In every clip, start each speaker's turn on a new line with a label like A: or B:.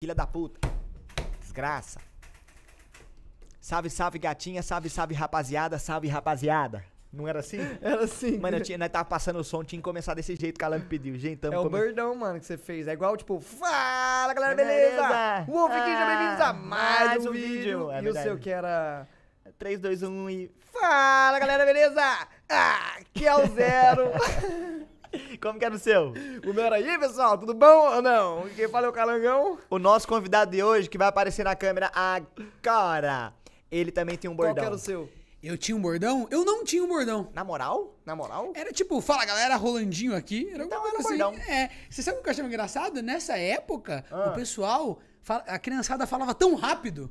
A: filha da puta. Desgraça. Salve, salve, gatinha. Salve, salve, rapaziada. Salve, rapaziada. Não era assim?
B: Era assim.
A: Mano, eu tinha, nós tava passando o som, tinha que começar desse jeito que a Alan pediu. Gente, tamo
B: É o
A: come-
B: birdão, mano, que você fez. É igual, tipo, fala galera, beleza?
A: Beleza.
B: Wolf aqui, sejam bem-vindos a
A: Ah,
B: mais,
A: mais
B: um
A: um
B: vídeo.
A: vídeo. É
B: e o
A: verdade.
B: seu que era.
A: 3, 2, 1 e.
B: Fala galera, beleza? Ah, que é o zero.
A: Como que era o seu?
B: o meu era aí, pessoal, tudo bom ou não? Quem fala é o Calangão.
A: O nosso convidado de hoje, que vai aparecer na câmera agora, ele também tem um
B: Qual
A: bordão.
B: que era o seu?
C: Eu tinha um bordão? Eu não tinha um bordão.
A: Na moral? Na moral?
C: Era tipo, fala galera, Rolandinho aqui. Era
A: Então
C: alguma
A: era um
C: coisa
A: bordão. Ah.
C: assim. É. Você sabe o que eu achava engraçado? Nessa época, o pessoal, fala- a criançada falava tão rápido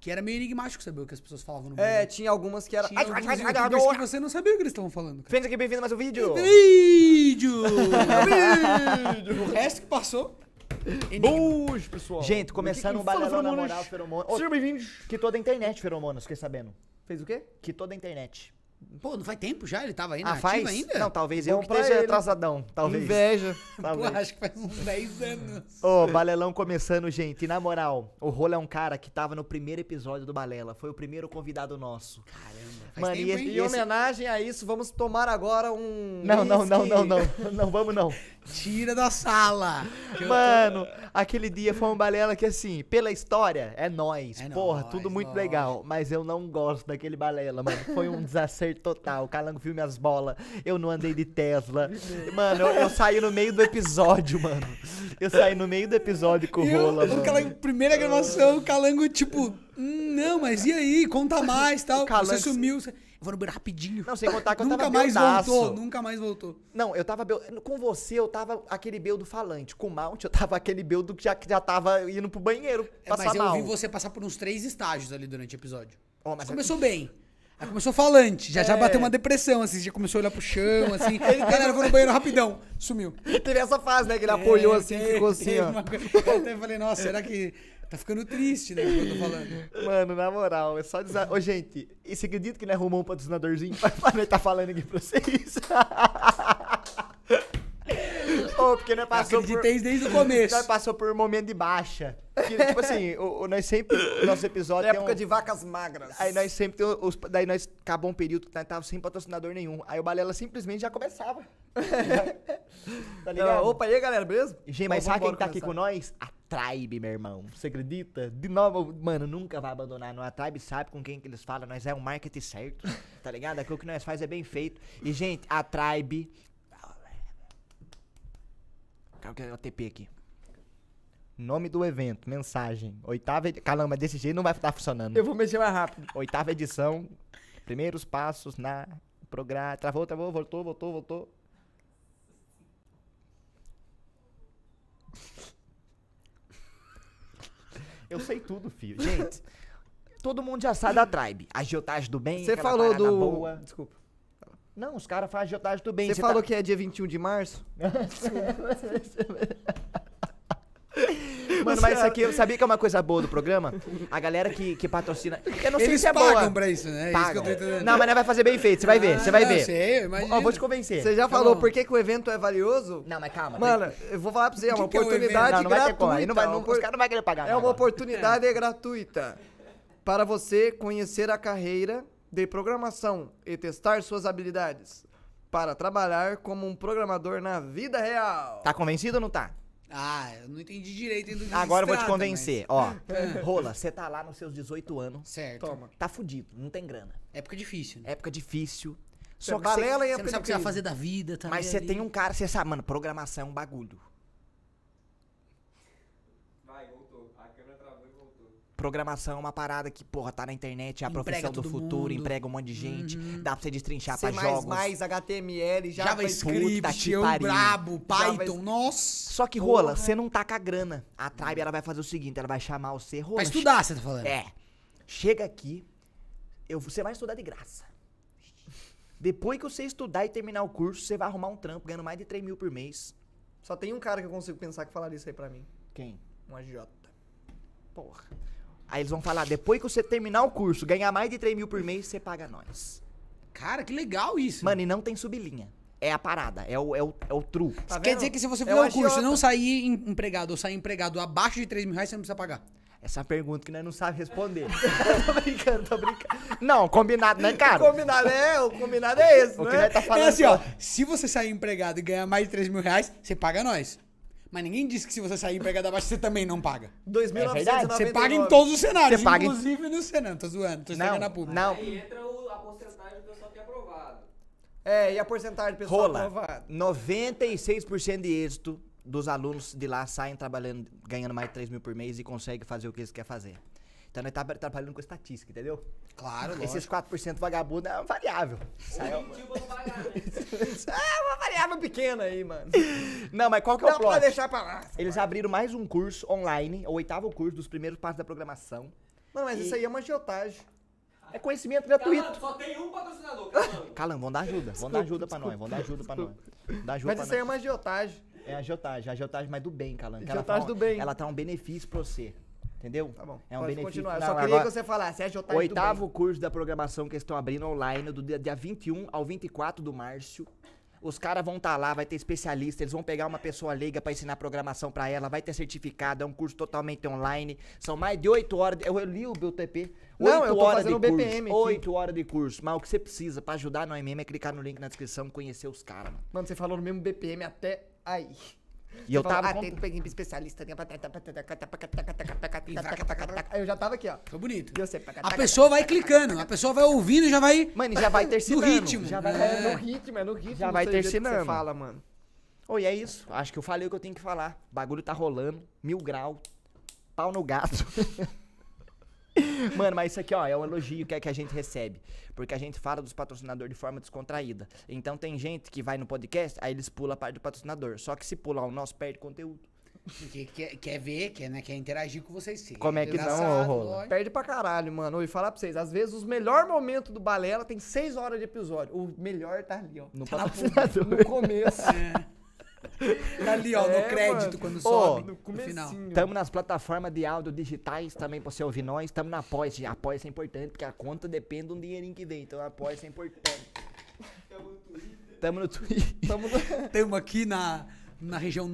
C: que era meio enigmático saber o que as pessoas falavam no bordão.
B: É, tinha algumas que era.
C: Tinha alguns youtubers que você não sabia o que eles estavam falando. cara.
A: Fênix aqui, bem-vindo a mais um vídeo.
C: Vídeo! Vídeo! O resto que passou. enigma.
B: Boas, pessoal.
A: Gente, começando um balarão na moral, feromônio. Ô,
B: Sejam bem-vindos.
A: que toda a internet, feromônios, fiquei sabendo.
B: Fez o quê?
A: Que toda a internet.
C: Pô, não faz tempo já? Ele tava aí na
A: Ah,
C: ativa
A: faz?
C: ainda?
A: Não, talvez
B: Bom
A: eu que
B: pra
A: esteja
B: ele.
A: atrasadão. Talvez.
B: Inveja.
C: Pô,
A: Talvez.
C: acho que faz uns 10 anos.
A: Ô, Balelão começando, gente. E na moral, o Rolo é um cara que tava no primeiro episódio do Balela. Foi o primeiro convidado nosso.
C: Caramba, faz
A: Mano,
C: tempo,
A: e esse-
C: hein?
B: Em homenagem a isso, vamos tomar agora um.
A: Não, não, não,
B: whisky.
A: não, não. Não vamos não.
C: Tira da sala!
A: Mano, aquele dia foi um balela que assim, pela história, é nóis.
C: É
A: porra,
C: nóis,
A: tudo muito
C: lógico.
A: legal. Mas eu não gosto daquele balela, mano. Foi um desacerto total. O Calango viu minhas bolas. Eu não andei de Tesla. Mano, eu, eu saí no meio do episódio, mano. Eu saí no meio do episódio com o
C: E
A: Rola,
C: o
A: mano.
C: Calango, primeira gravação, o Calango, tipo, "Hum, não, mas e aí? Conta mais tal.
A: O Calango-
C: Você sumiu. Você... Eu vou no banheiro rapidinho.
A: Não, sem contar que eu
C: nunca
A: tava
C: mais
A: beudaço.
C: voltou, nunca mais voltou.
A: Não, eu tava. beu- Com você, eu tava aquele beldo falante. Com o Mount, eu tava aquele beldo que já, que já tava indo pro banheiro.
C: É,
A: Passar
C: mas eu
A: mal.
C: vi você passar por uns três estágios ali durante o episódio.
A: Ó, mas- é
C: começou bem. Aí começou falante, já já bateu uma depressão, assim, já começou a olhar pro chão, assim. Galera, eu vou no banheiro rapidão. Sumiu.
A: Teve essa fase, né? Que ele apoiou
C: É,
A: assim,
C: teve-
A: ficou assim,
C: teve
A: ó.
C: uma coisa- Eu até falei, nossa, será que tá ficando triste, né? Quando eu tô falando.
A: Mano, na moral, é só dizer. Ô, gente, e você acredita que não arrumou um patrocinadorzinho pra pra nós tá falando aqui pra vocês? Ô, porque nós
C: Eu
A: passou por.
C: acreditei desde o começo.
A: Nós passou por um momento de baixa. Que, tipo assim, o, o- nós sempre. O nosso
B: Na
A: episódio tem
B: época
A: um-
B: de vacas magras.
A: Aí nós sempre tem os. Daí nós acabou um período que nós tava sem patrocinador nenhum. Aí o Balela simplesmente já começava. tá ligado?
B: Não, Então, Opa, e aí, galera, beleza?
A: Gente,
B: Ó,
A: mas sabe quem
B: vambora
A: tá aqui com
B: começar.
A: nós? A Tribe, meu irmão. Você acredita? De novo, mano, nunca vai abandonar. Não, a Tribe sabe com quem que eles falam. Nós é um marketing certo, tá ligado? Aquilo que nós faz é bem feito. E, gente, a Tribe... Qual que é o TP aqui? Nome do evento, mensagem. Oitava edição. Calma, desse jeito não vai estar funcionando.
B: Eu vou mexer mais rápido.
A: Oitava edição. Primeiros passos na programa. Travou, travou, voltou, voltou, voltou. Eu sei tudo, filho. Gente, todo mundo já sabe da Tribe. Agiotagem do bem,
B: Você
A: aquela
B: falou
A: parada
B: do.
A: boa.
B: Desculpa.
A: Não, os caras fazem agiotagem do bem.
B: Você
A: tá-
B: falou que é dia 21 de março?
A: tá- Mano, mas isso aqui, eu sabia que é uma coisa boa do programa? A galera que, que patrocina... Eu não sei
C: Eles
A: se é
C: pagam
A: boa.
C: pra isso, né? É isso que eu
A: Pagam.
C: tô entendendo.
A: Não, mas não vai fazer bem feito. Você vai ver, você vai
C: Ah,
A: ver.
C: Eu sei, eu imagino.
A: Ó, vou te convencer.
B: Você já falou por que, que o evento é valioso?
A: Tá Não, mas calma.
B: Mano, eu vou falar pra você, é
C: Que
B: uma
C: que é o evento?
B: oportunidade
A: não, não vai ter como. Aí
B: gratuita.
A: Não vai,
B: uma
A: não,
B: opor-
A: os caras não vão querer
C: Tá,
A: pagar.
B: É uma
A: nada.
B: oportunidade gratuita para você conhecer a carreira de programação e testar suas habilidades para trabalhar como um programador na vida real.
A: Tá convencido ou não tá?
C: Ah, eu não entendi direito ainda. do que
A: Agora eu vou
C: se
A: te
C: trata,
A: convencer. Ó, Rola, você tá lá nos seus 18
C: mas-
A: anos,
C: Certo.
B: Toma.
A: tá fudido, não tem grana.
C: Época difícil, né?
A: Época difícil. Só que
B: balela
A: cê,
B: e
C: Você não sabe o que você
B: apelido.
C: vai fazer da vida, tá?
A: é Mas
C: meio
A: você
C: é ali.
A: tem um cara, você sabe, mano, programação é um bagulho.
D: Vai, voltou. A câmera travou e voltou.
A: Programação é uma parada que, porra, tá na internet, é a
C: Emprega
A: profissão do
C: todo
A: futuro,
C: mundo.
A: emprega um monte de gente, dá pra você destrinchar
B: C++,
A: pra jogos.
B: HTML,
A: puta
C: JavaScript,
A: que
C: eu
A: pariu.
C: brabo, Python,
B: JavaScript.
C: nossa.
A: Só que, Rola, você não tá com a grana. A Tribe, ela vai fazer o seguinte, ela vai chamar você, Rola.
C: Pra estudar, você tá falando.
A: É. Chega aqui, eu, você vai estudar de graça. Depois que você estudar e terminar o curso, você vai arrumar um trampo ganhando mais de 3 mil por mês.
B: Só tem um cara que eu consigo pensar que falaria isso aí pra mim.
A: Quem?
B: Um agiota.
A: Porra. Aí eles vão falar, depois que você terminar o curso, ganhar mais de 3 mil por mês, você paga nós.
C: Cara, que legal isso.
A: Mano, e não tem sublinha. é a parada, é o, é o, é o true.
B: Tá
C: Quer
B: vendo?
C: dizer que se você
B: É
C: fizer
B: um
C: o curso e
B: agiota.
C: não sair em- empregado ou sair empregado abaixo de 3 mil reais, você não precisa pagar.
A: Essa pergunta que nós não sabemos responder. tô brincando, tô brincando. Não, combinado, né, cara?
B: O combinado é, o combinado é esse,
A: O
B: né?
A: que nós tá falando
C: é assim, ó.
A: só-
C: Se você sair empregado e ganhar mais de 3 mil reais, você paga nós. Mas ninguém disse que se você sair empregado abaixo, você também não paga.
B: 2.999.
A: verdade,
C: É Você paga em todos os cenários,
A: Você paga em-
C: inclusive no cenário. Tô zoando, tô estragando a
A: Não,
C: pública.
A: não.
D: Aí entra o- a porcentagem do pessoal que é aprovado.
B: É, e a porcentagem de pessoal
A: Rola.
B: aprovada?
A: 96% de êxito dos alunos de lá saem trabalhando, ganhando mais de 3 mil por mês e conseguem fazer o que eles querem fazer. Então nós tá trabalhando com estatística, entendeu?
B: É
C: Claro, lógico.
A: Esses 4% vagabundo é uma variável.
D: Ou mentiu pra não pagar, né?
B: É uma variável pequena aí, mano.
A: Não, mas qual que é
B: Dá
A: o
B: pra
A: plot?
B: deixar pra lá.
A: Eles abriram mais um curso online, o oitavo curso dos primeiros passos da programação.
B: Mano, mas
A: E-
B: isso aí é uma agiotagem.
A: É conhecimento gratuito.
D: Calando, só tem um patrocinador, calando.
A: Calan, vão dar ajuda, vão dar ajuda pra nós, vão dar ajuda pra nós. Vão dar ajuda
B: Mas
A: pra
B: isso aí é
A: nós.
B: uma agiotagem.
A: É agiotagem, a agiotagem, mas do bem, Calan. que
B: Agiotagem
A: ela tá,
B: do bem.
A: Ela tá um benefício pra você, entendeu?
B: Tá bom.
A: É um
B: pode
A: benefício.
B: continuar. Eu
A: Não,
B: só queria
A: agora-
B: que você falasse. É agiotagem
A: Oitavo curso da programação que eles estão abrindo online do dia, dia 21 ao 24 do março. Os caras vão estar lá, vai ter especialista, eles vão pegar uma pessoa leiga pra ensinar programação pra ela, vai ter certificado, é um curso totalmente online. São mais de 8 horas, de- eu li o meu TP.
B: Não,
A: oito
B: eu tô
A: horas
B: fazendo
A: de
B: o BPM
A: curso,
B: aqui.
A: 8 horas de curso. Mas o que você precisa pra ajudar no MM é clicar no link na descrição e conhecer os caras, mano.
B: do bem. Mano, você falou no mesmo BPM até aí.
A: E eu
B: Você fala,
A: tava
B: Ah,
A: com-
B: tem que pegar um especialista. tem- Aí eu já tava aqui, ó.
C: Foi bonito.
B: E você?
C: A pessoa vai clicando, a pessoa vai ouvindo e já vai.
A: Mano, e já vai tercinando.
C: ritmo.
A: Já vai...
B: É no ritmo, é no ritmo.
A: Já vai
B: isso aí, o jeito que
A: tercinando.
B: Você fala, mano.
A: Oi, é isso. Acho que eu falei o que eu tenho que falar. O bagulho tá rolando, mil grau, pau no gato. Mano, mas isso aqui, ó, é um elogio que, é que a gente recebe. Porque a gente fala dos patrocinadores de forma descontraída. Então tem gente que vai no podcast, aí eles pulam a parte do patrocinador. Só que se pular o nosso, perde conteúdo.
C: Porque quer, quer ver, quer, né, quer interagir com vocês. sim.
A: Como é que não,
C: Engraçado,
A: ô, Rola?
C: lógico.
B: Perde pra caralho, mano. E falar pra vocês, às vezes os melhor momento do Balela tem seis horas de episódio. O melhor tá ali, ó.
A: No
B: Tá na
A: patrocinador.
B: ponta, No começo.
C: É. Tá ali, ó,
B: É,
C: no crédito,
B: mano.
C: quando
B: Ó,
C: sobe.
B: no
C: no final.
B: comecinho.
A: Tamo nas plataformas de áudio digitais também pra você ouvir nós. Tamo na Apoia-se. Apoia-se é importante, porque a conta depende de um dinheirinho que vem. Então a Apoia-se é importante. Tamo no Twitter.
B: Tamo no-
C: Temos aqui na, na região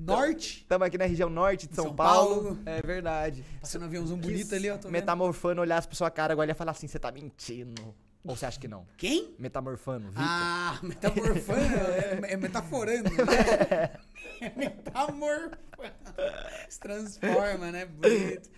C: norte.
A: Tamo aqui na região norte de São,
C: São
A: Paulo.
C: Paulo.
B: É verdade.
C: Passando um aviãozão bonito ali, ó. Tô vendo.
A: Metamorfano olhasse pra sua cara agora e ia falar assim: você tá mentindo. Ou você acha que não?
C: Quem?
A: Metamorfano, Vitor.
C: Ah, metamorfando. é, é metaforando. né? É metamorfando. Se transforma, né? Bonito.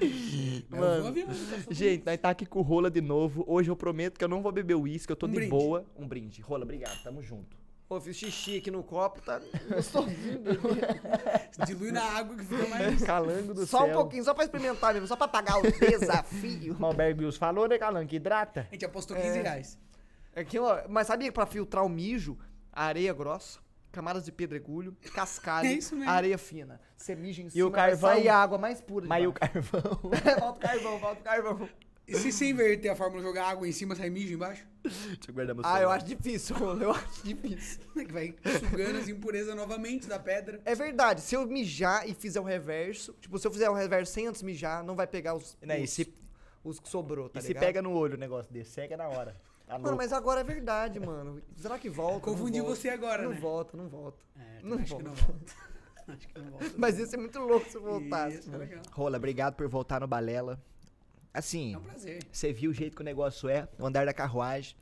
C: Mas eu vi um avião, passou
A: Gente, nós tá aqui com o Rola de novo. Hoje eu prometo que eu não vou beber uísque, eu tô
C: Um
A: de
C: brinde.
A: boa. Um brinde. Rola, obrigado, tamo junto.
B: Pô, fiz xixi aqui no copo, tá gostosinho.
C: bonito. Dilui na água que fica mais.
A: Calango do
B: só
A: céu.
B: um pouquinho, só pra experimentar mesmo, só pra pagar o desafio.
A: Malberg Bills falou, né, Calango? Que hidrata.
C: A gente apostou 15
B: É.
C: reais.
B: Aquilo, ó, mas sabia É que pra filtrar o mijo, areia grossa, camadas de pedregulho, cascalho,
C: É isso mesmo.
B: areia fina. Você mija em cima,
A: o
B: vai
A: carvão?
B: sair a água mais pura. de
A: Mas e o
B: baixo.
A: carvão?
B: Volta o carvão, volta o carvão.
C: E se você inverter a fórmula, jogar água em cima, sai mijo embaixo?
A: Deixa eu guardar meu
B: Ah, eu
A: celular.
B: acho difícil, mano, eu acho difícil.
C: é Que vai sugando as impurezas novamente da pedra.
B: É verdade, se eu mijar e fizer o reverso, tipo, se eu fizer o reverso sem antes mijar, não vai pegar os,
A: Né, e
B: os,
A: se-
B: os que sobrou, tá
A: E se
B: ligado?
A: pega no olho o negócio desse, seca na hora. Tá
B: Mano,
A: louco.
B: mas agora é verdade, mano. Será que volta?
C: Confundi
B: Não volta.
C: você agora,
B: Não
C: né?
B: volta, não volta.
C: É,
B: Não
C: acho que
B: volta.
C: não volta. Acho que não volta.
B: Mas né? ia ser muito louco se eu
C: Isso,
B: voltasse.
C: tá
B: mano.
C: legal.
A: Rola, obrigado por voltar no Balela. Assim.
C: É um prazer.
A: Você viu o jeito que o negócio é, o andar da carruagem.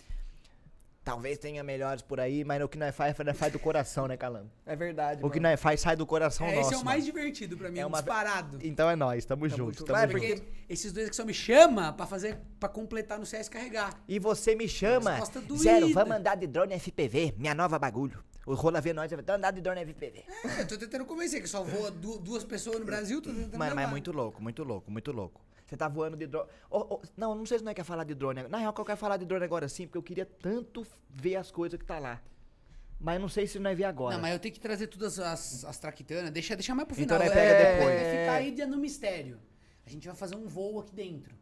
A: Talvez tenha melhores por aí, mas o que nós faz, nós faz do coração, né, Calango?
B: É verdade.
A: O que
B: mano.
A: nós faz sai do coração
C: É,
A: nosso.
C: esse é o mais divertido pra mim,
A: É
C: é um
A: uma-
C: disparado.
A: mano. Então é nós, tamo, junto,
B: junto.
A: tamo
B: Vai,
A: junto.
C: Porque esses dois que só me chama pra fazer, pra completar no CS carregar.
A: E você me chama.
C: Resposta doída.
A: Zero, vamos andar de drone FPV, minha nova bagulho. O Rola vê nós, vai andar de drone FPV.
C: É, eu tô tentando convencer que só voa du- duas pessoas no Brasil, tô tentando
A: Mano, mas é
C: levar.
A: muito louco, muito louco, muito louco. Você tá voando de drone. Ô, ô, não, não sei se não é que é falar de drone. agora. Na real, que eu quero falar de drone agora sim, porque eu queria tanto ver as coisas que tá lá. Mas não sei se nós ver agora.
C: Não, mas eu tenho que trazer todas as, as traquitanas. Deixa, deixa mais pro
A: Então
C: final.
A: nós pega
C: é,
A: depois.
C: Vai ficar aí no mistério. A gente vai fazer um voo aqui dentro.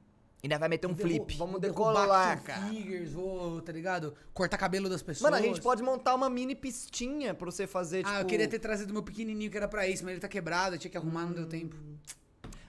A: E nós vai meter um
C: Vou derru-
A: flip.
B: Vamos
C: derrubar
B: decolar,
C: action
B: cara.
C: Figures, vou, tá ligado? Cortar cabelo das pessoas.
B: Mano, a gente pode montar uma mini pistinha pra você fazer, tipo...
C: Ah, eu queria ter trazido meu pequenininho que era pra isso, mas ele tá quebrado, eu tinha que arrumar, não deu tempo.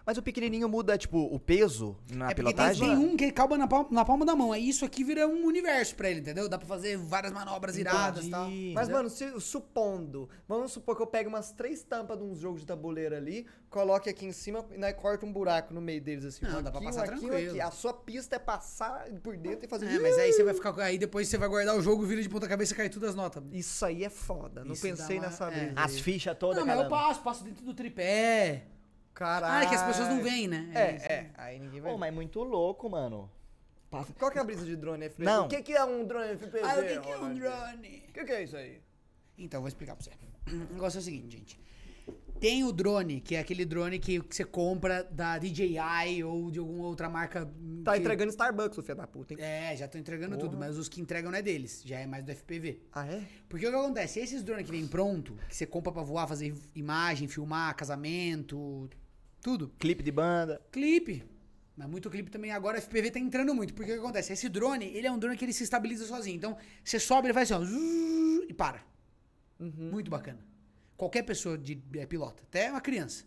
A: Mas o pequenininho muda, tipo, o peso na
C: é porque tem,
A: pilotagem?
C: tem um que calma na palma, na palma da mão. Aí isso aqui vira um universo pra ele, entendeu? Dá pra fazer várias manobras iradas e tal.
A: Entendi.
B: Mas, mano, se- supondo, vamos supor que eu pegue umas três tampas de uns jogos de tabuleiro ali, coloque aqui em cima e né, corta um buraco no meio deles, assim.
C: Não,
B: um
C: dá pra
B: aqui, um
C: passar
B: aqui, um
C: tranquilo.
B: aqui. A sua pista é passar por dentro e fazer...
C: É, mas aí você vai ficar. com- Aí depois você vai guardar o jogo, vira de ponta cabeça e cai tudo as notas.
B: Isso aí é foda, não
C: Isso
B: pensei
C: dá uma-
B: nessa
C: é.
B: vez.
A: As fichas todas,
C: não, mas eu
A: caramba.
C: passo, passo dentro do tripé.
B: Caralho.
C: Ah, é que as pessoas não veem, né?
B: É,
C: isso.
B: é. Aí ninguém vai
A: Pô,
B: ver.
A: mas muito louco, mano.
B: Qual que é a brisa de drone FPV?
A: Não.
B: O que, que é um drone FPV?
C: Ah, o que que é um
B: Ronald?
C: drone?
B: O que, que é isso aí?
C: Então, eu vou explicar pra você. O negócio é o seguinte, gente. Tem o drone, que é aquele drone que que você compra da DJI ou de alguma outra marca. hum,
B: Tá
C: que-
B: entregando Starbucks, o filho da puta, hein?
C: É, já estão entregando tudo, mas os que entregam não é deles, já é mais do FPV.
B: Ah, é?
C: Porque o que acontece? Esses drones que vem pronto, que você compra pra voar, fazer imagem, filmar, casamento, tudo.
A: Clipe de banda.
C: Clipe. Mas muito clipe também. Agora FPV tá entrando muito. Porque o que acontece? Esse drone, ele é um drone que ele se estabiliza sozinho. Então, você sobe, ele faz assim, ó. zzzz, E para.
B: Uhum.
C: Muito bacana. Qualquer pessoa de, é pilota, até uma criança.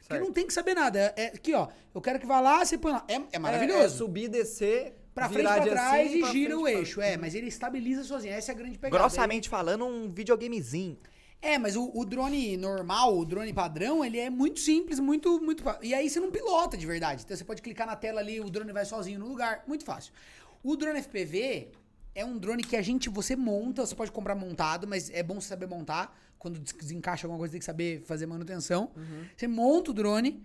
C: Porque
B: Certo.
C: não tem que saber nada. É, é aqui, ó. Eu quero que vá lá, você põe lá. É, é
B: É, é
C: maravilhoso.
B: subir, descer,
C: pra frente,
B: virar
C: pra
B: de
C: trás
B: assim,
C: e
B: pra
C: gira
B: frente,
C: o
B: pra-
C: eixo. É, mas ele estabiliza sozinho. Essa é a grande pegada.
A: Grossamente falando, um videogamezinho.
C: É, mas o, o drone normal, o drone padrão, ele é muito simples, muito, muito. fa- E aí você não pilota de verdade. Então você pode clicar na tela ali, o drone vai sozinho no lugar. Muito fácil. O drone FPV é um drone que a gente, você monta, você pode comprar montado, mas é bom você saber montar. Quando des- desencaixa alguma coisa, tem que saber fazer manutenção.
B: Uhum.
C: Você monta o drone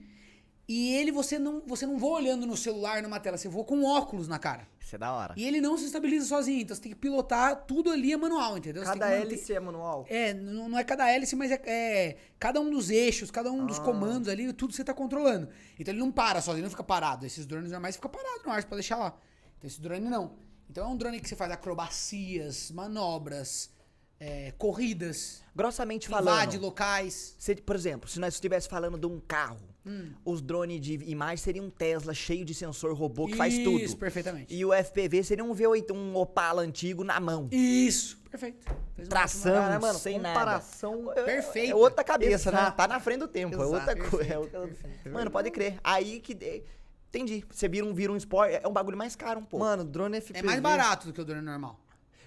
C: e ele, você não, você não voa olhando no celular, numa tela, você voa com óculos na cara.
A: Isso é da hora.
C: E ele não se estabiliza sozinho, então você tem que pilotar, tudo ali é manual, entendeu? Você tem
B: Cada
C: que manter-
B: hélice é manual.
C: é, não não é cada hélice, mas é, é cada um dos eixos, cada um
A: Ah.
C: dos comandos ali, tudo você tá controlando. Então ele não para sozinho, ele não fica parado. Esses drones normais ficam parados no ar, você pode deixar lá. Então esse drone não. Então é um drone que você faz acrobacias, manobras, é, corridas,
A: Grossamente
C: invade
A: falando.
C: locais.
A: se- por exemplo, se nós estivéssemos falando de um carro,
C: Hum.
A: os drones de imagem seriam um Tesla cheio de sensor robô que faz
C: Isso,
A: tudo.
C: perfeitamente.
A: E o FPV seria um V8, um Opala antigo na mão.
C: Isso, perfeito. Fez uma ótima-
A: Tração,
B: Cara, mano,
A: sem nada.
B: comparação...
C: Perfeito.
A: É outra cabeça, né?
B: Exato.
A: Tá na frente do tempo.
B: Exato.
A: é outra coisa. é outra- Mano, pode crer. Aí que. é, Entendi. Você vira um, vira um esporte. É um bagulho mais caro um pouco.
B: Mano, drone FPV...
C: É mais barato do que o drone normal.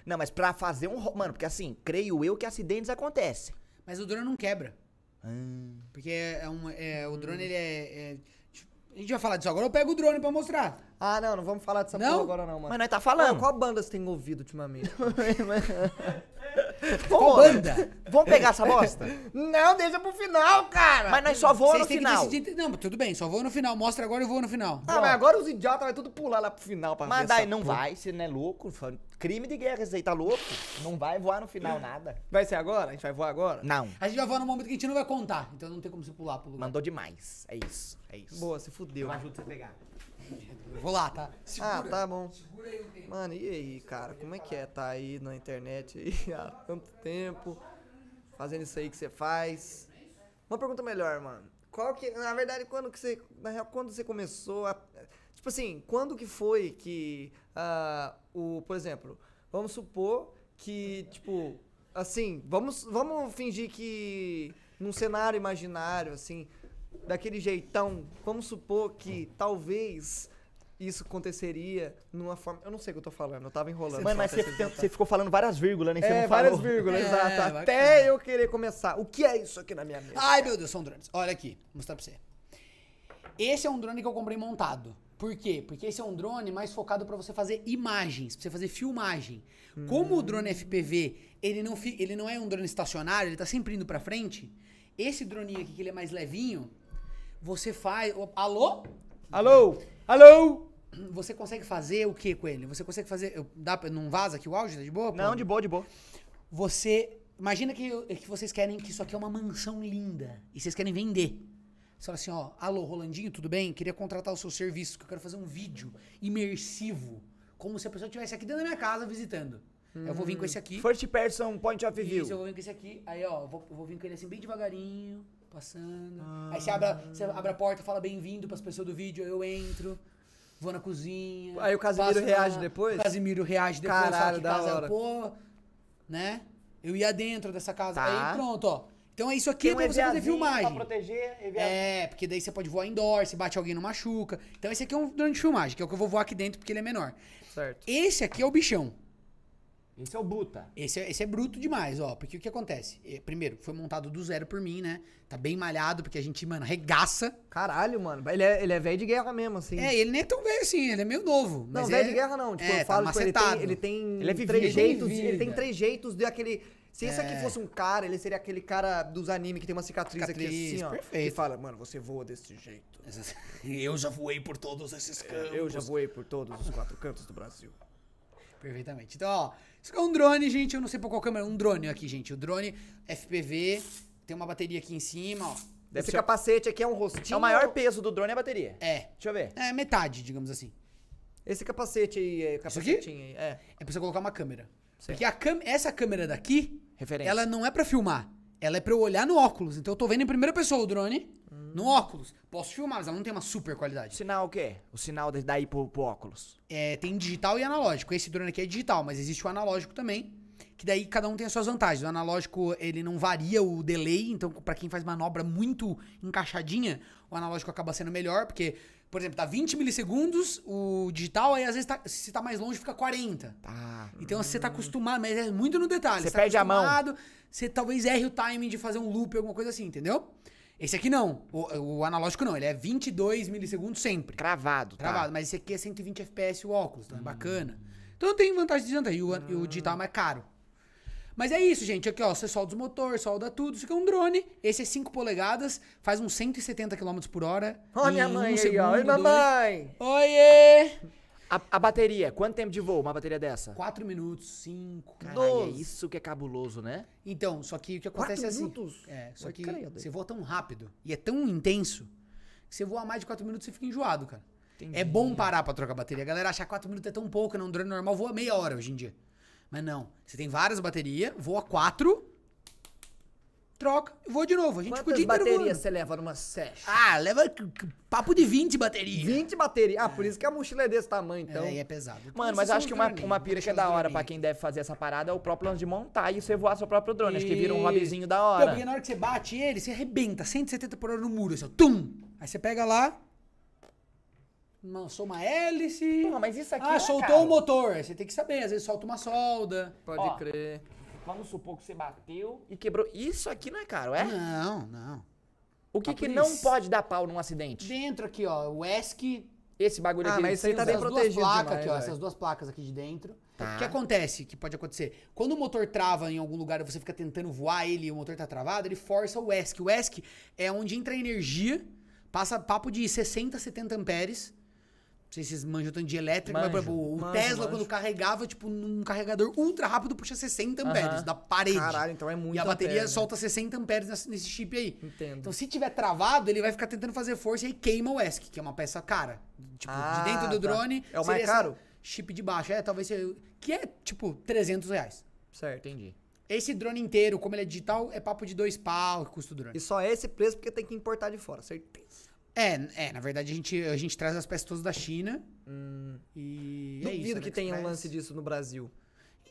A: Não, mas pra fazer um. ro- Mano, porque assim, creio eu que acidentes acontecem.
C: Mas o drone não quebra.
B: Ah.
C: Porque é um, é, o drone, ele é, é- A gente vai falar disso agora, eu pego o drone pra mostrar.
B: Ah, não, não vamos falar dessa
C: Não?
B: porra agora não, mano.
A: Mas nós tá
B: Mano,
A: falando.
B: qual banda você tem ouvido ultimamente?
C: Qual
A: Vambora.
C: banda?
A: Vamos pegar essa bosta?
B: não, deixa pro final, cara!
A: mas nós só voamos no
C: Vocês têm que
A: final.
C: decidir- Não, tudo bem, só vou no final. Mostra agora e vou no final.
B: Ah, mas agora os idiotas vai tudo pular lá pro final pra ver
A: Mas daí
B: essa
A: não
B: porra.
A: vai, você não é louco. fã- Crime de guerra, esse aí tá louco. Não vai voar no final nada.
B: Vai ser agora? A gente vai voar agora?
A: Não.
C: A gente vai voar num momento que a gente não vai contar, então não tem como você pular pro lugar.
A: Mandou demais. É isso. É isso.
B: Boa, se fudeu.
A: ajuda você a pegar.
C: Eu vou lá, tá?
B: Ah, tá bom. Mano, e aí, cara? Como é que é? Tá aí na internet aí há tanto tempo, fazendo isso aí que você faz. Uma pergunta melhor, mano. Qual que, na verdade, quando que você, na real, quando você começou a, tipo assim, quando que foi que ah, o, por exemplo, vamos supor que, tipo, assim, vamos, vamos fingir que num cenário imaginário, assim, daquele jeitão, vamos supor que talvez isso aconteceria numa forma, eu não sei o que eu tô falando, eu tava enrolando.
A: Mano,
B: só
A: mas
B: pra
A: você,
B: vocês
A: você ficou falando várias vírgulas, né? Você
B: é,
A: não
B: várias
A: falou.
B: vírgulas,
C: É,
B: exato.
C: bacana. Ah,
B: Até eu querer começar. O que é isso aqui na minha mesa?
C: Ai, meu Deus, são drones. Olha aqui, vou mostrar pra você. Esse é um drone que eu comprei montado. Por quê? Porque esse é um drone mais focado pra você fazer imagens, pra você fazer filmagem. Como o drone FPV, ele não, fi- ele não é um drone estacionário, ele tá sempre indo pra frente. Esse droninho aqui, que ele é mais levinho, você faz... Opa, Alô?
B: Alô? Alô?
C: Você consegue fazer o que com ele? Você consegue fazer... eu- Dá, pra- não vaza aqui o áudio? Tá de boa?
A: Não,
C: pô?
A: de boa, de boa.
C: Você. Imagina que, eu- que vocês querem que isso aqui é uma mansão linda. E vocês querem vender. Você fala assim, ó, alô, Rolandinho, tudo bem? Queria contratar o seu serviço, que eu quero fazer um vídeo imersivo. Como se a pessoa estivesse aqui dentro da minha casa visitando. Eu vou vir com esse aqui.
A: First person point of view.
C: Isso, eu vou vir com esse aqui. Aí, ó, eu vou, eu vou vir com ele assim bem devagarinho, passando.
B: Ah.
C: Aí você abre, a- você abre a porta, fala bem-vindo pras pessoas do vídeo, aí eu entro. Vou na cozinha.
B: Aí o Casimiro
C: passo
B: reage depois?
C: O Casimiro reage depois. fala
B: Caralho,
C: que é
B: da
C: casa,
B: hora.
C: Pô, né? Eu ia dentro dessa casa.
A: Tá.
C: Aí pronto, ó. Então é isso aqui
A: Tem
C: é pra
A: um
C: você fazer
A: EVAzinho
C: filmagem.
A: Pra proteger, EVA.
C: É, porque daí você pode voar indoor, se bate alguém não machuca. Então esse aqui é um drone de filmagem, que é o que eu vou voar aqui dentro porque ele é menor.
B: Certo.
C: Esse aqui é o bichão.
A: Esse é o Buta.
C: Esse, é- esse é bruto demais, ó. Porque o que acontece? Eh, Primeiro, foi montado do zero por mim, né? Tá bem malhado, porque a gente, mano, regaça.
B: Caralho, mano. Ele é, ele é velho de guerra mesmo, assim.
C: É, ele nem é tão velho assim, ele é meio novo.
B: não,
C: mas
B: velho
C: é-
B: de guerra não. Tipo,
C: é,
B: eu falo,
C: tá
B: tipo, ele
C: macetado.
B: tem, ele tem
A: Ele é vivido.
B: três
A: Ele tem
B: jeitos. Ele tem
A: vida.
B: três jeitos de aquele. Se esse
C: É.
B: aqui fosse um cara, ele seria aquele cara dos animes que tem uma cicatriz,
C: Cicatriz,
B: aqui assim, ó.
C: perfeito.
B: Que fala, mano, você voa desse jeito. É,
C: Eu já voei por todos esses campos.
B: Eu já voei por todos os quatro cantos do Brasil.
C: Perfeitamente. Então, ó, isso aqui é um drone, gente. Eu não sei por qual câmera. Um drone aqui, gente. O drone FPV. Tem uma bateria aqui em cima, ó.
A: Deve
B: Esse
A: ser-
B: capacete aqui é um rostinho.
A: É o maior peso do drone é a bateria.
C: É.
A: Deixa eu ver.
C: É metade, digamos assim.
B: Esse capacete aí, é
C: aqui?
B: capacetinho aí. É.
C: É pra você colocar uma câmera. Porque a câmera, essa câmera daqui,
A: Referência.
C: ela não é pra filmar. Ela é pra eu olhar no óculos. Então eu tô vendo em primeira pessoa o drone no óculos. Posso filmar, mas ela não tem uma super
A: O
C: qualidade.
A: sinal o quê? O sinal de- daí pro, pro óculos.
C: É, tem digital e analógico. Esse drone aqui é digital, mas existe o analógico também. Que daí cada um tem as suas vantagens. O analógico, ele não varia o delay. Então, pra quem faz manobra muito encaixadinha, o analógico acaba sendo melhor. Porque, por exemplo, tá 20 milissegundos, o digital, aí às vezes tá- se tá mais longe, fica 40.
A: Tá.
C: Então você tá acostumado, mas é muito no detalhe.
A: Você
C: tá
A: perde a mão.
C: acostumado, Você talvez erre o timing de fazer um loop, alguma coisa assim, entendeu? Esse aqui não. O, o analógico não. Ele é 22 milissegundos sempre.
A: Cravado, tá? Hum.
C: Travado. Mas esse aqui é 120 FPS o óculos, então é bacana. Então tem vantagem de desvantagem. E o,
A: Ah.
C: e o digital é mais caro. Mas é isso, gente. Aqui, ó, você solda os motores, solda tudo. Isso aqui é um drone. Esse é 5 polegadas, faz uns 170 km por hora.
B: Olha
C: em
B: minha mãe
C: um
B: aí, ó.
C: segundo,
B: Oi, mamãe!
C: dois. Oiê!
A: A, a bateria, quanto tempo de voo uma bateria dessa?
C: 4 minutos, 5.
A: Caralho, é isso que é cabuloso, né?
C: Então, só que o que
B: Quatro
C: acontece é assim.
B: minutos?
C: É, só
B: Mas
C: que
B: credo.
C: você voa tão rápido e é tão intenso que você voa mais de 4 minutos e fica enjoado, cara. É bom parar pra trocar bateria. A galera acha que 4 minutos é tão pouco, não. Um drone normal voa meia hora hoje em dia. Mas não. Você tem várias baterias, voa 4, troca e voa de novo. A gente
B: Quantas
C: podia
B: baterias você leva numa session?
C: Ah, leva c- c- papo de 20 baterias.
B: 20 baterias. Ah, por isso que a mochila é desse tamanho, então.
C: É, aí é pesado. Então,
A: Mano,
C: esses
A: mas
C: são
A: acho que
C: os
A: uma,
C: drones.
A: uma
B: né?
A: pira que é da hora pra quem deve fazer essa parada é o próprio lance de montar e você voar seu próprio drone. Acho que vira um hobbyzinho da
C: Então, porque
A: hora.
C: na hora que você bate ele, você arrebenta 170 por hora no muro, assim, ó, tum! Aí você pega lá, lançou uma hélice.
A: Porra, mas isso aqui não
C: Ah,
A: é
C: soltou
A: caro.
C: o motor. Aí Você tem que saber, às vezes solta uma solda.
B: Pode
A: Ó.
B: crer.
A: Vamos supor que você bateu e quebrou. Isso aqui não é caro, é?
C: Não, não.
A: O que, que
C: por
A: não
C: isso.
A: pode dar pau num acidente?
C: Dentro aqui, ó, o ESC,
A: Esse bagulho
B: Ah,
A: aqui.
B: mas isso aí tá
A: cinza.
B: bem
C: essas duas
B: protegido
C: placas
B: demais,
C: aqui, ó,
B: velho.
C: essas duas placas aqui de dentro.
A: Tá.
C: O que acontece, que pode acontecer? Quando o motor trava em algum lugar e você fica tentando voar ele e o motor tá travado, ele força o ESC. O ESC é onde entra energia, passa papo de 60, 70 amperes. Não sei se vocês manjam tanto de elétrica, mas, por
A: Manjo,
C: exemplo, o
B: manjo,
C: Tesla,
B: manjo.
C: quando carregava, tipo, num carregador ultra rápido, puxa 60 amperes
A: Aham.
C: da parede.
B: Caralho, então é muito.
C: E a bateria
B: ampere, né?
C: solta 60 amperes nesse- nesse chip aí.
B: Entendo.
C: Então, se tiver travado, ele vai ficar tentando fazer força e aí queima o ESC, que é uma peça cara. Tipo,
B: Ah,
C: de dentro do
B: tá.
C: drone.
B: É o mais
C: seria essa
B: caro?
C: Chip de baixo. É, talvez. seja- Que é, tipo, 300 reais.
B: Certo.
A: Entendi.
C: Esse drone inteiro, como ele é digital, é papo de dois pau que custa o drone.
B: E só é esse preço porque tem que importar de fora, certeza.
C: É, é, na verdade, a gente, a gente traz as peças todas da China. E. é isso,
B: Hum, Duvido que tenha um
C: AliExpress.
B: lance disso no Brasil.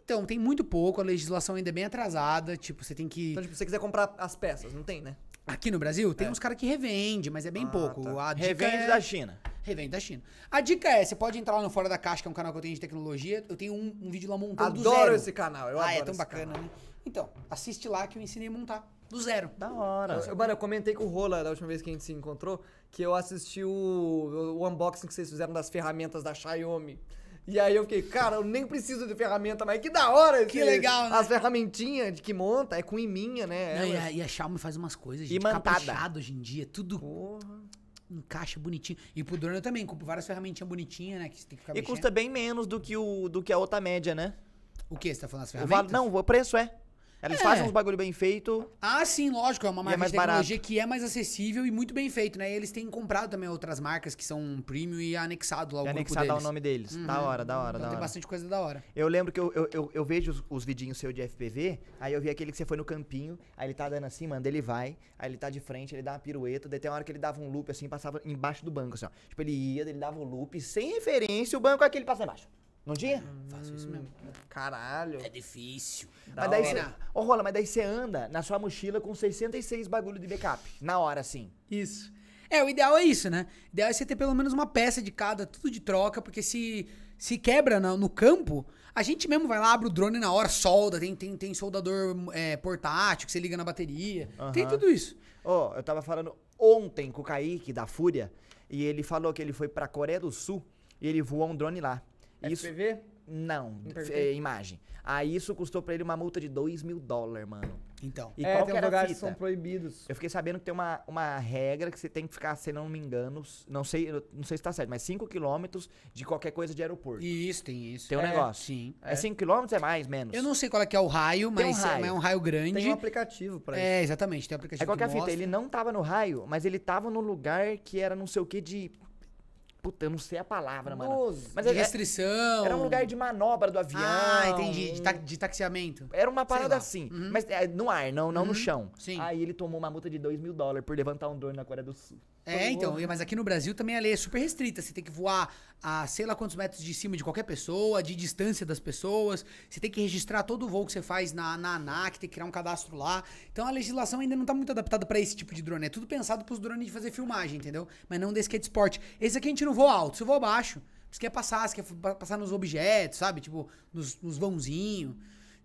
C: Então, tem muito pouco, a legislação ainda é bem atrasada. Tipo, você tem que.
B: Então, tipo, se você quiser comprar as peças, não tem, né?
C: Aqui no Brasil, tem uns caras que revende, mas é bem
B: Ah,
C: pouco.
B: tá.
C: A dica
A: Revende
C: é-
A: da China.
C: Revende da China. A dica é, você pode entrar lá no Fora da Caixa, que é um canal que eu tenho de tecnologia. Eu tenho um, um vídeo lá montando do zero.
B: Adoro esse canal. Eu
C: ah,
B: adoro
C: é tão
B: esse
C: bacana,
B: canal.
C: né? Então, assiste lá que eu ensinei a montar. Do zero.
A: Da hora.
B: Eu- Mano, eu comentei com o Rola da última vez que a gente se encontrou que eu assisti o, o unboxing que vocês fizeram das ferramentas da Xiaomi. E aí eu fiquei, cara, eu nem preciso de ferramenta, mas que da hora!
C: Que legal, né?
B: As ferramentinhas de que monta, é com iminha, né?
C: Não,
B: É,
C: e,
B: mas-
C: a, e a Xiaomi faz umas coisas, gente,
A: Imantada.
C: caprichado hoje em dia. Tudo
B: Porra.
C: encaixa bonitinho. E pro drone eu também, compro várias ferramentinhas bonitinhas, né? Que você tem que ficar
A: E
C: mexendo.
A: custa bem menos do que, o, do que a outra média, né?
C: O que? Você tá falando as
A: O valo,
C: ferramentas?
A: não, o preço é. Eles
C: É.
A: fazem uns bagulho bem feito.
C: Ah, sim, lógico. É uma
A: é
C: marca
A: mais
C: de tecnologia que é mais acessível e muito bem feito, né? E eles têm comprado também outras marcas que são premium e anexado lá o
A: E
C: grupo
A: anexar
C: deles.
A: dá o nome deles. Da hora, da hora,
C: então
A: da
C: tem
A: hora.
C: bastante coisa da hora.
A: Eu lembro que eu, eu, eu, eu vejo os, os vidinhos seu de FPV, aí eu vi aquele que você foi no campinho, aí ele tá dando assim, mano, ele vai, aí ele tá de frente, ele dá uma pirueta, daí tem uma hora que ele dava um loop assim, passava embaixo do banco, assim, ó. Tipo, ele ia, ele dava um loop, sem referência, o banco é aquele passa embaixo. Não tinha?
C: Faço isso mesmo.
B: Caralho.
C: É difícil.
A: Mas daí você. Ô, Rola, mas daí você anda na sua mochila com 66 bagulho de backup. Na hora, assim.
C: Isso. É, o ideal é isso, né? O ideal é você ter pelo menos uma peça de cada, tudo de troca, porque se, se quebra na- no, campo, a gente mesmo vai lá, abre o drone na hora, solda, tem, tem, tem soldador é, portátil que você liga na bateria, tem tudo isso.
A: Ó, eu tava falando ontem com o Kaique da Fúria e ele falou que ele foi pra Coreia do Sul e ele voou um drone lá.
C: É
B: É
A: Isso.
B: FPV?
A: Não,
B: Imperfeito?
A: é, imagem. Aí isso custou pra ele uma multa de 2 mil dólares, mano.
C: Então,
A: E
B: é,
A: qual
B: tem
A: que era a
B: lugares que
A: fita?
B: são proibidos.
A: Eu fiquei sabendo que tem uma, uma regra que você tem que ficar, se não me engano, s- não sei, eu não sei se tá certo, mas 5 quilômetros de qualquer coisa de aeroporto.
C: e isso, tem isso.
A: Tem um
C: É,
A: negócio.
C: Sim.
A: É 5 quilômetros, é mais, menos.
C: Eu não sei qual é que é o raio,
A: Tem um
C: mas é-
A: raio.
C: mas é um raio grande.
B: Tem um aplicativo pra isso.
C: é, exatamente, tem um aplicativo
A: É qual que é a
C: que
A: fita?
C: mostra.
A: Ele não tava no raio, mas ele tava num lugar que era não sei o que de. Puta, eu não sei a palavra, mano.
B: Nossa.
A: Mas
C: de
A: ele- é
C: restrição.
A: era um lugar de manobra do avião.
C: Ah, entendi, de, ta- de taxiamento.
A: Era uma parada
C: lá. Uhum.
A: assim, mas é, no ar, não, não no chão.
C: Sim.
A: Aí ele tomou uma multa de 2 mil dólares por levantar um drone na Coreia do Sul.
C: É, então, e- mas aqui no Brasil também a lei é super restrita. Você tem que voar a sei lá quantos metros de cima de qualquer pessoa, de distância das pessoas. Você tem que registrar todo o voo que você faz na, na ANAC, tem que criar um cadastro lá. Então a legislação ainda não tá muito adaptada pra esse tipo de drone. É tudo pensado pros drones de fazer filmagem, entendeu? Mas não desse que é de esporte. Esse aqui a gente não voa alto, você voa baixo. Você quer passar, você quer f- pa- passar nos objetos, sabe? Tipo, nos, nos vãozinhos.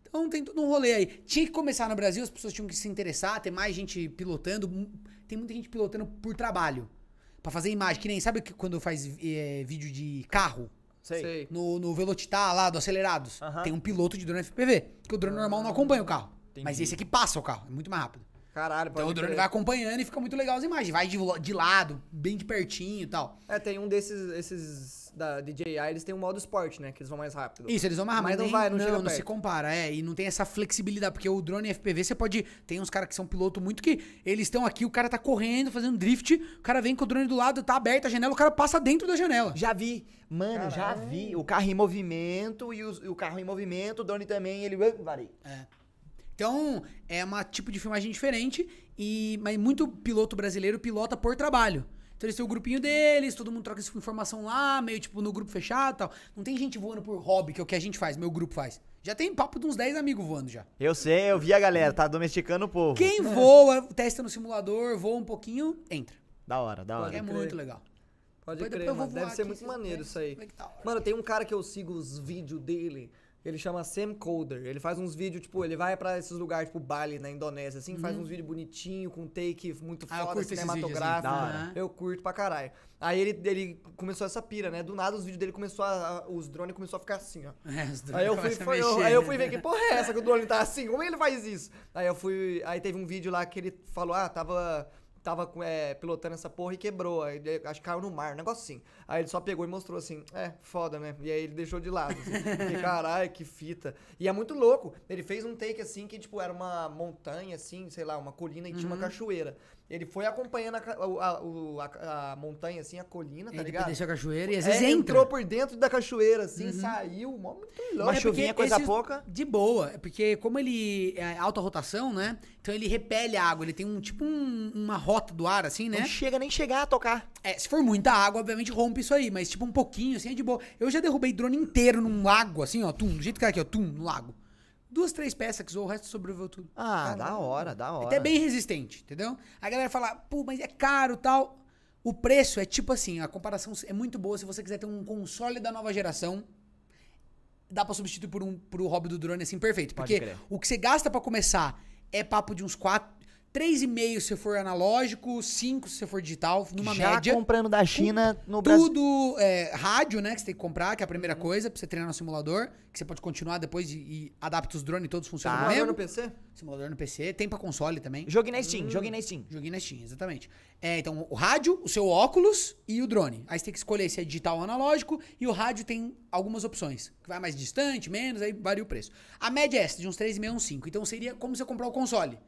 C: Então tem todo um rolê aí. Tinha que começar no Brasil, as pessoas tinham que se interessar, ter mais gente pilotando. Mu- Tem muita gente pilotando por trabalho. Pra fazer imagem, que nem sabe que quando faz eh, vídeo de carro?
B: Sei.
C: No, no Velocitar lá, do Acelerados.
A: Aham.
C: Tem um piloto de drone FPV. Porque o drone normal não acompanha o carro. Mas esse aqui passa o carro, é muito mais rápido.
B: Caralho, pode
C: Então o drone
B: crer.
C: vai acompanhando e fica muito legal as imagens. Vai de, lo- de lado, bem de pertinho e tal.
B: É, tem um desses esses da DJI, eles têm um modo esporte, né? Que eles vão mais rápido.
C: Isso, eles vão mais rápido.
B: Mas não
C: nem-
B: vai, não
C: não,
B: chega
C: não se
B: perto.
C: compara, é. E não tem essa flexibilidade, porque o drone FPV você pode. Tem uns caras que são piloto muito que eles estão aqui, o cara tá correndo, fazendo drift, o cara vem com o drone do lado, tá aberta a janela, o cara passa dentro da janela.
A: Já vi, mano, já vi. O carro em movimento e os- e o, carro em movimento, o drone também, ele. uh, Varei.
C: Então, é uma tipo de filmagem diferente, e mas muito piloto brasileiro pilota por trabalho. Então eles têm o grupinho deles, todo mundo troca essa informação lá, meio tipo no grupo fechado e tal. Não tem gente voando por hobby, que é o que a gente faz, meu grupo faz. Já tem papo de uns 10 amigos voando já.
A: Eu sei, eu vi a galera, tá domesticando o povo.
B: É.
C: Quem voa, testa no simulador, voa um pouquinho, entra.
A: Da hora, da
B: Pode
C: é
A: hora.
B: crer.
C: muito legal.
B: Pode
C: Depois-
B: crer,
C: depois eu vou
B: mano. Deve
C: voar
B: ser
C: aqui,
B: muito
C: vocês
B: maneiro
C: vão
B: isso aí.
C: ver que da hora.
B: Mano, tem um cara que eu sigo os vídeos dele. Ele chama Sam Coder. Ele faz uns vídeos, tipo, ele vai pra esses lugares, tipo Bali, na Indonésia, assim, faz uns vídeos bonitinho, com take muito
C: Uhum. Ah, eu
B: foda,
C: curto esses vídeos, assim,
B: cinematográfico.
C: da hora.
B: Eu curto pra caralho. Aí ele, ele começou essa pira, né? Do nada os vídeos dele começou a. a- Os drones começou a ficar assim, ó.
C: É, os drones
B: Aí eu, fui,
C: começam a
B: foi- eu-
C: mexer,
B: aí eu
C: né?
B: fui ver que porra é essa que o drone tá assim, como ele faz isso? Aí eu fui. Aí teve um vídeo lá que ele falou, ah, tava. Tava com- é, pilotando essa porra e quebrou. Aí ele- acho que caiu no mar, um negócio assim. Aí ele só pegou e mostrou assim, é, foda, né? E aí ele deixou de lado. Assim. Fiquei, caralho, que fita. E é muito louco. Ele fez um take assim que, tipo, era uma montanha, assim, sei lá, uma colina e tinha
C: Uhum.
B: uma cachoeira. Ele foi acompanhando a, ca- o- a- o- a- a montanha, assim, a colina, tá
C: Ele
B: ligado?
C: desceu a cachoeira e às vezes
B: É,
C: entra. Uhum.
B: entrou por dentro da cachoeira, assim, saiu, mó muito louco.
A: Uma
C: É porque
A: chuvinha, coisa
C: esses-
A: pouca.
C: De boa, é porque como ele é alta rotação, né? Então ele repele a água, ele tem um tipo um- uma rota do ar assim, né?
A: Não chega nem chegar a tocar.
C: É, se for muita água, obviamente rompe isso aí, mas tipo um pouquinho assim é de boa. Eu já derrubei drone inteiro num lago assim, ó, tum, do jeito que era aqui, ó, tum, no lago. Duas, três peças que zoou, o resto sobreviveu tudo.
A: Ah, da hora, da hora.
C: Até é bem resistente, entendeu? A galera fala, pô, mas é caro tal. O preço é tipo assim, a comparação é muito boa. Se você quiser ter um console da nova geração, dá pra substituir por um pro hobby do drone assim perfeito.
A: Pode
C: Porque
A: crer.
C: o que você gasta pra começar é papo de uns 4. 3,5 se for analógico, 5 se for digital, numa
A: Já
C: média.
A: comprando da China no Brasil. Uhum.
C: Tudo é, rádio, né? Que você tem que comprar, que é a primeira coisa, pra você treinar no simulador, que você pode continuar depois e, e adapta os drones, todos funcionam
A: Tá.
B: Valor no
C: mesmo.
B: PC?
C: Simulador no PC, tem pra console também.
A: Joguei na Steam, joguei na Steam.
C: Joguei na Steam, exatamente. É, então, o rádio, o seu óculos e o drone. Aí você tem que escolher se é digital ou analógico, e o rádio tem algumas opções. Que vai mais distante, menos, aí varia o preço. A média é essa, de uns 3,5 uns 5. Então seria como se eu comprar o console.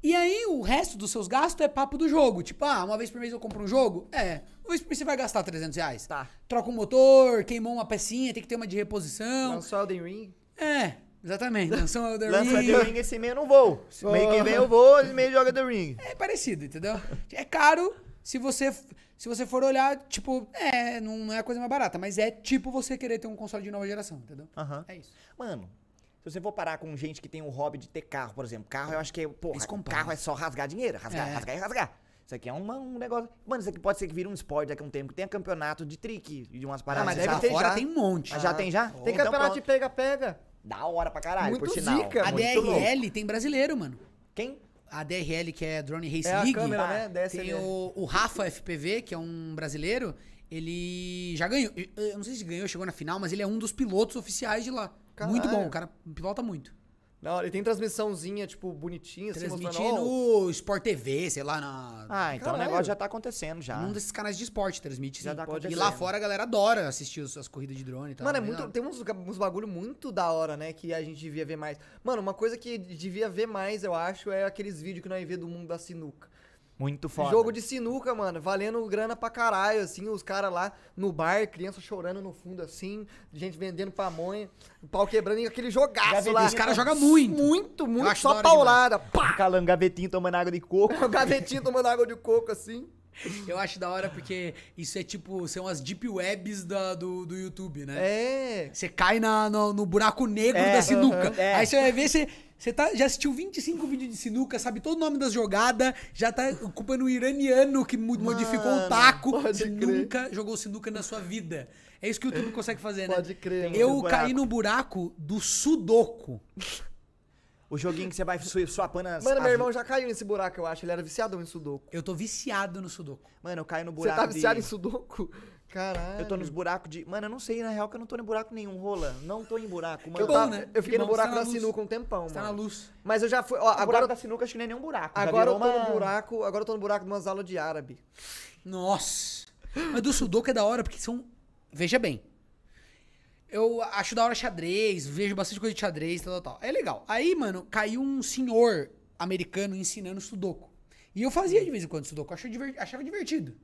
C: E aí o resto dos seus gastos é papo do jogo. Tipo, ah, uma vez por mês eu compro um jogo? É. Uma vez por mês você vai gastar 300 reais.
A: Tá.
C: Troca um motor, queimou uma pecinha, tem que ter uma de reposição.
B: Lançou Elden Ring?
C: É, exatamente. Lançou um Elden
A: Lança
C: Ring.
A: The Ring esse meio eu não vou. Meio que vem eu vou, esse meio joga The Ring.
C: É parecido, entendeu? É caro Se você, se você for olhar, tipo, é, não, não é a coisa mais barata, mas é tipo você querer ter um console de nova geração, entendeu?
A: Aham.
C: É isso.
A: Mano, se você for parar com gente que tem o hobby de ter carro, por exemplo, carro eu acho que é. Porra,
C: Eles compram.
A: carro é só rasgar dinheiro, rasgar,
C: É.
A: rasgar e rasgar. Isso aqui é uma- um negócio. Mano, isso aqui pode ser que vira um esporte daqui a um tempo, que tenha campeonato de trick, de umas paradas.
B: Ah, mas
A: de
B: deve
A: sarro.
B: ter
C: Fora
B: já.
C: tem um monte.
A: Mas já tem já?
B: Tem
A: Então
B: campeonato de
A: pronto.
B: pega-pega.
A: Da hora pra caralho,
B: É Muito
A: por sinal.
B: zica, Ah,
C: A
A: Muito louco.
C: DRL tem brasileiro, mano.
A: Quem?
C: A DRL, que é Drone Race
B: É a
C: League.
B: câmera, né?
C: Tem
B: DSLR.
C: o, o Rafa FPV, que é um brasileiro. Ele já ganhou. Eu não sei se ganhou, chegou na final, mas ele é um dos pilotos oficiais de lá.
B: Caralho.
C: Muito bom, o cara pilota muito.
B: Da hora. E tem transmissãozinha, tipo, bonitinha, assim,
C: Transmitindo
B: mostrando. ó,
C: no Sport TV, sei lá, na.
A: Ah, então o
B: Caralho.
A: negócio já tá acontecendo já.
C: Num desses canais de esporte transmite.
A: Já
C: sim.
A: dá
C: e
A: acontecendo.
C: lá fora a galera adora assistir as, as corridas de drone e tal.
B: Mano, é
C: né?
B: muito, tem uns, lugar- uns bagulho muito da hora, né? Que a gente devia ver mais. Mano, uma coisa que devia ver mais, eu acho, é aqueles vídeos que nós vê do mundo da sinuca.
A: Muito foda.
B: Jogo de sinuca, mano, valendo grana pra caralho, assim, os caras lá no bar, criança chorando no fundo, assim, gente vendendo pamonha, o pau quebrando e aquele jogaço lá.
C: Os caras jogam muito.
B: Muito, muito,
C: acho
B: só
C: da hora demais.
B: paulada. Pá!
A: Calando gavetinho, tomando água de coco.
B: O gavetinho tomando água de coco, assim.
C: Eu acho da hora porque isso é tipo, são as deep webs da- do, do YouTube, né?
B: É.
C: Você cai na, no, no buraco negro
A: É,
C: da sinuca.
A: aham, é.
C: Aí você vai ver, você, você tá, já assistiu 25 vídeos de sinuca, sabe todo o nome das jogadas, já tá culpando o iraniano que mu- modificou o taco.
B: pode
C: Você
B: crer.
C: nunca jogou sinuca na sua vida. É isso que o YouTube consegue fazer, né?
B: Pode crer, mano.
C: Eu
A: Tem buraco.
C: caí no buraco do sudoku.
A: O joguinho que você vai su- suapando as...
B: Mano,
A: as-
B: meu irmão já caiu nesse buraco, eu acho. Ele era viciado em sudoku.
C: Eu tô viciado no sudoku.
A: Mano, eu caio no
B: Você
A: buraco
B: tá viciado
A: de...
B: em sudoku? Caralho.
A: Eu tô nos buracos de... Mano, eu não sei, na real, que eu não tô em buraco nenhum, rola. Não tô em buraco, mano.
B: eu,
C: bom,
B: tava-
C: né?
B: eu fiquei
C: Que
B: no
C: bom,
B: buraco
C: você tá
B: da
C: na luz.
B: sinuca um tempão,
C: Tá na
B: mano.
C: luz.
B: Mas eu já fui. Ó,
A: O buraco
B: agora,
A: da sinuca acho que não é nem um buraco. já
B: agora eu
A: virou
B: tô
A: uma-
B: no buraco. Agora eu tô no buraco de umas aulas de árabe.
C: Nossa! Mas do Sudoku é da hora, porque são. Veja bem. Eu acho da hora xadrez, vejo bastante coisa de xadrez, tal, tal, tal. É legal. Aí, mano, caiu um senhor americano ensinando Sudoku. E eu fazia de vez em quando Sudoku, achava, diver- achava divertido.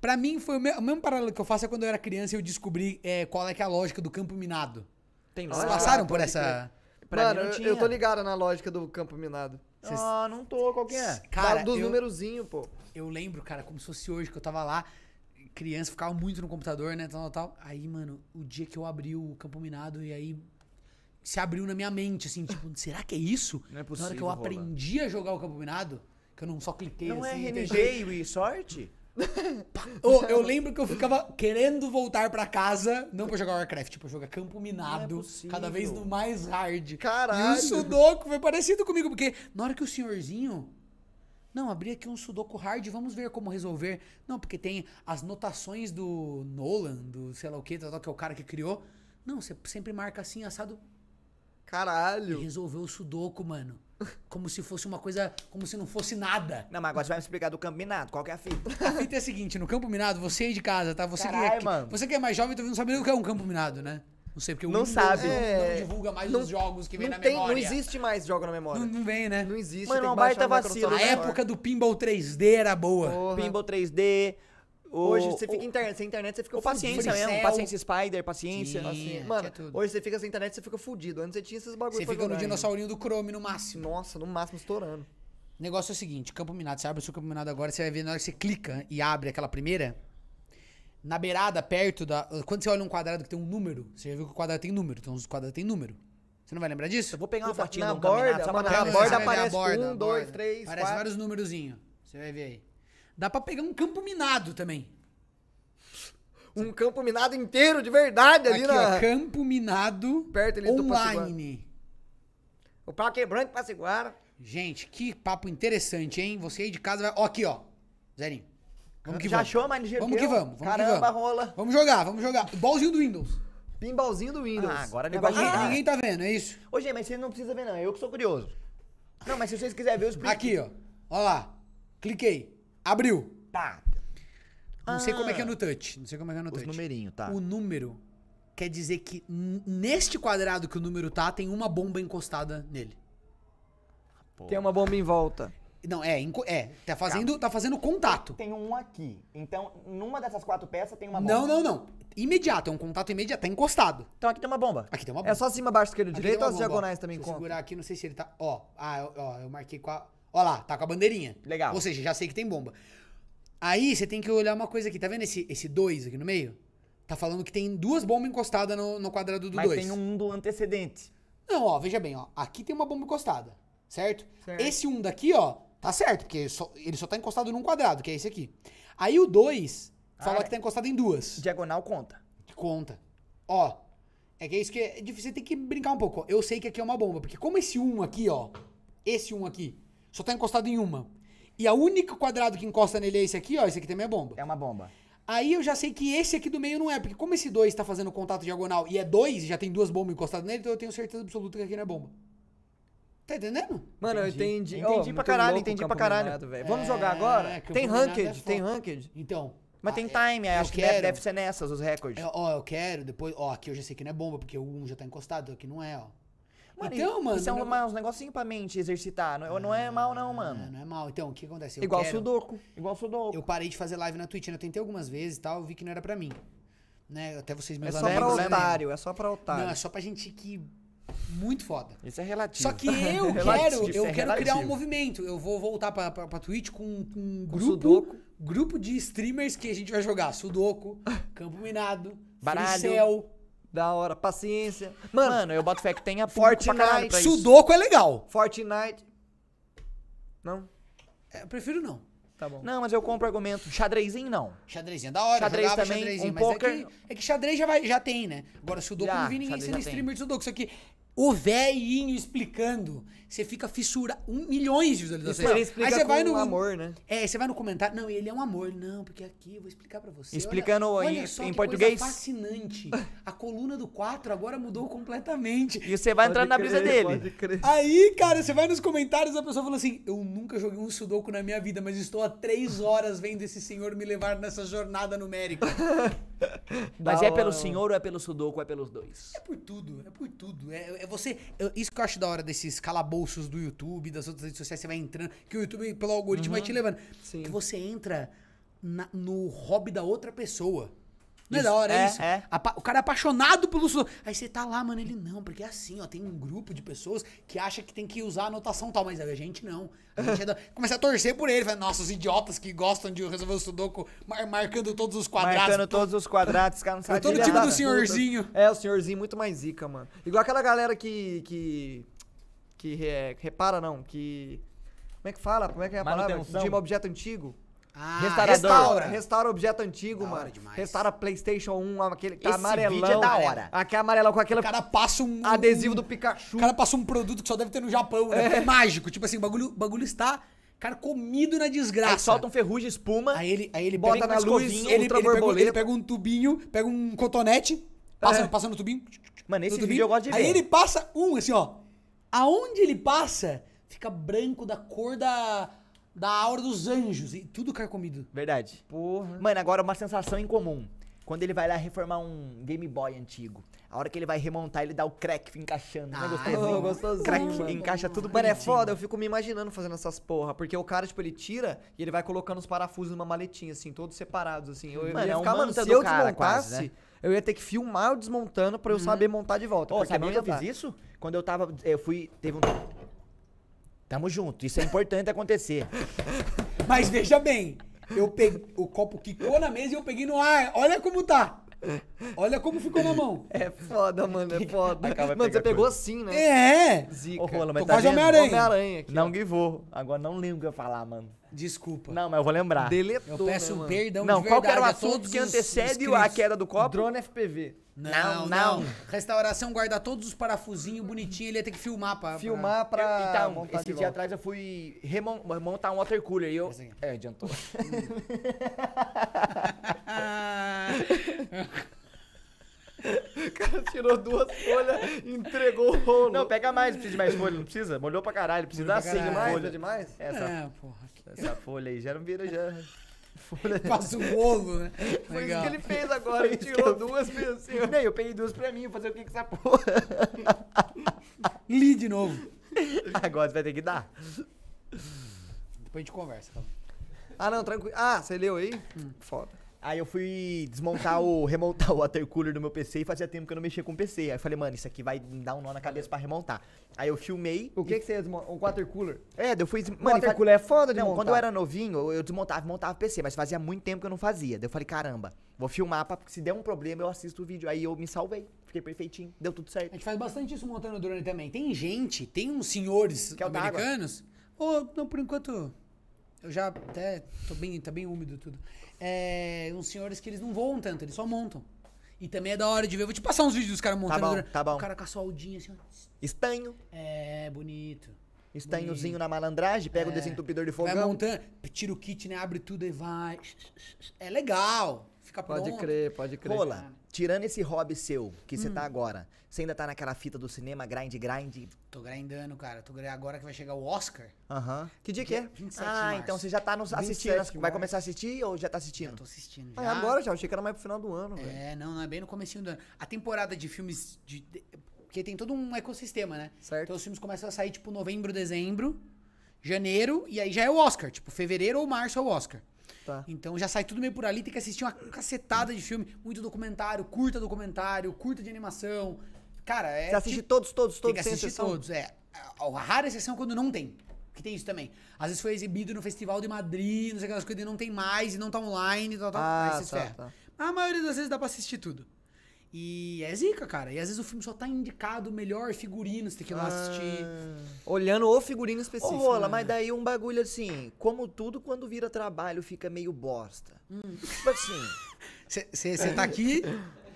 C: Pra mim, foi o, me- o mesmo paralelo que eu faço é quando eu era criança e eu descobri é, qual é que é a lógica do campo minado.
A: Tem
C: Vocês
B: Ah,
A: lógica?
C: passaram por
B: pode
C: essa.
A: Pra
B: mano,
A: mim não
B: eu-
A: tinha.
B: eu tô ligado na lógica do campo minado.
C: Vocês-
A: Ah, não tô, qual que é?
B: Da-
C: Cara,
B: dos
C: eu-
B: numerozinhos, pô.
C: Eu lembro, cara, como se fosse hoje que eu tava lá, criança, ficava muito no computador, né, tal, tal, tal. Aí, mano, o dia que eu abri o Campo Minado e aí se abriu na minha mente, assim, tipo, será que é isso?
A: Não é
C: na hora que
A: possível,
C: eu
A: Rola.
C: aprendi a jogar o Campo Minado, que eu não só cliquei
A: Não é
C: assim. entendi.
A: RNG e sorte?
C: Ô, eu lembro que eu ficava querendo voltar pra casa, não pra jogar Warcraft, pra jogar Campo
A: Não é
C: Minado,
A: possível.
C: cada vez no mais hard. E
B: Caralho.
C: o Sudoku foi parecido comigo, porque na hora que o senhorzinho. Não, abri aqui um Sudoku hard, vamos ver como resolver. Não, porque tem as notações do Nolan, do sei lá o que, que é o cara que criou. Não, você sempre marca assim, assado. E
B: Caralho.
C: resolveu o Sudoku, mano. Como se fosse uma coisa. Como se não fosse nada.
A: Não, mas agora você vai me explicar do campo minado, qual que é a fita?
C: A fita é a seguinte: no campo minado, você aí de casa, tá? Você, que, é,
A: Caralho, mano.
C: você que é mais jovem, talvez não sabe nem o que é um campo minado, né? Não sei, porque o
A: Não
C: Windows
A: sabe.
C: não,
B: É,
C: não divulga mais
B: não-
C: os jogos que vem
B: não,
C: na
B: tem, não
C: memória.
B: existe mais jogo na
C: Não,
B: memória. Não,
C: não vem, né?
B: existe.
A: Mano,
B: tem que
A: um baita
B: baixar no Microsoft
A: vacilo,
C: A
A: né?
B: Store.
C: época do pinball 3D era boa.
B: Porra.
A: Pinball 3D... o-
B: Hoje você fica
A: o-
B: internet, sem internet você fica
A: Ou paciência
B: fudido.
C: Fricel.
A: mesmo, paciência Spider, paciência. é
C: Sim.
B: Assim,
C: tinha
B: mano,
C: tudo.
B: hoje você fica sem internet você fica fudido. Antes você tinha esses bagulhos
C: Você
B: pra
C: fica no
B: jogar ainda.
C: dinossaurinho do Chrome no máximo.
B: Nossa, no máximo estourando.
C: O negócio é o seguinte: campo minado. Você abre o seu campo minado agora, você vai ver na hora que você clica e abre aquela primeira. Na beirada, perto da. Quando você olha um quadrado que tem um número, você já viu que o quadrado tem número. Então os quadrados tem número. Você não vai lembrar disso?
A: Eu vou pegar uma
B: Puta,
A: fotinha
B: na
A: do campo minado,
B: borda,
A: só
B: mano,
A: pra dar
B: na
C: Pega,
A: uma-
C: você
B: borda
C: vai ver a
B: aparece
C: borda,
B: um,
C: a
B: dois,
C: borda.
B: três,
C: Aparece
B: quatro.
C: vários númerozinhos. Você vai ver aí. Dá pra pegar um campo minado também.
B: Um campo minado inteiro de verdade ali
C: Aqui,
B: na.
C: ó, campo minado
B: Perto ali do
C: online.
B: O pau quebrando de Passiguara.
C: Gente, que papo interessante, hein? Você aí de casa vai. Ó, aqui, ó. Zerinho. Vamos que
A: Já
C: vamos.
A: achou mais ligeiro
C: Vamos
A: que
C: que
A: eu?
C: vamos. vamos que
A: um? Caramba,
C: vamos.
A: rola.
C: Vamos jogar, vamos jogar. Igualzinho do Windows.
B: Pinballzinho do Windows.
A: Ah, agora
B: ele
A: negócio-
C: Ninguém,
A: Ah.
C: ninguém tá vendo, é isso?
A: Ô, gente, mas vocês não precisam ver, não. Eu que sou curioso. Não, mas se vocês quiserem ver, eu explico.
C: Aqui, ó. Ó lá. Cliquei. Abriu.
A: Tá.
C: Não sei
A: Ah.
C: como é que é no touch. Não sei como é que é no
A: Os
C: touch.
A: numerinhos, tá.
C: O número quer dizer que n- neste quadrado que o número tá, tem uma bomba encostada nele.
B: Tem uma bomba em volta.
C: Não, é, enco- é, tá fazendo, tá fazendo contato.
A: Tem um aqui. Então, numa dessas quatro peças tem uma bomba.
C: Não, não, não. Imediato, é um contato imediato, tá encostado.
A: Então aqui tem uma bomba.
C: Aqui tem uma
B: É só cima, baixo, esquerda,
C: Aqui
B: direita
C: tem
B: ou
C: uma
B: as
C: bomba, ó.
B: diagonais também
C: Deixa eu
B: conta?
C: segurar aqui, não sei se ele tá. Ó, ah, eu- ó, eu marquei com a. Ó lá, tá com a bandeirinha.
A: Legal.
C: Ou seja, já sei que tem bomba. Aí você tem que olhar uma coisa aqui, tá vendo esse 2 esse dois aqui no meio? Tá falando que tem duas bombas encostadas no, no quadrado do
A: Mas
C: 2.
A: tem um do antecedente.
C: Não, ó, veja bem, ó. Aqui tem uma bomba encostada, certo?
B: Certo.
C: Esse um daqui, ó, tá certo, porque só- ele só tá encostado num quadrado, que é esse aqui. Aí o 2 fala
A: Ah,
C: que tá encostado em duas.
A: Diagonal conta.
C: Conta. Ó, é que é isso que é difícil, você tem que brincar um pouco. ó. Eu sei que aqui é uma bomba, porque como esse um aqui, ó, esse um aqui, só tá encostado em uma. E a única quadrado que encosta nele é esse aqui, ó, esse aqui também é bomba.
A: É uma bomba.
C: Aí eu já sei que esse aqui do meio não é, porque como esse 2 tá fazendo contato diagonal e é 2, já tem duas bombas encostadas nele, então eu tenho certeza absoluta que aqui não é bomba. Tá entendendo?
B: Mano, eu
A: Entendi.
B: entendi.
A: Entendi pra
B: muito
A: caralho,
B: louco o
A: entendi
B: campo
A: pra caralho.
B: minado, velho. Vamos
C: É,
B: jogar agora?
C: campo
B: Tem
C: minado é
B: ranked? tem
C: foda.
B: ranked?
C: Então.
A: Mas
C: ah,
A: tem
C: é-
A: time,
C: eu
A: acho que deve,
C: quero.
A: deve ser nessas os recordes.
C: é, ó, eu quero, depois. Ó, aqui eu já sei que não é bomba, porque o 1 já tá encostado, aqui não é, ó.
A: Mano,
C: então,
A: e-
C: mano.
A: Isso é
C: não-
A: um, uma- uns negocinhos pra mente exercitar. Não, não é mal, não,
C: Ah,
A: mano.
C: não é mal. Então, o que acontece? Eu
B: Igual
C: quero-
B: Sudoku.
A: Igual Sudoku.
C: Eu parei de fazer live na Twitch, né? Eu tentei algumas vezes e tal, eu vi que não era pra mim. Né? Até vocês
B: É
C: meus
B: só
A: amigos
B: pra
A: também.
B: otário, é só pra
C: Não, é
B: otário.
C: só pra gente que. Muito foda.
A: Isso é relativo.
C: Só que eu
A: Relativo,
C: quero,
A: isso
C: eu
A: é
C: quero criar um
A: relativo.
C: movimento. Eu vou voltar pra, pra, pra Twitch com um- com um
B: Com
C: grupo,
B: Sudoku.
C: grupo de streamers que a gente vai jogar. Sudoku, Campo Minado,
A: Baralho.
C: Fricel.
B: Da hora, paciência.
A: Mano, eu boto fé que tenha
B: Fortnite,
A: público pra caralho pra isso.
C: Sudoku é legal.
B: Fortnite. Não?
C: É, Eu prefiro não.
B: Tá bom.
A: Não, mas eu compro argumento. Xadrezinho, não.
C: Xadrezinho é da hora, eu
A: Xadrez
C: jogava
A: também,
C: xadrezinho,
A: um
C: mas é,
A: poker.
C: que, é que xadrez já, vai- já tem, né? Agora, Sudoku eu
A: Já,
C: não vi ninguém
A: xadrez
C: sendo
A: já tem.
C: streamer de Sudoku. Só que o velhinho explicando, você fica fissura, um, milhões de visualizações.
B: Ele explica
C: Aí você
B: com
A: um
C: vai no
B: amor, né?
C: É, você vai no comentário. Não, ele é um amor. Não, porque aqui eu vou explicar pra você.
A: Explicando
C: olha,
A: em-
C: olha só
A: em
C: que
A: português?
C: Coisa fascinante. A coluna do 4 agora mudou completamente.
A: E você vai Tá entrando na
B: Pode
A: brisa
B: crer,
A: dele.
B: pode crer.
C: Aí, cara, você vai nos comentários a pessoa fala assim: Eu nunca joguei um sudoku na minha vida, mas estou há três horas vendo esse senhor me levar nessa jornada numérica.
A: Mas
B: Da
A: é pelo
B: hora.
A: senhor ou é pelo Sudoku ou é pelos dois?
C: É por tudo, é por tudo. É, é você. eu- isso que eu acho da hora desses calabouços do YouTube, das outras redes sociais, você vai entrando, que o YouTube, pelo algoritmo, vai te levando.
B: Sim.
C: Que você entra na- no hobby da outra pessoa. Não é da hora, é,
A: é,
C: isso?
A: é.
C: Apa- o cara é apaixonado pelo seu. Aí você tá lá, mano, ele não, porque é assim, ó, tem um grupo de pessoas que acha que tem que usar a anotação tal, mas a gente não. A gente é da- Começa a torcer por ele, fala, nossa, os idiotas que gostam de resolver o sudoku mar- marcando todos os quadrados.
A: Marcando todos os quadrados, esse cara não sabe
C: Eu tô no
A: direito
C: time
A: nada.
C: do senhorzinho.
B: Tá É, o senhorzinho muito mais zica, mano. Igual aquela galera que. que. que re- repara, não. Que. Como é que fala? Como é que é a palavra? Que
A: Manutenção.
B: Queima objeto antigo.
C: Ah,
A: Restaurador.
B: Restaura,
C: restaura.
B: restaura objeto antigo,
C: Da hora
B: mano.
C: demais.
B: Restaura PlayStation 1, aquele que tá
A: Esse
B: amarelão.
A: vídeo é da hora.
B: Aquele amarelão com aquele
C: O cara passa um.
B: adesivo
C: um-
B: do Pikachu.
C: O cara passa um produto que só deve ter no Japão, né? É. Mágico. Tipo assim, o bagulho, o bagulho está, cara, comido na desgraça.
A: Aí solta um ferrugem, espuma.
C: Aí ele, aí ele
A: Bota
C: pega
A: na
C: uma
A: luz,
C: escovinha,
A: outra
C: ele, ele, pega, um-
A: borboleta. É.
C: ele pega um tubinho, pega um cotonete, passa, passa no tubinho.
A: Mano, esse
C: no tubinho.
A: vídeo eu gosto de ver.
C: Aí ele passa um, assim, ó. Aonde ele passa, fica branco da cor da, da aura dos anjos. E tudo carcomido.
A: Verdade.
B: Porra.
A: Mano, agora uma sensação incomum. Quando ele vai lá reformar um Game Boy antigo. A hora que ele vai remontar, ele dá o crack, fica encaixando. Não
C: Ah,
A: é
B: Ô,
A: gostosinho?
B: gostosinho,
A: crack,
B: mano.
A: encaixa tudo
B: Mano, é
A: bonitinho.
B: foda, eu fico me imaginando fazendo essas porra, porque o cara, tipo, ele tira e ele vai colocando os parafusos numa maletinha, assim, todos separados, assim. Eu, eu
A: Mano,
B: ia
A: é um
B: ficar, mano,
A: manta
B: se
A: do
B: eu
A: cara,
B: desmontasse,
A: quase, né? Uhum.
B: eu ia ter que filmar eu desmontando pra eu saber montar de volta.
A: Ô,
B: porque
A: sabe
B: não
A: onde eu
B: ia dar.
A: fiz isso? Quando eu tava. Eu fui. Teve um. Tamo junto, isso é importante acontecer.
C: Mas veja bem, eu peguei, o copo quicou na mesa e eu peguei no ar. Olha como tá. Olha como ficou na mão.
B: É foda, mano, é foda.
A: Acaba
B: mano, você
A: pegando
B: pegou assim, né?
C: É.
B: Zica.
A: Ô, Rola, mas
C: Tô
A: tá
C: quase
A: vendo?
C: Homem-Aranha.
B: Homem-Aranha aqui.
A: Não guivou. Agora não lembro o que eu ia falar, mano.
C: Desculpa.
A: Não, mas eu vou lembrar.
B: ó. Deletou,
C: eu peço
B: né, mano?
C: perdão
A: Não,
C: é um de
A: qual que
C: verdade
A: era o
C: a
A: assunto
C: todos
A: que
C: os
A: antecede a
C: inscritos.
A: queda do copo?
B: Drone FPV.
C: Não,
A: Não,
C: não,
A: não.
C: Restauração guarda todos os parafusinhos bonitinho, ele ia ter que filmar pra... pra-
B: Filmar pra
A: Então,
B: montar de
A: esse dia
B: volta.
A: atrás eu fui remon- montar um water cooler e eu...
C: Esse aqui.
A: É, adiantou.
C: Ah,
B: O cara tirou duas folhas, entregou o rolo.
A: Não, pega mais, precisa de mais folha, não precisa? Molhou pra caralho, precisa dar
C: Molhou pra
A: seis de
C: caralho.
B: demais, é
A: folha.
B: demais?
A: Essa,
C: é, porra.
A: essa folha aí já não vira já.
C: Passa um bolo, né?
B: Foi isso
C: Legal.
B: que ele fez agora, ele tirou duas vezes assim, ó.
A: Não, eu peguei duas pra mim, vou fazer o que com essa porra?
C: Li de novo.
A: Agora você vai ter que dar.
C: Depois a gente conversa, tá?
B: Ah, não, tranquilo. Ah, você leu aí? Foda.
A: Aí eu fui desmontar o. remontar o water cooler do meu PC e fazia tempo que eu não mexia com o PC. Aí eu falei, mano, isso aqui vai me dar um nó na cabeça pra remontar. Aí eu filmei.
B: O que que você ia desmontar? Um water cooler?
A: É, daí eu fui. des- Mano, e
B: Water
A: fa-
B: cooler é foda de
A: não,
B: montar.
A: quando eu era novinho, eu- eu desmontava e montava PC, mas fazia muito tempo que eu não fazia. Daí eu falei, caramba, vou filmar, pra, porque se der um problema eu assisto o vídeo. Aí eu me salvei, fiquei perfeitinho, deu tudo
C: A
A: certo.
C: gente faz bastante isso montando drone também. Tem gente, tem uns senhores
A: Quer é o d'água?
C: americanos. Ô, não, por enquanto. Eu já até. Tô bem, tá bem úmido tudo. É, uns senhores que eles não voam tanto, eles só montam. E também é da hora de ver. Eu vou te passar uns vídeos dos caras montando.
A: bom,
C: drone.
A: tá bom.
C: O cara com a sua aldinha assim, ó.
A: Estanho,
C: É, bonito.
A: Um estanhozinho na malandragem, pega o desentupidor de
C: Vai
A: fogão.
C: montando, tira o kit, né? Abre tudo e vai. É legal. Fica pronto.
B: Pode crer, pode crer.
A: Rola, É. tirando esse hobby seu que você tá agora, você ainda tá naquela fita do cinema, grind, grind.
C: Tô grindando, cara. Tô grindando agora que vai chegar o Oscar.
A: Aham.
B: Que dia que é?
C: 27 de
A: Ah,
C: março.
A: então você já tá nos
B: 27
A: assistindo.
B: de
A: Vai
B: março.
A: começar a assistir ou já tá assistindo?
C: Tô assistindo.
B: Ah, é
C: já.
B: agora já, eu achei que era mais pro final do ano, velho.
A: Né?
C: É, não, não é bem no comecinho do ano. A temporada de filmes. De, de- porque tem todo um ecossistema, né?
B: Certo.
C: Então os filmes começam a sair, tipo, novembro, dezembro, janeiro, e aí já é o Oscar. Tipo, fevereiro ou março é o Oscar.
B: Tá.
C: Então já sai tudo meio por ali, tem que assistir uma cacetada de filme, muito documentário, curta documentário, curta de animação. Cara, é.
A: Você assiste
C: tipo-
A: todos, todos,
C: tem
A: todos,
C: que
A: sem
C: assistir
A: exceção?
C: todos, é. A a rara exceção é quando não tem. Que tem isso também. Às vezes foi exibido no Festival de Madrid, não sei aquelas coisas, e não tem mais, e não tá online, tal, tal.
B: Ah,
C: aí você se
B: tá,
C: ferra.
B: tá.
C: Mas a maioria das vezes dá pra assistir tudo. E é zica, cara. E às vezes o filme só tá indicado o melhor figurino, você tem que ir lá assistir.
B: Olhando o figurino
A: Ô,
B: específico. né?
C: né?
A: rola, mas daí um bagulho assim, como tudo quando vira trabalho fica meio bosta.
C: Hum.
A: Tipo assim.
C: Você tá aqui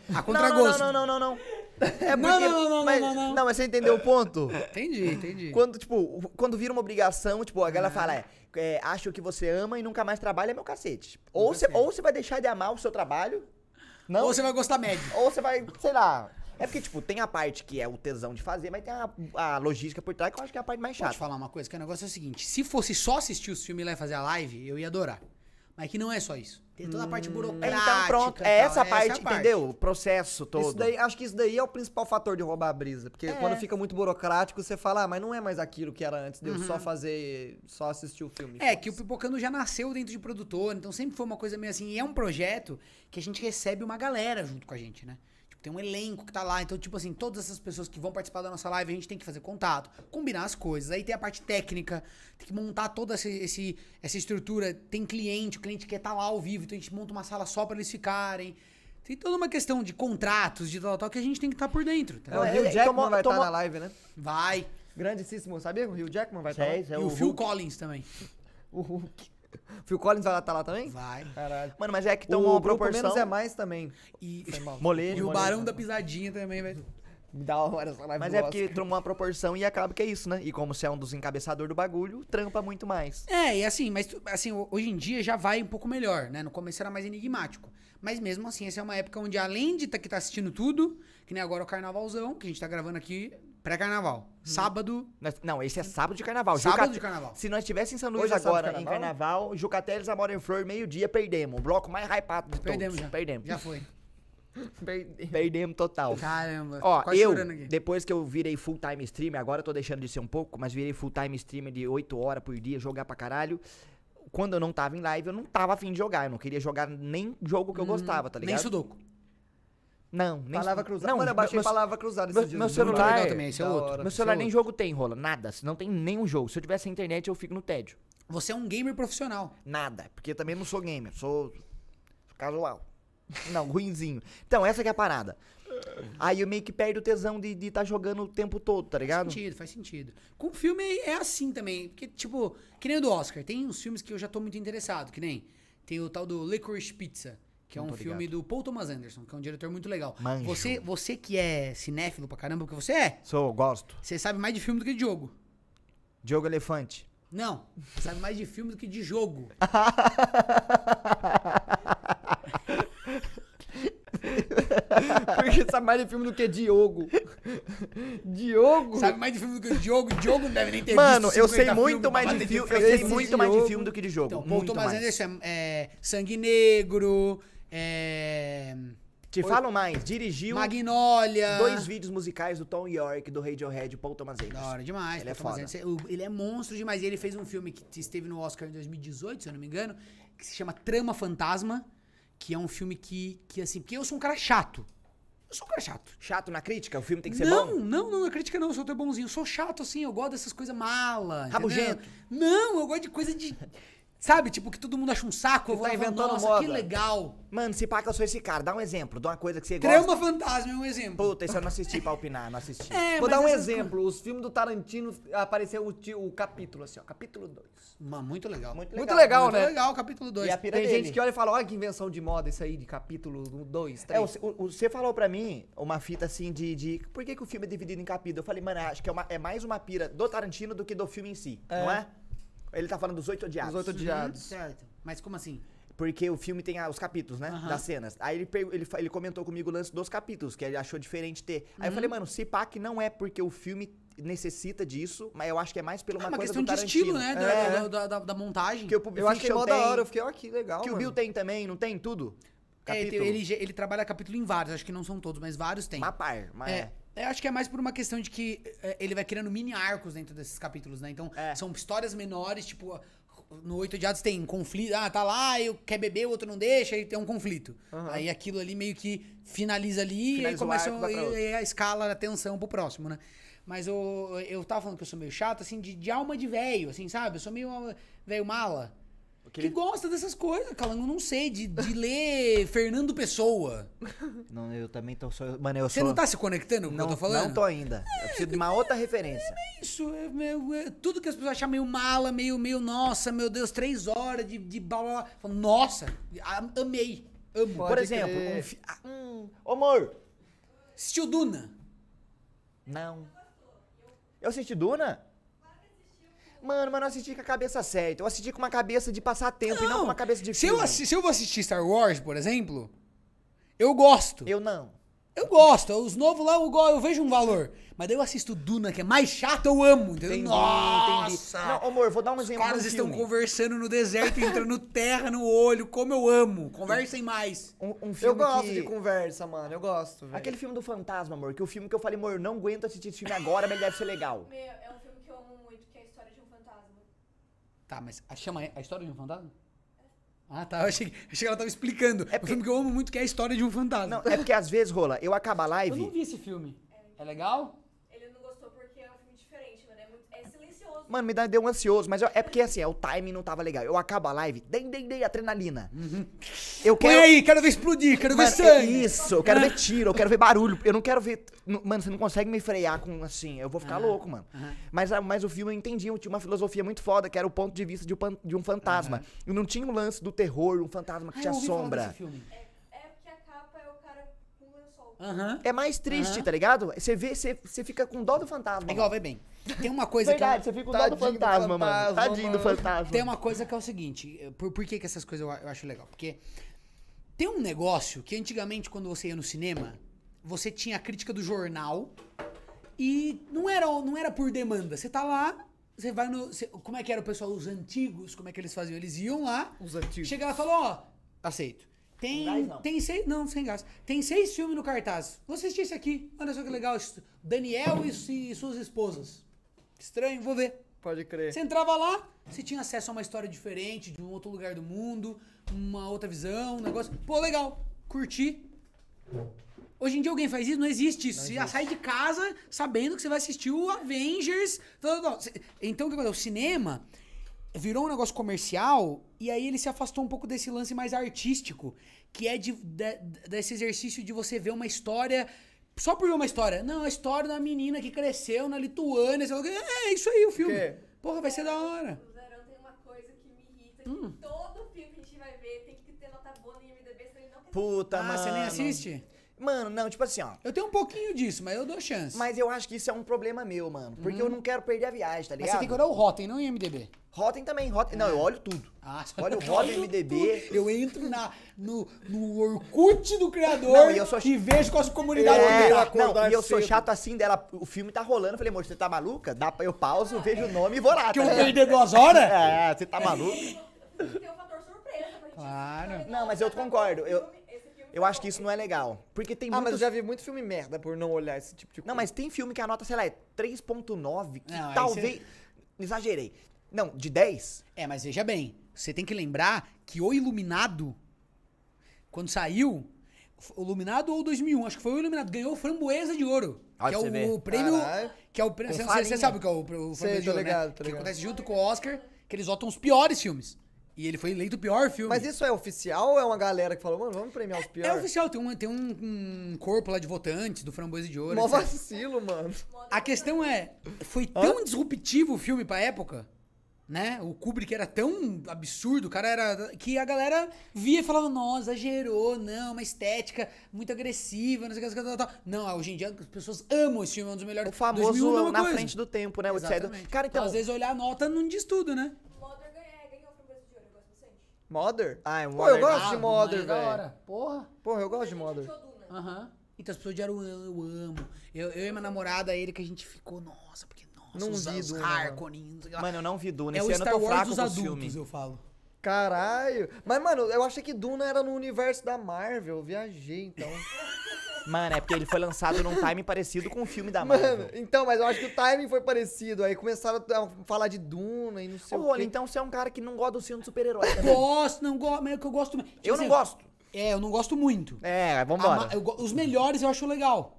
C: a
A: não,
C: contragosto.
A: não, não, não, não, não. É porque,
C: Não, não, não, não,
A: mas,
C: não, não.
A: mas você entendeu o ponto?
C: Entendi, entendi.
A: Quando, tipo, o- quando vira uma obrigação, tipo, a galera fala, é, é, acha o que você ama e nunca mais trabalha, é meu cacete. Ou você ou você vai deixar de amar o seu trabalho, não,
C: Ou você vai gostar médio.
A: ou você vai, sei lá. É porque, tipo, tem a parte que é o tesão de fazer, mas tem a, a logística por trás que eu acho que é a parte mais
C: Deixa eu
A: chata.
C: te falar uma coisa, que o negócio é o seguinte: se fosse só assistir os filmes lá e fazer a live, eu ia adorar. Mas que não é só isso. Tem toda a parte burocrática.
A: Então pronto, é
C: e tal,
A: essa, parte,
C: a
A: entendeu? O processo todo.
B: Isso daí, acho que isso daí é o principal fator de roubar a brisa. Porque quando fica muito burocrático, você fala, ah, mas não é mais aquilo que era antes de eu só fazer, só assistir o filme.
C: É, que o Pipocando já nasceu dentro de produtor, então sempre foi uma coisa meio assim. E é um projeto que a gente recebe uma galera junto com a gente, né? Tipo, tem um elenco que tá lá, então, tipo assim, todas essas pessoas que vão participar da nossa live, a gente tem que fazer contato, combinar as coisas. Aí tem a parte técnica, tem que montar toda essa, esse- essa estrutura. Tem cliente, o cliente quer estar lá ao vivo, então a gente monta uma sala só pra eles ficarem. Tem toda uma questão de contratos, de tal, tal, que a gente tem que estar por dentro. Tá?
B: É, o
A: É,
B: Hugh
A: é,
B: Jackman
A: tomou-
B: vai estar
A: tomou-
B: na live, né?
C: Vai.
B: Grandíssimo, sabia? que O Hugh Jackman vai estar lá.
A: Sei, sei,
C: e o Phil Collins também.
B: O Hulk. O Phil Collins vai estar lá também?
C: Vai.
B: Caralho.
A: Mano, mas é que
B: Então,
A: tomou
B: o
A: uma
B: grupo
A: proporção.
B: menos é mais também.
C: E,
A: Molejo,
C: e o
A: molejo.
C: Barão da Pisadinha também, velho.
B: Da hora essa live
A: Mas
B: do
A: é
B: Oscar.
A: porque tomou uma proporção e acaba que é isso, né? E como você é um dos encabeçadores do bagulho, trampa muito mais.
C: É, e assim, mas tu- assim, ho- hoje em dia já vai um pouco melhor, né? No começo era mais enigmático. Mas mesmo assim, essa é uma época onde, além de tá, que tá assistindo tudo, que nem agora o carnavalzão, que a gente tá gravando aqui, pré-carnaval.
A: Hum.
C: Sábado,
A: Nós- Não, esse é sábado de carnaval.
C: sábado
A: Jucate-
C: de carnaval.
A: Se nós estivéssemos em São Luís
B: Hoje é sábado
A: agora,
B: de
A: em
B: carnaval?
A: carnaval, Jucateles, Amor em Flor, meio-dia, perdemos. O bloco mais hypado de
C: Perdemos
A: todos.
C: já.
A: Perdemos.
C: Já foi.
A: Perdemos total.
C: Caramba.
A: Ó,
C: quase
A: eu,
C: chorando aqui.
A: depois que eu virei full-time streamer, agora eu tô deixando de ser um pouco, mas virei full-time streamer de 8 horas por dia, jogar pra caralho. Quando eu não tava em live, eu não tava afim de jogar. Eu não queria jogar nem jogo que eu gostava, tá ligado?
C: Hum, Nem sudoco.
A: Não, nem
B: Palavra
A: su-
B: cruzada.
A: Não,
B: Mano, eu baixei
A: meu-
B: palavra cruzada
A: meu-
B: esse dia.
A: meu
B: do
A: celular-
B: Bruno.
C: Muito legal também, esse é
B: Da
C: outro.
B: hora.
A: Meu
B: Isso
A: celular
B: é
A: nem
B: outro.
A: jogo tem, rola. Nada. Se Não tem nenhum jogo. Se eu tivesse internet, eu fico no tédio.
C: Você é um gamer profissional.
A: Nada. Porque eu também não sou gamer. Sou casual. Não, ruinzinho. Então, essa que é a parada. Aí eu meio que perde o tesão de estar jogando o tempo todo, tá ligado?
C: Faz sentido, faz sentido. Com filme é assim também. Porque, tipo, que nem o do Oscar. Tem uns filmes que eu já tô muito interessado, que nem. Tem o tal do Licorice Pizza, que é um filme do Paul Thomas Anderson, que é um diretor muito legal.
A: Manjo.
C: Você, você que é cinéfilo pra caramba, porque você é,
A: Sou, gosto.
C: você sabe mais de filme do que de jogo.
A: Diogo Elefante.
C: Não, você sabe mais de filme do que de jogo.
A: Ah,
B: Porque sabe mais de filme do que Diogo. Diogo?
C: Sabe mais de filme do que de jogo. Diogo não deve nem ter
A: Mano,
C: visto
A: eu sei
C: 50
A: muito
C: filmes pra
A: mais de
C: bater
A: filme. Eu
C: frente.
A: sei
B: esse
A: muito mais de
B: jogo.
A: filme do que de jogo.
C: Então, Paul
A: muito
C: Thomas
A: mais.
C: Anderson é, é Sangue Negro, é...
A: Te falo mais. Dirigiu
C: Magnólia.
A: dois vídeos musicais do Tom York, do Radiohead, Paul Thomas Anderson.
C: Da hora demais.
A: Ele é
C: Paul
A: foda.
C: Thomas Anderson. O- Ele é monstro demais. E ele fez um filme que esteve no Oscar em 2018, se eu não me engano, que se chama Trama Fantasma, Que é um filme que, que, assim, porque eu sou um cara chato. Eu sou um cara chato.
A: Chato na crítica? O filme tem que ser
C: não,
A: bom?
C: não, não, não é crítica não, eu sou até bonzinho. Eu sou chato assim, eu gosto dessas coisas mala. entendeu?
A: Rabugento.
C: Não, eu gosto de coisa de. Sabe, tipo, que todo mundo acha um saco, eu
A: Você
C: vou
A: tá
C: lá e falo,
A: inventando
C: nossa, que
A: moda."
C: legal.
A: Mano, se pá que eu sou esse cara, dá um exemplo de uma coisa que você gosta.
C: Trama Fantasma é um exemplo.
A: Puta, isso eu não assisti pra opinar, não assisti.
C: É,
B: Vou
C: mas
B: dar um
C: essas
B: exemplo. Os filmes do Tarantino apareceu o, ti- o capítulo, assim, ó. Capítulo 2.
C: coisas- Mano, muito legal.
A: Muito
B: Muito legal,
C: Muito
B: né?
C: legal, capítulo 2.
A: E a pira
B: Tem
A: dele.
B: gente que olha e fala, olha que invenção de moda isso aí, de capítulo 2,
A: É,
B: 3.
A: o- o- o- você falou pra mim uma fita assim de, de por que, que o filme é dividido em capítulo? Eu falei, mano, acho que é, uma- é mais uma pira do Tarantino do que do filme em si, não é? Ele tá falando dos oito odiados.
B: Os Oito Odiados.
C: Uhum, Certo. Mas como assim?
A: Porque o filme tem ah, os capítulos, né?
C: Aham.
A: Das cenas. Aí ele, pergu- ele, fa- ele comentou comigo o lance dos capítulos, que ele achou diferente ter. Aí eu falei, mano, se pá que não é porque o filme necessita disso, mas eu acho que é mais pela
C: É
A: uma,
C: uma
A: coisa
C: questão
A: do
C: de
A: Tarantino.
C: estilo, né? Da,
A: É.
C: da- da- da- da montagem.
A: Que o Pulp
B: Eu achei
A: Fiction
B: mó da
A: tem,
B: hora, eu fiquei, ó, que legal,
A: Que o
B: mano.
A: Bill tem também, não tem tudo?
C: É, tem-
A: Capítulo.
C: ele, ge- ele trabalha capítulo em vários, acho que não são todos, mas vários tem.
A: Uma par, mas...
C: É. Eu acho que é mais por uma questão de que é, ele vai criando mini arcos dentro desses capítulos, né? Então,
A: É.
C: são histórias menores, tipo, no Oito Odiados tem conflito. Ah, tá lá, eu quer beber, o outro não deixa, aí tem um conflito. Aí aquilo ali meio que finaliza ali e
A: Finaliza
C: aí
A: o
C: começa
A: arco, vai pra
C: e-
A: outro.
C: e a escala da tensão pro próximo, né? Mas eu, eu tava falando que eu sou meio chato, assim, de, de alma de velho, assim, sabe? Eu sou meio alma- velho mala. Que gosta dessas coisas, Calango, não sei, de, de ler Fernando Pessoa.
A: Não, eu também tô... Sou, mano, eu
C: Você não tá se conectando com o que eu tô falando?
A: Não tô ainda. Eu preciso de uma outra referência.
C: Isso, é, meu, é, tudo que as pessoas acham meio mala, meio, meio, nossa, meu Deus, três horas de, de blá, blá, blá. Fala, Nossa, a- amei, amo.
B: Pode
A: Por exemplo,
B: crer.
A: um fi... ah, hum, Ô, amor!
C: Assistiu Duna?
A: Não. Eu assisti Duna? Mano, mas não assisti com a cabeça certa. Eu assisti com uma cabeça de passar tempo e não com uma cabeça de
C: se
A: filme.
C: eu, assi- se eu vou assistir Star Wars, por exemplo, eu gosto. Eu,
A: Eu não.
C: gosto. Os novos lá, eu, go- eu vejo um valor. Mas daí eu assisto Duna, que é mais chato, eu amo, entendeu?
A: Entendi,
C: nossa!
A: entendi. Não, amor, vou dar um
C: Os
A: exemplo
C: caras
A: de um
C: estão
A: filme.
C: conversando no deserto, entrando terra no olho, como eu amo. Conversem mais.
A: Um, um
B: Eu
A: filme
B: gosto
A: que-
B: de conversa, mano. Eu gosto, velho.
A: Aquele filme do fantasma, amor, que o filme que eu falei, amor, eu não aguento assistir esse filme agora, mas ele deve ser legal.
E: Meu, é um filme que eu amo muito, que é a história de um fantasma.
C: Tá, mas a, chama a história de um fantasma? Ah, tá. Eu achei, que- achei que ela tava explicando. É um filme que eu amo muito, que é a história de um fantasma.
A: Não, é porque às vezes, Rola, eu acabo a
C: eu não
A: live...
C: vi esse filme. É legal?
E: Ele não gostou porque é um filme diferente, mano. É, muito, é silencioso.
A: Mano, me dá, deu um ansioso, mas eu- é porque assim, é, o timing não tava legal. Eu acabo a live, dei, dei, dei, adrenalina. Eu
C: Uhum. Põe
A: quero...
C: aí, quero ver explodir, quero ver
A: Mano, é
C: sangue.
A: isso, eu quero ver tiro, eu quero ver barulho. Eu não quero ver. n- Mano, você não consegue me frear com assim. Eu vou ficar louco, mano. Mas, a- mas o filme eu entendi, eu tinha uma filosofia muito foda, que era o ponto de vista de um, pan- de um fantasma. E não tinha o lance do terror, um fantasma que
C: Ah,
A: te
C: eu ouvi falar
A: assombra.
C: desse filme.
E: É porque a capa é o cara com lençol.
C: Aham.
A: É mais triste, tá ligado? Você vê, você, você fica com dó do fantasma.
C: É igual,
A: mano.
C: vê bem. Tem uma coisa que...
A: Verdade,
C: eu-
A: você fica com dó
B: é
A: do
B: Tadinho do
A: fantasma, mano.
B: fantasma,
A: Tadinho do
B: mano.
A: fantasma.
C: Tem uma coisa que é o seguinte, eh, por, por que, que essas coisas eu, a- eu acho legal? Porque tem um negócio que antigamente, quando você ia no cinema, você tinha a crítica do jornal e não era, não era por demanda. Você tá lá, você vai no. você- como é que era o pessoal, os antigos, como é que eles faziam? Eles iam lá,
B: Os antigos.
C: chega lá e fala, ó, aceito. Tem,
A: gás, não.
C: tem seis. Não, sem gás. Tem seis filmes no cartaz. Vou assistir esse aqui. Olha só que legal. isso- Daniel e, su- e suas esposas. Estranho, vou ver.
B: Pode crer.
C: Você entrava lá, você tinha acesso a uma história diferente, de um outro lugar do mundo, uma outra visão, um negócio. Pô, legal, curti. Hoje em dia alguém faz isso? Não existe isso. você já sai de casa sabendo que você vai assistir o Avengers. tal, tal, tal. Cê- Então, o que aconteceu? O cinema virou um negócio comercial e aí ele se afastou um pouco desse lance mais artístico, que é de- de- desse exercício de você ver uma história só por ver uma história. Não, a história da menina que cresceu na Lituânia. sei lá o quê. É isso aí o filme.
B: quê?
C: Porra, vai ser da hora.
E: O Zarão tem uma coisa que me irrita, que
A: Hum.
E: todo filme que a gente vai ver tem que ter nota boa no IMDB, senão ele não quer
A: Puta,
C: ah,
A: Tá, mano.
C: você nem assiste?
A: Mano, não, tipo assim, ó.
C: Eu tenho um pouquinho disso, mas eu dou chance.
A: Mas eu acho que isso é um problema meu, mano. Porque eu não quero perder a viagem, tá
C: Mas
A: ligado?
C: você tem que olhar o Rotten, não o IMDB.
A: Rotten também, Rotten. Não, eu olho tudo.
C: Ah, só-
A: Olha o Rotten MDB.
C: Eu entro na, no, no Orkut do criador
A: Não, e eu sou-
C: e vejo com as comunidades
A: É,
C: dele.
B: odeio acordar
A: não, e eu sou
B: cedo.
A: chato assim dela. O filme tá rolando. Eu falei, amor, você tá maluca? Dá pra, eu pauso, vejo o nome e vou lá. tá
C: Que eu
A: ligado?
C: perder duas horas?
A: É, você tá maluca?
E: Tem que ter um fator surpresa pra gente.
C: Claro.
E: saber,
A: Não, mas eu
E: tá bom,
A: concordo,
E: esse
A: eu-
E: filme- esse filme
A: Eu
E: tá
A: acho que
E: bom.
A: isso não é legal. Porque tem
B: Ah, mas eu
A: muitos...
B: já vi muito filme merda por não olhar esse tipo de coisa.
A: Não, mas tem filme que a nota, sei lá, é 3.9, que
C: Não, aí
A: talvez... Exagerei. Não, de 10?
C: É, mas veja bem, você tem que lembrar que o Iluminado. Quando saiu, o Iluminado ou o 2001, acho que foi o Iluminado, ganhou o Framboesa de Ouro.
F: Olha pra
C: que
F: você
C: é
F: ver.
C: o, prêmio.
B: Caralho.
C: Que é o prêmio.
F: Com
C: Você
F: farinha.
C: sabe o que é o, o
B: Sei,
C: Framboesa de
B: tô
C: Ouro,
B: ligado,
C: né?
B: tô
C: Que
B: ligado.
C: acontece junto com o Oscar, que eles votam os piores filmes. E ele foi eleito o pior filme.
B: Mas isso é oficial ou é uma galera que falou, mano, vamos premiar os
C: é
B: piores?
C: oficial, tem, um, tem um, um corpo lá de votantes do Framboesa de Ouro.
B: Mó
C: etc.
B: vacilo, mano.
C: A questão é, foi tão disruptivo o filme pra época, né? O Kubrick era tão absurdo, o cara era. que a galera via e falava, nossa, exagerou, não, uma estética muito agressiva, não sei o que, não sei o que, tal, tal. Não, hoje em dia as pessoas amam esse filme, é um dos melhores.
F: O famoso
C: 2001 é uma
F: na
C: coisa.
F: frente do tempo, né? O Outsiders.
C: Exatamente.
F: Cara, então.
C: Às vezes olhar a nota não diz tudo, né?
E: Mother ganha- ganhou o Framboesa de Ouro, eu gosto bastante.
B: Mother?
F: Ah, é um
B: Pô,
F: Mother.
B: eu gosto de
C: Ah,
B: Mother,
C: mas da
B: velho.
C: hora. Porra.
B: Porra, eu gosto de
E: Gente,
B: Mother.
E: achou Duna.
A: Ah.
C: Aham. Então as pessoas odiaram, eu, eu amo. Eu, eu e minha namorada, ele, que a gente ficou, nossa, porque, nossa,
B: Não
C: os,
B: vi
C: os
F: né?
B: Duna, não.
C: Harkonnen, não sei o que lá.
F: Mano, eu não vi Duna.
C: é
F: Esse ano
C: o
F: eu
C: Star
F: tô
C: Wars
F: fraco
C: dos
F: com os
C: adultos,
F: filmes.
C: eu falo.
B: Caralho. Mas, mano, eu achei que Duna era no universo da Marvel. Eu viajei, então.
F: Mano, é porque ele foi lançado num time parecido com o filme da Marvel.
B: Mano, então, mas eu acho que o timing foi parecido. Aí começaram a falar de Duna e não sei
F: Ô,
B: o quê.
F: Rony,
A: tá
F: então você é um cara que não gosta do filme de super-herói. também.
C: Gosto, não gosto, mas é que eu gosto. Tipo
F: eu
C: assim,
F: não gosto.
C: É, eu não gosto muito.
F: É,
C: A
F: vambora.
C: ma- eu go- os melhores eu acho legal.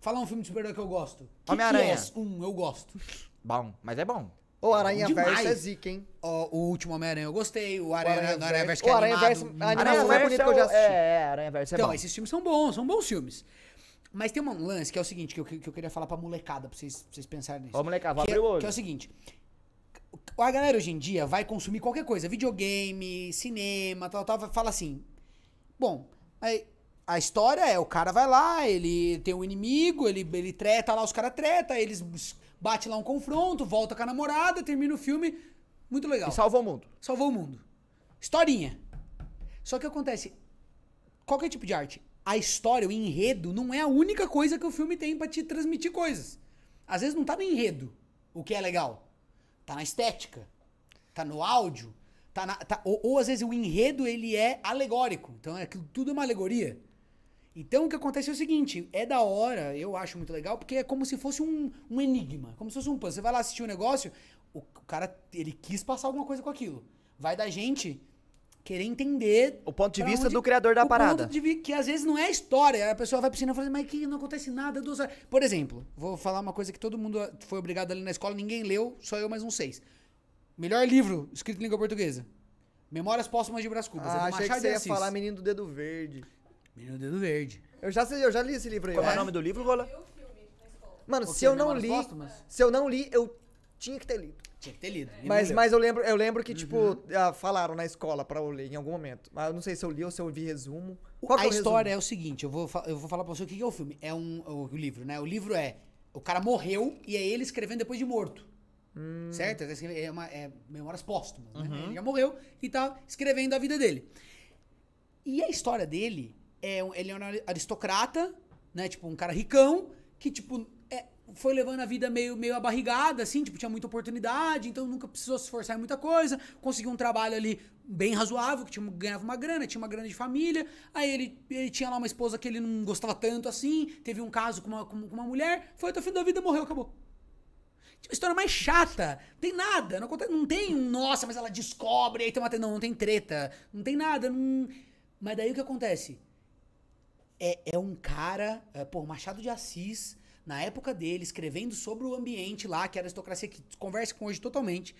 C: Falar um filme de super-herói que eu gosto. Que
F: Homem-Aranha.
C: que é? Um, eu gosto.
F: Bom, mas é bom.
B: Ô, Aranha
C: Demais.
B: Verso é zica, hein?
C: Ó, o último Homem-Aranha eu gostei. O Aranha,
B: Aranha
C: Aranha, Aranha
B: Verso.
C: Verso que é
B: O Aranha
C: animado.
B: Verso-
C: Hum.
B: Aranha
F: Aranha
B: Verso mais
F: Verso
B: bonito que eu já
F: É,
B: assisti.
F: é, Aranha Verso é
C: Então,
F: bom.
C: esses filmes são bons, são bons filmes. Mas tem um lance que é o seguinte, que eu, que eu queria falar pra molecada, pra vocês, pra vocês pensarem nisso.
F: Ó, molecada, vou
C: que, é,
F: abrir o olho.
C: que é o seguinte. A galera hoje em dia vai consumir qualquer coisa, videogame, cinema, tal, tal, fala assim. Bom, aí a história é, o cara vai lá, ele tem um inimigo, ele, ele treta lá, os caras treta, eles bate lá um confronto, volta com a namorada, termina o filme. Muito legal
F: E salvou o mundo.
C: salvou o mundo. Historinha. Só que acontece, qualquer tipo de arte, a história, o enredo, não é a única coisa que o filme tem pra te transmitir coisas. Às vezes não tá no enredo, o que é legal. Tá na estética, tá no áudio, tá na- tá- ou, ou às vezes o enredo ele é alegórico. Então é aquilo tudo é uma alegoria. Então o que acontece é o seguinte, é da hora, eu acho muito legal, porque é como se fosse um, um enigma, como se fosse um puzzle. Você vai lá assistir um negócio, o, o cara, ele quis passar alguma coisa com aquilo. Vai da gente querer entender...
F: O ponto de
C: pra
F: vista
C: onde-
F: do criador da
C: o
F: parada.
C: ponto de vi- que às vezes não é história, a pessoa vai pro cinema e fala assim, mas que não acontece nada, duas horas. Por exemplo, vou falar uma coisa que todo mundo foi obrigado ali na escola, ninguém leu, só eu mais uns seis. Melhor livro escrito em língua portuguesa. Memórias Póstumas de Brás Cubas,
B: Ah,
C: é do
B: achei que
C: Machado de
B: você ia
C: Assis.
B: falar Menino do Dedo Verde.
C: Menino Dedo Verde.
B: Eu já, sei- eu já li esse livro aí.
F: Como é o
B: né?
F: nome do livro, Rola?
E: Viu o filme na escola.
B: Mano,
C: Ou
B: se
C: seja,
B: eu não
C: Memórias
B: li...
C: Póstumas?
B: Se eu não li, eu tinha que ter lido.
C: Tinha que ter lido. e não
B: Mas,
C: leu.
B: mas eu lembro, eu lembro que, tipo, ah, falaram na escola pra eu ler em algum momento. Mas eu não sei se eu li ou se eu vi resumo. Qual que
C: a
B: é o
C: história
B: resumo?
C: é o seguinte, eu vou, fa- eu vou falar pra você o que que é o filme. É um o, o livro, né? O livro é o cara morreu e é ele escrevendo depois de morto.
B: Hum.
C: Certo? Ele tá escrevendo- É, uma, é memórias póstumas, né?
B: Uhum.
C: Ele já morreu e tá escrevendo a vida dele. E a história dele é um- ele é um aristocrata, né? Tipo, um cara ricão que, tipo, é- foi levando a vida meio, meio abarrigada, assim, tipo, tinha muita oportunidade, então nunca precisou se esforçar em muita coisa. Conseguiu um trabalho ali bem razoável, que tinha, ganhava uma grana, tinha uma grana de família. Aí ele, ele tinha lá uma esposa que ele não gostava tanto assim, teve um caso com uma, com com uma mulher, foi até o fim da vida, morreu, acabou. Tipo, história mais chata. Não tem nada. Não, acontece- não tem um, nossa, mas ela descobre, aí tem uma treta. Não, não tem treta. Não tem nada. não- Mas daí o que acontece? É, é um cara, é, pô, Machado de Assis, na época dele, escrevendo sobre o ambiente lá, que a aristocracia que conversa com hoje totalmente.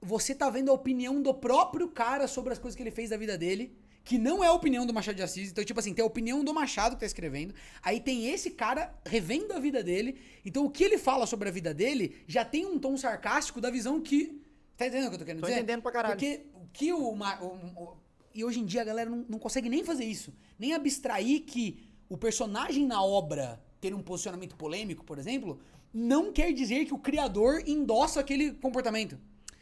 C: Você tá vendo a opinião do próprio cara sobre as coisas que ele fez da vida dele, que não é a opinião do Machado de Assis. Então, tipo assim, tem a opinião do Machado que tá escrevendo, aí tem esse cara revendo a vida dele. Então, o que ele fala sobre a vida dele já tem um tom sarcástico da visão que. Tá entendendo o que eu tô querendo
F: Tô
C: dizer?
F: entendendo pra caralho.
C: Porque porque o que o, ma- o- o- E hoje em dia a galera não, não consegue nem fazer isso. Nem abstrair que o personagem na obra ter um posicionamento polêmico, por exemplo, não quer dizer que o criador endossa aquele comportamento.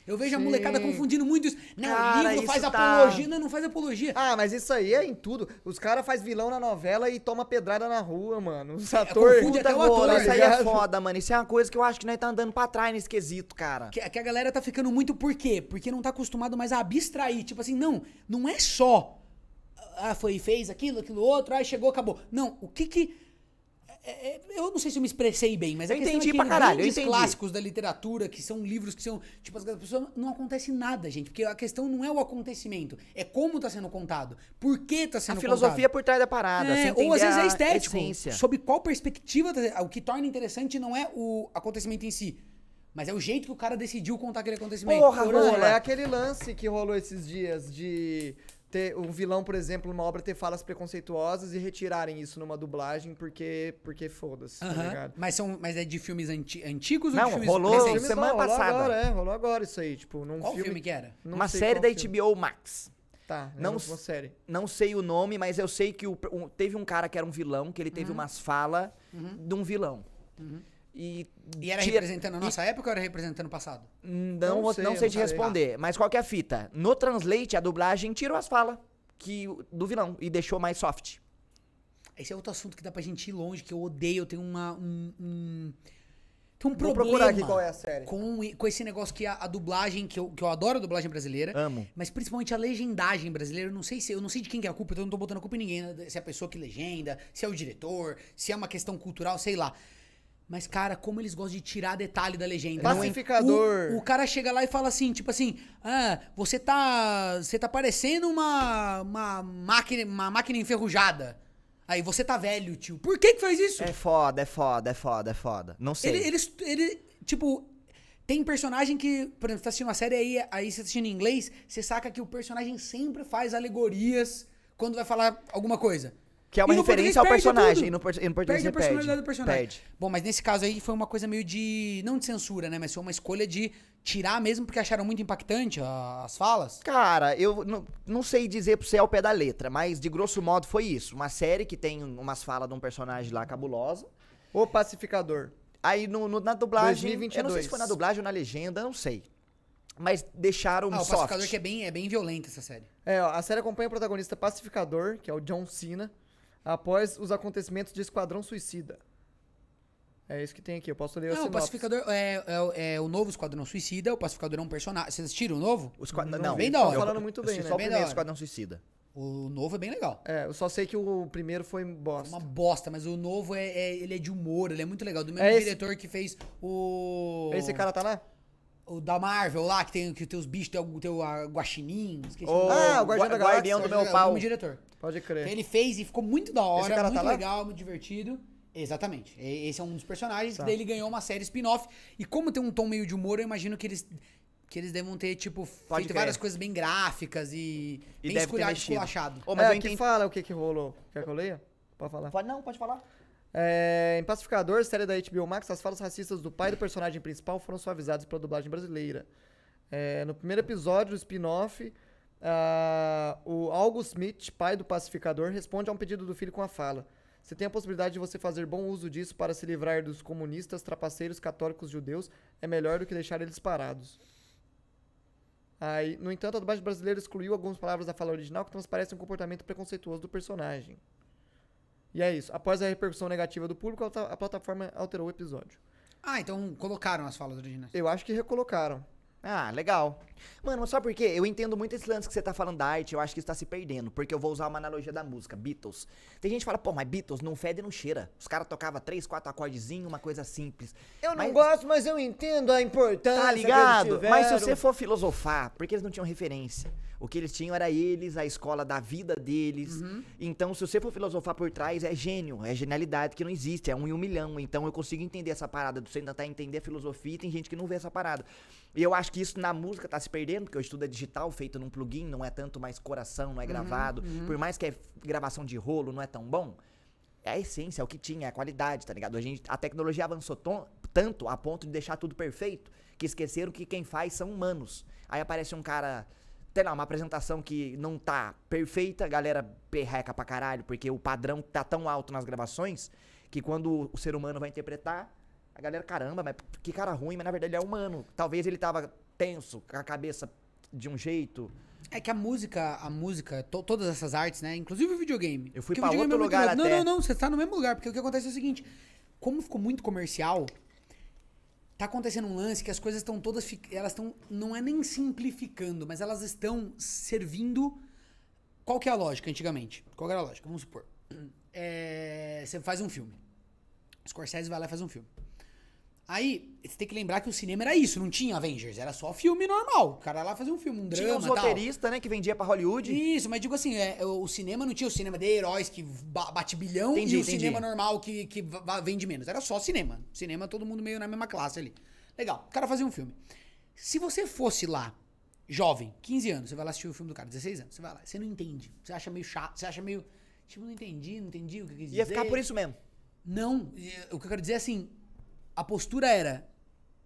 C: Eu vejo a molecada confundindo muito isso. Não,
F: Cara,
C: o livro
F: isso
C: faz
F: tá-
C: apologia. Não, não faz apologia.
B: Ah, mas isso aí é em tudo. Os caras fazem vilão na novela e toma pedrada na rua, mano. Os atores...
C: confunde até o
F: Pô,
C: ator,
F: isso aí
B: tá ligado?
F: é foda, mano. Isso é uma coisa que eu acho que nós tá andando pra trás nesse quesito, cara.
C: Que, que a galera tá ficando muito por quê? Porque não tá acostumado mais a abstrair. Tipo assim, não, não é só. Ah, foi, fez aquilo, aquilo outro, aí chegou, acabou. Não, o que que. é, é, eu não sei se eu me expressei bem, mas
A: Eu
C: a questão
A: entendi
C: é que
A: pra
C: em
A: caralho, eu
C: grandes
A: entendi.
C: clássicos da literatura, que são livros que são, tipo, as pessoas não acontece nada, gente, porque a questão não é o acontecimento, é como tá sendo contado, por que tá
A: A
C: sendo
A: filosofia
C: contado.
A: por trás da parada.
C: É,
A: você
C: ou às
A: entender
C: vezes
A: a
C: é estético,
A: essência.
C: sob qual perspectiva, tá- o que torna interessante não é o acontecimento em si, mas é o jeito que o cara decidiu contar aquele acontecimento.
A: Porra,
C: Por
B: Mano,
C: exemplo,
B: é aquele lance que rolou esses dias de ter um vilão, por exemplo, numa obra ter falas preconceituosas e retirarem isso numa dublagem porque, porque foda-se, tá
C: Aham.
B: ligado?
C: mas, são, mas é de filmes anti- antigos ou
A: Não,
C: de filmes
A: rolou-
B: Esse
C: recentes?
B: filme
A: semana
B: rolou
A: passada.
B: Agora, é, rolou agora isso aí, tipo, num
C: Qual
B: filme.
C: filme que era?
B: não
A: uma
B: sei
A: série
B: qual
A: da
B: filme.
A: HBO Max.
B: Tá,
A: Não
B: não
A: s-
B: uma série.
A: Não sei o nome, mas eu sei que o- o- teve um cara que era um vilão, que ele teve
F: Uhum.
A: umas falas de um vilão. E,
C: E era
A: tira-
C: representando a nossa época ou era representando o passado?
A: Não,
B: Não
A: não
B: sei,
A: sei,
B: eu não
A: te
B: sei.
A: responder. Mas qual que é a fita? No Translate, a dublagem tirou as falas que, o- do vilão e deixou mais soft.
C: Esse é outro assunto que dá pra gente ir longe, que eu odeio, eu tenho uma. Um, um, tem um
B: Vou
C: problema
B: procurar aqui qual é a série.
C: com, com esse negócio que é a, a dublagem, que eu, que eu adoro a dublagem brasileira,
A: Amo.
C: mas principalmente a legendagem brasileira, eu não sei se eu não sei de quem que é a culpa, então eu não tô botando a culpa em ninguém, né? se é a pessoa que legenda, se é o diretor, se é uma questão cultural, sei lá. Mas, cara, como eles gostam de tirar detalhe da legenda. não é?
B: Pacificador.
C: O, o cara chega lá e fala assim, tipo assim, ah, você tá. Você tá parecendo uma, uma, máquina, uma máquina enferrujada. Aí você tá velho, tio. Por que que faz isso?
A: É foda, é foda, é foda, é foda. Não sei.
C: Ele, eles, ele, tipo, tem personagem que, por exemplo, você tá assistindo uma série aí, aí você tá assistindo em inglês, você saca que o personagem sempre faz alegorias quando vai falar alguma coisa.
A: Que é uma
C: E no português
A: referência ao
C: perde um
A: personagem.
C: tudo.
A: E no, por- e no português
C: Perde a
A: você
C: personalidade do personagem.
A: Perde.
C: Bom, mas nesse caso aí foi uma coisa meio de. Não de censura, né? Mas foi uma escolha de tirar mesmo porque acharam muito impactante a- as falas.
A: Cara, eu não, não sei dizer pra você ao pé da letra, mas de grosso modo foi isso. Uma série que tem umas falas de um personagem lá cabulosa.
B: O Pacificador.
A: Aí no, no- na dublagem. Eu não sei
B: 2022.
A: se foi na dublagem ou na legenda, eu não sei. Mas deixaram
C: ah, o
A: Um soft.
C: Pacificador que é bem, é bem violenta essa série.
B: É, ó, a série acompanha o protagonista Pacificador, que é o John Cena, após os acontecimentos de Esquadrão Suicida. É isso que tem aqui, eu posso ler
C: não,
A: um
B: o
C: Ah, o Pacificador é, é o- é o novo Esquadrão Suicida, o Pacificador é um personagem. Vocês assistiram o novo?
A: Os qua-
B: Não
A: Não,
C: vi, não.
A: eu-
B: Falando muito
A: eu
B: bem,
A: sei
B: né?
A: Só o
C: Bem da
A: primeiro
C: hora.
A: Esquadrão Suicida.
C: O novo é bem legal.
B: É, eu só sei que o primeiro foi bosta.
C: Uma bosta, mas o novo é, é- ele é de humor, ele é muito legal. Do mesmo
B: É esse-
C: diretor que fez o.
B: Esse cara tá lá?
C: O da Marvel lá, que tem, que tem os bichos, tem o, tem o a, Guaxinim, esqueci nome.
B: Ah, o Guardião da
A: Gua- Guardião
B: Galáxia.
A: um do
C: É o
A: meu
C: mesmo
A: pau. É.
C: diretor.
B: Pode crer.
C: Ele fez e ficou muito da hora,
B: Esse cara
C: muito
B: tá lá?
C: legal, muito divertido. Exatamente. E- Esse é um dos personagens
B: Tá.
C: que daí ele ganhou uma série spin-off. E como tem um tom meio de humor, eu imagino que eles que eles devam ter tipo
A: Pode
C: feito
A: crer.
C: várias coisas bem gráficas e,
A: E deve
C: bem
A: ter
C: esculha-
A: mexido.
C: esculachado.
A: Ô,
B: mas
A: mas
B: é,
A: eu
B: aqui
A: entendi.
B: fala o que que rolou. Quer que eu leia? Pode falar.
A: Pode não, pode falar.
B: É, em Pacificador, série da HBO Max, as falas racistas do pai do personagem principal foram suavizadas pela dublagem brasileira. É, no primeiro episódio, o spin-off, ah, o August Smith, pai do pacificador, responde a um pedido do filho com a fala. Você tem a possibilidade de você fazer bom uso disso para se livrar dos comunistas, trapaceiros, católicos, judeus. É melhor do que deixar eles parados. Aí, no entanto, a dublagem brasileira excluiu algumas palavras da fala original que transparecem um comportamento preconceituoso do personagem. E é isso. Após a repercussão negativa do público, a ta- a plataforma alterou o episódio.
C: Ah, então colocaram as falas originais.
B: Eu acho que recolocaram.
A: Ah, legal. Mano, mas sabe por quê? Eu entendo muito esse lance que você tá falando da arte, eu acho que isso tá se perdendo, porque eu vou usar uma analogia da música, Beatles. Tem gente que fala, pô, mas Beatles não fede e não cheira. Os caras tocavam três, quatro acordezinhos, uma coisa simples. Mas-
B: gosto, mas eu entendo a importância.
A: Tá ligado? Mas se você for filosofar, porque eles não tinham referência. O que eles tinham era eles, a escola da vida deles. Então, se você for filosofar por trás, é gênio, é genialidade que não existe, é um em um milhão. Então, eu consigo entender essa parada. Você tentar entender a filosofia e tem gente que não vê essa parada. E eu acho que isso na música tá se perdendo, porque hoje tudo é digital, feito num plugin, não é tanto mais coração, não é gravado. Por mais que é gravação de rolo, não é tão bom. É a essência, é o que tinha, é a qualidade, tá ligado? A, gente, a tecnologia avançou ton- tanto a ponto de deixar tudo perfeito que esqueceram que quem faz são humanos. Aí aparece um cara, sei lá, uma apresentação que não tá perfeita, a galera perreca pra caralho, porque o padrão tá tão alto nas gravações que quando o ser humano vai interpretar, a galera, caramba, mas que cara ruim, mas na verdade ele é humano. Talvez ele tava tenso, com a cabeça de um jeito.
C: É que a música, a música, to- todas essas artes, né? Inclusive o videogame.
A: Eu fui
C: Porque o
A: pra
C: videogame é
A: outro
C: muito
A: lugar
C: louco. Não,
A: até.
C: não, não, você tá no mesmo lugar, porque o que acontece é o seguinte, como ficou muito comercial, tá acontecendo um lance que as coisas estão todas, fi- elas estão, não é nem simplificando, mas elas estão servindo qual que é a lógica antigamente? Qual era a lógica? Vamos supor. É, você eh, faz um filme. Scorsese vai lá e faz um filme. Aí, você tem que lembrar que o cinema era isso, não tinha Avengers, era só filme normal. O cara lá fazia um filme, um drama
F: Tinha uns
C: tal.
F: roteiristas, né, que vendia pra Hollywood.
C: Isso, mas digo assim, é, o cinema não tinha o cinema de heróis que ba- bate bilhão
F: Entendi,
C: e o
F: entendi.
C: cinema normal que, que va- va- vende menos. Era só cinema. Cinema, todo mundo meio na mesma classe ali. Legal, o cara fazia um filme. Se você fosse lá, jovem, 15 anos, você vai lá assistir o filme do cara, 16 anos, você vai lá, você não entende. Você acha meio chato, você acha meio. Tipo, não entendi, não entendi o que quis dizer.
F: Ia ficar por isso mesmo.
C: Não, eh, o que eu quero dizer é assim, a postura era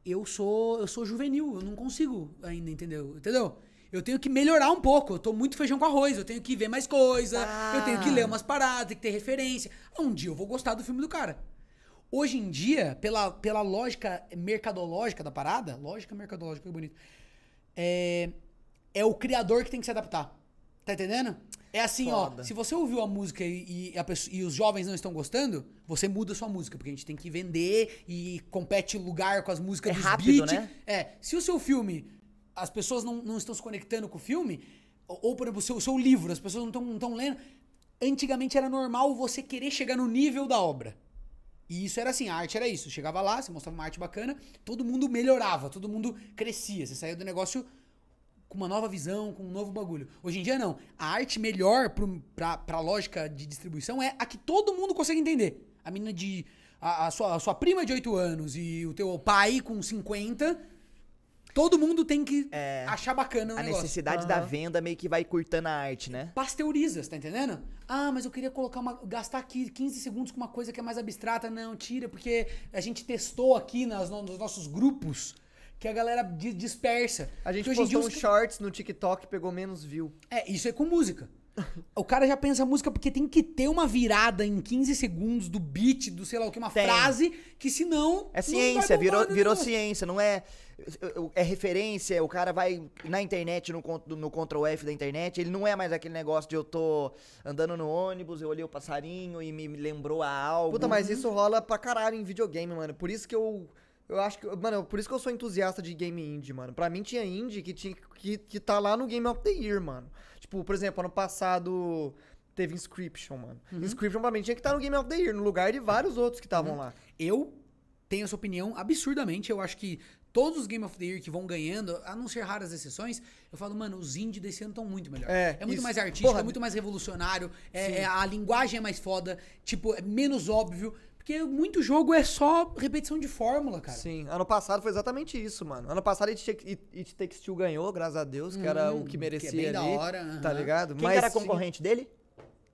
C: eu sou, eu sou juvenil, eu não consigo ainda, entendeu? Entendeu? Eu tenho que melhorar um pouco, eu tô muito feijão com arroz, eu tenho que ver mais coisa, eu tenho que ler umas paradas, tem que ter referência. Um dia eu vou gostar do filme do cara. Hoje em dia, pela, pela lógica mercadológica da parada, lógica mercadológica, que bonito, é, é o criador que tem que se adaptar. Tá entendendo? É assim, ó, se você ouviu a música e, e a pessoa- e os jovens não estão gostando, você muda a sua música, porque a gente tem que vender e compete lugar com as músicas
F: É
C: dos
F: rápido,
C: beat.
F: né?
C: É, se o seu filme, as pessoas não, não estão se conectando com o filme, ou, ou, por exemplo, o seu, o seu livro, as pessoas não estão não tão lendo, antigamente era normal você querer chegar no nível da obra. E isso era assim, a arte era isso. Chegava lá, você mostrava uma arte bacana, todo mundo melhorava, todo mundo crescia. Você saía do negócio com uma nova visão, com um novo bagulho. Hoje em dia, não. A arte melhor pro, pra, pra lógica de distribuição é a que todo mundo consegue entender. A menina de. A, a sua, a sua prima de 8 anos e o teu pai com 50. Todo mundo tem que
B: É,
C: achar bacana o
F: A
C: É um negócio.
F: necessidade da venda meio que vai cortando a arte, né?
C: Pasteuriza, você tá entendendo? Ah, mas eu queria colocar uma. gastar aqui 15 segundos com uma coisa que é mais abstrata. Não, tira, porque a gente testou aqui nas, no- nos nossos grupos que a galera di- dispersa.
B: A gente
C: Porque hoje em dia
B: postou um
C: os-
B: shorts no TikTok, pegou menos view.
C: é, isso é com música. O cara já pensa a música porque tem que ter uma virada em 15 segundos do beat, do sei lá o que, uma
F: Tem.
C: frase, que senão.
F: É ciência, virou, virou
C: ciência.
F: ciência, não é. É referência, o cara vai na internet, no, con- no Ctrl F da internet, ele não é mais aquele negócio de eu tô andando no ônibus, eu olhei o passarinho e me me lembrou a algo.
B: Puta, mas isso rola pra caralho em videogame, mano. Por isso que eu. Eu acho que. Mano, eu- por isso que eu sou entusiasta de game indie, mano. Pra mim tinha indie que, tinha, que, que tá lá no Game of the Year, mano. Tipo, por exemplo, ano passado teve Inscription, mano.
C: Uhum.
B: Inscription pra mim tinha que estar no Game of the Year, no lugar de vários outros que estavam lá.
C: Eu tenho essa opinião absurdamente. Eu acho que todos os Game of the Year que vão ganhando, a não ser raras exceções, eu falo, mano, os indie desse ano estão muito melhor.
B: É,
C: muito
B: isso.
C: mais artístico,
B: Porra,
C: é muito mais revolucionário, é, é- a linguagem é mais foda, tipo, é menos óbvio. Porque muito jogo é só repetição de fórmula, cara.
B: Sim, ano passado foi exatamente isso, mano. Ano passado It, Take- It, It Takes Two ganhou, graças a Deus, que era o
C: que é
B: que merecia
C: bem
B: ali.
C: da hora,
B: Tá
C: aham.
B: ligado?
F: Quem que era
B: tinha-
F: concorrente dele?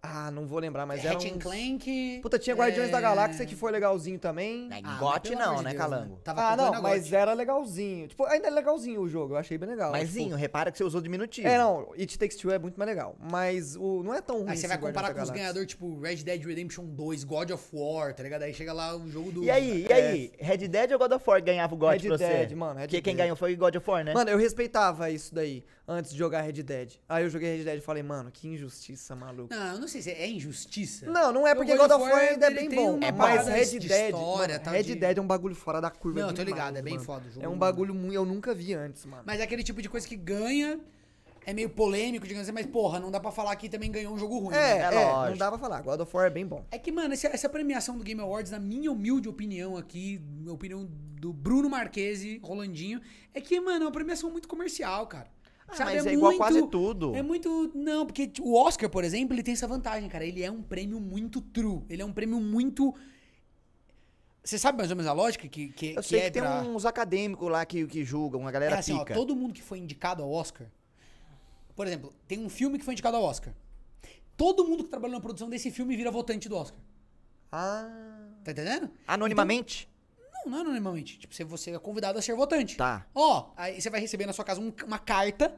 B: Ah, não vou lembrar, mas era
C: É Hatch and
B: uns...
C: Clank.
B: Puta, tinha Guardiões
C: é,
B: da Galáxia que foi legalzinho também.
F: Got
C: Ah, mas
F: Gote
C: pelo
F: não,
C: amor de
F: né,
C: Deus,
F: Calango?
C: Tava
B: Ah,
C: concorrendo
B: não,
C: a
B: mas
C: GOT.
B: era legalzinho. Tipo, ainda é legalzinho o jogo, eu achei bem legal.
F: Maisinho, repara que você usou
B: Tipo,
F: diminutivo.
B: é, não, It Takes Two é muito mais legal. Mas o, não é tão ruim.
C: Aí você
B: esse
C: vai
B: Guardiões
C: comparar
B: da
C: com os
B: Galáxia.
C: ganhadores, tipo Red Dead Redemption 2, God of War, tá ligado? Aí chega lá o jogo do.
F: E aí, e aí? Red Dead ou God of War ganhava o God
B: Red
F: pra você?
B: Dead, mano, Red
F: Porque quem
B: Dead.
F: ganhou foi o God of War, né?
B: Mano, eu respeitava isso daí antes de jogar Red Dead. Aí eu joguei Red Dead e falei, mano, que injustiça, maluco.
C: Não, eu não sei se é injustiça.
B: Não, não é
C: Eu
B: porque
C: gosto
B: God
C: de
B: of War
C: War,
B: ainda é
C: ele
B: bem
C: tem
B: bom.
C: uma
B: Mas
C: parada
B: Red
C: de
B: Dead.
C: história,
B: mano,
C: tal,
B: Red
C: de-
B: Dead é um bagulho fora da curva.
C: Não, eu tô
B: demais,
C: ligado, é bem
B: mano.
C: foda o jogo,
B: É um
C: mano.
B: bagulho muito. Eu nunca vi antes, mano.
C: Mas é aquele tipo de coisa que ganha, é meio polêmico, digamos assim, mas porra, não dá pra falar que também ganhou um jogo ruim.
B: É,
C: né?
B: é,
F: é
B: não
F: lógico.
B: dá pra falar. God of War é bem bom.
C: É que, mano, essa, essa premiação do Game Awards, na minha humilde opinião aqui, na opinião do Bruno Marquesi, Rolandinho, é que, mano, é uma premiação muito comercial, cara.
A: Ah,
F: mas é igual quase tudo.
C: É muito. Não, porque tipo, o Oscar, por exemplo, ele tem essa vantagem, cara. Ele é um prêmio muito true. Ele é um prêmio muito. Você sabe mais ou menos a lógica que, que,
F: eu sei
C: é
F: que tem
C: pra-
F: uns acadêmicos lá que, que julgam, a galera
C: é assim, ó,
F: pica.
C: todo mundo que foi indicado ao Oscar. Por exemplo, tem um filme que foi indicado ao Oscar. Todo mundo que trabalhou na produção desse filme vira votante do Oscar.
B: Ah.
C: Tá entendendo?
F: Anonimamente?
C: Não, não é anonimamente. Tipo, você- você é convidado a ser votante.
F: Tá.
C: Ó, aí você vai receber na sua casa um- uma carta.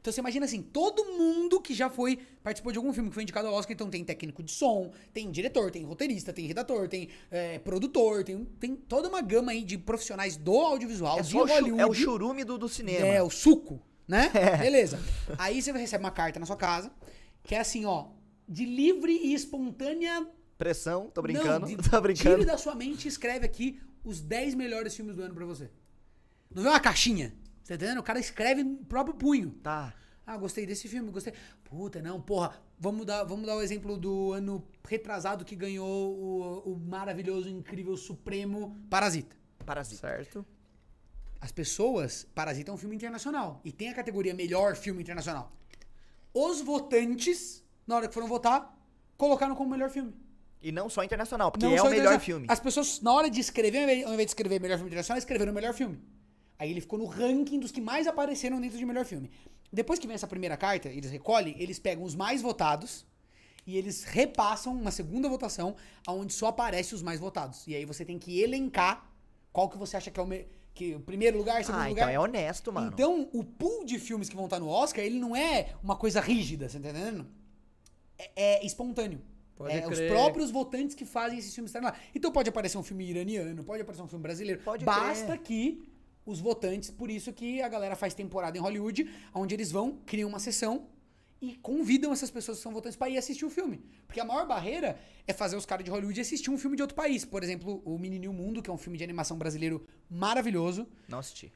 C: Então você imagina assim, todo mundo que já foi, participou de algum filme que foi indicado ao Oscar, então tem técnico de som, tem diretor, tem roteirista, tem redator, tem eh, produtor, tem, tem toda uma gama aí de profissionais do audiovisual,
F: É,
C: de
F: só o É. chu-
C: Hollywood.
F: é o churume do, do cinema.
C: É, o suco, né? Beleza. Aí você recebe uma carta na sua casa, que é assim, ó, de livre e espontânea.
F: Pressão, tô
C: Não,
F: brincando,
C: de-
F: tô brincando.
C: Tire da sua mente e escreve aqui os 10 melhores filmes do ano pra você. Não vem uma caixinha. Você tá entendendo? O cara escreve no próprio punho.
F: Tá.
C: Ah, gostei desse filme, gostei. Puta, não, porra. Vamos dar, vamos dar o exemplo do ano retrasado que ganhou o, o maravilhoso, incrível, supremo Parasita.
F: Parasita.
B: Certo.
C: As pessoas, Parasita é um filme internacional. E tem a categoria melhor filme internacional. Os votantes, na hora que foram votar, colocaram como melhor filme.
F: E não só internacional, porque
C: Não
F: é
C: só
F: o melhor
C: internacional.
F: filme.
C: As pessoas, na hora de escrever, ao invés- ao invés de escrever melhor filme internacional, escreveram melhor filme. Aí ele ficou no ranking dos que mais apareceram dentro de melhor filme. Depois que vem essa primeira carta, eles recolhem, eles pegam os mais votados e eles repassam uma segunda votação onde só aparece os mais votados. E aí você tem que elencar qual que você acha que é o, me- que o primeiro lugar, segundo
F: Ah,
C: lugar.
F: então é honesto, mano.
C: Então, o pool de filmes que vão estar no Oscar, ele não é uma coisa rígida, você tá entendendo? É, é espontâneo.
B: Pode
C: é os
B: crer.
C: próprios votantes que fazem esses filmes estarem lá. Então pode aparecer um filme iraniano, pode aparecer um filme brasileiro.
F: Pode
C: Basta que os votantes, por isso que a galera faz temporada em Hollywood, onde eles vão, criam uma sessão e convidam essas pessoas que são votantes pra ir assistir o filme. Porque a maior barreira é fazer os caras de Hollywood assistir um filme de outro país. Por exemplo, O Menino e o Mundo, que é um filme de animação brasileiro maravilhoso.
F: Não assisti.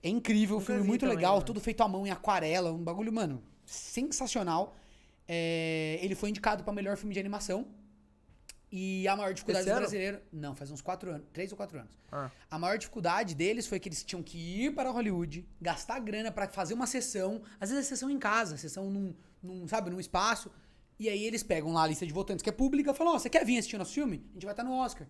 C: É incrível, o
B: Nunca
C: filme
B: vi
C: muito
B: também,
C: legal,
B: mano.
C: tudo feito à mão em aquarela, um bagulho, mano, sensacional. É, ele foi indicado pra melhor filme de animação. E a maior dificuldade
B: Esse
C: do
B: ano?
C: brasileiro. Não, faz uns 4 anos, 3 ou 4 anos.
B: Ah.
C: A maior dificuldade deles foi que eles tinham que ir para Hollywood, gastar grana pra fazer uma sessão, às vezes é sessão em casa, sessão num, num, sabe, num espaço. E aí eles pegam lá a lista de votantes que é pública e falam: Ó, você quer vir assistir nosso filme? A gente vai estar no Oscar.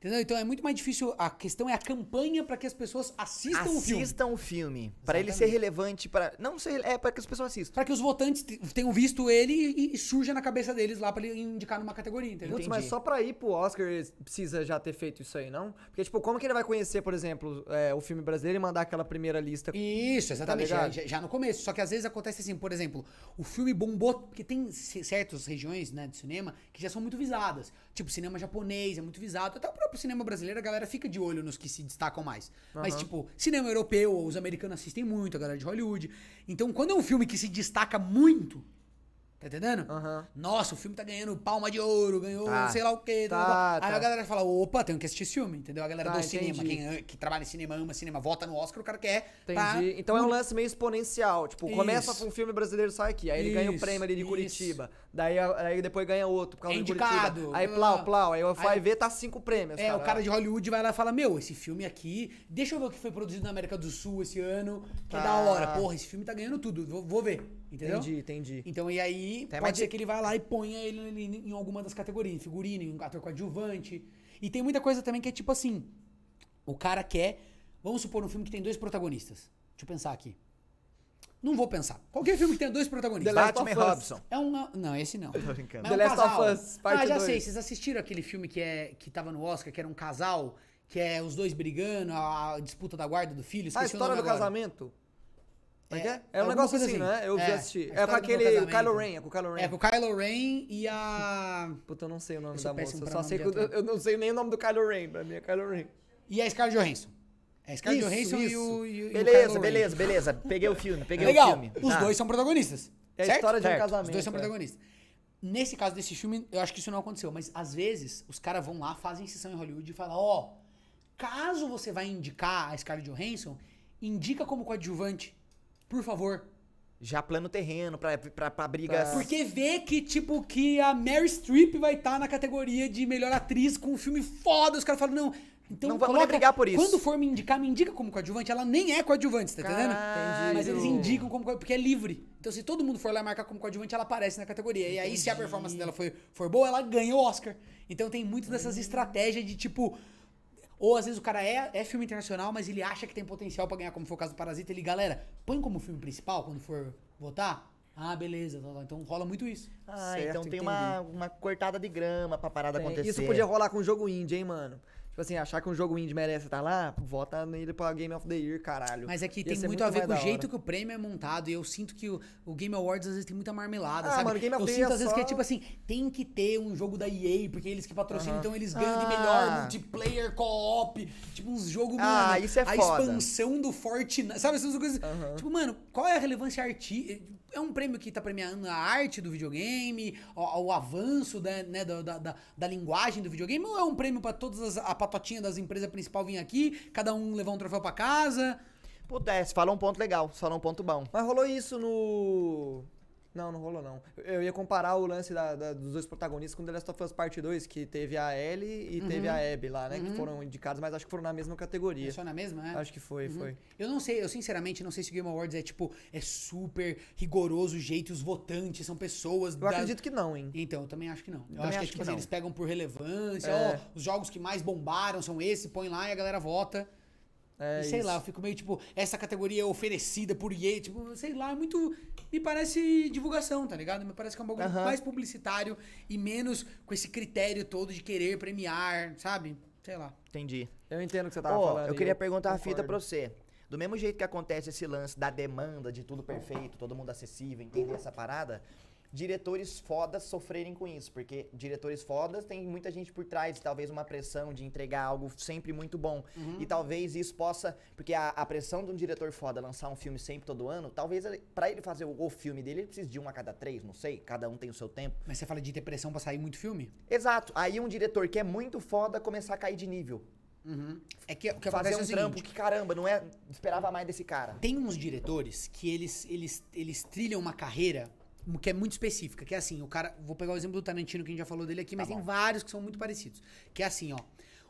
C: Entendeu? Então é muito mais difícil. A questão é a campanha pra que as pessoas assistam o um filme.
F: Assistam o um filme. Pra ele ser
C: Exatamente.
F: relevante, para Não ser. É pra que as pessoas assistam.
C: Pra que os votantes te- tenham visto ele e, e surja na cabeça deles lá pra ele indicar numa categoria, entendeu?
B: Putz, mas só pra ir pro Oscar ele precisa já ter feito isso aí, não? Porque, tipo, como que ele vai conhecer, por exemplo, é, o filme brasileiro e mandar aquela primeira lista?
C: Isso, exatamente.
B: Tá
C: já,
B: ligado?
C: já- já no começo. Só que às vezes acontece assim, por exemplo, o filme bombou, porque tem c- certas regiões né, de cinema que já são muito visadas. Tipo, cinema japonês é muito visado. Até o próprio cinema brasileiro, a galera fica de olho nos que se destacam mais. Mas, tipo, cinema europeu, os americanos assistem muito, a galera de Hollywood. Então, quando é um filme que se destaca muito. Tá entendendo?
B: Aham.
C: Nossa, o filme tá ganhando palma de ouro, ganhou sei lá o quê.
B: Tá,
C: blá, blá, blá. Aí
B: tá.
C: a galera fala, opa, tenho que assistir esse filme, entendeu? A galera
B: Tá,
C: do cinema,
B: entendi.
C: quem an- que trabalha em cinema, ama cinema, vota no Oscar, o cara quer.
B: Entendi.
C: tá
B: então é um lance meio exponencial. Tipo, começa
C: Isso.
B: com um filme brasileiro, sai aqui. Aí ele ganha o
C: Isso,
B: prêmio ali de
C: isso.
B: Curitiba. Daí, a- aí depois ganha outro por causa
C: É
B: de
C: indicado,
B: Curitiba. Aí
C: blá, blá.
B: plau, plau. Aí o
C: Aí-
B: vai ver, tá cinco prêmios.
C: É, o cara
B: de...
C: de Hollywood vai lá e fala: Meu, esse filme aqui, deixa eu ver o que foi produzido na América do Sul esse ano, que é da
B: Tá.
C: hora. Porra, esse filme tá ganhando tudo, vou, vou ver. Entendeu?
B: Entendi, entendi.
C: Então, e aí,
B: mais
C: pode ser que ele vai lá e ponha ele em- em alguma das categorias, em figurino, em um ator coadjuvante. E tem muita coisa também que é tipo assim: o cara quer. Vamos supor um filme que tem dois protagonistas. Deixa eu pensar aqui. Não vou pensar. Qualquer filme que tenha dois protagonistas.
B: The Last
F: Batman e
B: of Us.
F: Robson.
C: É um. Não, esse não. Tô
F: brincando.
B: The Last of Us,
C: ah,
B: parte
C: já
B: dois.
C: sei. Vocês assistiram aquele filme que, é, que tava no Oscar, que era um casal, que é os dois brigando, a a disputa da guarda do filho.
B: Ah, a
C: Esqueci
B: história
C: o
B: do
C: nome agora.
B: casamento? Como é que é? É um
C: alguma
B: negócio
C: coisa
B: assim,
C: assim.
B: né? Eu vi
C: É,
B: assistir.
C: a
B: É com
C: história do meu
B: aquele. O
C: casamento.
B: Kylo Ren, é com o Kylo Ren.
C: É, com o Kylo Ren e a.
B: Puta, eu não sei o nome
C: Eu sou
B: da moça.
C: péssimo
B: Eu
C: pra
B: só
C: nome
B: sei
C: de
B: que eu,
C: ator.
B: eu não sei nem o nome do Kylo Ren. Pra mim é Kylo Ren.
C: E a Scarlett Johansson. É a Scarlett
B: Isso,
C: Johansson e
B: isso.
C: o. E, o- e o Kylo
F: Beleza,
C: Ren.
F: beleza, beleza. Peguei o filme, peguei o
C: Legal.
F: filme.
C: Os
F: Tá.
C: dois são protagonistas.
B: É a
C: certo?
B: história de um
F: Certo.
B: casamento.
C: Os dois são
B: é.
C: protagonistas. Nesse caso desse filme, eu acho que isso não aconteceu, mas às vezes os caras vão lá, fazem sessão em Hollywood e falam: ó, caso você vai indicar a Scarlett Johansson, indica como coadjuvante, por favor.
F: Já plano terreno pra, pra, pra
A: É.
F: briga.
B: Tá.
C: Porque vê que, tipo, que a Mary Streep vai estar na categoria de melhor atriz com um filme foda. Os caras falam, não, então
F: Não vamos
C: coloca-
F: brigar por isso.
C: Quando for me indicar, me indica como coadjuvante. Ela nem é coadjuvante, tá entendendo?
F: Caralho.
C: Mas eles indicam como coadjuvante, porque é livre. Então, se todo mundo for lá marcar como coadjuvante, ela aparece na categoria. E aí, se a performance dela for, for boa, ela ganha o Oscar. Então, tem muito dessas estratégias de, tipo... Ou, às vezes, o cara é, é filme internacional, mas ele acha que tem potencial pra ganhar, como foi o caso do Parasita. Ele, galera, põe como filme principal quando for votar. Ah, beleza. tá, tá. Então, rola muito isso.
F: Ah,
B: Certo,
F: então tem
B: entendi.
F: uma, uma cortada de grama pra parada
B: Tem.
F: acontecer.
B: É, Isso podia rolar com um jogo indie, hein, mano? Tipo assim, achar que um jogo indie merece estar lá, vota nele pra Game of the Year, caralho.
C: Mas é que
B: Ia
C: tem
B: ser
C: muito, a
B: mais
C: ver com o
B: da
C: jeito
B: hora.
C: que o prêmio é montado. E eu sinto que o, o Game Awards às vezes tem muita marmelada,
B: Ah,
C: sabe?
B: mano, Game of
C: eu
B: the
C: sinto
B: Year é
C: às vezes que é
B: só-
C: tipo assim, tem que ter um jogo da EA, porque eles que patrocinam, então eles ganham de
F: Ah.
C: melhor multiplayer, co-op, tipo uns jogos,
F: Ah,
C: mano,
F: isso é
C: a
F: foda.
C: expansão do Fortnite, sabe essas coisas? Tipo, mano, qual é a relevância artística? É um prêmio que tá premiando a arte do videogame, o, o avanço da, né, da, da, da- da linguagem do videogame, ou é um prêmio pra todas as, a patotinha das empresas principal vir aqui, cada um levar um troféu pra casa?
A: Puta, é, você falou um ponto legal, você falou um ponto bom.
B: Mas rolou isso no. Não, não rolou não. Eu- Eu ia comparar o lance da- da- dos dois protagonistas com The Last of Us Part 2, que teve a Ellie e teve a Abby lá, né? Que foram indicados, mas acho que foram na mesma categoria.
C: É só na mesma, né?
B: Acho que foi, foi.
C: Eu não sei, eu sinceramente não sei se o Game Awards é tipo, é super rigoroso o jeito, os votantes são pessoas.
B: Eu
C: da-
B: acredito que não, hein?
C: Então, eu também acho que não. Eu
A: Também
C: acho que, é
A: acho
C: tipo
A: que
C: assim,
A: não.
C: eles pegam por relevância,
B: É.
C: ó, os jogos que mais bombaram são esses, põe lá e a galera vota.
B: É
C: E sei
B: isso.
C: lá, eu fico meio tipo, essa categoria é oferecida por EA, tipo, sei lá, é muito. Me parece divulgação, tá ligado? Me parece que é um bagulho mais publicitário e menos com esse critério todo de querer premiar, sabe? Sei lá.
A: Entendi.
B: Eu entendo o que você tava
A: Ó,
B: falando.
A: eu
B: e
A: queria perguntar a fita
B: concordo.
A: pra você. Do mesmo jeito que acontece esse lance da demanda de tudo perfeito, todo mundo acessível, entender essa parada, diretores fodas sofrerem com isso, porque diretores fodas tem muita gente por trás, talvez uma pressão de entregar algo sempre muito bom.
B: Uhum.
A: E talvez isso possa, porque a, a pressão de um diretor foda lançar um filme sempre todo ano, talvez ele- pra ele fazer o, o filme dele, ele precise de um a cada três, não sei, cada um tem o seu tempo.
C: Mas você fala de depressão pra sair muito filme?
A: Exato. Aí um diretor que é muito foda começar a cair de nível.
C: É que o que
A: Uhum. fazer
C: acontece é
A: um
C: o seguinte,
A: trampo que caramba, não é, esperava mais desse cara.
C: Tem uns diretores que eles, eles, eles trilham uma carreira que é muito específica, que é assim, o cara, vou pegar o exemplo do Tarantino que a gente já falou dele aqui,
A: Tá
C: mas tem vários que são muito parecidos, que é assim, ó,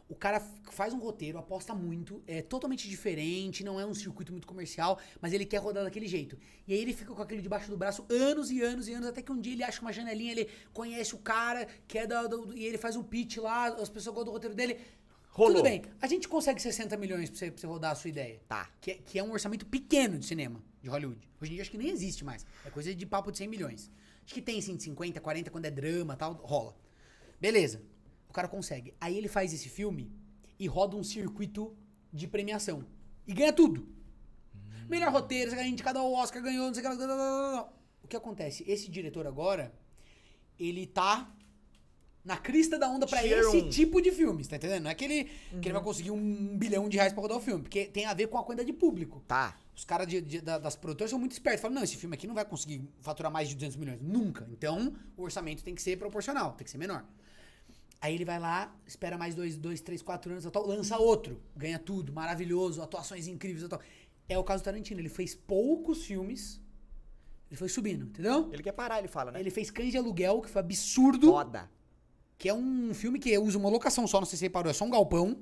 C: o cara f- faz um roteiro, aposta muito, é totalmente diferente, não é um circuito muito comercial, mas ele quer rodar daquele jeito. E aí ele fica com aquilo debaixo do braço anos e anos e anos, até que um dia ele acha uma janelinha, ele conhece o cara, que é da, do- e ele faz o pitch lá, as pessoas gostam do roteiro dele. Tudo
A: Rolou.
C: bem, a gente consegue 60 milhões pra você, pra você rodar a sua ideia.
A: Tá.
C: Que, é- que é um orçamento pequeno de cinema, de Hollywood. Hoje em dia acho que nem existe mais. É coisa de papo de 100 milhões. Acho que tem assim, 150, 40, quando é drama tal, rola. Beleza. O cara consegue. Aí ele faz esse filme e roda um circuito de premiação. E ganha tudo. Melhor roteiro, você ganha indicado ao Oscar, ganhou, não sei o que. lá, lá, lá, lá, lá. O que acontece? Esse diretor agora, ele tá na crista da onda pra
A: Tier
C: esse
A: um.
C: tipo de filmes, tá entendendo? Não é que ele, que ele vai conseguir um bilhão de reais pra rodar o filme, porque tem a ver com a quantidade de público.
A: Tá.
C: Os caras de- de- da- das produtoras são muito espertos. Falam, não, esse filme aqui não vai conseguir faturar mais de 200 milhões. Nunca. Então, o orçamento tem que ser proporcional, tem que ser menor. Aí ele vai lá, espera mais dois, dois três, quatro anos, tal, lança outro. Ganha tudo, maravilhoso, atuações incríveis, tal. É o caso do Tarantino. Ele fez poucos filmes, ele foi subindo, entendeu?
A: Ele quer parar, ele fala, né?
C: Ele fez Cães de Aluguel, que foi absurdo.
A: Foda.
C: Que é um filme que usa uma locação só, não sei se você reparou, é só um galpão.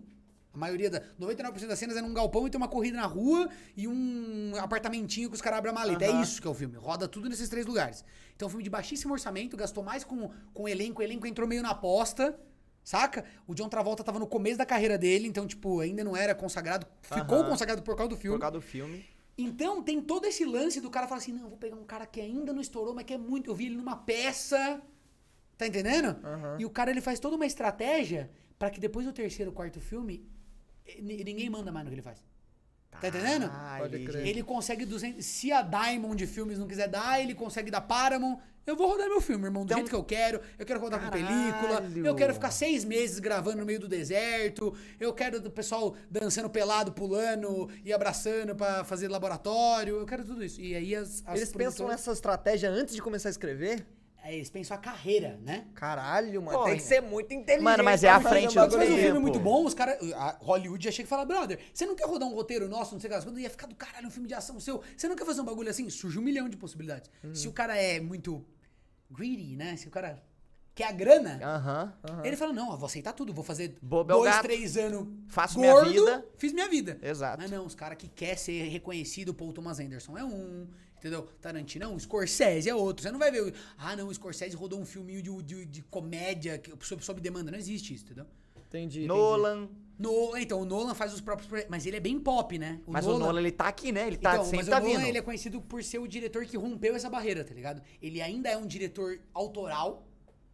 C: A maioria da. 99% das cenas é num galpão e tem uma corrida na rua e um apartamentinho que os caras abrem a maleta. É isso que é o filme. Roda tudo nesses três lugares. Então, é um filme de baixíssimo orçamento, gastou mais com, com o elenco, o elenco entrou meio na aposta. Saca? O John Travolta tava no começo da carreira dele, então, tipo, ainda não era consagrado. Ficou consagrado por causa do filme.
A: Por causa do filme.
C: Então tem todo esse lance do cara falar assim: não, eu vou pegar um cara que ainda não estourou, mas que é muito. Eu vi ele numa peça. Tá entendendo? E o cara ele faz toda uma estratégia pra que depois do terceiro, quarto filme, eh, ni- ninguém manda mais no que ele faz. Tá, entendendo?
B: Pode
A: ele-
B: crer.
C: Ele consegue 200. Se a Diamond de filmes não quiser dar, ele consegue dar Paramount. Eu vou rodar meu filme, irmão,
B: Então
C: do jeito que eu quero. Eu quero rodar com
A: Caralho!
C: película. Eu quero ficar seis meses gravando no meio do deserto. Eu quero o pessoal dançando pelado, pulando e abraçando pra fazer laboratório. Eu quero tudo isso. E aí as. as
B: Eles pensam
C: produtoras-
B: nessa estratégia antes de começar a escrever?
C: É, eles pensam a carreira, né?
B: Caralho, mano.
A: Porra.
B: Tem que ser muito inteligente.
A: Mano, mas é à
B: pra fazer
A: frente
B: um
C: Quando
A: do
C: você
B: bagulho
C: faz um
A: tempo.
B: desse.
C: filme muito bom, os caras. a Hollywood já chega e fala, brother, você não quer rodar um roteiro nosso, não sei o que lá, quando ia ficar do caralho um filme de ação seu. Você não quer fazer um bagulho assim? Surge um milhão de possibilidades.
A: Uhum.
C: Se o cara é muito greedy, né? Se o cara quer a grana,
A: Aham.
C: ele fala, não, eu vou aceitar tudo, vou fazer
A: Bobo é o
C: dois,
A: gato.
C: três anos.
A: Faço minha
C: gordo,
A: vida."
C: Fiz minha vida.
A: Exato.
C: Mas não, os caras que quer ser reconhecido, Paul Thomas Anderson é um, entendeu? Tarantino é um, Scorsese é outro. Você não vai ver, o- ah não, o Scorsese rodou um filminho de, de, de comédia que- sob, sob demanda. Não existe isso, entendeu?
B: Entendi. entendi.
A: Nolan.
C: No, então, o Nolan faz os próprios. pro- Mas ele é bem pop, né?
A: Mas o Nolan, ele tá aqui, né? Ele tá,
C: então, mas
A: sempre
C: o
A: tá
C: Nolan
A: vindo.
C: ele é conhecido por ser o diretor que rompeu essa barreira, tá ligado? Ele ainda é um diretor autoral,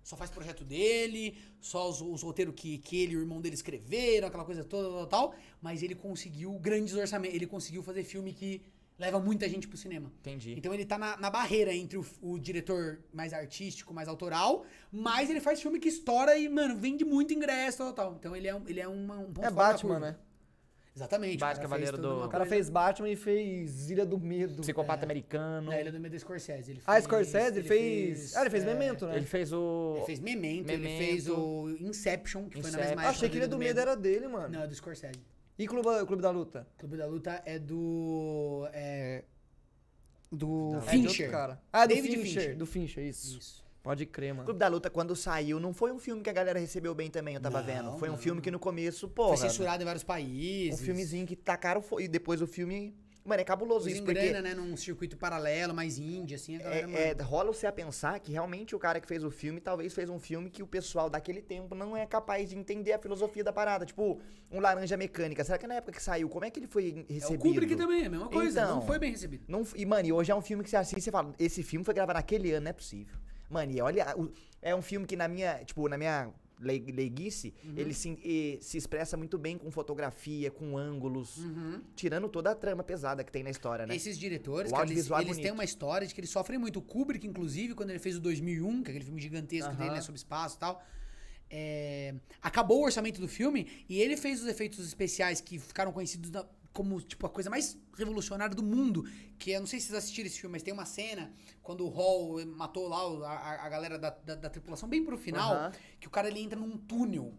C: só faz projeto dele, só os, os roteiros que, que ele e o irmão dele escreveram, aquela coisa toda, tal, tal. Mas ele conseguiu grandes orçamentos, ele conseguiu fazer filme que leva muita gente pro cinema.
A: Entendi.
C: Então ele tá na, na barreira entre o, o diretor mais artístico, mais autoral, mas ele faz filme que estoura e, mano, vende muito ingresso, tal, tal. Então ele é, um- ele é uma, um ponto
B: É
C: fora da
B: Batman,
C: curva.
B: né?
C: Exatamente. o
A: Batman,
C: cara fez
A: Cavaleiro
C: toda
A: do-
C: uma
B: O cara
C: coisa-
B: fez Batman e fez Ilha do Medo.
C: é.
A: Psicopata americano.
C: Na Ilha do Medo do Scorsese. Ele
B: Ah, Scorsese ele fez... Ah, ele fez
C: é,
B: Memento, né?
A: Ele fez o...
C: Ele fez Memento, ele
A: Memento.
C: fez o Inception, que foi na
A: Inception.
C: mesma época.
B: Achei que Ilha do é Medo era dele, mano.
C: Não, é do Scorsese.
B: E Clube, Clube da Luta?
C: Clube da Luta é do. É. Do
B: Não, é de outro
C: Fincher.
B: cara. Ah, do
C: David
B: Fincher.
C: Fincher.
B: Do Fincher, isso.
C: Isso.
B: Pode crer, mano.
A: Clube da Luta, quando saiu, não foi um filme que a galera recebeu bem também, eu tava
C: Não,
A: vendo. Foi
C: não.
A: um filme que no começo,
C: Foi
A: porra.
C: censurado em vários
A: um
C: países.
A: filmezinho que tacaram foi. E depois o filme. Mano, é cabuloso
C: Depois
A: isso, porque.
C: engrana, né? Num circuito paralelo, mais indie, assim, a galera. mano,
A: É, é, rola você a pensar que realmente o cara que fez o filme talvez fez um filme que o pessoal daquele tempo não é capaz de entender a filosofia da parada. Tipo, um Laranja Mecânica. Será que na época que saiu, como é que ele foi
C: É o
A: recebido?
C: Kubrick também, é a mesma coisa.
A: Então.
C: não foi bem recebido.
A: Não f- e, mano, e hoje é um filme que você assiste e você fala, esse filme foi gravado naquele ano, não é possível. Mano, e olha, o- é um filme que na minha, tipo, na minha lei- leiguice,
C: Uhum.
A: ele se, e- se expressa muito bem com fotografia, com ângulos,
C: Hum. Uhum.
A: tirando toda a trama pesada que tem na história, né?
C: Esses diretores,
A: O
C: cara, eles,
A: audiovisual é
C: eles têm
A: bonito.
C: uma história de que eles sofrem muito. O Kubrick, inclusive, quando ele fez o 2001, que é aquele filme gigantesco dele, né, sobre espaço e tal, é, acabou o orçamento do filme e ele fez os efeitos especiais que ficaram conhecidos na- como, tipo, a coisa mais revolucionária do mundo. Que eu não sei se vocês assistiram esse filme, mas tem uma cena quando o Hall matou lá o- a, a- a galera da, da, da tripulação, bem pro final, que o cara ele entra num túnel.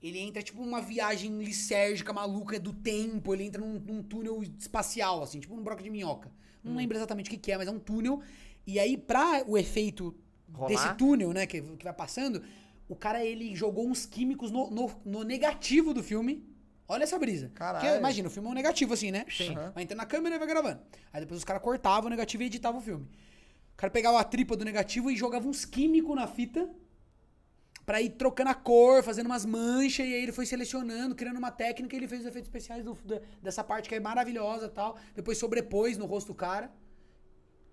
C: Ele entra, tipo, uma viagem lisérgica maluca do tempo. Ele entra num, num túnel espacial, assim, tipo um broco de minhoca. Não lembro exatamente o que, que é, mas é um túnel. E aí, pra o efeito
A: Rolar?
C: desse túnel, né, que, que vai passando, o cara, ele jogou uns químicos no, no- no negativo do filme. Olha essa brisa.
B: Caralho.
C: Porque, imagina, o filme é um negativo, assim, né?
B: Sim. Aham.
C: Vai entrando na câmera e vai gravando. Aí depois os caras cortavam o negativo e editavam o filme. O cara pegava a tripa do negativo e jogava uns químicos na fita pra ir trocando a cor, fazendo umas manchas, e aí ele foi selecionando, criando uma técnica, e ele fez os efeitos especiais do- da- dessa parte que é maravilhosa e tal. Depois sobrepôs no rosto do cara.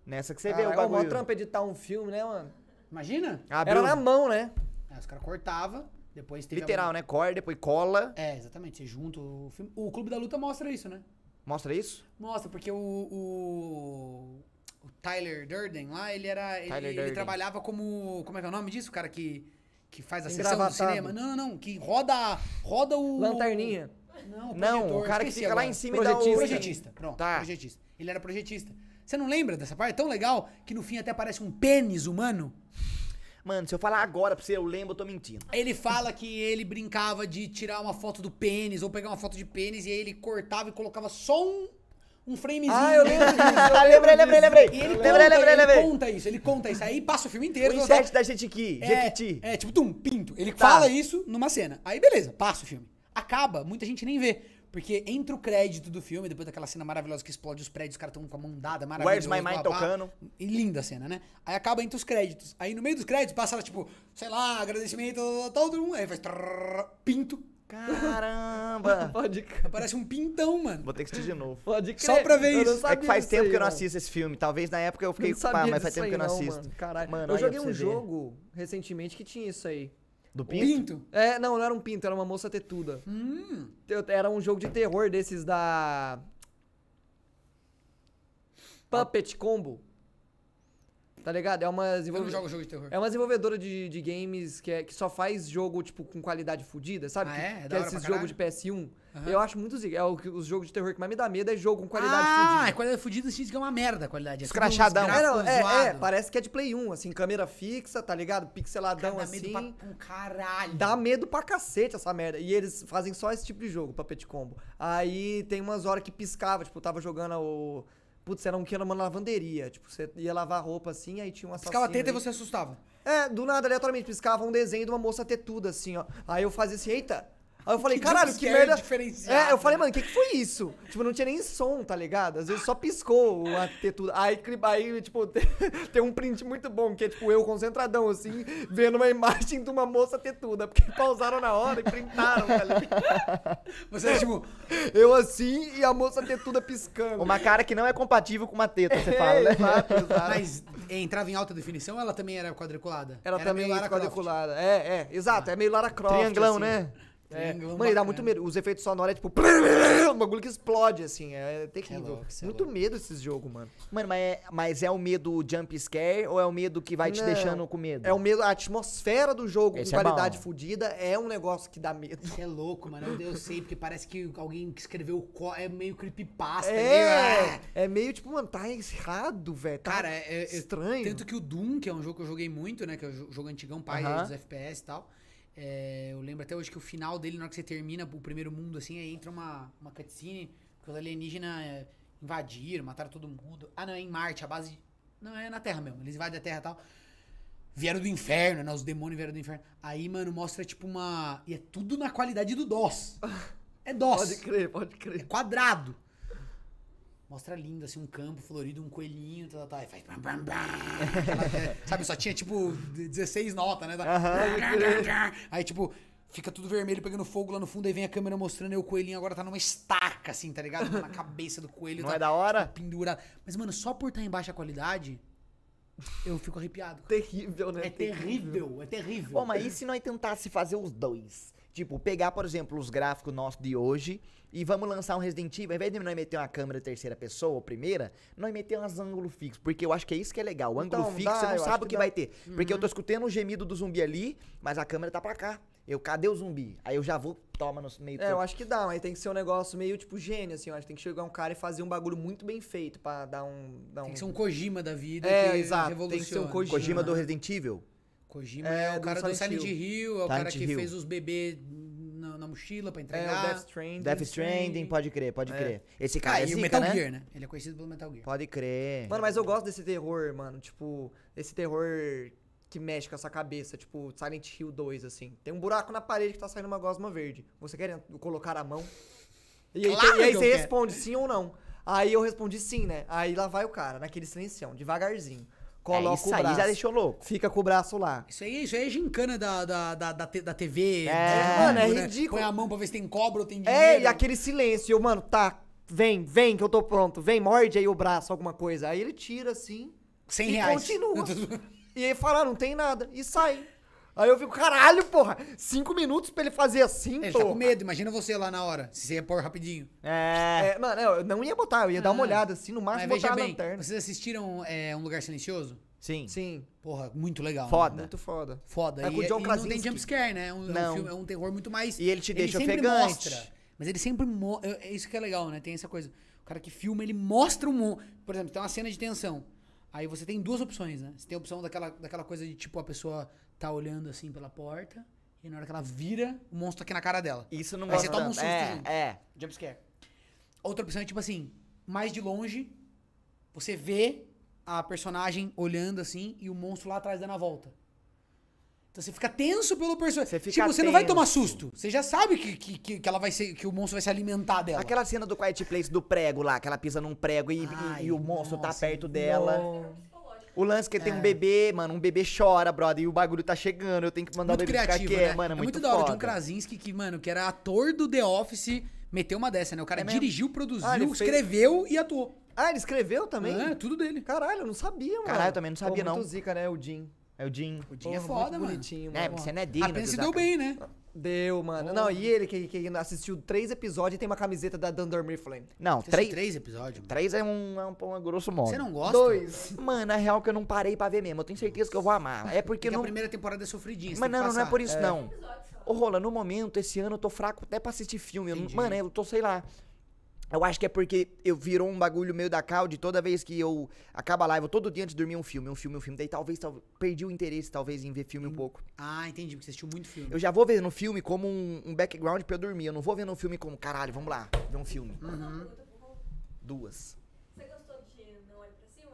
A: Nessa que você
B: Você vê
C: é
A: vê o
B: o maior
A: bagulho. é
B: trampo editar um filme, né, mano?
C: Imagina?
A: Abriu-
B: Era na mão, né?
C: Aí os caras cortavam, depois teve. a-
A: Literal, né? Corda, depois cola.
C: É, exatamente. Você junta o filme. O Clube da Luta mostra isso, né?
A: Mostra isso?
C: Mostra, porque o. o... o Tyler Durden lá, ele era. Ele,
A: Tyler
C: ele
A: Durden.
C: trabalhava como. Como é que é o nome disso? O cara que. Que faz a sessão do
B: Engravatado.
C: cinema. Não, não, não. Que roda. Roda
B: Uh.
C: o.
B: Lanterninha.
C: Não, o
A: não,
C: projetor,
A: o cara que
C: esqueci
A: fica lá
C: agora.
A: em cima e dá o...
C: Projetista, pronto.
A: Tá.
C: Projetista. Ele era projetista. Você não lembra dessa parte? É tão legal que no fim até parece um pênis humano.
A: Mano, se eu falar agora pra você, eu lembro, eu tô mentindo.
C: Ele fala que ele brincava de tirar uma foto do pênis ou pegar uma foto de pênis e aí ele cortava e colocava só um, um framezinho.
B: Ah, eu lembro disso.
A: lembrei, lembrei, lembrei.
C: E ele,
A: Lembrei,
C: conta,
A: lembrei,
C: ele
A: lembrei.
C: conta isso, ele conta isso. Aí passa o filme
A: O
C: inteiro.
A: inset da Jequiti. Jequiti. Tá.
C: É, é, tipo, tum, pinto. Ele fala isso numa cena. Aí, beleza, passa o filme. Acaba, muita gente nem vê. Porque entra o crédito do filme, depois daquela cena maravilhosa que explode os prédios, os caras estão com a mão dada,
A: Where's
C: maravilhosa.
A: My Mind tocando.
C: E linda a cena, né? Aí acaba entre os créditos. Aí no meio dos créditos passa, tipo, sei lá, agradecimento, todo mundo. Aí faz trrr, pinto.
A: Caramba.
B: Pode crer.
C: Parece um pintão, mano.
A: Vou ter que assistir de novo.
B: Pode crer.
C: Só pra ver
B: Eu
C: isso.
B: não
C: É que
A: É
B: sabia
A: que faz
B: disso
A: tempo
B: aí,
A: que eu não
B: mano.
A: assisto esse filme. Talvez na época eu
B: Eu
A: fiquei
B: não sabia
A: pá, mas faz
B: disso
A: tempo
B: aí,
A: que eu não
B: mano.
A: assisto.
B: Caralho.
A: Mano,
B: eu
A: olha pra
B: joguei
A: você
B: um
A: ver.
B: jogo recentemente que tinha isso aí.
A: Do Pinto?
C: Pinto.
B: É, não, não era um pinto, era uma moça tetuda.
C: Hum.
B: Eu- Era um jogo de terror desses da. Puppet Combo. Tá ligado? É uma,
C: Eu não
B: desenvolve-
C: jogo jogo de terror.
B: é uma desenvolvedora de, de games que, é- que só faz jogo, tipo, com qualidade fodida, sabe?
C: Ah,
B: Que-
C: é? É
B: que
C: da hora
B: esses
C: pra
B: jogos
C: caralho.
B: de PS1.
C: Aham.
B: Eu acho muito zica. É o, que- os jogos de terror que mais me dá medo é jogo com qualidade
C: ah,
B: fodida.
C: é qualidade fudida, isso que é uma merda a qualidade. É tudo uns
A: Escrachadão.
B: É, não,
C: gráficos
B: é, é,
C: zoados.
B: parece que é de Play 1, assim, câmera fixa, tá ligado? Pixeladão
C: Dá
B: assim.
C: medo pra um caralho.
B: Dá medo pra cacete essa merda. E eles fazem só esse tipo de jogo, Puppet Combo. Aí tem umas horas que piscava, tipo, eu tava jogando o. Putz, era um que era uma lavanderia. Tipo, você ia lavar roupa assim, aí tinha uma
C: Ficava atento e você assustava.
B: É, do nada, aleatoriamente, piscava um desenho de uma moça tetuda, assim, ó. Aí eu fazia assim, eita. Aí eu falei,
C: Que
B: caralho, que
C: jumpscare
B: merda.
C: diferenciado,
B: É, eu falei,
C: né?
B: mano, o que, que foi isso? Tipo, não tinha nem som, tá ligado? Às vezes só piscou a tetuda. Aí, cli- aí tipo, tem um print muito bom, que é tipo eu concentradão, assim, vendo uma imagem de uma moça tetuda. Porque pausaram na hora e printaram, tá ligado?
C: Você era tipo,
B: Eu assim e a moça tetuda piscando.
A: Uma cara que não é compatível com uma teta, você fala, né?
B: É, Exato, exato.
C: mas entrava em alta definição, ela também era quadriculada.
B: Ela
C: era
B: também
C: meio Lara Croft.
B: quadriculada. É, é, exato. É meio Lara Croft.
A: Trianglão,
B: assim.
A: né?
B: É.
C: Triângulo
B: Mano, e dá
C: bacana.
B: muito medo. Os efeitos sonoros é tipo. O bagulho que explode, assim. É
C: Cê é
B: terrível.
C: louco, cê é
B: muito
C: louco.
B: medo esses jogos, mano.
A: Mano, mas é, mas é o medo jump scare ou é o medo que vai te
B: Não.
A: deixando com medo?
B: É o medo. A atmosfera do jogo
A: Esse é
B: com qualidade
A: bom.
B: fodida é um negócio que dá medo.
C: Você é louco, mano. Eu, eu sei, porque parece que alguém que escreveu o co... é meio creepypasta. meio-
B: É!
C: ah.
B: É meio tipo, mano, tá errado, velho. Tá
C: Cara, é, é-
B: estranho.
C: Tanto que o Doom, que é um jogo que eu joguei muito, né? Que é o jo- jogo antigão, pai
A: Aham.
C: dos FPS e tal. É, eu lembro até hoje que o final dele, na hora que você termina o primeiro mundo, assim, aí entra uma, uma cutscene, porque os alienígenas é, invadiram, mataram todo mundo. Ah, não, é em Marte, a base. Não, é na Terra mesmo. Eles invadem a Terra e tal. Vieram do inferno, né? Os demônios vieram do inferno. Aí, mano, mostra tipo uma. E é tudo na qualidade do DOS. É DOS.
B: Pode crer, pode
C: É
B: crer.
C: quadrado. Mostra lindo, assim, um campo florido, um coelhinho, tal, tal, tal. E faz. bam, bam, bam. Aquela- Sabe, só tinha tipo 16 notas, né? Da- Aí, tipo, fica tudo vermelho pegando fogo lá no fundo, aí vem a câmera mostrando e o coelhinho agora tá numa estaca, assim, tá ligado? Na cabeça do coelho,
A: Não
C: tá
A: é da
B: né?
A: hora?
C: pendurado. Mas, mano, só por estar em baixa qualidade, eu fico arrepiado. cara.
B: Terrível, né?
C: É terrível, é terrível.
A: Bom, mas e se nós tentasse fazer os dois? Tipo, pegar, por exemplo, os gráficos nossos de hoje e vamos lançar um Resident Evil. Ao invés de nós meter uma câmera terceira pessoa ou primeira, nós meter umas ângulo fixo. Porque eu acho que é isso que é legal. O ângulo
B: Então,
A: fixo,
B: dá,
A: você não
B: eu acho
A: sabe o que
B: que dá. Uhum.
A: vai ter. Porque eu tô escutando o gemido do zumbi ali, mas a câmera tá pra cá. Eu, cadê o zumbi? Aí eu já vou, toma no meio
B: É, eu acho que dá, mas tem que ser um negócio meio tipo gênio, assim. Eu acho que tem que chegar um cara e fazer um bagulho muito bem feito pra dar um. Dar um...
C: Tem que ser um Kojima da vida.
B: É,
C: que
B: exato, tem que ser um
C: revoluciona.
B: Kojima.
A: Kojima do Resident Evil?
C: Kojima é,
B: É,
C: o
B: do
C: cara do
B: Silent
C: Silent Hill,
B: Hill.
C: é o cara
A: Silent
C: que
A: Hill.
C: fez os bebês na, na mochila pra
B: É, o
C: entregar.
B: Death Stranding.
A: Death Stranding, pode crer, pode
B: É.
A: crer. Esse
C: Ah,
A: cara é
C: e o
A: zica,
C: Metal
A: né?
C: Gear, né? Ele é conhecido pelo Metal Gear.
A: Pode crer. É,
B: Mano, mas eu gosto desse terror, mano. Tipo, esse terror que mexe com a sua cabeça. Tipo, Silent Hill 2, assim. Tem um buraco na parede que tá saindo uma gosma verde. Você quer en- colocar a mão? E aí,
C: Claro
B: tem- e aí
C: que eu
B: você
C: quero.
B: responde sim ou não. Aí eu respondi sim, né? Aí lá vai o cara, naquele silencião, devagarzinho.
A: é,
B: Coloca
A: isso
B: o braço.
A: aí já deixou louco.
B: Fica com o braço lá.
C: Isso aí, isso aí é gincana da, da, da, da, te- da TV.
A: É,
B: mano, é
C: né?
B: ridículo.
C: Põe a mão pra ver se tem cobra ou tem dinheiro.
B: É, e aquele silêncio, eu, mano, tá, vem, vem que eu tô pronto, vem, morde aí o braço, alguma coisa. Aí ele tira assim
C: 100
B: e
C: reais.
B: continua. e aí fala, ah, não tem nada, e sai. Aí eu fico, caralho, porra, cinco minutos pra ele fazer assim,
C: Ele tá
B: pô.
C: com medo, imagina você lá na hora. Se você ia pôr rapidinho.
A: É.
B: É, mano, eu não ia botar, eu ia dar uma
C: Ah.
B: olhada assim, no
C: Mas
B: máximo
C: veja
B: botar a
C: bem, assim,
B: lanterna.
C: vocês assistiram é, Um Lugar Silencioso?
A: Sim.
B: Sim,
C: Porra, muito legal. né?
A: Foda.
B: muito foda.
C: Foda.
B: É
C: e,
B: com o John
C: e não tem
B: Krasinski.
C: jumpscare, né? É um, é um
A: Não.
C: filme- é um terror muito mais...
A: E ele te deixa
C: sempre
A: ofegante.
C: mostra, mas ele sempre... Mo é é isso que é legal, né? Tem essa coisa. O cara que filma, ele mostra um... mon- Por exemplo, tem uma cena de tensão. Aí você tem duas opções, né? Você tem a opção daquela, daquela coisa de, tipo, a pessoa tá olhando assim pela porta... E na hora que ela vira, o monstro tá aqui na cara dela.
A: Isso eu não
C: Aí você
A: gosto
C: toma um
A: tanto.
C: susto
A: é,
C: junto.
A: é.
C: Jumpscare. Outra opção é tipo assim, mais de longe, você vê a personagem olhando assim e o monstro lá atrás dando a volta. Então você fica tenso pelo personagem.
A: Você fica
C: Tipo, você não vai
A: tenso.
C: tomar susto. Você já sabe que, que, que, que ela vai ser, que o monstro vai se alimentar dela.
A: Aquela cena do Quiet Place do prego lá, que ela pisa num prego e, e-
C: Ai,
A: e o monstro tá
C: nossa, É.
A: perto dela.
E: terror psicológico.
A: O lance que tem um bebê, mano, um bebê chora, brother, e o bagulho tá chegando, eu tenho que mandar
C: muito
A: o bebê
C: criativo,
A: ficar quieto,
C: né?
A: mano,
C: é
A: muito,
C: muito da hora. O John
A: foda.
C: Krasinski, que, mano, que era ator do The Office, meteu uma dessa, né? O cara
A: É mesmo?
C: dirigiu, produziu,
B: Ah, ele fez-
C: escreveu e atuou.
B: Ah, ele escreveu também?
C: É, tudo dele.
B: Caralho, eu não sabia, mano.
A: Caralho, eu também não
B: Pô,
A: sabia, não.
B: Muito zica, né, o Jim.
A: É o Jim.
C: O Jim é
B: Pô,
C: foda,
B: muito
C: mano.
B: bonitinho,
A: É,
B: mano.
A: porque você não é digno.
C: Apenas
A: do
C: se deu
A: Zaca.
C: bem, né?
B: Deu, mano. Não, e ele que, que assistiu três episódios e tem uma camiseta da Dunder Mifflin.
A: Não,
C: Tem
A: três,
C: três episódios. mano.
A: três é um, é um, é um grosso modo.
C: Você não gosta?
B: Dois.
A: Mano, é real que eu não parei pra ver mesmo, eu tenho certeza que eu vou amar. É porque
C: Porque
A: não...
C: a primeira temporada é sofridinha. você
A: Mas
C: tem que
A: não, não é
C: passar.
A: por isso, não.
E: Episódio só.
A: Ô, Rola, no momento, esse ano eu tô fraco até pra assistir filme. Eu não-
C: Entendi.
A: mano, eu tô, sei lá. Eu acho que é porque eu virou um bagulho meio da Caldi toda vez que eu acaba a live, eu todo dia antes de dormir um filme, um filme, um filme. Daí talvez, talvez perdi o interesse, talvez, em ver filme um pouco.
C: Ah, entendi, porque você assistiu muito filme.
A: Eu já vou vendo um filme como um, um background pra eu dormir. Eu não vou vendo um filme como, caralho, vamos lá, ver um filme.
E: Só uma pergunta, por favor.
A: Duas.
E: Você gostou de Não Olhe Pra Cima?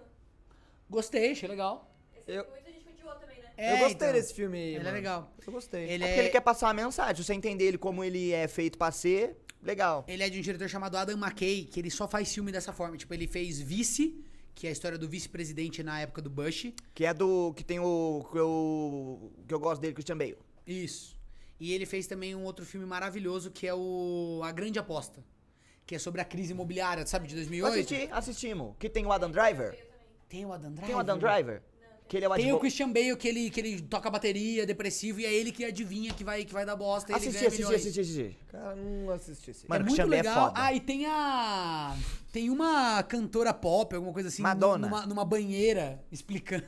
C: Gostei, achei legal.
E: Esse
B: Eu-
E: filme muita gente continuou também, né?
C: É,
B: eu gostei
C: então,
B: desse filme aí.
C: Ele é
B: mano.
C: legal.
B: Eu gostei.
C: Ele
A: É
C: é,
A: porque ele quer passar uma mensagem. Se você entender ele como ele é feito pra ser, legal.
C: ele é de um diretor chamado Adam McKay, que ele só faz filme dessa forma. Tipo, ele fez Vice, que é a história do vice-presidente na época do Bush.
A: Que é do. Que tem o. Que eu, que eu gosto dele, Christian Bale.
C: Isso. E ele fez também um outro filme maravilhoso, que é o A Grande Aposta. Que é sobre a crise imobiliária, sabe, de 2008.
A: Assisti, assistimos. Que tem o Adam Driver.
C: Tem o Adam Driver.
A: Tem o Adam Driver? Que ele é o
C: Tem o
A: advogado.
C: Christian Bale, que ele, que ele toca bateria, depressivo, e é ele que adivinha que vai, que vai dar bosta. e ele
A: Assisti,
C: ganha
A: assisti,
C: milhões.
A: assisti, assisti.
B: Cara, não assisti esse.
A: Mano,
C: é muito
A: Christian Bale é
C: legal.
A: foda.
C: Ah, e tem a. Tem uma cantora pop, alguma coisa assim.
A: Madonna.
C: Numa, numa banheira, explicando.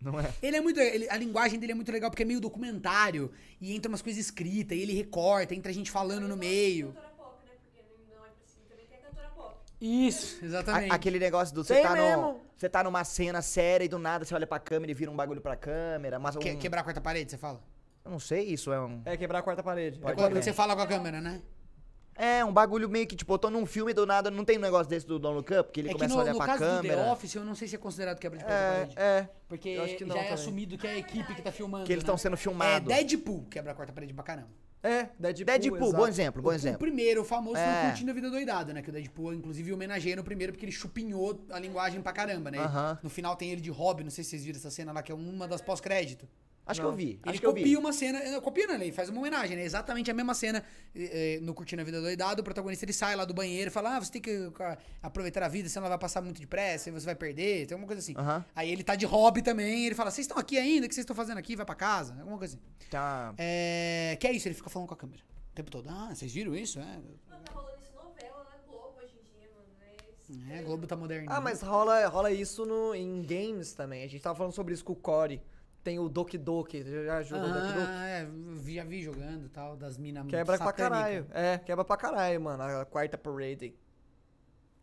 A: Não é?
C: Ele é muito. ele- a linguagem dele é muito legal porque é meio documentário. E entra umas coisas escritas, e ele recorta, entra a gente falando no meio.
E: Cantora pop, né? Porque Não Olhe Pra Cima também tem a cantora pop.
C: Isso,
A: A-
C: exatamente.
A: aquele negócio do você
B: Tem
A: tá, no,
B: mesmo.
A: você tá numa cena séria e do nada você olha pra câmera e vira um bagulho pra câmera. Mas um,
C: Que- quebrar a quarta parede, você fala?
F: Eu não sei, isso é um.
B: É quebrar a quarta parede.
C: É quando você fala com a câmera, né?
F: É, um bagulho meio que, tipo, eu tô num filme do nada, não tem um negócio desse do Donald Cup, que ele
C: é que
F: começa
C: no,
F: a olhar
C: no
F: pra
C: caso do The
F: câmera.
C: Office, né, eu não sei se é considerado quebra de quarta
F: É,
C: parede.
F: é.
C: Porque
B: Eu acho que não
C: já é
B: também.
C: assumido que é a equipe que tá filmando.
F: Que eles
C: né?
F: estão sendo filmados.
C: É Deadpool quebra a quarta parede pra caramba.
B: É, Deadpool.
F: Deadpool,
B: exato.
F: bom exemplo, bom
C: O
F: exemplo.
C: primeiro, o famoso, foi o
F: É.
C: Curtindo a Vida Doidado, né? Que o Deadpool, inclusive, homenageia no primeiro porque ele chupinhou a linguagem pra caramba, né?
F: Aham.
C: No final tem ele de hobby, não sei se vocês viram essa cena lá, que é uma das pós-crédito.
F: Acho que eu vi,
C: Ele
F: acho que eu
C: copia
F: vi.
C: uma cena, eh, copia não, ele faz uma homenagem, né? Exatamente a mesma cena eh, eh, no Curtindo a Vida Doidado, o protagonista ele sai lá do banheiro e fala, ah, você tem que ah, aproveitar a vida, senão ela vai passar muito depressa, você vai perder, tem alguma coisa assim.
F: Aham.
C: Aí ele tá de hobby também, ele fala, vocês estão aqui ainda, o que vocês estão fazendo aqui? Vai pra casa, alguma coisa assim.
F: Tá.
C: É, que é isso, ele fica falando com a câmera o tempo todo. Ah, vocês viram isso? É,
E: Mano, tá rolando isso novela na Globo hoje em dia, mano. É,
C: é Globo tá moderno.
B: Ah, mas rola, rola isso no, em games também. A gente tava falando sobre isso com o Core. Tem o Doki Doki, já- já jogou Doki Doki?
C: Ah, é, vi- já vi jogando e tal, das minas
B: Quebra pra caralho. É, quebra pra caralho, mano. A quarta parade.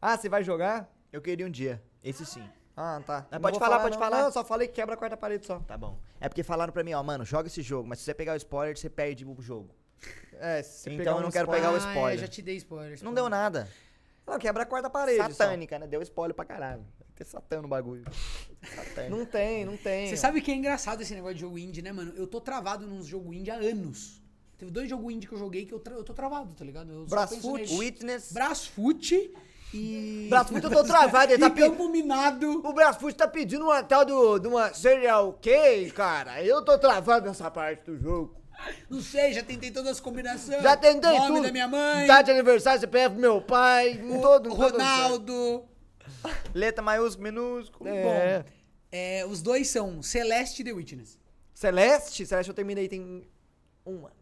B: Ah, você vai jogar?
F: Eu queria um dia. Esse sim.
B: Ah, tá.
F: Mas
B: Não
F: pode
B: vou
F: falar, pode
B: não.
F: falar.
B: Não, eu só falei que quebra a quarta parede só.
F: Tá bom. É porque falaram pra mim, ó, mano, joga esse jogo, mas se você pegar o spoiler, você perde o jogo.
B: É, se você
F: Então
B: pegar
F: eu
B: um
F: não quero
C: Ah,
F: pegar o
B: spoiler-
F: spoiler.
C: É, já te dei spoiler.
F: Não
C: spoiler.
F: deu nada.
B: Não, quebra a quarta parede. só.
F: Satânica, né? Deu spoiler pra caralho. Tem que ter satã no bagulho. Satânica.
B: Não tem, não tem.
C: Você sabe que é engraçado esse negócio de jogo indie, né, mano? Eu tô travado num jogo indie há anos. Teve dois jogos indie que eu joguei que eu, tra- eu tô travado, tá ligado? Eu só penso neles.
F: Witness.
C: Brasfoot e...
F: Brasfoot, eu tô travado, ele tá
C: E Campo Minado.
F: O Brasfoot tá pedindo uma tal do, de uma serial K, cara. Eu tô travado nessa parte do jogo.
C: Não sei, já tentei todas as combinações.
F: Já tentei
C: Nome
F: tudo.
C: da minha mãe.
B: Tá
F: Data de aniversário, CPF do meu pai,
C: o
F: todo
C: Ronaldo.
F: todo- Letra maiúsculo, minúsculo.
B: É.
C: Bom, é, os dois são Celeste e The Witness.
B: Celeste? Celeste eu terminei tem um ano.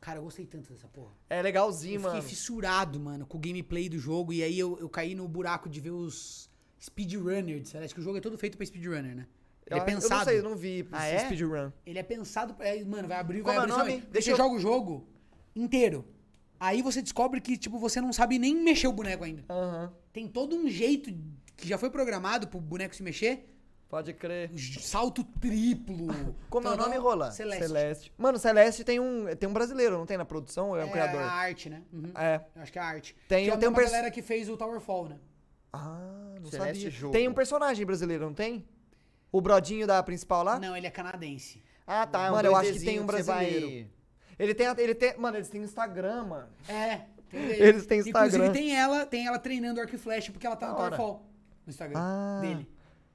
C: Cara, eu gostei tanto dessa porra.
B: É
C: Eu
B: legalzinho,
C: fiquei
B: mano.
C: fissurado, mano, com o gameplay do jogo. E aí eu, eu caí no buraco de ver os speedrunners de Celeste, que o jogo é todo feito pra speedrunner, né? Ele é
B: Ah, Eu-
C: pensado.
B: Eu não sei, eu não vi esse
F: Ah, é?
B: speedrun.
C: Ele é pensado pra. é, Mano, vai abrir,
F: Como
C: vai
F: é o
C: abrir.
F: nome?
C: sabe?
F: Deixa
C: você
F: eu-
C: joga o jogo inteiro. Aí você descobre que, tipo, você não sabe nem mexer o boneco ainda.
B: Aham.
C: Tem todo um jeito que já foi programado pro boneco se mexer. Um
B: Pode crer.
C: Salto triplo.
F: Como é o
C: Então,
F: nome, Rola?
C: Celeste.
B: Celeste. Mano, Celeste tem um, tem um brasileiro, não tem na produção? Ou é um
C: a
B: criador?
C: arte, né? Uhum.
B: É.
C: Eu acho que é a arte.
B: Tem-
C: que é a
B: tem um
C: mesma
B: perso-
C: galera que fez o Towerfall, né?
B: Ah, não
F: Celeste
B: sabia.
F: Jogo.
B: Tem um personagem brasileiro, não tem? O brodinho da principal lá?
C: Não, ele é canadense.
F: Ah, tá. é um
B: Mano, eu acho que
F: 2Dzinho
B: tem um
F: você
B: brasileiro. Ele tem, a- ele tem, mano, eles têm um Instagram, mano.
C: É. tem ele.
B: Eles têm Instagram.
C: Inclusive tem ela, tem ela treinando arco e flecha porque ela tá no
F: Da hora.
C: Towerfall no Instagram
B: Ah.
C: dele.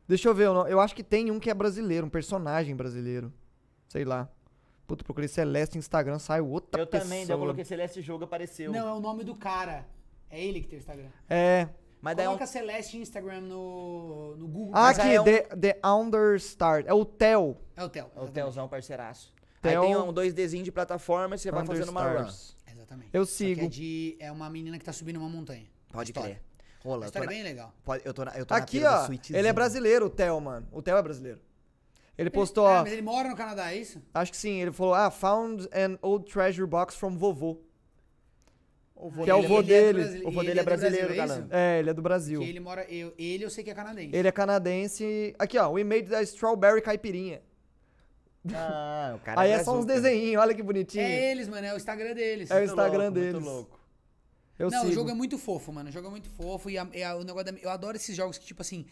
B: Deixa eu ver, eu, não- eu acho que tem um que é brasileiro, um personagem brasileiro. Sei lá. Puta, procurei Celeste Instagram, saiu outra
F: Eu
B: pessoa.
F: também, daí eu coloquei Celeste Jogo, apareceu.
C: Não, é o nome do cara. É ele que tem o Instagram.
B: É.
F: Mas daí é um...
C: Coloca Celeste Instagram no, no Google.
B: Ah,
F: Mas
B: aqui,
F: aí é um-
B: The, The Understar. É o Theo.
C: É o Theo.
F: É o Telzão, parceiraço.
B: Theo-
F: Aí tem um 2Dzinho de plataforma e você vai fazendo uma run.
B: Understars.
C: Exatamente.
B: Eu
C: Só que
B: sigo.
C: É, de, é uma menina que tá subindo uma montanha.
F: Pode
C: História.
F: crer. Rola,
C: A
F: eu tô,
C: história é
F: na...
C: bem legal.
F: Pode- eu tô na- eu tô na
B: Aqui,
A: Ah,
F: pira do
B: ó. Ele é
F: Switchzinho.
B: brasileiro, o Theo, mano. O Theo é brasileiro. Ele
F: tá
B: postou,
C: Ah,
B: ó.
C: mas ele mora no Canadá, é isso?
B: Acho que sim. Ele falou, ah, found an old treasure box from vovô.
F: O vô
B: Que é o
F: dele
B: vô
C: Ele
B: dele.
C: brasile-
F: O vô
C: ele
F: dele é
C: do Brasil,
F: brasileiro,
C: isso?
F: galera.
B: É, ele é do Brasil.
C: Que ele mora. Eu, ele eu sei que é canadense.
B: Ele é canadense. Aqui, ó. We made a strawberry caipirinha.
F: Ah, o cara
B: Aí é só uns
F: brazuca.
B: desenhinhos, olha que bonitinho.
C: É eles, mano, é o Instagram deles.
B: É o
F: Muito
B: Instagram
F: louco, muito
B: deles.
F: louco.
B: Eu
C: não,
B: sigo.
C: o jogo é muito fofo, mano. O jogo é muito fofo e, a- e a- o negócio da, eu adoro esses jogos que tipo assim,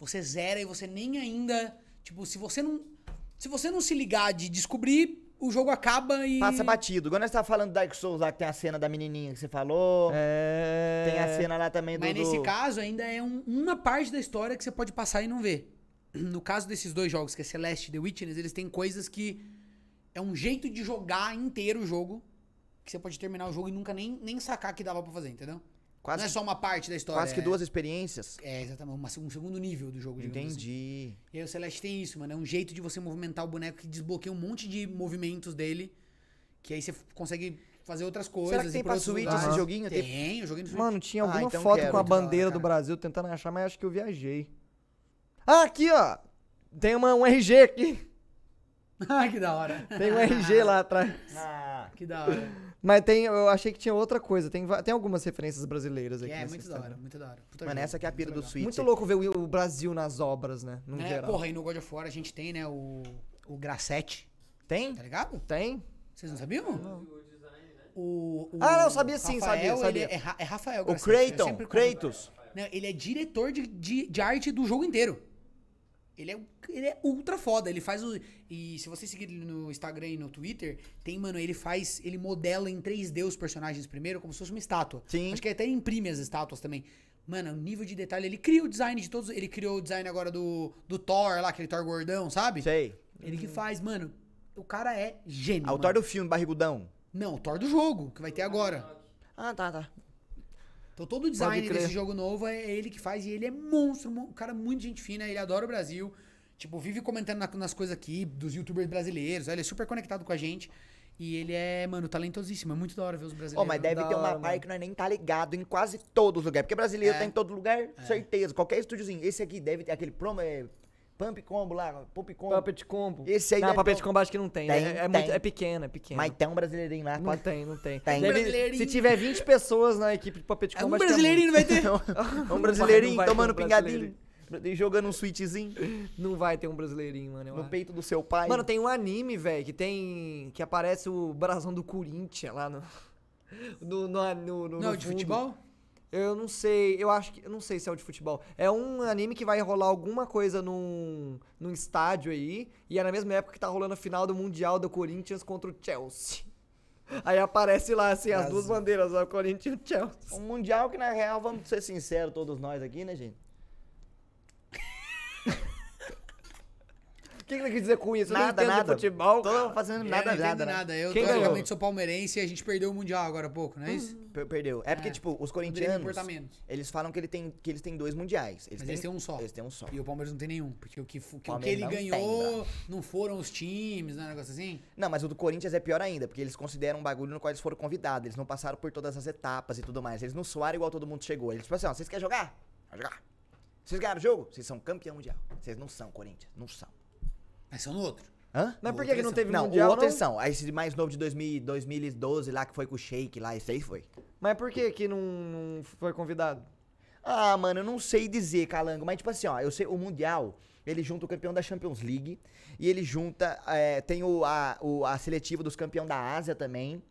C: você zera e você nem ainda, tipo, se você não se você não se ligar de descobrir, o jogo acaba e
F: Passa batido. Quando nós tava falando do Dark Souls lá, que tem a cena da menininha que você falou.
B: É.
F: Tem a cena lá também do...
C: Mas nesse
F: do-
C: caso ainda é um- uma parte da história que você pode passar e não ver. No caso desses dois jogos, que é Celeste e The Witness, eles têm coisas que é um jeito de jogar inteiro o jogo, que você pode terminar o jogo e nunca nem, nem sacar que dava pra fazer, entendeu?
F: Quase,
C: não é só uma parte da história.
F: quase que
C: é-
F: duas experiências.
C: É, exatamente, uma, um segundo nível do jogo, digamos assim.
F: Entendi.
C: E aí o Celeste tem isso, mano. É um jeito de você movimentar o boneco que desbloqueia um monte de movimentos dele. Que aí você f- consegue fazer outras coisas.
F: Será que
C: ir
F: tem
C: pra
F: pra
C: outros
F: Switch
C: lugares.
F: esse joguinho? Tem-
C: Tem, eu joguei no Switch.
B: Mano, tinha
F: Ah,
B: alguma
F: então
B: foto
F: quero.
B: com a
F: Muito da
C: hora,
B: bandeira do
C: cara.
B: Brasil tentando achar, mas acho que eu viajei. Ah, aqui, ó. Tem uma, um RG aqui.
C: ah, que da hora.
B: Tem um RG lá atrás.
F: Ah,
C: que da hora.
B: Mas tem, eu achei que tinha outra coisa. Tem, va- tem algumas referências brasileiras aqui.
C: Que é,
B: nessa
C: muito da
B: história.
C: hora, muito da hora. Puta
F: mano,
C: jogo,
F: essa que é a
C: muito
F: pira do
C: legal.
F: Switch.
B: Muito louco ver o o Brasil nas obras, né? No
C: É,
B: geral.
C: porra, e no God of War a gente tem, né, o, o Grassetti,
A: Tem?
C: tá ligado?
A: Tem?
C: Vocês não sabiam? O, o
A: Ah, não, sabia sim,
C: Rafael,
A: sabia,
C: ele
A: sabia.
C: é, Ra- é Rafael
A: O
C: Gracete, eu
A: Creighton,
C: sempre confundo.
A: Kratos.
C: Não, ele é diretor de, de, de arte do jogo inteiro. Ele é, ele é ultra foda, ele faz o... E se você seguir ele no Instagram e no Twitter, tem, mano, ele faz... Ele modela em 3D os personagens primeiro, como se fosse uma estátua.
A: Sim.
C: Acho que até imprime as estátuas também. Mano, o nível de detalhe, ele cria o design de todos... Ele criou o design agora do, do Thor lá, aquele Thor gordão, sabe?
A: Sei.
C: Ele que faz, mano. O cara é gênio.
A: Autor do filme, Barrigudão.
C: Não, o Thor do jogo, que vai ter agora.
A: Ah, tá, tá.
C: Então todo o design
A: Pode crer.
C: desse jogo novo é ele que faz e ele é monstro, mon- um cara muito gente fina, ele adora o Brasil. Tipo, vive comentando na- nas coisas aqui, dos youtubers brasileiros, ele é super conectado com a gente. E ele é, mano, talentosíssimo, é muito da hora ver os
A: Ó,
C: brasileiros.
A: mas deve
B: da
A: ter uma
B: hora,
A: parte
B: mano.
A: que nós nem tá ligado em quase todos os lugares. Porque brasileiro
C: É.
A: tá em todo lugar, certeza. Qualquer estúdiozinho. Esse aqui deve ter aquele promo, é, Pump Combo lá, Pump Combo.
B: Puppet Combo.
A: Esse aí
B: Não,
A: deve
B: Puppet
A: ter-
B: Combo acho que não tem. né?
A: Tem,
B: é, é
A: tem.
B: muito- é pequeno, é pequeno.
A: Mas tem um brasileirinho lá,
B: Não
A: pode...
B: tem, não tem.
A: Tem.
B: Deve-
C: Brasileirinho.
B: se tiver 20 pessoas na equipe de Puppet
C: É
B: Combo,
C: um
B: acho que é
C: brasileirinho, não vai ter.
A: um brasileirinho
B: vai ter um
A: tomando pingadinho.
B: brasileirinho.
A: e Jogando um switchzinho
B: muito. Não vai ter um brasileirinho, mano. eu
A: no
B: acho.
A: peito do seu pai.
B: Mano, tem um anime, velho, que tem. que aparece o brasão do Corinthians lá no. No, no, no- no-
C: Não,
B: no
C: de
B: fundo.
C: futebol?
B: Eu não sei, eu acho que. Eu não sei se é o de futebol. É um anime que vai rolar alguma coisa num, num estádio aí. E é na mesma época que tá rolando a final do Mundial do Corinthians contra o Chelsea. Aí aparece lá, assim, as duas bandeiras, ó, o Corinthians e o Chelsea.
A: Um mundial que, na real, vamos ser sinceros todos nós aqui, né, gente?
B: O que que ele quer dizer com isso? Eu não
A: Nada,
B: entendo de
A: nada.
B: futebol,
A: Tô
B: cara.
A: fazendo
C: Eu
A: nada,
C: É, não entendo
A: nada. né?
C: nada. Eu,
B: Quem ganhou?
C: teoricamente, sou palmeirense e a gente perdeu o Mundial agora há pouco, não é isso?
A: Per- Perdeu. É porque,
C: É.
A: tipo, os
C: Poderia me
A: corintianos,
C: importar menos.
A: Hum. eles falam que, ele tem, que eles têm dois mundiais. Eles
C: Mas eles têm um só.
A: Eles têm um só.
C: E o Palmeiras não tem nenhum, porque o que, fu- que o que
A: Palmeiras
C: ele
A: não tem, né?
C: ganhou não foram os times, não é um negócio assim?
A: Não, mas o do Corinthians é pior ainda, porque eles consideram um bagulho no qual eles foram convidados. Eles não passaram por todas as etapas e tudo mais. Eles não soaram igual todo mundo chegou. Eles, tipo assim, ó, vocês querem jogar? Vai jogar. Vocês ganharam o jogo? Vocês são campeão mundial. Vocês não são, Corinthians. Não são.
C: Mas são no outro.
A: Hã?
B: Mas por que, que não teve
A: Não,
B: mundial?
A: o outro
B: não?
A: eles são. Aí esse mais novo de 2000, 2012 lá, que foi com o Shake lá, esse aí foi.
B: Mas por que que não, não foi convidado?
A: Ah, mano, eu não sei dizer, Calango, mas tipo assim, ó, eu sei, o Mundial, ele junta o campeão da Champions League e ele junta, é, tem o, a, o, a seletiva dos campeões da Ásia também.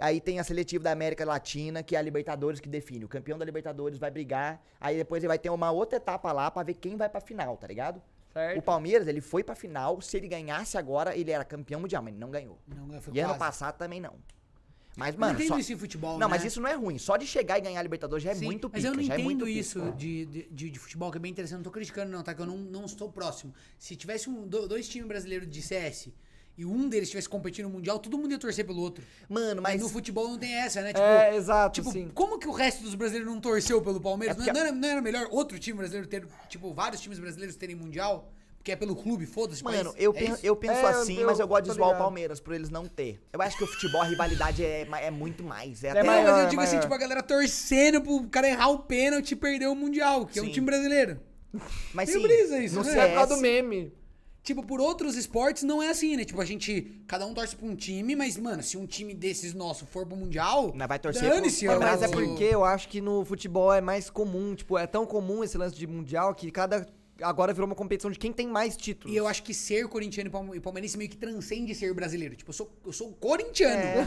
A: Aí tem a seletiva da América Latina, que é a Libertadores que define. O campeão da Libertadores vai brigar, aí depois ele vai ter uma outra etapa lá pra ver quem vai pra final, tá ligado?
B: Certo?
A: O Palmeiras, ele foi pra final, se ele ganhasse agora, ele era campeão mundial, mas ele não ganhou.
C: Não ganhou, foi
A: E ano
C: quase.
A: passado também não. Mas,
C: Eu não
A: mano,
C: entendo
A: só-
C: isso em futebol,
A: não,
C: né?
A: mas isso não é ruim. Só de chegar e ganhar a Libertadores já é
C: Sim,
A: muito pica.
C: Mas eu não
A: já é muito
C: entendo
A: pica.
C: isso de, de, de- de futebol, que é bem interessante. Não tô criticando, não, tá? Que eu não, não estou próximo. Se tivesse um, do- dois times brasileiros de CS e um deles estivesse competindo no Mundial, todo mundo ia torcer pelo outro.
A: Mano,
C: Mas
A: mas.
C: no futebol não tem essa, né? Tipo,
B: é, exato,
C: tipo,
B: sim.
C: como que o resto dos brasileiros não torceu pelo
A: É
C: Palmeiras?
A: porque-
C: Não, era, não era melhor outro time brasileiro ter, tipo, vários times brasileiros terem Mundial? Porque é pelo clube, foda-se.
A: Mano,
C: mas
A: eu,
C: é tá
A: pen-
C: isso?
A: eu penso
B: É, eu-
A: assim,
B: eu
A: mas eu gosto de
B: tô
A: zoar o
B: ligado.
A: Palmeiras por eles não ter. Eu acho que o futebol, a rivalidade é, ma- é muito mais. É,
B: É
A: até
C: Não, mas eu
B: maior,
C: digo assim,
B: maior.
C: tipo, a galera torcendo pro cara errar o pênalti e perder o Mundial, que é um
A: Sim.
C: time brasileiro.
A: Mas
C: meio
A: sim,
C: brisa isso,
A: no
C: né?
B: É por causa do
A: CS,
B: meme.
C: Tipo, por outros esportes não é assim, né? Tipo, a gente. Cada um torce pra um time, mas, mano, se um time desses nosso for pro Mundial.
A: Nós vai torcer pro-
C: dane-se,
A: pro
C: ó.
B: Mas é
A: Brasil.
B: porque eu acho que no futebol é mais comum, tipo, é tão comum esse lance de mundial que cada agora virou uma competição de quem tem mais títulos.
C: E eu acho que ser corintiano e palme- e palmeirense meio que transcende ser brasileiro. Tipo, eu sou, eu sou corintiano.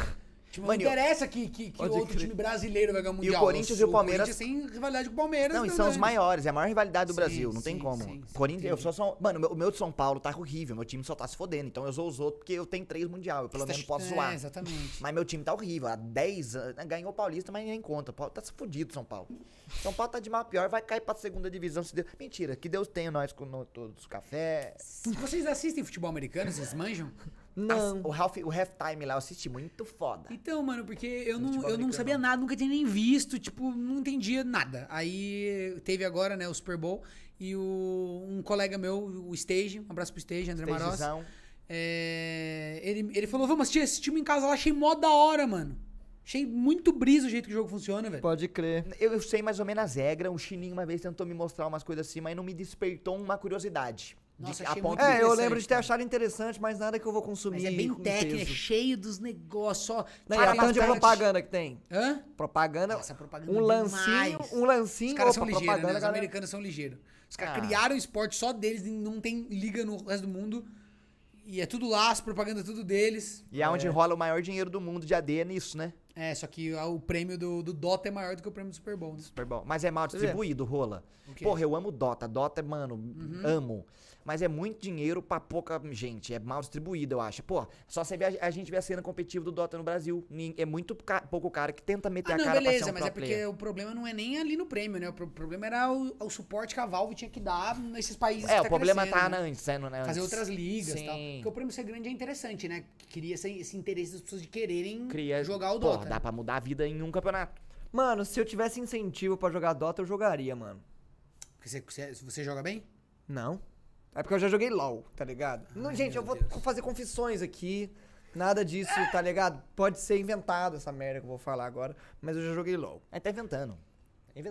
C: Tipo,
A: É. Mano,
C: não interessa que, que, que
B: Pode
C: outro
B: crer.
C: time brasileiro vai ganhar o Mundial. Eu
A: Corinthians e o
C: sou
A: Palmeiras-
C: Corinthians tem rivalidade com o Palmeiras.
A: Não, e
C: né,
A: são os
C: velho?
A: maiores, é a maior rivalidade do
C: Sim,
A: Brasil, não tem
C: sim,
A: como.
C: sim, sim,
A: Corinthians, eu
C: entendi.
A: sou São... Mano, o meu- o meu de São Paulo tá horrível, meu time só tá se fodendo, então eu zoo os outros porque eu tenho três mundial, eu pelo
C: Você tá
A: menos posso
C: ch-
A: zoar.
C: É, exatamente.
A: Mas meu time tá horrível. Há 10 anos. Ganhou o Paulista, mas nem conta. Pau- Tá se fudido, São Paulo. São Paulo tá de mal a pior, vai cair pra segunda divisão. Se Deus... Mentira, que Deus tenha nós com no- todos os café.
C: Vocês assistem futebol americano? Vocês manjam?
B: Não.
A: As- o half, o halftime lá, eu assisti muito
B: Tá.
A: foda.
C: Então, mano, porque eu não,
A: Futebol
C: eu não
A: americano.
C: sabia nada, nunca tinha nem visto, tipo, não entendia nada. Aí teve agora, né, o Super Bowl e o, um colega meu, o Stage, um abraço pro Stage, André Maros.
A: Stagezão.
C: é, ele, ele falou: vamos assistir esse time em casa lá, achei mó da hora, mano. Achei muito brisa o jeito que o jogo funciona, velho.
B: Pode crer.
A: Eu, eu sei mais ou menos as regras. O Chininho uma vez tentou me mostrar umas coisas assim, mas não me despertou uma curiosidade. de,
C: Nossa,
A: a
C: achei
A: ponto
C: muito
A: de-
B: É, eu
C: Interessante,
B: lembro de ter
C: cara.
B: achado interessante, mas nada que eu vou consumir.
C: Mas é bem
B: com
C: técnico, é
B: peso.
C: cheio dos negócios, só.
B: Não, e
C: Cara,
B: a tanto de
C: bastante-
B: propaganda que tem.
C: Hã?
B: Propaganda.
C: Nossa, propaganda é
B: um lancinho,
C: demais.
B: um lancinho,
C: Os caras são
B: opa,
C: ligeiros, né?
B: propaganda,
C: Os
B: galera.
C: americanos são ligeiros. Os caras
A: Ah.
C: criaram o esporte só deles e não tem liga no resto do mundo. E é tudo lá, as propaganda é tudo deles.
A: E é onde rola o maior dinheiro do mundo de AD é nisso, né?
C: É, só que ah, o prêmio do, do Dota é maior do que o prêmio do Super Bowl, né?
A: Super Bowl. Mas é mal
B: vê?
A: distribuído, rola.
C: O quê? Uhum.
A: Porra, eu amo Dota. Dota, mano, amo. Mas é muito dinheiro pra pouca gente. É mal distribuído, eu acho. Pô, só você vê a, a gente vê a cena competitiva do Dota no Brasil. Nin- É muito ca- pouco cara que tenta meter
C: Ah,
A: a
C: não,
A: cara
C: beleza,
A: pra ser um
C: mas
A: pro
C: é porque
A: player.
C: o problema não é nem ali no prêmio, né? O pro- problema era o, o suporte que a Valve tinha que dar nesses países que
A: É,
C: tá
A: o problema
C: crescendo,
A: tá
C: né?
A: na antes, né? no- na
C: Fazer
A: antes.
C: outras ligas e tal.
A: Sim.
C: Porque o prêmio ser grande é interessante, né? Cria esse, esse interesse das pessoas de quererem
A: Cria-
C: jogar o
A: Pô,
C: Dota. né?
A: dá pra mudar a vida em um campeonato.
B: Mano, se eu tivesse incentivo pra jogar Dota, eu jogaria, mano.
C: Porque você, você, você joga bem?
B: Não. É porque eu já joguei LOL, tá ligado? não, gente, eu vou fazer confissões aqui. Nada disso, tá ligado? Pode ser inventado essa merda que eu vou falar agora, mas eu já joguei LOL.
A: Aí tá inventando.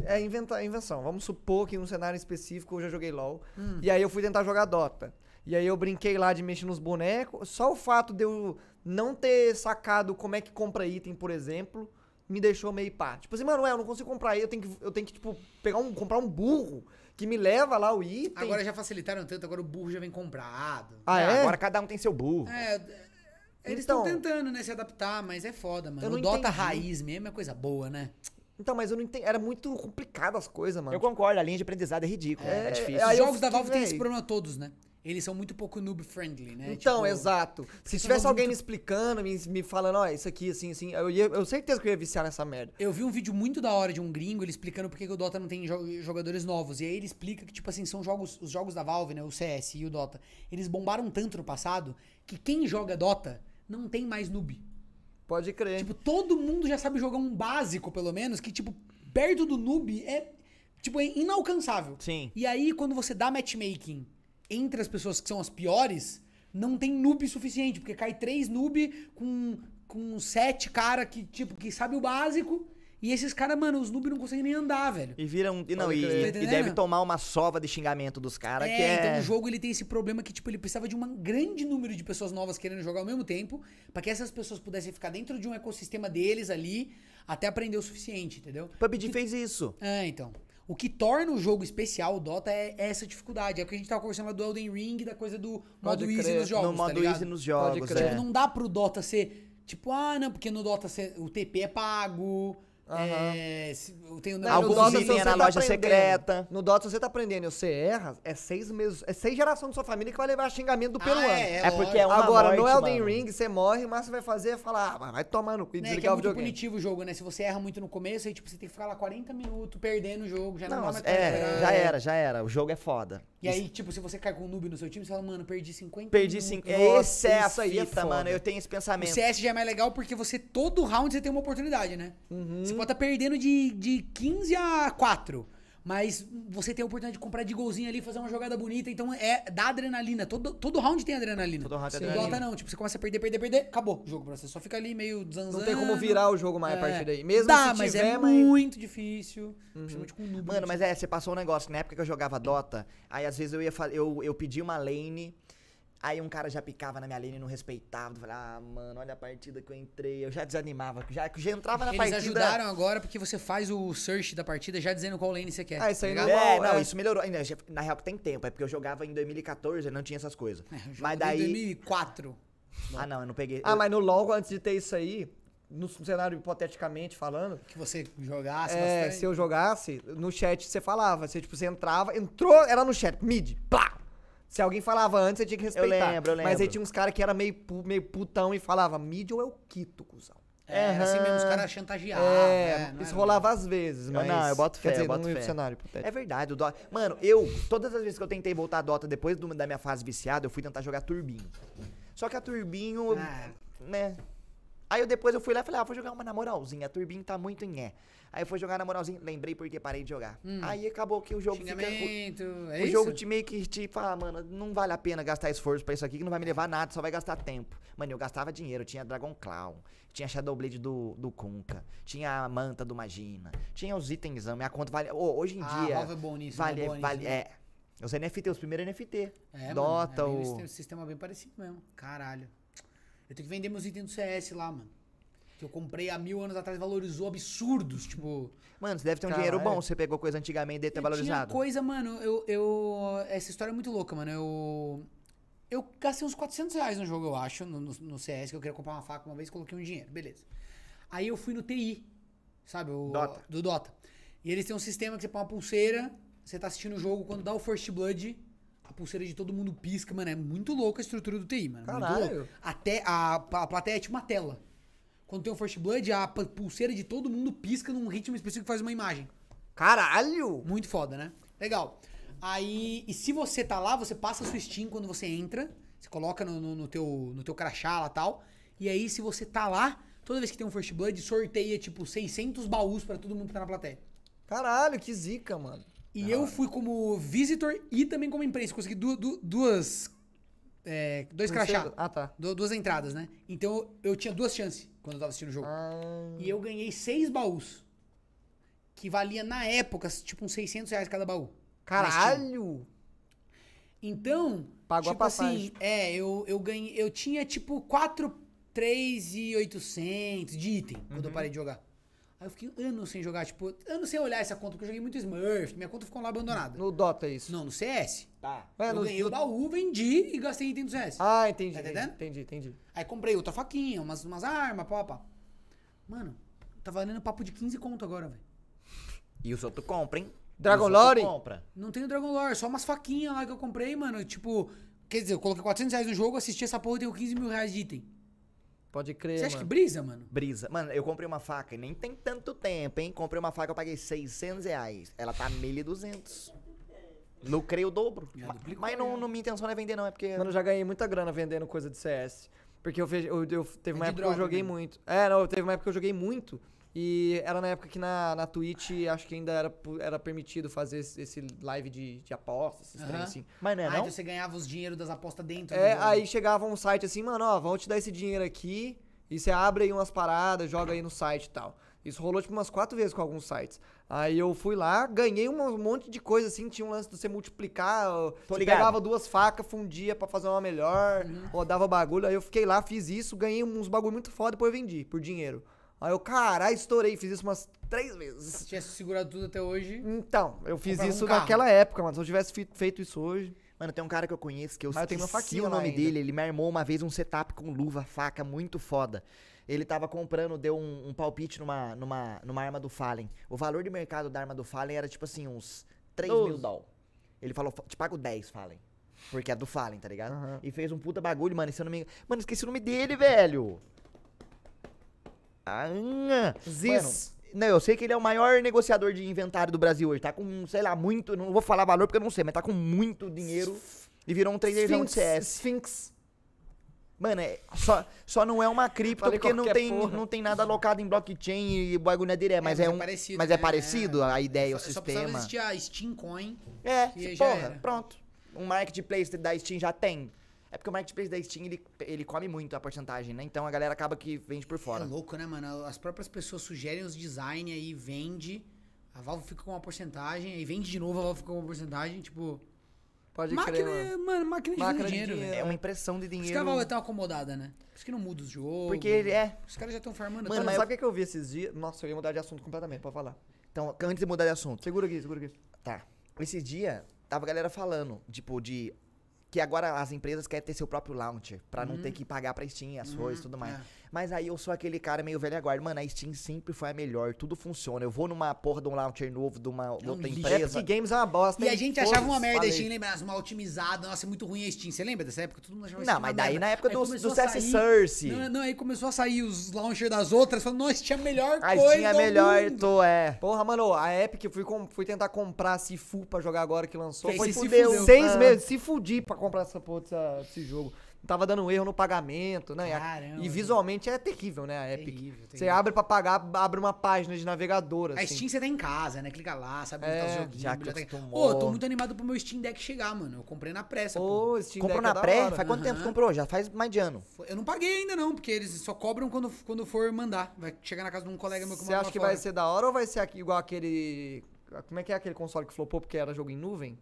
B: É inventa, invenção. Vamos supor que em um cenário específico eu já joguei LOL. E aí eu fui tentar jogar Dota. E aí eu brinquei lá de mexer nos bonecos. Só o fato de eu não ter sacado como é que compra item, por exemplo, me deixou meio pá. Tipo assim, mano, ué, eu não consigo comprar item, eu tenho que, eu tenho que tipo, pegar um, comprar um burro que me leva lá o item.
C: Agora já facilitaram tanto, agora o burro já vem comprado.
B: Ah, é?
A: Agora cada um tem seu burro.
C: É, eles estão
B: Então-
C: tentando, né, se adaptar, mas é foda, mano.
B: Eu
C: O
B: não
C: Dota
B: entendi.
C: raiz mesmo é coisa boa, né?
B: Então, mas eu não entendi. Era muito complicado as coisas, mano.
A: Eu concordo, a linha de aprendizado é ridícula. É,
B: É,
A: difícil.
B: é,
C: Os
B: aí eu
C: jogos da
B: fiquei,
C: Valve têm esse
B: véi.
C: problema todos, né? Eles são muito pouco noob-friendly, né?
B: Então,
C: Tipo,
B: exato. Se
C: são
B: tivesse
C: jogos
B: alguém me
C: muito-
B: explicando, me, me falando, ó, isso aqui, assim, assim, eu, ia, eu certeza que eu ia viciar nessa merda.
C: Eu vi um vídeo muito da hora de um gringo, ele explicando por que que o Dota não tem jo- jogadores novos. E aí ele explica que, tipo assim, são jogos, os jogos da Valve, né? O CS e o Dota. Eles bombaram tanto no passado que quem joga Dota não tem mais noob.
B: Pode crer.
C: Tipo, todo mundo já sabe jogar um básico, pelo menos, que, tipo, perto do noob é, tipo, é inalcançável.
A: Sim.
C: E aí, quando você dá matchmaking entre as pessoas que são as piores, não tem noob suficiente, porque cai três noob com, com sete cara que, tipo, que sabe o básico, e esses caras, mano, os noob não conseguem nem andar, velho.
A: E viram. E, não,
B: Pode
A: e,
B: crer.
A: e
C: Tá entendendo?
A: deve tomar uma sova de xingamento dos caras que é.
C: então o jogo ele tem esse problema que, tipo, ele precisava de um grande número de pessoas novas querendo jogar ao mesmo tempo, pra que essas pessoas pudessem ficar dentro de um ecossistema deles ali, até aprender o suficiente, entendeu?
A: PUBG fez isso.
C: É, então. O que torna o jogo especial, o Dota, é essa dificuldade. É o que a gente tava conversando lá do Elden Ring, da coisa do modo easy
B: crer,
C: nos jogos,
A: no modo
C: tá ligado?
A: easy nos jogos.
B: Pode
A: é.
B: crer.
C: Tipo, não dá pro Dota ser... Tipo, ah, não, porque no Dota você- o TP é pago, é, se- eu tenho...
B: Não,
A: Alguns
B: no Dota,
A: itens
B: se
C: tá
B: você
A: na
C: Né,
A: loja
B: aprendendo-
A: secreta.
B: No Dota, se você tá aprendendo e você erra, é seis meses, é seis gerações da sua família que vai levar xingamento do peruano.
C: é,
A: É porque é uma
B: Agora, no
A: morte,
B: Elden
A: mano.
B: Ring, você morre, mas você vai fazer é falar, ah, vai tomar no cu e
C: Né, que
B: desligar
C: é
B: o
C: muito
B: videogame.
C: punitivo o jogo, né? Se você erra muito no começo, aí tipo, você tem que ficar lá 40 minutos perdendo o jogo, já não,
A: Não,
C: dá mais pra
A: é,
C: recuperar.
A: já era, já era. O jogo é foda.
C: tá E aí, tipo, se você cai com um noob no seu time, você fala, mano, perdi 50
A: Perdi
C: minutos.
A: 5.
B: Nossa,
A: Esse é a
B: isso aí é
A: fita,
B: foda.
A: mano. Eu tenho esse
C: O
A: pensamento.
C: CS já é mais legal porque você, todo round, você tem uma oportunidade, né? Você pode estar perdendo de, de 15 a 4. Mas você tem a oportunidade de comprar de golzinho ali, fazer uma jogada bonita. Então é dá adrenalina. Todo, todo round tem adrenalina.
A: Todo round tem
C: Sim.
A: adrenalina.
C: Dota não. Tipo, você começa a perder, perder, perder. Acabou o jogo pra você. Só fica ali meio zanzando. É.
B: Não tem como virar o jogo mais a partir daí. Mesmo
C: Dá,
B: se
C: mas
B: tiver,
C: é
B: mas...
C: muito difícil. Principalmente com o noob.
A: Mano, mas é, você passou um negócio. Na época que eu jogava Dota, aí às vezes eu ia fa- eu, eu pedi uma lane, aí um cara já picava na minha lane e não respeitava. Eu Falava, ah, mano, olha a partida que eu entrei. Eu já desanimava, já, já entrava na
C: Eles
A: partida.
C: ajudaram agora porque você faz o search da partida já dizendo qual lane você quer.
B: Ah, isso aí
C: tá
B: não
C: ligado?
A: É,
B: Normal,
A: não,
B: é.
A: isso melhorou. Ainda, já- Na real, que tem tempo, é porque eu jogava em 2014 e não tinha essas coisas.
C: Eu É, jogo
A: mas
C: desde
A: daí.
C: 2004.
A: Ah, não, eu não peguei.
B: Ah,
A: eu-
B: mas no LoL, antes de ter isso aí, no cenário hipoteticamente falando,
C: Que você
A: Assim,
C: jogasse
B: É,
C: bastante.
B: se eu jogasse, no chat você falava. Você, tipo, você entrava, entrou, era no chat, mid, pá! Se alguém falava antes, você tinha que respeitar.
A: lembro, eu
B: Mas aí
A: lembro.
B: tinha uns caras que era meio, pu- meio putão e falava, mid ou é o Quito, cuzão?
C: É, era assim mesmo, os caras
A: Ah,
C: chantageavam.
B: é,
C: né?
B: isso rolava às vezes, mas...
A: não, eu boto fé,
B: Quer dizer,
A: eu boto
B: num
A: fé.
B: cenário hipotético.
A: É verdade, o Dota. Mano, eu, todas as vezes que eu tentei voltar a Dota depois do- da minha fase viciada, eu fui tentar jogar Turbinho. Só que a Turbinho,
C: Ah.
A: né? Aí eu depois eu fui lá e falei, ah, vou jogar uma na moralzinha. A Turbinho tá muito em é. Aí eu fui jogar na moralzinha, lembrei porque parei de jogar. Aí acabou que o jogo fica. O,
C: Hum. Xingamento, é
A: o
C: isso?
A: jogo te meio que te fala, "Ah, mano, não vale a pena gastar esforço pra isso aqui que não vai me levar a nada, só vai gastar tempo. Mano, eu gastava dinheiro, eu tinha Dragon Clown, tinha Shadow Blade do, do Kunka, tinha a manta do Magina, tinha os itens, minha conta vale. Ô, hoje em
C: Ah,
A: dia.
C: Valve é bom nisso,
A: Vale,
C: é bom nisso,
A: vale,
C: né?
A: é. Os NFT, os primeiros NFT.
C: É, mano,
A: Dota,
C: é bem-
A: o...
C: Tem um sistema bem parecido mesmo. Caralho. Eu tenho que vender meus itens do CS lá, mano. Que eu comprei há mil anos atrás, valorizou absurdos, tipo...
A: Mano, você deve ter um
B: Caralho.
A: dinheiro bom, você é pegou coisa antigamente e deve ter
C: Eu é. tinha
A: valorizado.
C: coisa, mano, eu, eu- Essa história é muito louca, mano. Eu. Eu gastei uns 400 reais no jogo, eu acho, no, no- no CS, que eu queria comprar uma faca uma vez, coloquei um dinheiro, beleza. Aí eu fui no TI, sabe? O,
A: Dota.
C: Do Dota. E eles têm um sistema que você põe uma pulseira, você tá assistindo o jogo, quando dá o First Blood, a pulseira de todo mundo pisca, mano. É muito louca a estrutura do TI,
A: É,
C: mano. muito
B: Caralho.
C: louco. Até a, a plateia é tipo uma tela. Quando tem o First Blood, a pa- pulseira de todo mundo pisca num ritmo específico que faz uma imagem.
B: Caralho!
C: Muito foda, né? Legal. Aí, e se você tá lá, você passa a sua Steam quando você entra, você coloca no, no, no teu, no teu crachá lá e tal. E aí, se você tá lá, toda vez que tem um First Blood, sorteia tipo 600 baús pra todo mundo que tá na plateia.
B: Caralho, que zica, mano.
C: E eu fui como visitor e também como imprensa. Consegui du- du- duas. é, dois crachá.
B: Ah, tá.
C: Du- duas entradas, né? Então eu tinha duas chances quando eu tava assistindo o jogo.
B: Ah,
C: E eu ganhei seis baús. Que valia na época, tipo, uns 600 reais cada baú.
B: caralho!
C: Então,
B: Pagou a
C: tipo
B: passagem.
C: assim, é, eu, eu ganhei, eu tinha tipo 4, 3 e 800 de item quando eu
B: Uhum.
C: parei de jogar. Aí eu fiquei anos sem jogar, tipo, anos sem olhar essa conta, porque eu joguei muito Smurf, minha conta ficou lá abandonada.
B: No Dota é isso.
C: Não, no CS.
G: Tá.
B: É,
C: eu
B: no-
C: ganhei o baú, vendi e gastei item do CS.
B: Ah, entendi.
C: Tá
B: entendi,
C: entendendo?
B: entendi, entendi.
C: Aí comprei outra faquinha, umas, umas armas, pá, pá. Mano, tá valendo papo de 15 conto agora, velho.
A: E os outros compram, hein?
B: Dragon
G: Isso tu
B: Lore?
G: Compra.
C: Não tem o Dragon Lore, só umas faquinhas lá que eu comprei, mano. Tipo, quer dizer, eu coloquei 400 reais no jogo, assisti essa porra e tenho 15 mil reais de item.
B: Pode crer,
C: Você acha que
B: É, mano.
C: brisa, mano?
A: Brisa. Mano, eu comprei uma faca e nem tem tanto tempo, hein? Comprei uma faca, eu paguei 600 reais. Ela tá 1.200. Lucrei o dobro.
C: Já
A: Ma-
C: duplicou,
A: Mas não, não minha intenção não é vender, não. É porque...
B: Mano, eu já ganhei muita grana vendendo coisa de CS. Porque eu, fe- eu, eu- teve uma
C: É de
B: época que
C: droga
B: eu joguei
C: mesmo.
B: muito. É, não, teve uma época que eu joguei muito. E era na época que na, na Twitch, acho que ainda era, pu- era permitido fazer esse, esse live de, de apostas, esses trem
C: Aham.
B: assim.
A: Mas não é,
C: ah,
A: não?
C: então você ganhava os dinheiro das apostas dentro.
B: É,
C: do-
B: aí chegava um site assim, mano, ó, vão te dar esse dinheiro aqui e você abre aí umas paradas, joga aí no site e tal. Isso rolou tipo umas quatro vezes com alguns sites. Aí eu fui lá, ganhei um monte de coisa assim, tinha um lance de você multiplicar, ó, você
A: ligado.
B: pegava duas facas, fundia pra fazer uma melhor,
C: Uhum.
B: rodava bagulho. Aí eu fiquei lá, fiz isso, ganhei uns bagulho muito foda, depois eu vendi por dinheiro. Aí eu, caralho, estourei, fiz isso umas três vezes.
C: Se tivesse segurado tudo até hoje.
B: Então, eu fiz
C: Comprava um
B: isso
C: carro.
B: naquela época, mano. Se eu tivesse fi- feito isso hoje.
A: Mano, tem um cara que eu conheço que eu
B: Mas eu tenho uma
A: esqueci
B: faquinha
A: o
B: lá
A: nome
B: ainda.
A: dele. Ele me armou uma vez um setup com luva, faca, muito foda. Ele tava comprando, deu um, um palpite numa, numa, numa arma do Fallen. O valor de mercado da arma do Fallen era tipo assim, uns 3 mil
B: Doze.
A: doll. Ele falou, te pago 10, Fallen. Porque é do Fallen, tá ligado?
B: Aham.
A: E fez um puta bagulho, mano. E se eu não me... Mano, esqueci o nome dele, velho. Ah, nhã.
B: Ziz.
A: Mano, não, eu sei que ele é o maior negociador de inventário do Brasil hoje. Tá com, sei lá, muito. Não vou falar valor porque eu não sei, mas tá com muito dinheiro. E virou um traderzão de CS.
B: Sphinx.
A: Mano, é- só, só não é uma cripto
B: Falei
A: porque não
B: qualquer
A: tem,
B: porra.
A: não tem nada alocado em blockchain e o bagulho não é direto. Mas é, um.
C: parecido,
A: mas
C: né? É,
A: é parecido a ideia, É, o
C: Só- Só
A: sistema.
C: precisava existir a Steam Coin.
A: É,
C: E aí já
A: porra,
C: era.
A: pronto. Um marketplace da Steam já tem. É porque o marketplace da Steam, ele, ele come muito a porcentagem, né? Então a galera acaba que vende por
C: É
A: fora.
C: louco, né, mano? As próprias pessoas sugerem os design aí, vende. A Valve fica com uma porcentagem, aí vende de novo, a Valve fica com uma porcentagem, tipo...
B: Pode
C: Máquina,
B: crer, mano.
C: é- mano, máquina de
B: Máquina
C: vender
B: de
C: dinheiro,
B: dinheiro.
C: velho.
A: É uma impressão de
C: Por isso
A: dinheiro.
C: que a Valve é tão acomodada, né? Por isso que não muda os jogos.
A: Porque ele é.
C: Os caras já estão farmando.
A: Mano,
B: Mano,
A: mas
B: sabe o que que eu vi esses dias? Nossa, eu ia mudar de assunto completamente, pode falar.
A: Então, antes de mudar de assunto.
B: Segura aqui, segura aqui.
A: Tá. Esse dia, tava a galera falando, tipo, de. Que agora as empresas querem ter seu próprio launcher. Pra não ter que pagar pra Steam, as coisas e tudo mais.
C: Uhum. é.
A: Mas aí eu sou aquele cara meio velho guarda. Mano, a Steam sempre foi a melhor. Tudo funciona. Eu vou numa porra de um launcher novo de uma
C: um
A: outra
C: lixo.
A: empresa.
B: Epic Games é uma bosta,
C: E
B: hein?
C: a gente achava uma
B: Foda-se,
C: merda a
B: falei.
C: Steam, lembra? Nossa, uma otimizada, nossa, é muito ruim a Steam. Você lembra dessa época? Todo mundo achava a Steam
A: Não,
C: uma
A: mas daí
C: merda.
A: na época
C: Aí
A: do,
C: começou
A: do
C: a
A: CS
C: sair-
A: Source.
C: Não, é não, aí começou a sair os launcher das outras, falando, nossa, tinha a melhor
B: Ah,
A: A
C: coisa
A: Steam é
C: do
A: melhor,
C: mundo.
A: tô, é.
B: Porra, mano, a Epic, eu fui, com- fui tentar comprar Sifu pra jogar agora que lançou.
C: Fez
B: Foi
C: se
B: fudeu.
C: fudeu.
B: Seis
A: Ah.
B: meses, se fudi pra comprar essa porra dessa- desse jogo. Tava dando erro no pagamento, né? E a-
C: Caramba.
B: E visualmente é terrível, né, a Epic.
C: Terrível,
B: Você
C: terrível.
B: abre pra pagar, abre uma página de navegador,
C: A
B: assim.
C: Steam você tá em casa, né? Clica lá, sabe? onde tá os
B: É,
C: joguinhos,
A: já
C: a biblioteca.
A: acostumou.
C: Ô, tô muito animado pro meu Steam Deck chegar, mano. Eu comprei na pressa, pô.
B: Ô, Steam
A: Comprou
B: Deck é
C: tá
A: na
B: da
A: pré?
B: hora.
A: Faz quanto tempo
C: Aham.
A: que comprou? Já faz mais de ano.
C: Foi- Eu não paguei ainda não, porque eles só cobram quando, quando for mandar. Vai chegar na casa de um colega meu que
B: Você
C: mora
B: acha
C: lá
B: que
C: fora.
B: vai ser da hora ou vai ser aqui- igual aquele... Como é que é aquele console que flopou porque era jogo em nuvem?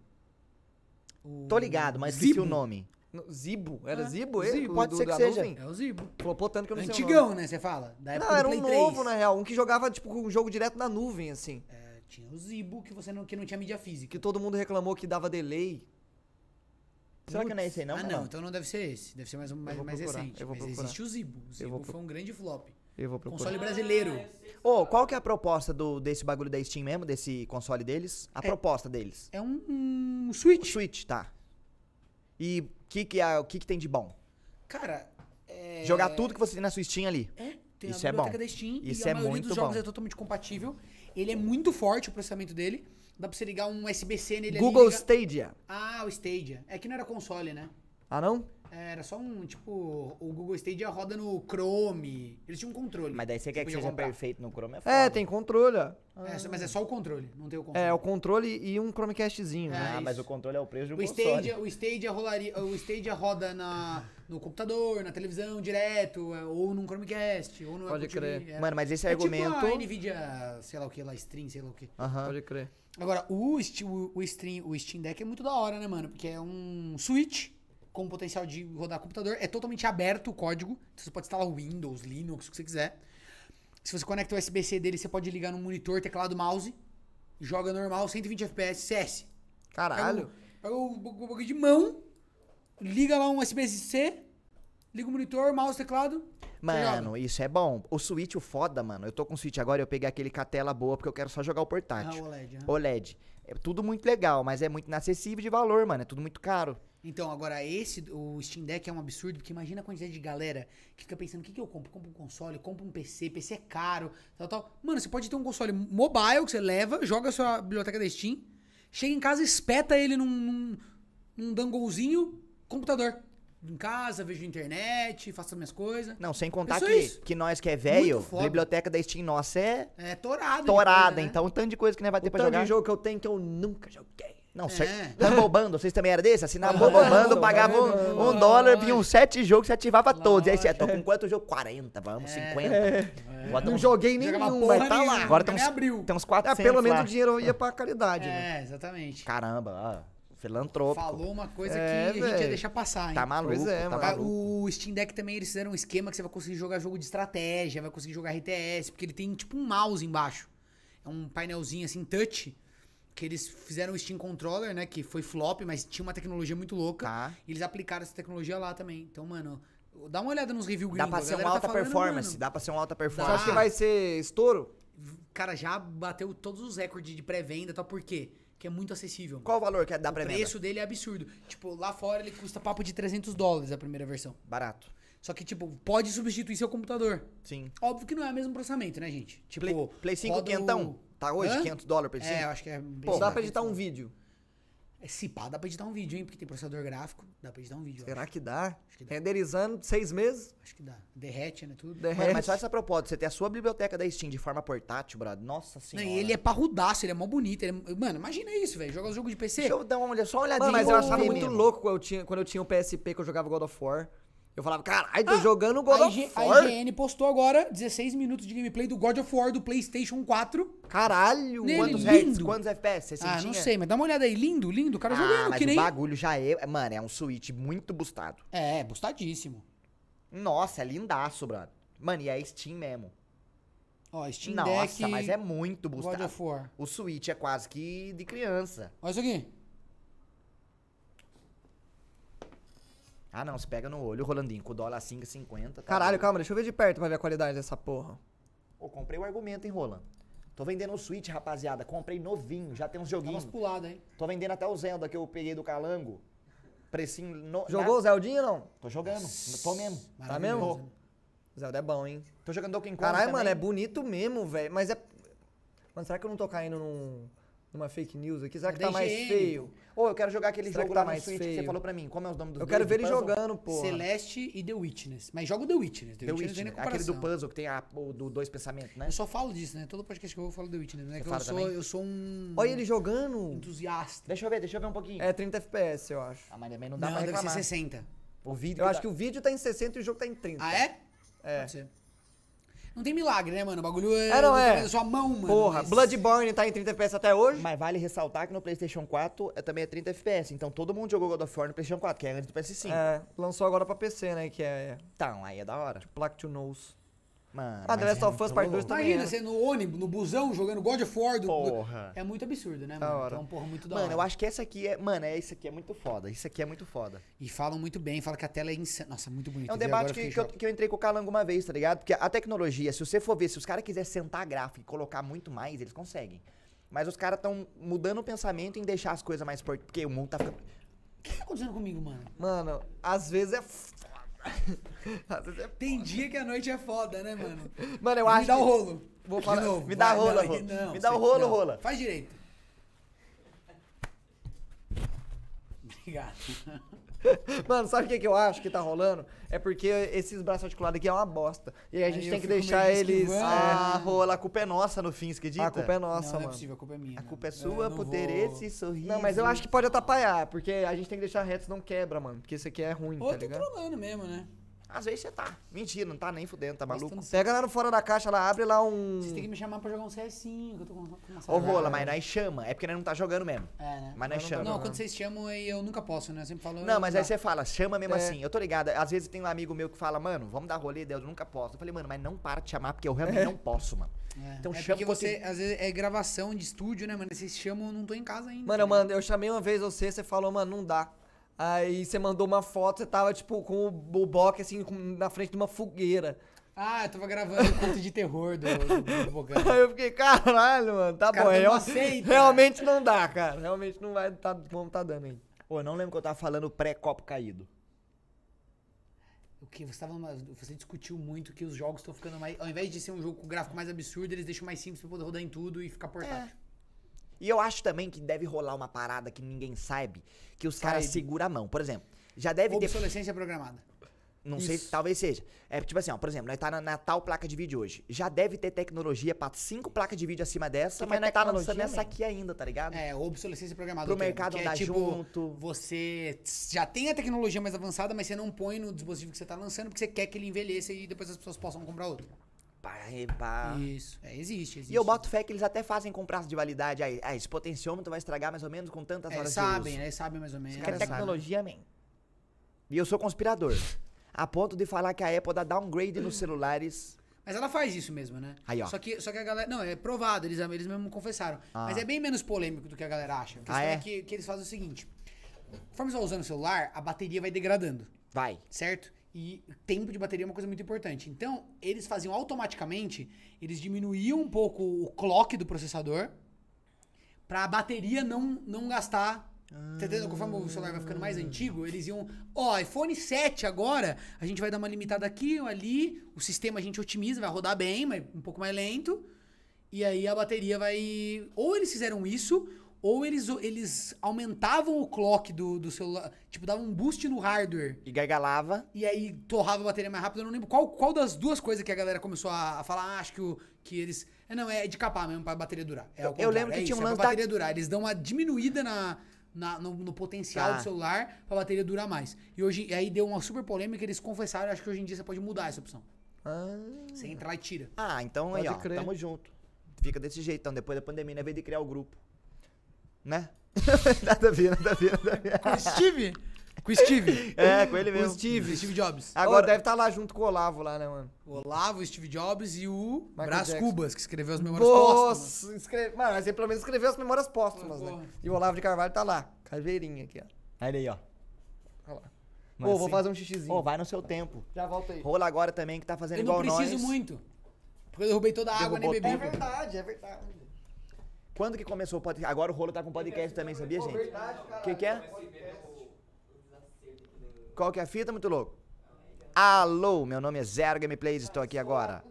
C: O-
A: Tô ligado, mas esqueci
C: Uhum. Zibo.
A: o nome.
B: No- Zibo? Era
C: Ah,
B: É. Zibo ele?
A: Zibo,
B: O
A: pode ser que seja.
B: nuvem?
C: É o Zibo.
B: Flopou tanto que eu não sei o nome.
C: Antigão, né? Você fala? Da época
B: Não,
C: do
B: era um
C: Play
B: novo,
C: 3.
B: na real. Um que jogava, tipo, um jogo direto na nuvem, assim.
C: É, tinha o Zibo, que você não, que não tinha mídia física.
B: Que todo mundo reclamou que dava delay.
H: Será que não é esse aí, não?
C: ah, não,
H: mano?
C: então não deve ser esse. Deve ser mais, um- mais,
B: vou
C: mais
B: procurar,
C: recente.
B: eu vou
C: Mas
B: procurar.
C: existe o Zibo. O Zibo
B: vou
C: foi um grande flop.
B: Eu vou
C: Console
D: Ah,
C: brasileiro.
A: Ô, qual que é a proposta do, desse bagulho da Steam mesmo, desse console deles? A proposta deles.
C: É um, um Switch.
A: Switch, tá. E o que que, é- o que que tem de bom?
C: Cara, é...
A: Jogar tudo que você tem na sua Steam ali.
C: É, tem
A: Isso
C: a
A: é
C: biblioteca
A: bom.
C: da Steam
A: Isso
C: e a
A: é
C: maioria
A: muito
C: dos jogos
A: bom.
C: é totalmente compatível. Ele é muito forte, o processamento dele. Dá pra você ligar um USB-C nele
A: Google
C: ali. e ligar-
A: Stadia.
C: Ah, o Stadia. É que não era console, né?
B: Ah, não?
C: Era só um, tipo, o Google Stadia roda no Chrome. Eles tinham um controle.
H: Mas daí você quer que
C: podia
H: seja
C: comprar.
H: perfeito no Chrome, é foda.
B: É, tem controle, ó.
C: É, só- mas é só o controle, não tem o console.
B: É, o controle e um Chromecastzinho. né?
H: Ah,
C: é
H: mas
C: isso.
H: o controle é o preço de um
C: O
H: console.
C: Stadia, o Stadia rolaria, o Stadia roda na, no computador, na televisão direto, é, ou num Chromecast, ou no
B: Pode
C: Apple
B: crer.
C: TV, é.
A: Mano, mas esse
C: é
A: argumento.
C: Tipo a Nvidia, sei lá o que, lá Stream, sei lá o que.
A: Aham.
B: Pode crer.
C: Agora, o, Ste- o, o Stream, o Steam Deck é muito da hora, né, mano? Porque é um Switch com potencial de rodar computador. É totalmente aberto o código. Então você pode instalar Windows, Linux, o que você quiser. Se você conecta o USB-C dele, você pode ligar no monitor, teclado, mouse. Joga normal, 120 FPS, CS.
B: Caralho.
C: Pega o bu- o bagulho de mão, liga lá um USB-C, liga o monitor, mouse, teclado.
A: Mano, isso é bom. O Switch, o foda, mano. Eu tô com o Switch agora e eu peguei aquele com a tela boa porque eu quero só jogar tipo, o
C: Ah,
A: portátil.
C: OLED, né?
A: OLED. É tudo muito legal, mas é muito inacessível de valor, mano. É tudo muito caro.
C: Então, agora esse, o Steam Deck é um absurdo, porque imagina a quantidade de galera que fica pensando, o que, que eu compro? Compro um console, compro um PC, PC é caro, tal, tal. Mano, você pode ter um console mobile que você leva, joga a sua biblioteca da Steam, chega em casa, espeta ele num, num, num danglezinho, computador. Em casa, vejo internet, faço as minhas coisas.
A: Não, sem contar
C: Isso é
A: que,
C: isso.
A: que nós que é velho,
C: Muito foda.
A: biblioteca da Steam nossa é
C: É torado. de
A: torada.
C: coisa, né?
A: Então, o tanto de coisa que nós vai ter
B: O
A: pra
B: tanto
A: jogar.
B: de um jogo que eu tenho que eu nunca joguei.
A: Não,
C: É.
A: certo. Humble Bundle, vocês também eram desse? Assinava o Humble
B: Humble
A: Bundle,
B: Bundle,
A: pagava
B: Humble
A: um, um
C: Bundle.
A: dólar, vinha uns sete jogos, você ativava todos. E aí você, "Ah,
C: Lógico.
A: tô com quantos jogos? 40, vamos, 50. Bota
B: É. Não
A: um-
B: joguei nenhum,
C: Jogava porra
B: mas tá
C: nenhuma,
B: lá.
A: Agora
C: nunca
A: tem
C: nem
A: uns-
C: abriu.
A: Tem uns
B: Ah,
A: 400
B: pelo menos
A: lá.
B: o dinheiro ia pra caridade, né?
C: É, exatamente.
A: Tá Caramba, ó, filantropo.
C: Falou uma
B: É,
C: coisa que a gente ia
B: véi.
C: deixar passar, hein?
A: Tá maluco,
B: Pois é,
A: tá
B: mano.
C: Ah,
A: maluco.
C: O Steam Deck também eles fizeram um esquema que você vai conseguir jogar jogo de estratégia, vai conseguir jogar RTS, porque ele tem tipo um mouse embaixo. É um painelzinho assim, touch. Que eles fizeram o Steam Controller, né? Que foi flop, mas tinha uma tecnologia muito louca.
A: Tá.
C: E eles aplicaram essa tecnologia lá também. Então, mano, dá uma olhada nos reviews
A: Dá pra ser um
C: tá
B: tá
A: alta performance, dá pra ser um alta
B: Você acha
A: performance.
B: que vai ser estouro?
C: Cara, já bateu todos os recordes de pré-venda e tal. Por quê? Porque é muito acessível.
A: Qual o valor que dá
C: o
A: pra venda?
C: preço dele é absurdo. Tipo, lá fora ele custa papo de 300 dólares a primeira versão.
A: Barato.
C: Só que, tipo, pode substituir seu computador.
A: Sim.
C: Óbvio que não é o mesmo processamento, né, gente? Tipo,
A: Play, Play 5,
C: roda o-
A: quentão? Tá hoje,
C: Hã?
A: 500 dólares Play 5?
C: É, eu acho que é.
A: Pô,
B: Dá
A: mas-
B: pra editar um vídeo.
C: É, Se pá, dá pra editar um vídeo, hein? Porque tem processador gráfico, dá pra editar um vídeo. eu
B: Será que dá?
C: que dá.
B: Renderizando seis meses?
C: Acho, acho que dá. Derrete, né? Tudo.
B: Derrete.
A: Mano, mas só essa proposta, você ter a sua biblioteca da Steam de forma portátil, brother. Nossa
C: Não,
A: senhora.
C: e ele é parrudaço, ele é mó bonito. ele é- Mano, imagina isso, velho. Jogar um jogo de PC.
A: Deixa eu dar uma olhada, só uma olhadinha.
B: Mano, mas eu
A: pra
B: achava
A: ver
B: muito
A: mesmo.
B: louco quando eu, tinha, quando eu tinha o PSP que eu jogava God of War. Eu falava, caralho,
C: Ah,
B: tô jogando God
C: a,
B: of
C: IG
B: War?
C: a IGN postou agora 16 minutos de gameplay do God of War do PlayStation 4.
B: Caralho!
A: Quantos
C: Nele,
B: Quantos...
C: lindo.
A: hertz? Quantos FPS? Você
C: ah,
A: sentia?
C: não sei, mas dá uma olhada aí. Lindo, lindo. O cara
A: Ah,
C: jogando
A: mas
C: que
A: o
C: nem.
A: bagulho já é... Mano, é um Switch muito boostado.
C: É, bustadíssimo.
A: Nossa, é lindaço, brother. Mano, e é Steam mesmo.
C: Ó, Steam
A: Nossa,
C: Deck.
A: mas é muito
C: God
A: boostado.
C: of War.
A: O Switch é quase que de criança.
C: Olha isso aqui.
A: Ah, não, você pega no olho, Rolandinho, com o dólar 5,50. Tá
B: Caralho,
A: cara.
B: calma, deixa eu ver de perto pra ver a qualidade dessa porra.
A: Pô, comprei o argumento, hein, Roland. Tô vendendo o Switch, rapaziada. Comprei novinho, já tem uns
C: Dá umas
B: Tá
A: joguinhos.
C: puladas, hein?
A: Tô vendendo até o Zelda que eu peguei do Calango. Precinho... No...
B: Jogou o Zeldinha, não?
A: Tô jogando. Tô mesmo.
B: Tá mesmo? Zelda é bom, hein?
A: Tô jogando Donkey Kong
B: Caralho,
A: também.
B: mano, é bonito mesmo, velho. Mas é... Mano, será que eu não tô caindo num- numa fake news aqui? Será
C: É
B: que
C: da
B: tá mais
C: IGN,
B: feio?
A: Ô, eu quero jogar aquele
B: é- Será
A: jogo
B: que tá
A: lá no
B: mais
A: Switch que você
B: feio?
A: falou pra mim. Como é o nome do
B: Eu quero ver ele
A: jogando.
B: jogando, porra.
C: Celeste e The Witness. Mas joga o The Witness. The,
A: The
C: Witness, não tem nem
A: Witch, aquele
C: comparação.
A: do puzzle que tem a, o do dois pensamentos, né?
C: Eu só falo disso, né? Todo podcast que eu vou eu falo The Witness, né? Que eu,
A: fala
C: sou,
A: também?
C: eu sou um
B: Olha ele jogando.
C: entusiasta.
A: Deixa eu ver, deixa eu ver um pouquinho.
B: É 30 FPS, eu acho.
A: Ah, mas também não
C: Não,
A: dá pra
C: deve ser
A: reclamar.
C: 60.
A: O vídeo
B: Eu acho que o vídeo tá em 60 e o jogo tá em 30.
C: Ah, é?
B: É.
C: Pode ser. Não tem milagre, né, mano? O bagulho é...
B: É, não é?
C: da Sua mão, mano.
B: Porra,
C: mas-
B: Bloodborne tá em 30 FPS até hoje?
A: Mas vale ressaltar que no PlayStation 4 é, também é 30 FPS. Então todo mundo jogou God of War no PlayStation 4, que é antes do PS5.
B: É, lançou agora pra PC, né? Que é, é
A: Então, aí é da hora.
B: Plaque to Nose.
A: Mano,
B: Ah, The
A: mas
B: Last
A: é
B: of Us
A: muito
B: Part 2 tá
C: Imagina,
B: ganhando.
C: você no ônibus, no busão, jogando God of War. Do...
A: Porra.
C: É muito absurdo, né,
B: Da
C: mano?
B: hora.
C: Então, porra, muito da
A: Mano,
C: hora.
A: eu acho que essa aqui é. Mano, é isso aqui é muito foda. Isso aqui é muito foda.
C: E falam muito bem, falam que a tela é insana. Nossa, muito bonito.
A: É um
C: viu?
A: debate que,
C: Agora fiquei
A: que eu,
C: chocado.
A: que eu entrei com o Calango uma vez, tá ligado? Porque a tecnologia, se você for ver, se os caras quiserem sentar gráfico e colocar muito mais, eles conseguem. Mas os caras estão mudando o pensamento em deixar as coisas mais por- porque o mundo tá ficando.
C: O que tá acontecendo comigo, mano?
B: Mano, às vezes é foda. Às vezes é
C: Tem dia que a noite é foda, né, mano?
B: Mano, eu
C: me
B: acho
C: dá o
B: que-
C: rolo.
B: Vou
C: De
B: falar-
C: novo,
A: me dá
C: vai,
A: rola,
C: não,
A: rola.
C: não,
A: Me dá o
C: sei-
A: rolo,
C: não.
A: rola.
C: Faz direito. Obrigado.
B: Mano, sabe o que, que eu acho que tá rolando? É porque esses braços articulados aqui é uma bosta. E aí a
C: Aí
B: gente
C: eu
B: tem que
C: fico meio
B: deixar
C: que
B: eles.
C: esquivando.
A: Ah,
B: é,
A: rola, a culpa é nossa no fim, esquidita.
B: a culpa é nossa,
C: não, não é
B: mano.
C: possível, a culpa é minha.
A: A
C: né?
A: culpa é
C: Eu
A: sua
C: não
A: por
C: vou-
A: ter esse sorriso.
B: não, mas eu acho que pode atrapalhar, porque a gente tem que deixar reto, senão quebra, mano. Porque isso aqui é ruim,
C: Ou
B: tá
C: eu tô
B: ligado?
C: trolando mesmo, né?
A: Às vezes você tá. Mentira, não tá nem fudendo, tá maluco.
C: Mas tô no-
B: Pega lá no fora da caixa, lá, abre lá um.
C: Vocês têm que me chamar pra jogar um CS5, eu tô com com uma
A: Ô,
C: saudade.
A: rola, mas nós chama. É porque nós não tá jogando mesmo.
C: É, né?
A: Mas nós
B: Não,
A: chama.
C: Não,
A: Não, tá
C: quando vocês chamam aí eu nunca posso, né? Eu sempre falo. eu
A: mas aí você fala, chama mesmo
B: É.
A: assim. Eu tô ligado. Às vezes tem um amigo meu que fala, mano, vamos dar rolê, Deus, eu nunca posso. Eu falei, mano, mas não para de chamar, porque eu realmente não posso, mano.
C: É.
A: Então
C: Então é
A: chama
C: porque
A: quando
C: você, às vezes, é gravação de estúdio, né, mano? Vocês chamam, eu não tô em casa ainda.
A: é
B: Mano, eu,
C: mano.
B: mandei- eu chamei uma vez você, você falou, mano, não dá. Aí você mandou uma foto, você tava, tipo, com o, o boque, assim, com- na frente de uma fogueira.
C: Ah, eu tava gravando o conto de terror do, do, do Bogão.
B: Aí eu fiquei, caralho, mano, tá
C: Os caras
B: bom.
C: tão
B: real-
C: numa seita.
B: né? realmente não dá, cara. Realmente não vai, tá, como tá dando aí.
A: Pô, eu não lembro que eu tava falando pré-copo caído.
C: O que você tava. numa- Você discutiu muito que os jogos estão ficando mais. Ao invés de ser um jogo com gráfico mais absurdo, eles deixam mais simples pra poder rodar em tudo e ficar portátil.
A: É. E eu acho também que deve rolar uma parada que ninguém sabe, que os caras
B: Sabe.
A: seguram a mão. Por exemplo, já deve ter.
C: Obsolescência programada.
A: Não sei,
B: Isso.
A: talvez seja. É tipo assim, ó, por exemplo, nós tá na, na tal placa de vídeo hoje. Já deve ter tecnologia pra cinco placas de vídeo acima dessa,
B: Tem
A: mas nós
B: mais
A: tá lançando
B: tecnologia,
A: essa
B: mano.
A: aqui ainda, tá ligado?
C: É, obsolescência programada.
A: Pro
C: o termo,
A: mercado
C: que é,
A: andar
C: tipo,
A: junto.
C: Você tss, já tem a tecnologia mais avançada, mas você não põe no dispositivo que você tá lançando porque você quer que ele envelheça e depois as pessoas possam comprar outro.
A: Pá, e pá.
C: Isso. É, existe, existe.
A: Ah. E eu boto fé que eles até fazem com prazo de validade. Aí, ah, esse potenciômetro vai estragar mais ou menos com tantas
C: É,
A: horas
C: sabem,
A: de uso.
C: né? Sabem mais ou menos.
A: Que é tecnologia, man. E eu sou conspirador. a ponto de falar que a Apple dá downgrade nos celulares.
C: Mas ela faz isso mesmo, né?
A: Aí, ó.
C: Só que, só que a galera. Não, é provado, eles, eles mesmo confessaram. Mas é bem menos polêmico do que a galera acha. A questão
A: Ah, é?
C: é que, que eles fazem o seguinte: conforme você vai usando o celular, a bateria vai degradando,
A: Vai.
C: certo? E o tempo de bateria é uma coisa muito importante. Então, eles faziam automaticamente, eles diminuíam um pouco o clock do processador pra a bateria não, não gastar. Tá entendendo? Conforme o celular vai ficando mais antigo, eles iam. Ó, iPhone 7 agora, a gente vai dar uma limitada aqui ou ali. O sistema a gente otimiza, vai rodar bem, mas um pouco mais lento. E aí a bateria vai. Ou eles fizeram isso, ou eles, eles aumentavam o clock do, do celular. Tipo, davam um boost no hardware.
A: E gargalava.
C: E aí torrava a bateria mais rápido. Eu não lembro qual, qual das duas coisas que a galera começou a, a falar. Ah, acho que, o, que eles. É, não, é de capar mesmo pra bateria durar.
A: Eu-
C: É, ao
A: eu
C: contrário,
A: lembro que
C: é
A: tinha um
C: isso, é
A: lance
C: pra
A: da-
C: bateria durar. Eles dão uma diminuída na, na- no, no potencial
A: Tá.
C: do celular pra bateria durar mais. E hoje e aí deu uma super polêmica. Eles confessaram. Acho que hoje em dia você pode mudar essa opção.
B: Ah,
C: Você entra lá e tira.
A: Ah, então aí,
B: Pode
A: ó,
B: crer.
A: tamo junto. Fica desse jeito, então, depois da pandemia, né? Vez de criar o grupo. Né? nada a ver, nada a ver, nada a ver.
C: Com o Steve? Com o Steve.
A: É, com ele
B: o
A: mesmo.
B: Steve.
C: Steve Jobs.
B: Agora
A: Ô,
B: deve estar lá junto com o Olavo lá, né, mano?
C: O Olavo, o Steve Jobs e o
B: Michael
C: Brás
B: Jackson.
C: Cubas, que escreveu as memórias póstumas.
B: Nossa, escreve... Mano, mas ele pelo menos escreveu as memórias póstumas,
C: Porra.
B: né? E o Olavo de Carvalho tá lá. Caveirinha aqui, ó.
A: Olha aí, ó.
B: Olha lá.
A: Não é
B: Ô, vou
A: assim?
B: fazer um xixizinho.
A: Ô, vai no seu tempo.
B: Já volto aí.
A: Rola agora também, que tá fazendo
C: Eu não
A: igual
C: preciso
A: nós.
C: muito. Porque eu derrubei toda a água, nem
A: Derrubou
C: bebi.
B: É verdade, é verdade.
A: Quando que começou o podcast? Agora o Rolo tá com podcast também, sabia, gente? O que que é? Qual que é a fita, muito louco? Alô, meu nome é Zero Gameplays, estou aqui agora.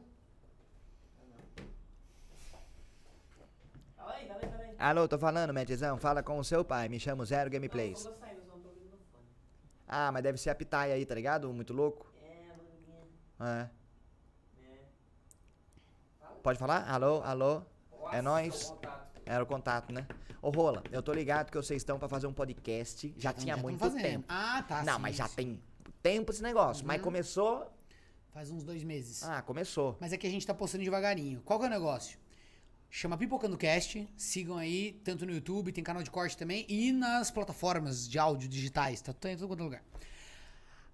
D: Fala aí, fala aí, fala aí.
A: Alô, tô falando, Metizão, fala com o seu pai, me chamo Zero Gameplays.
D: Não, eu tô saindo, eu só não tô ouvindo no fone.
A: Ah, mas deve ser a pitaia aí, tá ligado? O Muito louco.
D: É, mano.
A: É.
D: É.
B: É.
A: Pode falar? Alô, alô, é
D: Nossa,
A: nóis.
D: o contato.
A: Era o contato, né? Ô, Rola, eu tô ligado que vocês estão pra fazer um podcast, já
C: Então,
A: tinha
C: já tão
A: muito
C: fazendo.
A: tempo.
C: Ah, tá.
A: Não,
C: sim,
A: mas já
C: sim.
A: tem tempo esse negócio.
C: Uhum.
A: Mas começou.
C: Faz uns dois meses.
A: Ah, começou.
C: Mas é que a gente tá postando devagarinho. Qual que é o negócio? Chama Pipocando Cast, sigam aí, tanto no YouTube, tem canal de corte também, e nas plataformas de áudio digitais, tá tudo em todo quanto é lugar.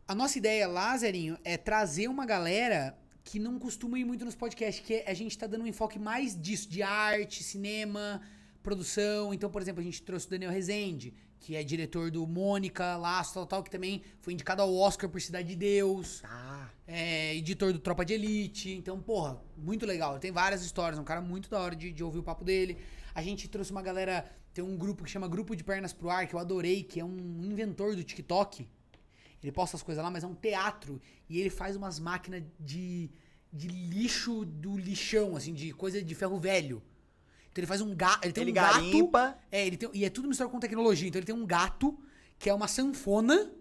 C: A nossa ideia lá, Zerinho, é trazer uma galera que não costuma ir muito nos podcasts, que é- a gente tá dando um enfoque mais disso, de arte, cinema, produção. Então, por exemplo, a gente trouxe o Daniel Rezende, que é diretor do Mônica, Laço, tal, tal, que também foi indicado ao Oscar por Cidade de Deus.
A: Ah,
C: É, editor do Tropa de Elite. Então, porra, muito legal. Ele tem várias histórias, é um cara muito da hora de, de ouvir o papo dele. A gente trouxe uma galera, tem um grupo que chama Grupo de Pernas pro Ar, que eu adorei, que é um inventor do TikTok. Ele posta as coisas lá, mas é um teatro. E ele faz umas máquinas de, de lixo do lixão, assim, de coisa de ferro velho. Então ele faz um gato. Ele tem
A: Ele
C: um
A: garimpa.
C: gato. É, ele tem, e é tudo misturado com tecnologia. Então ele tem um gato, que é uma sanfona,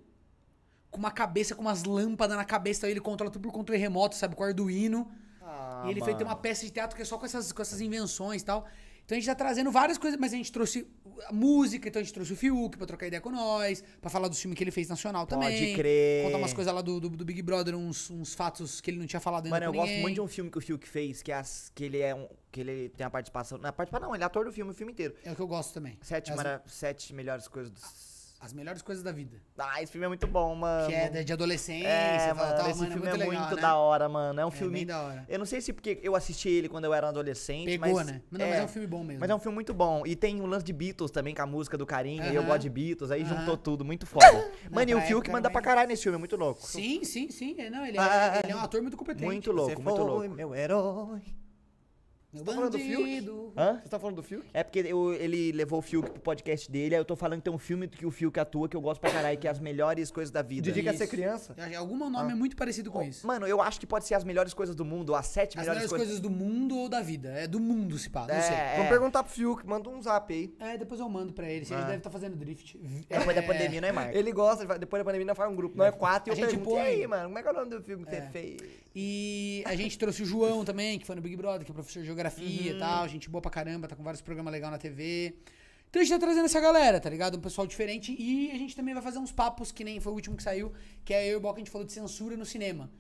C: com uma cabeça, com umas lâmpadas na cabeça. Então ele controla tudo por controle remoto, sabe? Com Arduino.
A: Ah,
C: e ele fez tem uma peça de teatro que é só com essas, com essas invenções e tal. Então a gente tá trazendo várias coisas, mas a gente trouxe a música, então a gente trouxe o Fiuk pra trocar ideia com nós, pra falar do filme que ele fez nacional também.
A: crer.
C: Contar umas coisas lá do, do, do Big Brother, uns, uns fatos que ele não tinha falado ainda
A: Mano, eu
C: pra
A: gosto
C: ninguém.
A: muito de um filme que o Fiuk fez, que, é as- que ele é um. que ele tem a participação. Na participação, não, ele é ator do filme, o filme inteiro.
C: É o que eu gosto também.
A: Sete,
C: as,
A: mara- sete melhores coisas do.
C: as melhores coisas da vida.
A: Ah, esse filme é muito bom, mano.
C: Que é de- de adolescência,
A: É,
C: tal,
A: mano,
C: tal,
A: esse
C: mano,
A: filme
C: é
A: é
C: muito,
A: muito,
C: legal, né?
A: da hora, mano. É um
C: É,
A: filme.
C: bem da hora.
A: Eu não sei se porque eu assisti ele quando eu era um adolescente,
C: Pegou,
A: mas.
C: né? Não, mas é um filme bom mesmo.
A: Mas é um filme muito bom. E tem o lance de Beatles também, com a música do carinho. E eu
C: Aham.
A: gosto de Beatles, aí juntou
C: Aham.
A: tudo, muito foda. mano, e
C: pra
A: o
C: época
A: Fiuk
C: era
A: manda pra
C: mais-
A: caralho nesse filme, é muito louco.
C: Sim, sim, sim. É, não, ele, é,
A: Ah,
C: ele é um ator muito competente.
A: Muito louco, muito
B: foi
A: louco.
B: meu herói.
C: Meu
B: tá falando do
C: bandido.
A: Hã?
B: Você tá falando do Fiuk?
A: É porque eu- ele levou o Fiuk pro podcast dele, aí eu tô falando que tem um filme que o Fiuk atua que eu gosto pra caralho, que é as melhores coisas da vida.
B: Didi quer ser
C: Isso.
B: criança?
C: Eu acho que Algum
A: Ah.
C: nome é muito parecido com isso.
A: Mano, eu acho que pode ser as melhores coisas do mundo, as sete
C: As
A: melhores,
C: melhores
A: coisas.
C: coisas do mundo ou da vida. É do mundo, se pá. Não sei.
A: É,
B: Vamos
A: é.
B: perguntar pro Fiuk, manda um zap aí.
C: É, depois eu mando pra ele. Se ele deve estar fazendo drift.
A: Depois da pandemia, não Ah. é, Marco?
B: Ele gosta, ele vai- depois da pandemia nós faz um grupo. Nós é quatro e
C: A
B: eu
C: gente
B: pergunto,
C: põe.
B: e aí, mano, como é que é o nome do filme que
C: É.
B: você fez?
C: E a gente trouxe o João também, que foi no Big Brother, que é professor de geografia
A: Uhum.
C: e tal. Gente boa pra caramba, tá com vários programas legais na TV. Então a gente tá trazendo essa galera, tá ligado? Um pessoal diferente. E a gente também vai fazer uns papos, que nem foi o último que saiu, que é eu e o Boca, a gente falou de censura no cinema.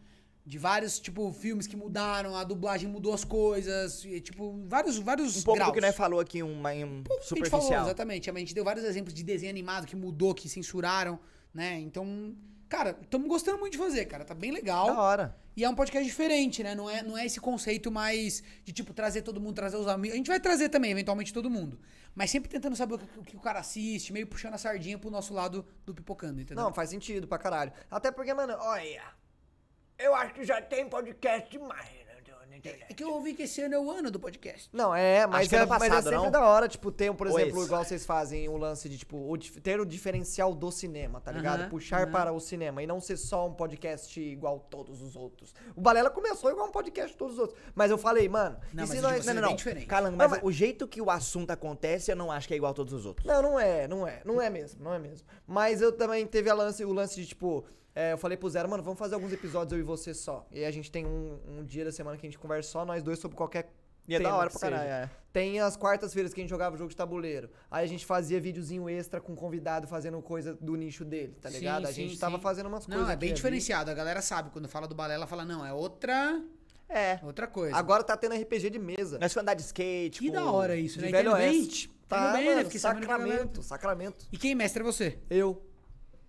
C: De vários, tipo, filmes que mudaram, a dublagem mudou as coisas, e, tipo, vários, vários
A: Um pouco
C: graus.
A: do que nós falou aqui, um, um
C: A gente falou,
A: superficial.
C: exatamente. A gente deu vários exemplos de desenho animado que mudou, que censuraram, né? Então, cara, estamos gostando muito de fazer, cara. Tá bem legal.
A: Da hora.
C: E é um podcast diferente, né? Não é, não é esse conceito mais de, tipo, trazer todo mundo, trazer os amigos. A gente vai trazer também, eventualmente, todo mundo. Mas sempre tentando saber o que, o que o cara assiste, meio puxando a sardinha pro nosso lado do pipocando, entendeu?
B: Não, faz sentido pra caralho. Até porque, mano, olha. Eu acho que já tem podcast demais, né? do- na internet.
C: É que eu ouvi que esse ano é o ano do podcast.
B: Não, é, mas,
A: Acho que
B: é,
A: era
B: mas é
A: passado,
B: sempre
A: não?
B: da hora, tipo, ter, um, por
A: Ou
B: exemplo,
A: esse?
B: igual vocês fazem o lance de, tipo, o dif- ter o diferencial do cinema, tá ligado?
C: Aham,
B: Puxar
C: aham.
B: para o cinema e não ser só um podcast igual todos os outros. O Balela começou igual um podcast de todos os outros. Mas eu falei, mano,
C: Não,
B: e
C: mas
B: se
C: o de
B: nós.
C: vocês é
B: Não,
C: bem
B: não,
C: diferente.
A: Calango,
B: Não,
A: mas,
B: mas-
A: o jeito que o assunto acontece, eu não acho que é igual a todos os outros.
B: Não, não é, não é, não é mesmo, não é mesmo. Mas eu também teve a lance, o lance de tipo. é, eu falei pro Zero, mano, vamos fazer alguns episódios eu e você só. E aí a gente tem um, um dia da semana que a gente conversa só nós dois sobre qualquer.
A: E é da
B: tema
A: hora
B: que
A: pra caralho,
B: seja.
A: é.
B: Tem as quartas-feiras que a gente jogava jogo de tabuleiro. Aí a gente fazia videozinho extra com um convidado fazendo coisa do nicho dele, tá
C: Sim,
B: ligado? a
C: sim,
B: gente tava
C: sim.
B: fazendo umas coisas.
C: Não, é
B: aqui
C: bem
B: e ali.
C: diferenciado. A galera sabe, quando fala do balela, fala, não, é outra,
A: É.
C: outra coisa.
B: Agora tá tendo RPG de mesa.
A: Nós fomos andar de skate,
C: que
A: tipo,
C: da hora isso,
B: de
C: né? E tá
B: Velho
C: indo bem?
B: Oeste. Tá,
C: indo bem, né?
B: mano,
C: Fiquei sabendo que a galera-
B: Sacramento, Sacramento.
C: E quem mestre é você?
B: Eu.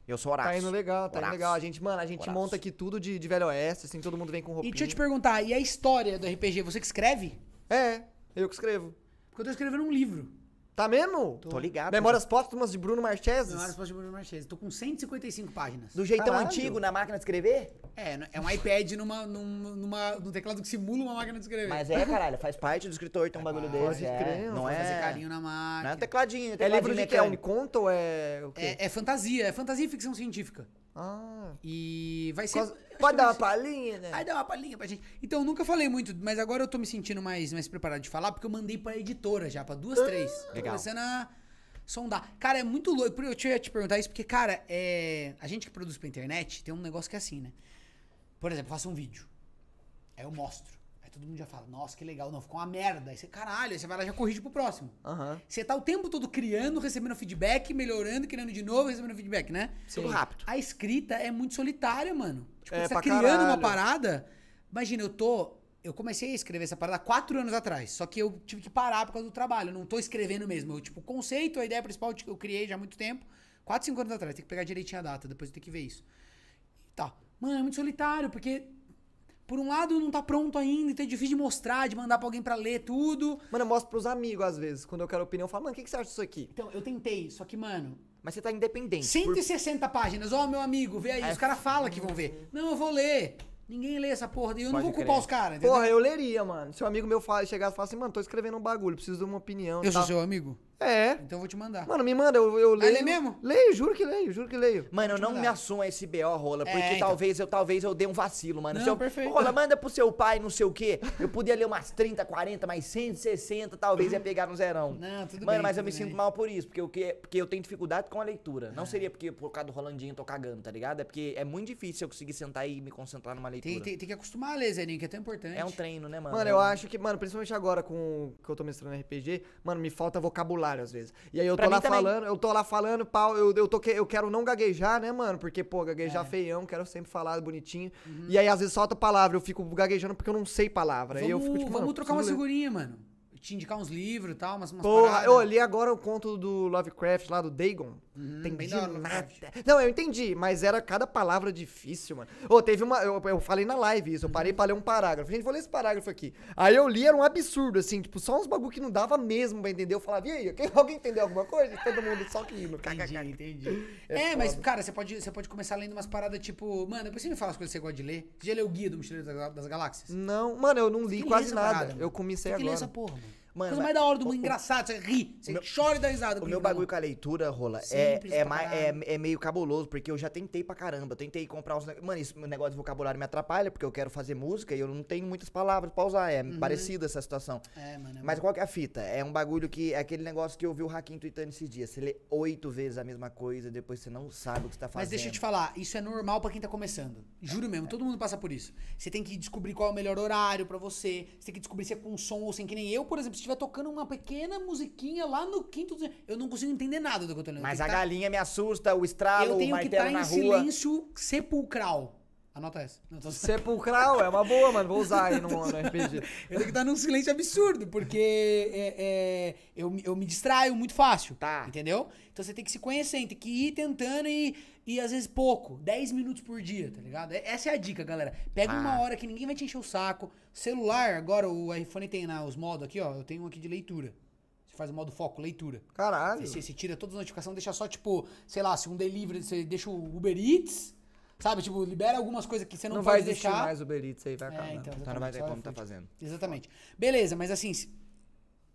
A: Eu sou Horácio.
B: Tá indo legal, tá indo
A: Horácio.
B: legal. A gente, mano, a gente
A: Horácio.
B: monta aqui tudo de, de Velho Oeste, assim, todo mundo vem com
C: E
B: roupinha.
C: deixa eu te perguntar, e a história do RPG, você que escreve?
B: É, eu que escrevo.
C: Porque eu tô escrevendo um livro.
B: Tá mesmo?
A: Tô ligado.
B: Memórias póstumas de Bruno É Marcheses?
C: Memórias Póstumas de Bruno Marchese. Tô com 155 páginas.
A: Do jeitão
B: Caralho.
A: antigo, na máquina de escrever?
C: É, n- é um iPad numa, num, numa, num teclado que simula uma máquina de escrever.
A: Mas é, caralho, faz parte do escritor ter um bagulho desse.
B: Ah, pode
A: é.
B: crer,
A: não
B: pode
A: é.
C: Fazer carinho na
A: Não é um
C: máquina.
A: tecladinho,
B: É livro de
A: tecladinho
B: que é um
A: mecânico.
B: conto ou é o quê?
C: É, é fantasia, é fantasia e ficção científica.
B: Ah.
C: E vai ser.
B: Cos-
C: acho que vai
B: Pode dar uma
C: ser-
B: palhinha, né?
C: Vai dar É. uma palhinha pra gente. Então, eu nunca falei muito, mas agora eu tô me sentindo mais, mais preparado de falar, porque eu mandei pra editora já, pra duas, três. Tô
A: legal.
C: começando a sondar. Cara, é muito louco. Eu tinha te perguntar isso, porque, cara, é... a gente que produz pra internet tem um negócio que é assim, né? Por exemplo, eu faço um vídeo. Aí eu mostro. Aí todo mundo já fala, nossa, que legal. Não, ficou uma merda. Aí você, caralho, aí você vai lá e já corrige pro próximo.
B: Aham.
C: Você tá o tempo todo criando, recebendo feedback, melhorando, criando de novo, recebendo feedback, né?
B: um
A: Tudo rápido.
C: A escrita é muito solitária, mano. Tipo,
B: É,
C: você tá
B: pra
C: criando uma
B: caralho.
C: parada. Imagina, eu tô. Eu comecei a escrever essa parada há quatro anos atrás. Só que eu tive que parar por causa do trabalho. Eu não tô escrevendo mesmo. Eu, tipo, o conceito, a ideia principal eu criei já há muito tempo. Quatro, cinco anos atrás. Tem que pegar direitinho a data, depois eu tenho que ver isso. Tá. Mano, é muito solitário, porque por um lado, não tá pronto ainda, então é difícil de mostrar, de mandar pra alguém pra ler tudo.
B: Mano, eu mostro pros amigos às vezes, quando eu quero opinião, eu falo, mano, o que, que você acha disso aqui?
C: Então, eu tentei, só que, mano,
A: Mas você tá independente. por-
C: 160 páginas, ó, meu amigo, vê aí. Os caras falam que vão ver. Não, eu vou ler. Ninguém lê essa porra, e eu não
A: Pode
C: vou culpar
A: crer.
C: os caras, entendeu?
B: Porra, eu leria, mano. Se um amigo meu fala, chegasse e falasse assim, mano, tô escrevendo um bagulho, preciso de uma opinião. tal.
C: eu sou
A: tá.
C: seu amigo?
B: É.
C: Então eu vou te mandar.
B: Mano, me manda, eu, eu leio.
C: lê é mesmo?
B: Leio, juro que leio, juro que leio.
A: Mano, eu não
C: mandar.
A: me assumo a esse BO, Rola,
B: É,
A: porque
C: então.
A: talvez, eu, talvez eu dê um vacilo, mano.
C: Não,
A: Se eu-
C: perfeito.
A: Rola, manda pro seu pai, não sei o quê. Eu podia ler umas 30, 40, mas 160 talvez ia pegar no zerão.
C: Não, tudo
A: Mano,
C: bem,
A: mas eu
C: tudo
A: me
C: bem. É.
A: sinto mal por isso, porque eu, que- porque eu tenho dificuldade com a leitura. Não seria porque por causa do Rolandinho eu tô cagando, tá ligado? É porque é muito difícil eu conseguir sentar e me concentrar numa leitura.
C: tem, tem- tem que acostumar a ler, Zeninho, que é tão importante.
A: tipo, É um treino, né, mano?
B: Mano, eu acho que, mano, principalmente agora com que eu tô mestrando RPG, mano, me falta vocabulário às vezes. E aí eu tô
A: Pra mim
B: lá
A: também.
B: falando, eu tô lá falando, pau, eu, eu, tô, que- eu quero não gaguejar, né, mano? Porque, pô, gaguejar
C: É.
B: feião, quero sempre falar bonitinho.
C: Uhum.
B: E aí às vezes solta palavra, eu fico gaguejando porque eu não sei palavra.
C: Vamos,
B: Aí eu fico tipo,
C: vamos
B: mano,
C: trocar uma
B: preciso ler.
C: figurinha, mano. Te indicar uns livros e tal, umas, umas
B: Porra,
C: paradas.
B: eu olhei agora o conto do Lovecraft lá do Dagon.
C: Uhum, bem
B: entendi
C: da hora,
B: nada.
C: Lovecraft.
B: Não, eu entendi, mas era cada palavra difícil, mano. Ô, teve uma. Eu, eu falei na live isso, eu
C: Uhum.
B: parei pra ler um parágrafo. Gente, vou ler esse parágrafo aqui. Aí eu li, era um absurdo, assim, tipo, só uns bagulho que não dava mesmo pra entender. Eu falava, e aí, quem- alguém entendeu alguma coisa? E todo mundo só que rindo.
C: Entendi, entendi. É, mas, cara, você pode, você pode começar lendo umas paradas tipo. Mano, depois você me fala as coisas que você gosta de ler. Você já leu o Guia do Mochileiro das Gal- das Galáxias?
B: Não, mano, eu não
C: Tem
B: li
C: que ler
B: quase
C: essa
B: nada.
C: parada, mano.
B: eu comecei
C: Tem que ler
B: agora.
C: essa porra, mano.
A: Mano,
C: Coisa
A: mas-
C: mais da hora do mundo, engraçado, você ri, você chora e dá risada. com
A: O
C: o
A: meu
C: livro na
A: bagulho
C: mão.
A: com a leitura, Rola, é,
C: Simples
A: é,
C: pra
A: mai-
C: caralho.
A: é, é meio cabuloso, porque eu já tentei pra caramba. Eu tentei comprar uns. neg- Mano, esse meu negócio de vocabulário me atrapalha, porque eu quero fazer música e eu não tenho muitas palavras pra usar. É parecida essa situação.
C: É, mano. Uhum. é
A: Mas qual que é a fita? É um bagulho que. É aquele negócio que eu vi o Hakim tweetando esses dias. Você lê oito vezes a mesma coisa, depois você não sabe o que você tá fazendo.
C: Mas deixa eu te falar, isso é normal pra quem tá começando. Juro mesmo, todo mundo passa por isso. Você tem que descobrir qual é o melhor horário pra você, você tem que descobrir se é com som ou sem que nem eu, por exemplo, se estiver tocando uma pequena musiquinha lá no quinto, do- eu não consigo entender nada do que eu tô lendo. Eu
A: Mas a
C: tenho que tá-
A: galinha me assusta, o estralo,
C: eu
A: o
C: tenho que estar
A: martelo na
C: em
A: rua.
C: silêncio sepulcral. Anota essa. Não, tô-
B: Sepulcral é uma boa, mano. Vou usar aí no, no RPG.
C: Eu tenho que estar num silêncio absurdo, porque é, é, eu, me- eu me distraio muito fácil.
A: Tá.
C: Entendeu? Então você tem que se conhecer, tem que ir tentando e, e às vezes pouco. 10 minutos por dia, tá ligado? É- Essa é a dica, galera. Pega
B: Ah.
C: uma hora que ninguém vai te encher o saco. Celular, agora o iPhone tem na, os modos aqui, ó. Eu tenho um aqui de leitura. Você faz o modo foco, leitura.
B: Caralho.
C: Aí Você, você tira todas as notificações, deixa só, tipo, sei lá, se um delivery, você deixa o Uber Eats, sabe? Tipo, libera algumas coisas que você não,
B: Não, vai
C: pode
B: existir
C: deixar.
B: mais o Beritz aí, vai acabar.
C: É, então,
A: Tá, não vai
C: exatamente,
A: ver
C: só
A: como tá
C: iFood.
A: fazendo.
C: Exatamente. Beleza, mas assim, se-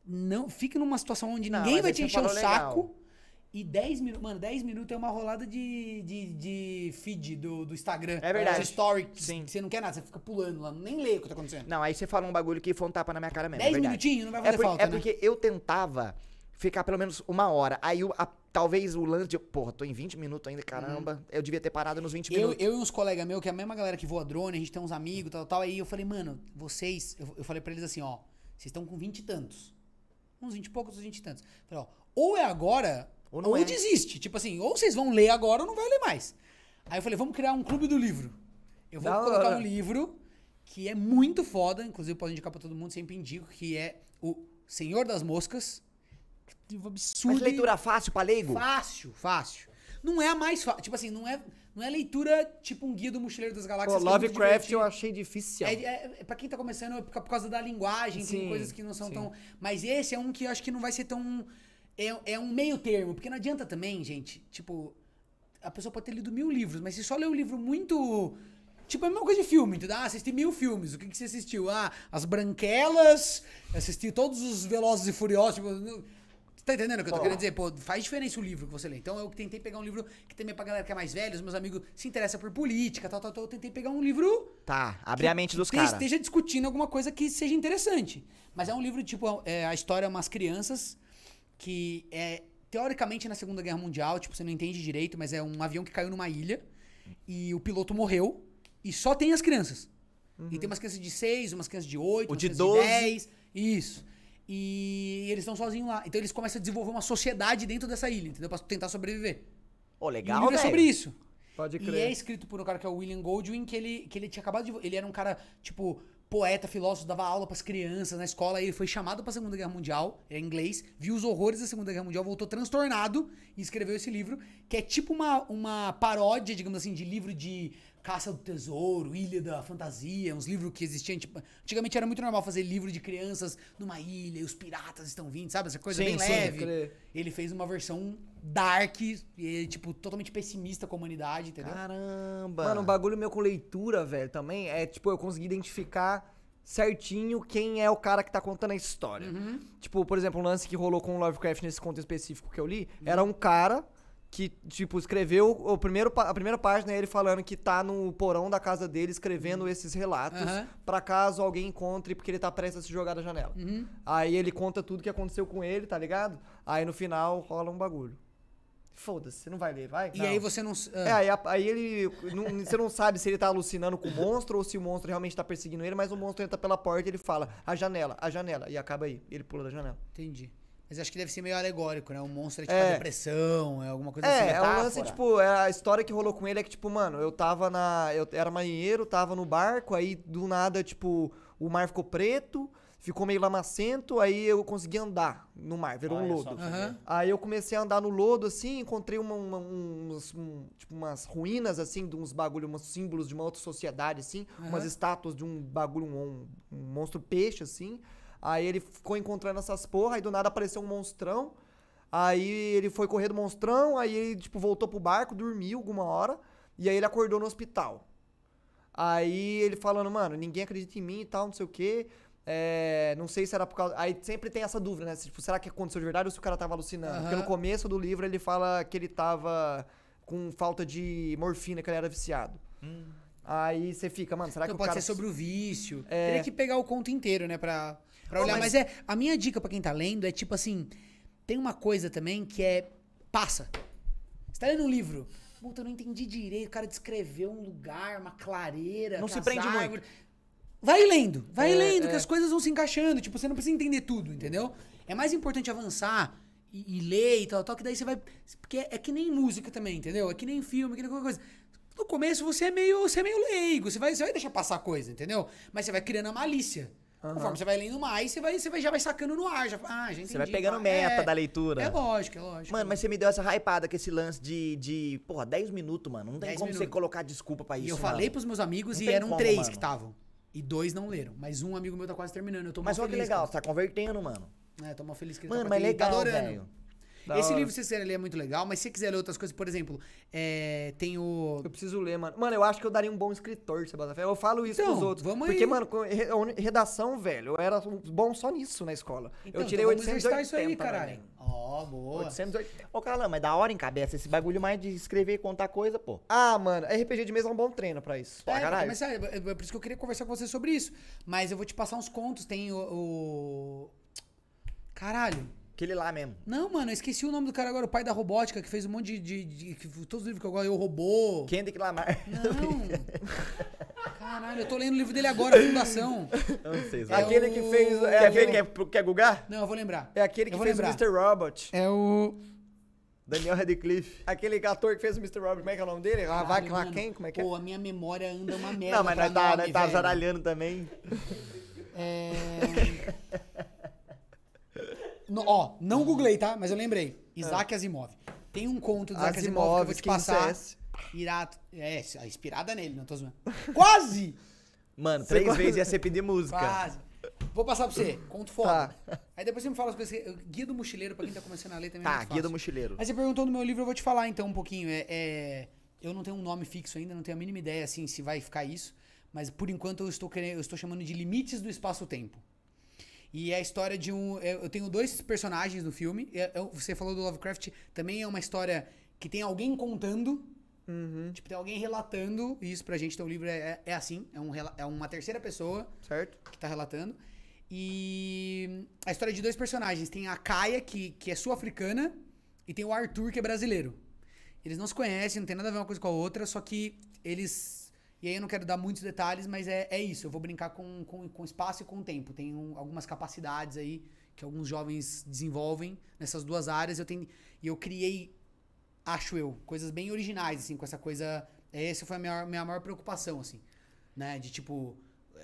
C: não fica numa situação onde
A: Não,
C: ninguém
A: mas
C: vai
A: aí
C: te
A: você
C: encher o
A: falou legal.
C: saco. E 10 minutos, mano, 10 minutos é uma rolada de, de, de feed do, do Instagram.
A: É verdade.
C: Essa story, que
A: Sim.
C: você não quer nada, você fica pulando lá, nem lê o que tá acontecendo.
A: Não, aí você falou um bagulho que foi um tapa na minha cara mesmo. é
C: 10
A: verdade.
C: minutinhos não vai
A: É,
C: fazer
A: porque-
C: falta,
A: é
C: né?
A: porque eu tentava ficar pelo menos uma hora. Aí o- a- talvez o lance de. Porra, tô em 20 minutos ainda, caramba. Eu devia ter parado nos 20
C: Uhum. Eu,
A: minutos.
C: eu e uns colegas meus, que é a mesma galera que voa drone, a gente tem uns amigos tal, tal. Aí eu falei, mano, vocês. Eu, eu falei pra eles assim, ó. Vocês estão com vinte e tantos. Uns vinte e poucos, uns vinte e tantos. Falei, ó, ou é agora, ou,
A: Ou não é.
C: desiste. Tipo assim, ou vocês vão ler agora ou não vai ler mais. Aí eu falei, vamos criar um clube do livro. Eu vou
B: Da
C: colocar
B: hora.
C: um livro que é muito foda, inclusive pode indicar pra todo mundo, sempre indico, que é o Senhor das Moscas. Que livro absurdo.
A: Mas
C: e-
A: leitura fácil pra leigo?
C: Fácil, fácil. Não é a mais fácil. Tipo assim, não é, não é leitura tipo um guia do Mochileiro das
B: Pô,
C: Galáxias. que é muito
B: Lovecraft eu
C: divertido.
B: achei difícil.
C: É, é, é pra quem tá começando, é por ca- por causa da linguagem, tem
B: Sim,
C: coisas que não são
B: sim.
C: tão. Mas esse é um que eu acho que não vai ser tão. É, é um meio termo, porque não adianta também, gente. Tipo, a pessoa pode ter lido mil livros, mas se só ler um livro muito. Tipo, é a mesma coisa de filme, entendeu? Ah, assisti mil filmes. O que, que você assistiu? Ah, As Branquelas, assisti todos os Velozes e Furiosos. Tipo, não- você tá entendendo o que eu tô querendo dizer? Pô, faz diferença o livro que você lê. Então eu tentei pegar um livro que também é pra galera que é mais velha, os meus amigos se interessam por política, tal, tal, tal. Eu tentei pegar um livro
A: Tá, abri a mente dos
C: que
A: caras.
C: esteja discutindo alguma coisa que seja interessante. Mas é um livro, tipo, é a história é umas crianças que é teoricamente na Segunda Guerra Mundial, tipo, você não entende direito, mas é um avião que caiu numa ilha e o piloto morreu e só tem as crianças. E tem umas crianças de 6, umas crianças de 8,
A: Uhum. O
C: umas
A: de
C: crianças
A: 12.
C: de 10. Isso. E eles estão sozinhos lá. Então eles começam a desenvolver uma sociedade dentro dessa ilha, entendeu? Pra tentar sobreviver.
A: Ô,
C: e o
A: legal,
C: livro
A: velho.
C: é sobre isso.
B: Pode
C: E é
B: crer.
C: escrito por um cara que é o William Goldwyn, que ele, que ele tinha acabado de. Ele era um cara, tipo, poeta, filósofo, dava aula pras crianças na escola. Aí ele foi chamado pra Segunda Guerra Mundial, é inglês, viu os horrores da Segunda Guerra Mundial, voltou transtornado e escreveu esse livro, que é tipo uma, uma paródia, digamos assim, de livro de Caça do Tesouro, Ilha da Fantasia, uns livros que existiam. Tipo, antigamente era muito normal fazer livro de crianças numa ilha e os piratas estão vindo, sabe? Essa coisa
B: Sim,
C: bem
B: sim,
C: leve.
B: crer.
C: Ele fez uma versão dark e, tipo, totalmente pessimista com a humanidade, entendeu?
F: Caramba.
B: Mano, o bagulho meu com leitura, velho, também é tipo, eu consegui identificar certinho quem é o cara que tá contando a história.
C: Uhum.
B: Tipo, por exemplo, um lance que rolou com o Lovecraft nesse conto específico que eu li,
C: Uhum.
B: era um cara que, tipo, escreveu o primeiro, pa- a primeira página é ele falando que tá no porão da casa dele escrevendo esses relatos
C: Uhum. Aham.
B: pra caso alguém encontre, porque ele tá prestes a se jogar da janela.
C: Uhum.
B: Aí ele conta tudo que aconteceu com ele, tá ligado? Aí no final rola um bagulho. Foda-se, você não vai ler, vai?
C: e
B: Não.
C: aí você não. s- ah.
B: É, aí, a- aí ele. não- você não sabe se ele tá alucinando com o monstro ou se o monstro realmente tá perseguindo ele, mas o monstro entra pela porta e ele fala, a janela, a janela, e acaba aí. Ele pula da janela.
C: Entendi. Mas acho que deve ser meio alegórico, né? O monstro é tipo
B: É.
C: a depressão, é alguma coisa assim.
B: É, é um
C: metáfora.
B: lance, tipo, é, a história que rolou com ele é que, tipo, mano, eu tava na. Eu era marinheiro, tava no barco, aí do nada, tipo, o mar ficou preto, ficou meio lamacento, aí eu consegui andar no mar, virou um
A: Olha só
B: lodo.
A: pra você ver.
C: Aham.
B: Aí eu comecei a andar no lodo, assim, encontrei uma, uma- uns, um- tipo, umas ruínas, assim, de uns bagulho, uns símbolos de uma outra sociedade, assim, umas estátuas de um bagulho, um, um monstro peixe, assim. Aí ele ficou encontrando essas porra, aí do nada apareceu um monstrão. Aí ele foi correr do monstrão, aí ele, tipo, voltou pro barco, dormiu alguma hora, e aí ele acordou no hospital. Aí ele falando, mano, ninguém acredita em mim e tal, não sei o quê. É, não sei se era por causa. Aí sempre tem essa dúvida, né? Se, Tipo, será que aconteceu de verdade ou se o cara tava alucinando? Porque no
C: Aham.
B: começo do livro ele fala que ele tava com falta de morfina, que ele era viciado. Aí você fica, mano, será
C: Hum. Então
B: que
C: pode
B: o cara.
C: ser sobre o vício.
B: É.
C: Teria que pegar o conto inteiro, né, pra, pra olhar. Mas... é, a minha dica pra quem tá lendo é tipo assim: tem uma coisa também que é. Passa. Você tá lendo um livro. Puta, eu não entendi direito. O cara descreveu um lugar, uma clareira.
F: Não se
C: aquelas
F: prende muito.
C: árvores. Vai lendo,
F: É,
C: vai lendo, que as coisas vão se encaixando. Tipo, você não precisa entender tudo, entendeu? É mais importante avançar e, e ler e tal, tal, que daí você vai. Porque é, é que nem música também, entendeu? É que nem filme, é que nem qualquer coisa. No começo você é meio, você é meio leigo, você vai, você vai deixar passar coisa, entendeu? Mas você vai criando a malícia. Conforme você vai lendo mais, você, vai, você vai- já vai sacando no ar. Já, ah, já entendi.
F: Você vai pegando
C: pá.
F: meta
C: É,
F: da leitura.
C: É lógico, é lógico.
F: Mano, mas você me deu essa hypada com esse lance de, de porra, 10 minutos, mano. Não tem
C: 10
F: como você
C: minutos.
F: colocar desculpa pra
C: E
F: isso.
C: eu falei
F: mano.
C: pros meus amigos
F: Não
C: e
F: tem
C: eram
F: como,
C: três
F: mano.
C: que estavam. E dois não leram. Mas um amigo meu tá quase terminando. Eu tô
F: Mas
C: mó
F: olha que
C: feliz,
F: legal,
C: cara.
F: você tá convertendo, mano.
C: É, tô mal feliz que ele
F: Mano,
C: tá
F: mas
C: ele tá
F: legal,
C: adorando.
F: velho.
B: Da
C: Esse
B: hora.
C: livro, se você quiser ler, é muito legal, mas se você quiser ler outras coisas, por exemplo, é, tem o.
B: Eu preciso ler, mano. Mano, eu acho que eu daria um bom escritor, você bota fé. Eu falo isso
C: Então,
B: pros outros.
C: vamos
B: porque,
C: aí.
B: mano, com re- a uni- redação, velho, eu era um bom só nisso na escola. eu tirei
C: Então, vamos exercitar
B: 880
C: isso aí,
B: caralho.
C: caralho. Ó, boa.
F: 880. Ô, Carlão, mas da hora em cabeça esse bagulho mais de escrever e contar coisa, pô.
B: Ah, mano, RPG de mesa é um bom treino pra isso.
F: pra
C: É,
F: caralho.
C: Mas sabe, é por isso que eu queria conversar com você sobre isso. Mas eu vou te passar uns contos. Tem o. o- Caralho.
F: Aquele lá mesmo.
C: Não, mano, eu esqueci o nome do cara agora, o pai da robótica, que fez um monte de. de- de- que, todos os livros que eu gosto, eu robô.
F: Kendrick Lamar.
C: Não. Caralho, eu tô lendo o livro dele agora, Fundação.
F: Eu não sei, Zé.
B: Aquele
C: o-
B: que fez. É
F: Quer ver?
B: aquele,
F: Quer, quer gugar?
C: Não, eu vou lembrar.
B: é aquele que
C: Eu vou
B: fez
C: lembrar.
B: o Mr. Robot.
C: É o.
F: Daniel Radcliffe.
B: Aquele ator que fez o Mr. Robot, como é que é o nome dele? Ravak
C: Caralho,
B: Laken,
C: mano.
B: como é que é?
C: Pô, a minha memória anda uma merda.
F: Não, mas
C: pra
F: nós tá,
C: nome,
F: nós tá
C: velho.
F: zaralhando também.
C: É... No- ó, não googlei, tá? Mas eu lembrei. Isaac Asimov. Tem um conto do Isaac Asimov, que eu vou te
B: Asimov, é
C: passar.
B: Skin
C: Irado. É, inspirada nele, não tô zoando. Quase!
F: Mano, três vezes ia ser pedir música.
C: Quase. Vou passar pra você. Conto foda.
B: Tá.
C: Aí depois você me fala as coisas. que- Guia do Mochileiro, pra quem tá começando a ler também é
F: Tá,
C: muito
F: Guia do
C: fácil.
F: Mochileiro.
C: Mas você perguntou do meu livro, eu vou te falar então um pouquinho. É, é, eu não tenho um nome fixo ainda, não tenho a mínima ideia assim se vai ficar isso, mas por enquanto eu estou querendo, eu estou chamando de limites do espaço-tempo. E é a história de um. é, Eu tenho dois personagens no filme. é, é, Você falou do Lovecraft, também é uma história que tem alguém contando.
B: Uhum,
C: Tipo, tem alguém relatando isso pra gente. Então o livro é, é- é assim: é, um, rela- é uma terceira pessoa
B: certo?
C: que tá relatando. E a história é de dois personagens. Tem a Kaia, que, que é sul-africana, e tem o Arthur, que é brasileiro. Eles não se conhecem, não tem nada a ver uma coisa com a outra, só que eles. E aí eu não quero dar muitos detalhes, mas é, é isso. Eu vou brincar com, com, com espaço e com tempo. Tem um- algumas capacidades aí que alguns jovens desenvolvem nessas duas áreas. Eu tenho, e eu criei, acho eu, coisas bem é, originais, assim, com essa coisa. Essa foi a minha, minha maior preocupação, assim né? De tipo,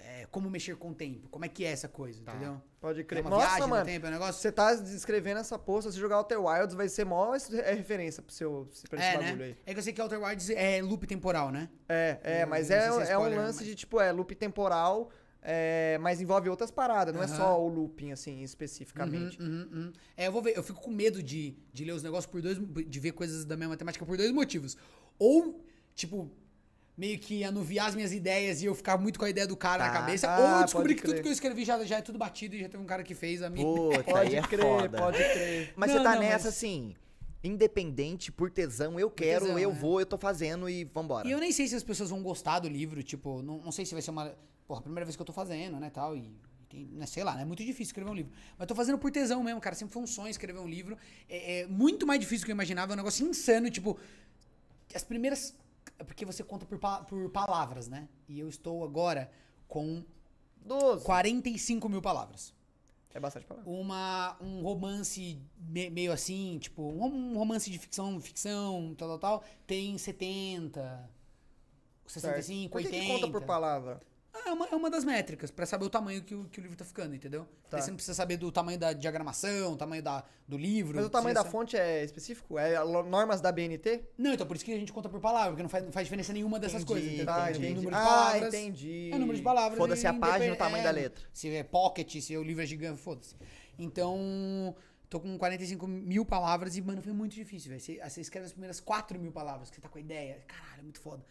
C: é, como mexer com o tempo. Como é que é essa coisa, entendeu?
B: Pode
C: É
B: crer.
C: uma
B: Tá. Nossa,
C: viagem no
B: mano.
C: tempo, é um negócio...
B: Você tá descrevendo essa porra, se jogar Outer Wilds vai ser mó es- é referência pro seu, pra esse
C: É,
B: bagulho
C: né?
B: aí.
C: É que eu sei que Outer Wilds é loop temporal, né?
B: É, é,
C: Hum,
B: mas
C: não
B: é,
C: sei se é
B: é um
C: spoiler,
B: lance
C: mas-
B: de, tipo, é loop temporal, é, mas envolve outras paradas, não é só o looping, assim, especificamente.
C: Uhum, uhum. É, eu vou ver, eu fico com medo de, de ler os negócios por dois. de ver coisas da mesma temática por dois motivos. Ou, tipo, meio que anuviar as minhas ideias e eu ficar muito com a ideia do cara na
B: Tá.
C: cabeça.
B: Ah,
C: ou eu
B: pode
C: descobri que tudo
B: crer.
C: que eu escrevi já, já é tudo batido e já teve um cara que fez a minha.
A: Puta, aí
B: Pode
A: é
B: crer,
A: foda.
B: pode crer.
F: Mas
C: Não,
F: você tá
C: não,
F: nessa
C: mas-
F: assim, independente, por tesão, eu quero,
C: tesão,
F: eu
C: né?
F: vou, eu tô fazendo e vambora.
C: E eu nem sei se as pessoas vão gostar do livro, tipo, não, não sei se vai ser uma. Porra, primeira vez que eu tô fazendo, né, tal, e. tem- né, sei lá, né, é muito difícil escrever um livro. Mas tô fazendo por tesão mesmo, cara. Sempre foi um sonho escrever um livro. É, é muito mais difícil do que eu imaginava, é um negócio insano, tipo. As primeiras. é Porque você conta por, pa- por palavras, né? E eu estou agora com
B: 12.
C: 45 mil palavras
B: É bastante palavra.
C: uma, um romance me- meio assim, tipo, um rom- um romance de ficção, ficção, tal, tal, tal, tem 70, 65,
B: Por que,
C: 80.
B: que conta por palavra?
C: Ah, é, uma, é uma das métricas, pra saber o tamanho que o, que o livro tá ficando, entendeu? Porque você não precisa saber do tamanho da diagramação, o tamanho da, do livro.
B: Mas o tamanho
C: você
B: da fonte é específico? É a lo- normas da BNT?
C: Não, então por isso que a gente conta por palavra, porque não faz, não faz diferença nenhuma dessas
B: Entendi,
C: coisas, entendeu?
B: tá,
C: Tipo,
B: entendi.
C: número de
B: Ah,
C: palavras,
B: entendi.
C: É o número de palavras.
F: Foda-se a
C: e
F: página,
C: independ-
F: o tamanho
C: é,
F: da letra.
C: Se é pocket, se o livro é gigante, foda-se. Então, tô com 45 mil palavras e, mano, foi muito difícil, velho. Você, aí você escreve as primeiras 4 mil palavras, que você tá com a ideia. Caralho, é muito foda.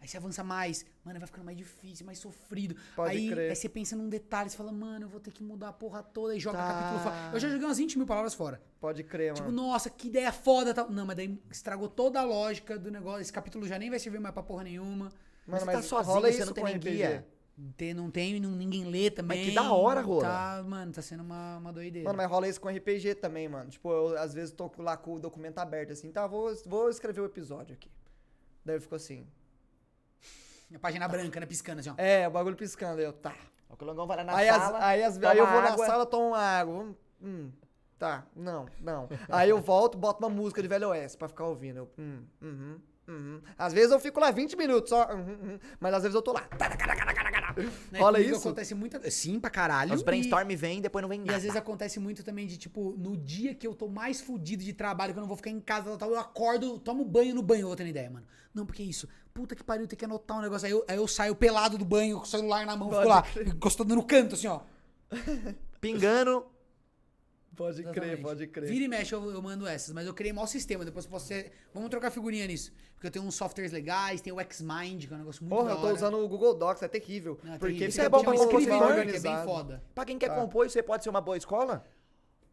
C: Aí você avança mais, mano, vai ficando mais difícil, mais sofrido.
B: Pode
C: aí,
B: crer.
C: aí você pensa num detalhe, você fala, mano, eu vou ter que mudar a porra toda e joga
B: Tá.
C: capítulo fora. Eu já joguei umas 20 mil palavras fora.
B: Pode crer,
C: Tipo,
B: mano.
C: nossa, que ideia foda tal. Não, mas daí estragou toda a lógica do negócio. Esse capítulo já nem vai servir mais pra porra nenhuma.
F: você tá sozinho,
B: rola
F: você
B: isso
F: não tem
B: com
F: nem
B: RPG.
F: guia.
C: Tem- não tem, não, ninguém lê também.
F: que da hora, Rola.
C: Tá, mano, tá sendo uma, uma doideira.
B: Mano, mas rola isso com RPG também, mano. Tipo, eu às vezes tô lá com o documento aberto, assim, tá, vou, vou escrever o episódio aqui. Daí ficou assim.
C: A página branca, né? Piscando assim, ó.
B: É, o bagulho piscando, eu, tá.
A: O Colongão vai lá na
B: Aí, as-
A: sala.
B: aí, as-
A: toma
B: aí eu vou
A: água.
B: na sala, tomo uma água. Hum, hum, tá, não, não. Aí eu volto, boto uma música de Velho Oeste pra ficar ouvindo. Eu, hum, uhum, uhum. Às vezes eu fico lá 20 minutos só, uhum, uhum, mas às vezes eu tô lá. tá, tá, tá, tá, tá, tá, tá.
C: Né,
B: Rola
C: comigo
B: isso?
C: Acontece muita... Sim, pra caralho.
F: Os
C: E-
F: brainstorm vem, depois não vem
C: E
F: nada.
C: às vezes acontece muito também de, tipo, no dia que eu tô mais fudido de trabalho, que eu não vou ficar em casa, tal, tal, eu acordo, tomo banho no banho, eu vou tendo ideia, mano. Não, porque é isso. Puta que pariu, tem que anotar um negócio. Aí eu, aí eu saio pelado do banho, com o celular na mão, fico lá, encostando no canto, assim, ó.
F: Pingando,
B: Pode
C: Exatamente.
B: crer, pode crer.
C: Vira e mexe, eu, eu mando essas, mas eu criei um mau sistema, depois eu posso ser. Vamos trocar figurinha nisso. Porque eu tenho uns softwares legais, tem o Xmind, que é um negócio muito
B: Porra,
C: da
B: eu tô
C: hora.
B: usando o Google Docs, é terrível.
C: Não,
B: porque fica tipo
C: tem-
F: isso é bom
C: tinha
F: pra
C: um
F: você
B: tudo
F: escritório,
C: escritor, que é bem
B: organizado.
C: foda.
F: pra quem quer
B: Tá. Hum.
F: compor, você pode ser uma boa escola?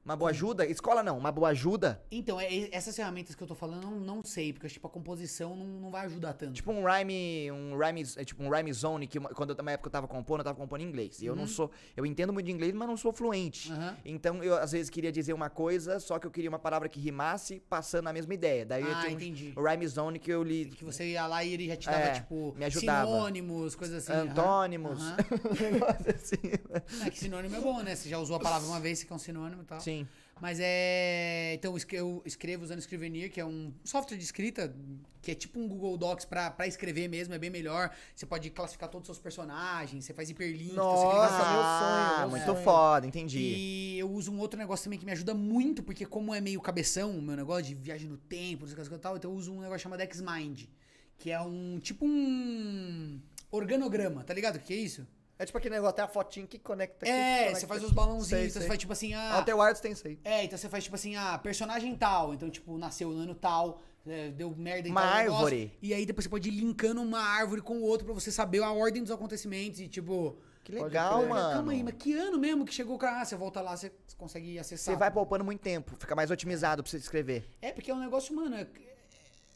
F: Uma boa ajuda? Escola não, uma boa ajuda.
C: Então, é, e- essas ferramentas que eu tô falando, eu não, não sei, porque tipo, a composição não, não vai ajudar tanto.
F: Tipo um rhyme, um rhyme, é tipo um rhyme zone que uma- quando eu, na época eu tava compondo, eu tava compondo em inglês. E eu não
B: Uhum.
F: sou, eu entendo muito de inglês, mas não sou
B: Ah.
F: fluente.
C: Aham.
F: Então eu às vezes queria dizer uma coisa, só que eu queria uma palavra que rimasse passando a mesma ideia. Daí eu
C: Ah,
F: tinha um-
C: entendi.
F: o rhyme zone que eu li
C: que você ia lá e ele já te dava,
F: É,
C: tipo,
F: me ajudava.
C: sinônimos, coisas assim. aham.
F: antônimos.
C: Aham.
F: um negócio assim.
C: É que sinônimo é bom, né? Você já usou a palavra uma vez, você quer um sinônimo e
B: Tá.
C: tal.
F: Sim.
C: Mas é. Então eu escre- eu escrevo usando Scrivener, que é um software de escrita, que é tipo um Google Docs pra, pra escrever mesmo, é bem melhor. Você pode classificar todos os seus personagens, você faz hiperlink, você
B: Nossa,
C: liga-
B: meu sonho,
F: Ah,
B: meu
F: muito
B: sonho.
F: foda, entendi.
C: um E eu uso um outro negócio também que me ajuda muito, porque como é meio cabeção o meu negócio de viagem no tempo, não sei o que, não sei o que tal, então eu uso um negócio chamado Xmind, que é um tipo um organograma, tá ligado? O que é isso?
B: É tipo aquele negócio, tem a fotinha que conecta Tá aqui. que
C: É,
B: conecta
C: você faz
B: aqui.
C: os balãozinhos,
B: Sei,
C: então
B: sei.
C: você faz tipo assim, ah,
B: Outer Wilds tem isso aí.
C: É, então você faz tipo assim, ah, personagem tal, então tipo, nasceu no ano tal, é, deu merda em
F: Uma
C: tal negócio,
F: árvore.
C: e aí depois você pode ir linkando uma árvore com o outro pra você saber a ordem dos acontecimentos e tipo...
F: Que
B: Pode
F: legal,
B: crer.
F: mano.
C: Calma aí, mas que ano mesmo que chegou o cara? Ah, você volta lá, você consegue acessar.
F: Você vai poupando muito tempo, fica mais otimizado pra você escrever.
C: É, porque é um negócio, mano, é- é-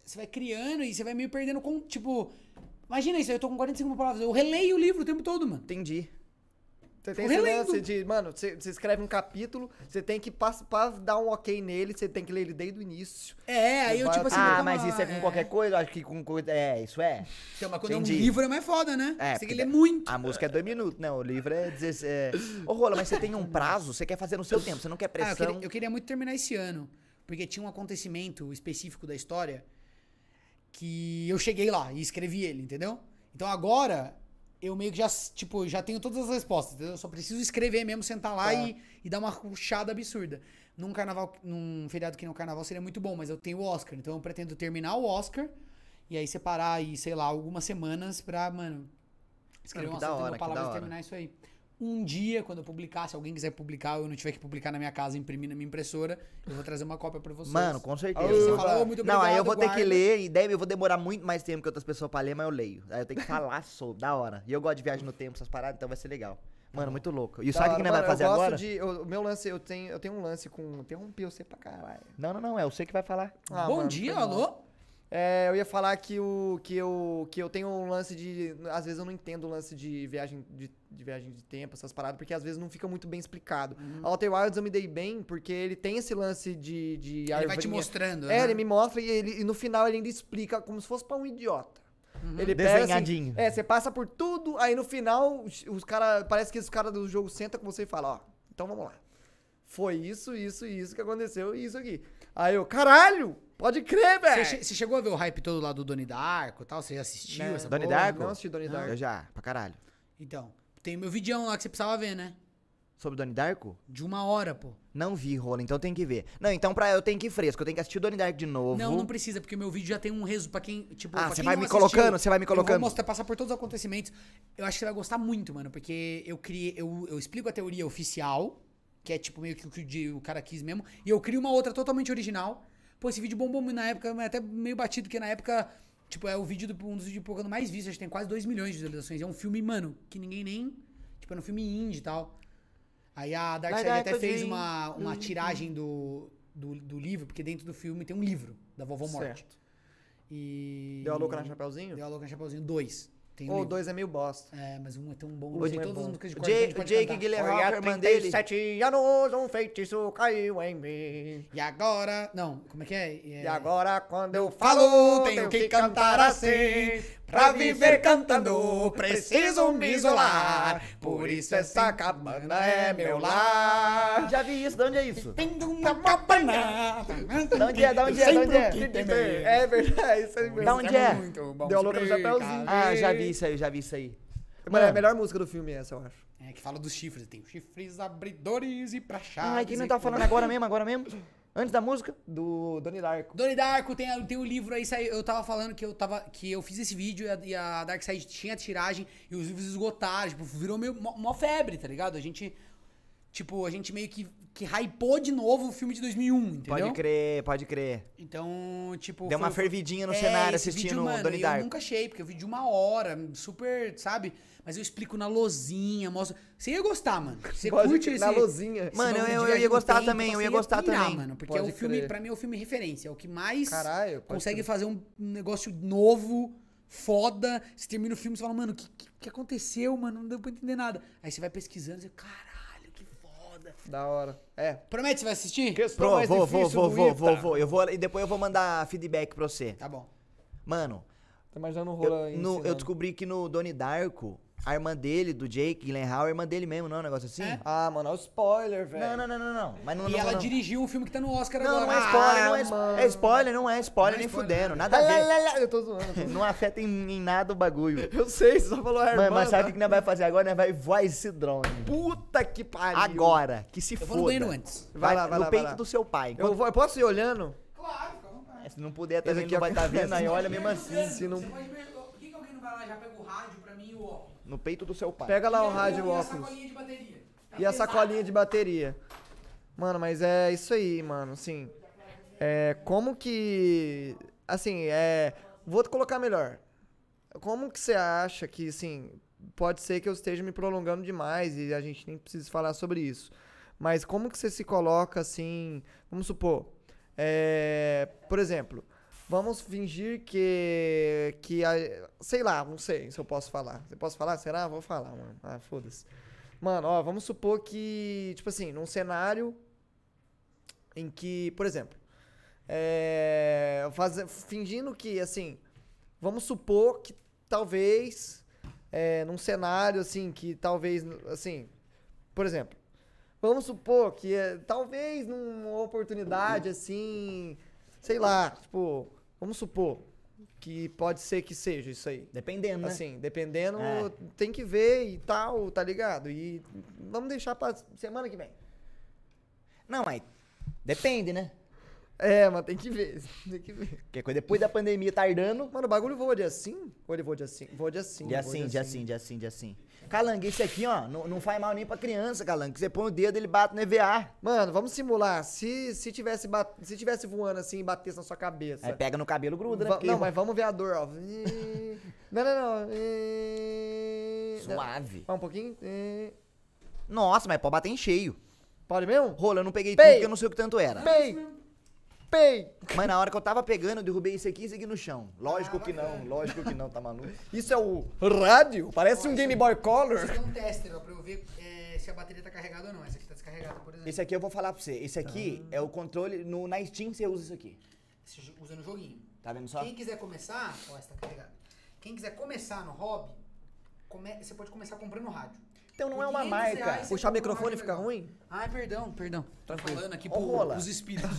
C: você vai criando e você vai meio perdendo com, tipo... Imagina isso, eu tô com 45 mil palavras, eu releio o livro o tempo todo, mano.
F: Entendi.
B: Você tem
C: Eu
B: esse
C: relendo.
B: lance de, mano, você, você escreve um capítulo, você tem que passar pra dar um ok nele, você tem que ler ele desde o início.
C: É, aí eu
B: Vai-
C: tipo assim...
F: ah,
C: vou dar
F: mas
C: uma-
F: isso é com qualquer coisa? Eu acho que com coisa. É, isso é.
C: Então, mas quando é um
F: Entendi.
C: livro é mais foda, né?
F: É,
C: você tem que
F: porque
C: ler muito.
F: A música é dois minutos, né? O livro é 16. É... Ô, Rola, mas você tem um prazo, você quer fazer no seu tempo, você não quer
C: Ah, eu,
F: pressão.
C: queria, eu queria muito terminar esse ano, porque tinha um acontecimento específico da história que eu cheguei lá e escrevi ele, entendeu? Então agora eu meio que já, tipo, já tenho todas as respostas, entendeu? Eu só preciso escrever mesmo, sentar
A: Tá.
C: lá e, e dar uma ruchada absurda. Num carnaval, num feriado que não é um carnaval seria muito bom, mas eu tenho o Oscar, então eu pretendo terminar o Oscar e aí separar aí, sei lá, algumas semanas pra, mano, escrever um
A: Mano, que
C: umas
A: da hora, que
C: palavras
A: da
C: e
A: hora.
C: terminar isso aí. Um dia, quando eu publicar, se alguém quiser publicar, eu não tiver que publicar na minha casa, imprimir na minha impressora, eu vou trazer uma cópia pra vocês.
A: Mano, com certeza.
C: Aí você fala, "Ô, muito
A: não, aí eu
C: obrigado,
A: vou ter que
C: guarda."
A: ler e daí eu vou demorar muito mais tempo que outras pessoas pra ler, mas eu leio. Aí eu tenho que falar sobre, da hora. E eu gosto de viagem no tempo, essas paradas, então vai ser legal. Mano, muito louco. E
B: Da
A: sabe o
B: hora,
A: que nós
B: mano,
A: vai fazer
B: eu gosto
A: agora?
B: de- eu- o meu lance, eu tenho, eu tenho um lance com. Interrompi você pra caralho.
A: Não, não, não, é você que vai falar.
B: Ah,
C: Bom
B: mano,
C: dia,
B: foi mal.
C: alô?
B: É, eu ia falar que, o, que, eu, que eu tenho um lance de. Às vezes eu não entendo o lance de viagem de, de viagem de tempo, essas paradas, porque às vezes não fica muito bem explicado.
C: Uhum.
B: A Outer Wilds eu me dei bem, porque ele tem esse lance de. de
C: Ele vai te
B: arvorinha.
C: mostrando,
B: É,
C: né?
B: ele me mostra e, ele, e no final ele ainda explica como se fosse pra um idiota. Ele Pega,
A: Desenhadinho.
B: assim, é, você passa por tudo, aí no final os, os caras. Parece que os caras do jogo sentam com você e falam, ó, então vamos lá. Foi isso, isso e isso que aconteceu e isso aqui. Aí eu, caralho! Pode crer,
C: Você
A: é.
B: velho!
C: che- você chegou a ver o hype todo lá do Doni Darko e tal? Você já assistiu
B: Não.
C: essa
A: Né. Donnie
B: porra,
A: Darko? Ah,
B: não assisti Donnie Darko.
A: Eu já, pra caralho.
C: Então, tem meu videão lá que você precisava ver, né?
A: Sobre Donnie Darko?
C: De uma hora, pô.
A: Não vi, rola, então tem que ver. Não, então pra eu tenho que ir fresco, eu tenho que assistir o Donnie Darko de novo.
C: Não, não precisa, porque meu vídeo já tem um resumo pra quem, tipo,
A: Ah,
C: pra
A: você
C: quem
A: vai
C: não
A: me
C: assistiu,
A: colocando, você vai me
C: Eu
A: colocando.
C: vou mostrar, passar por todos os acontecimentos. Eu acho que você vai gostar muito, mano, porque eu criei, eu, eu explico a teoria oficial, que é tipo meio que o que o de- o cara quis mesmo, e eu crio uma outra totalmente original. Pô, esse vídeo bombou muito na época, mas até meio batido, porque na época, tipo, é o vídeo do, um dos vídeos pipocando mais visto, acho que tem quase 2 milhões de visualizações. É um filme, mano, que ninguém nem, tipo, era um filme indie e tal. Aí a Dark Side
A: Mas
C: até
A: Dark
C: fez
A: Side-
C: uma, uma tiragem do, do, do livro, porque dentro do filme tem um livro da Vovó Morte.
B: Certo.
C: E.
B: Deu a louca na Chapeuzinho?
C: Deu a louca na Chapeuzinho 2. Tem um
B: Ou
C: livro.
B: dois é meio bosta.
C: É, mas um é tão bom.
B: Hoje
C: tem
B: é
C: todas as
B: bom.
C: músicas de
A: O
C: corda que a gente
A: Jake, o
C: pode
A: Jake
C: cantar.
A: Guilherme, a irmã dele.
B: anos, um feitiço caiu em mim.
C: E agora. Não, como é que é? é...
B: E agora quando eu
C: Falo,
B: falo,
C: tenho que cantar assim. Pra viver cantando, preciso me isolar. Por isso essa cabana é meu lar.
A: Já vi isso, de onde é isso?
C: Tendo uma cabana.
A: Da
C: um
A: onde é, da onde é, da onde é?
B: É verdade, isso aí mesmo.
A: Da onde é?
C: Muito bom
B: Deu a louca no
C: explicar.
B: chapeuzinho.
A: Ah, já vi isso aí, já vi isso aí.
B: Mano, é a melhor música do filme essa, eu acho.
C: É, que fala dos chifres. Tem os chifres abridores e pra chaves.
A: Ai, quem não
C: e
A: tá
C: tudo.
A: falando agora mesmo, agora mesmo? Antes da música?
B: Do Donnie Darko.
C: Donnie Darko tem, a- tem o livro aí, saiu- eu tava falando que eu, tava, que eu fiz esse vídeo e a, e a Dark Side tinha tiragem e os livros esgotaram, tipo, virou meio mó, mó febre, tá ligado? A gente, tipo, a gente meio que, que hypou de novo o filme de 2001, entendeu?
A: Pode crer, pode crer.
C: Então, tipo...
A: Deu
C: foi-
A: uma fervidinha no
C: É,
A: cenário
C: esse
A: assistindo
C: vídeo, mano,
A: Donnie
C: Eu
A: Darko.
C: nunca achei, porque eu vi de uma hora, super, sabe? Mas eu explico na lozinha, mostro... Você ia gostar, mano. Você
B: Pode
C: curte
B: crer,
C: esse...
B: na lozinha.
C: esse
A: Mano,
C: bagulho
A: eu-
C: de
A: eu
C: viagem
A: ia
C: no
A: gostar
C: tempo,
A: também,
C: você
A: eu ia
C: ia
A: gostar
C: pirar,
A: também.
C: mano, porque é
B: Pode
C: o filme,
B: crer.
C: pra mim, é o filme referência. É o que mais
B: Caralho, pode
C: consegue
B: crer.
C: fazer um negócio novo, foda. Você termina o filme e fala, mano, o que, que, que aconteceu, mano? Não deu pra entender nada. Aí você vai pesquisando, você, caralho, que foda.
B: Da hora. É.
C: Promete que você vai assistir?
A: Pro,
B: mais
A: vou, vou,
B: difícil
A: vou,
B: do
A: vou,
B: Ita.
A: vou, vou. Eu vou. E depois eu vou mandar feedback pra você.
C: Tá bom.
A: Mano,
B: Tá imaginando o
A: eu,
B: Rola
A: no- eu
B: ensinando.
A: descobri que no Donnie Darko, a irmã dele, do Jake Gyllenhaal, é a irmã dele mesmo, não é um negócio assim?
C: É?
B: Ah, mano, é o spoiler, velho.
A: Não, não, não, não, não. Mas não,
C: E
A: não,
C: ela
A: não.
C: dirigiu um filme que tá no Oscar
A: Não,
C: agora. Ah,
A: não é spoiler, não é,
B: mano.
A: spo- é spoiler, não é spoiler,
C: Não é
A: nem
C: spoiler,
A: fudero, nada
B: Lá, lá,
A: a
B: lá, lá. Eu tô zoando.
A: ver. Não afeta em, em nada o bagulho.
B: Eu sei, você só falou a irmã.
A: Mano, mas sabe o
B: tá?
A: que nós vai fazer agora? Nós vai voar esse drone.
B: Puta que pariu.
A: Agora, que se
C: Eu
A: foda.
C: vou no banheiro antes.
A: Vai,
B: Vai lá, vai
A: no
B: lá, vai
A: peito
B: lá.
A: do seu pai.
B: Eu, vou- eu posso ir olhando?
A: Se não puder também,
B: aqui
A: não
B: é o
A: vai
B: que
A: estar vendo, aí
B: acontece.
A: olha mesmo assim.
B: Se não...
C: pode ver. Por que, alguém não vai lá já pega o rádio pra mim e o óculos?
A: No peito do seu pai.
B: Pega lá o rádio e o óculos.
C: de bateria.
B: E a sacolinha de bateria. Mano, mas é isso aí, mano. Assim, é, como que... Assim, é... Vou colocar melhor. Como que você acha que, assim... Pode ser que eu esteja me prolongando demais e a gente nem precisa falar sobre isso. Mas como que você se coloca, assim... Vamos supor... é, por exemplo... Vamos fingir que... que a- sei lá, não sei se eu posso falar. Eu posso falar? Será? Vou falar, mano. Ah, foda-se. Mano, ó, vamos supor que, tipo assim, num cenário em que, por exemplo, é, faze- fingindo que, assim, vamos supor que talvez, é, num cenário, assim, que talvez, assim, por exemplo, vamos supor que é, talvez numa oportunidade, assim, sei lá, tipo, vamos supor, que pode ser que seja isso aí.
A: Dependendo, né?
B: Assim, dependendo,
A: É.
B: tem que ver e tal, tá ligado? E vamos deixar pra semana que vem.
A: Não, mas depende, né?
B: É, mas tem que ver, tem que ver.
A: Porque coisa- depois da pandemia tá tardando.
B: Mano, o bagulho voa dia sim? Ou ele voa dia sim? Voa dia sim. assim.
A: Dia
B: voa
A: sim, dia sim, dia sim, dia sim. Calango, assim. esse aqui, ó, não, não faz mal nem pra criança, Calango. que Você põe o dedo, ele bate no EVA.
B: Mano, vamos simular. Se, se, tivesse, bat- se tivesse voando assim e batesse na sua cabeça.
A: Aí pega no cabelo, gruda, né?
B: Va-
A: Porque-
B: não, mas vamos ver a dor, ó. Ih, não, não, não. Ih,
A: Suave.
B: Vai um pouquinho. Ih.
A: Nossa, mas pode bater em cheio.
B: Pode mesmo?
A: Rola, eu não peguei
B: Pei.
A: tudo porque eu não sei o que tanto era.
B: Pei! Pei!
A: Mas na hora que eu tava pegando, eu derrubei isso aqui e isso aqui no chão. Lógico que não, lógico que não, tá maluco?
B: Isso é o rádio? Parece um Game Boy Color.
C: Tem um tester, ó, pra eu ver é, se a bateria tá carregada ou não. Essa aqui tá descarregada, por exemplo.
A: Esse aqui eu vou falar pra você. Esse aqui é o controle. No, na Steam você usa isso aqui.
C: Esse jo- Usando o joguinho.
A: Tá vendo só?
C: Quem quiser começar, ó, essa tá carregada. Quem quiser começar no hobby, come- você pode começar comprando rádio.
A: Então não é uma
C: 500
A: marca.
C: reais.
B: Puxar o microfone fica ruim?
C: Ai, perdão, perdão. Tô falando aqui
A: Ô, rola.
C: os espíritos.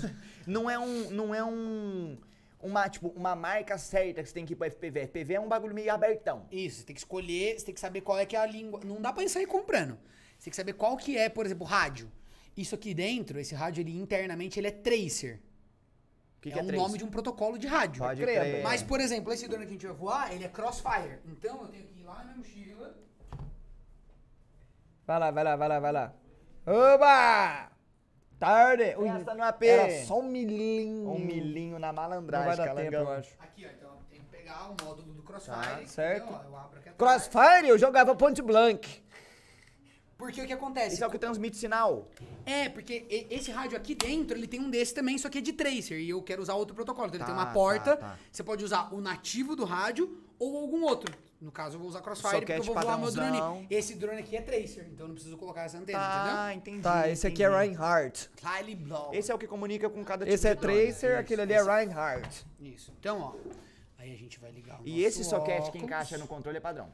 A: Não é um. Não é um. Uma, tipo, uma marca certa que você tem que ir pro FPV. FPV é um bagulho meio abertão.
C: Isso, você tem que escolher, você tem que saber qual é que é a língua. Não dá pra sair comprando. Você tem que saber qual que é, por exemplo, rádio. Isso aqui dentro, esse rádio, ele internamente, ele é tracer.
A: O que,
C: é,
A: que é,
C: um
A: três?
C: nome de um protocolo de rádio.
A: Pode
B: Credo.
A: crer.
C: Mas, por exemplo, esse drone que a gente vai voar, ele é crossfire. Então, eu tenho que ir lá na minha mochila.
B: Vai lá, vai lá, vai lá, vai lá. Oba! Tarde! Ui,
A: Festa no AP.
B: Era só um milhinho.
A: Um milhinho na
B: Não
A: malandragem,
B: vai dar tempo,
A: calangão.
B: eu acho.
C: Aqui, ó. Então, tem que pegar o módulo do
A: Tá
C: crossfire. entendeu?
B: certo.
C: Ó, eu abro aqui atrás.
B: Crossfire, eu jogava Point Blank.
C: Porque o que acontece?
A: Esse é o que transmite sinal.
C: É, porque e- esse rádio aqui dentro, ele tem um desse também, só que é de tracer. E eu quero usar outro protocolo. Então ele tem
A: Tá,
C: uma porta,
A: tá, tá.
C: você pode usar o nativo do rádio ou algum outro. No caso, eu vou usar Crossfire, porque eu
A: Socket
C: vou voar meu drone.
A: é padrãozão.
C: Esse drone aqui é tracer, então eu não preciso colocar essa antena, entendeu?
A: Ah, entendi.
B: Tá, esse aqui é
A: entendi.
B: Reinhardt.
C: Kylie Blow.
A: Esse é o que comunica com cada tipo
B: Esse é
A: de drone.
B: Tracer, aquele ali é Reinhardt.
C: Isso. Então, ó. Aí a gente vai ligar o
A: E
C: nosso
A: esse soquete que
C: óculos.
A: encaixa no controle é padrão.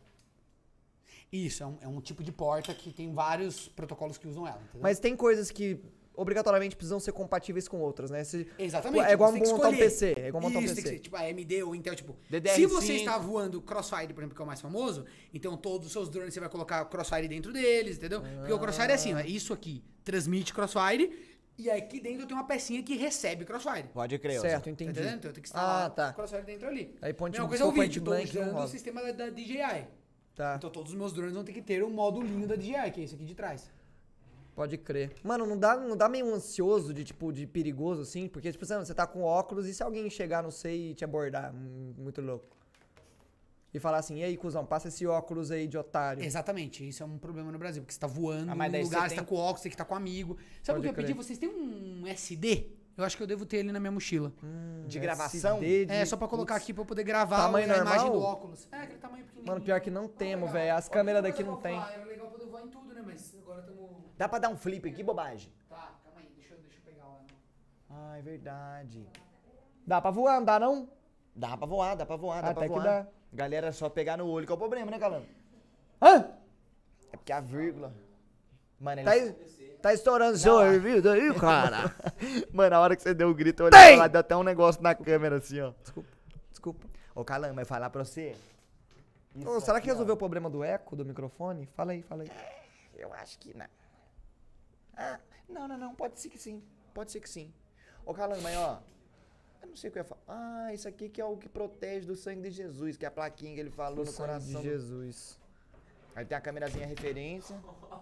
C: Isso, é um, é um tipo de porta que tem vários protocolos que usam ela, entendeu?
B: Mas tem coisas que obrigatoriamente precisam ser compatíveis com outras, né? Se-
C: Exatamente.
B: É igual
C: você tem que
B: montar um
C: escolher.
B: PC. É igual montar um
C: Isso, tem que ser,
B: PC.
C: tipo AMD ou Intel, tipo.
A: DDR5.
C: Se você está voando Crossfire, por exemplo, que é o mais famoso, então todos os seus drones você vai colocar Crossfire dentro deles, entendeu? Porque o Crossfire é assim,
B: Ah.
C: ó, isso aqui transmite Crossfire e aqui dentro tem uma pecinha que recebe Crossfire.
A: Pode crer,
B: Certo,
C: Tá
B: entendi.
C: entendendo? Então eu tenho que instalar
B: Ah, tá.
C: Crossfire dentro ali.
B: Aí tipo, ponte-
C: Mesma coisa é o
B: se for
C: vídeo,
B: point
C: tô
B: blank, né, não
C: usando
B: rola.
C: o sistema da, da DJI.
B: Tá,
C: Então todos os meus drones vão ter que ter um modulinho da DJI, que é esse aqui de trás.
B: pode crer. Mano, não dá, não dá meio ansioso de, tipo, de perigoso, assim? Porque, tipo, você tá com óculos e se alguém chegar, não sei, e te abordar, Hum, muito louco. E falar assim, e aí, cuzão, passa esse óculos aí de otário.
C: Exatamente, isso é um problema no Brasil, porque você tá voando
A: Ah, mas
C: num
A: daí
C: lugar,
A: você
C: você tá
A: tem-
C: com óculos, você que tá com amigo. Sabe
B: Pode
C: o que eu
B: crer.
C: pedi? Vocês têm um SD? Eu acho que eu devo ter ele na minha mochila.
B: Hum,
A: De gravação?
B: SD de-
C: é, só pra colocar aqui pra eu poder gravar
B: Tamanho
C: a imagem
B: normal?
C: do óculos. É, aquele tamanho pequenininho. Ah,
B: Mano, pior que não temos,
C: legal.
B: velho. As
C: Olha,
B: câmeras
C: uma
B: daqui
C: coisa
B: não
C: que eu
B: tem.
C: vou falar, Era legal poder voar em tudo, né? Mas agora estamos...
A: Dá pra dar um flip aqui, bobagem?
C: Tá, calma aí, deixa eu, deixa eu pegar lá. né? no-
A: Ah, é verdade.
B: Dá pra voar, não dá não?
A: Dá pra voar, dá pra voar, dá
B: Ah, Até
A: pra
B: que
A: voar.
B: dá.
A: Galera, é só pegar no olho que é o problema, né, Calando?
B: Hã?
A: É porque a vírgula. Mano,
B: Tá,
A: ele...
B: tá estourando seu
A: lá.
B: ouvido aí, cara.
A: Mano, a hora que você deu o grito, eu
B: olhei pra lá,
A: deu até um negócio na câmera assim, ó.
B: Desculpa, desculpa.
A: Ô, Calando, mas falar pra você. isso
B: Ô, será que
A: aqui, ó,
B: resolveu o problema do eco do microfone? Fala aí, fala aí.
A: Eu acho que não. Ah, não, não, não. Pode ser que sim. Pode ser que sim. Ô, Calango, mas ó. Eu não sei o que eu ia falar. Ah, isso aqui que é o que protege do sangue de Jesus, que é a plaquinha que ele falou no coração. do-
B: Jesus.
A: Aí tem a câmerazinha referência.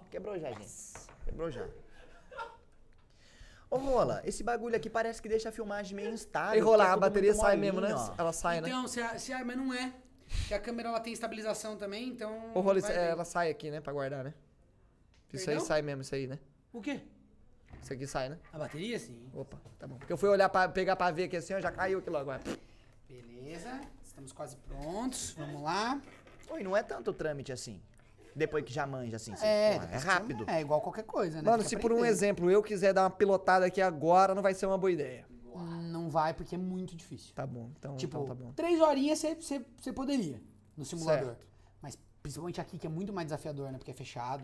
A: Quebrou já, gente. Quebrou já. Ô, Rola, esse bagulho aqui parece que deixa a filmagem meio instável. porque
B: Enrolar, a
A: é tudo
B: bateria
A: muito
B: sai
A: molinho,
B: mesmo, né?
A: ó.
B: Ela sai, né?
C: Então, se a, se a, mas não é. Porque a câmera ela tem estabilização também, então...
B: Ô, Rolê, é,
C: vai ver.
B: ela sai aqui, né? Pra guardar, né? Isso aí
C: Perdão?
B: sai mesmo, isso aí, né?
C: O quê?
B: Isso aqui sai, né?
C: A bateria, sim.
B: Opa, tá bom. Porque eu fui olhar pra pegar pra ver aqui assim, ó, já caiu aqui logo. ó.
C: Beleza, estamos quase prontos. Vamos lá.
A: Oi, não é tanto trâmite assim. Depois que já manja, assim. você- Pô,
C: É,
A: é
C: depois que você-
A: rápido.
C: É igual qualquer coisa, né?
B: Mano,
C: Tem que
B: se por um
C: aprender.
B: exemplo eu quiser dar uma pilotada aqui agora, não vai ser uma boa ideia.
C: Não vai, porque é muito difícil.
B: Tá bom, então,
C: tipo,
B: então tá bom.
C: três horinhas você- você você poderia no simulador. Mas principalmente aqui, que é muito mais desafiador, né? Porque é fechado.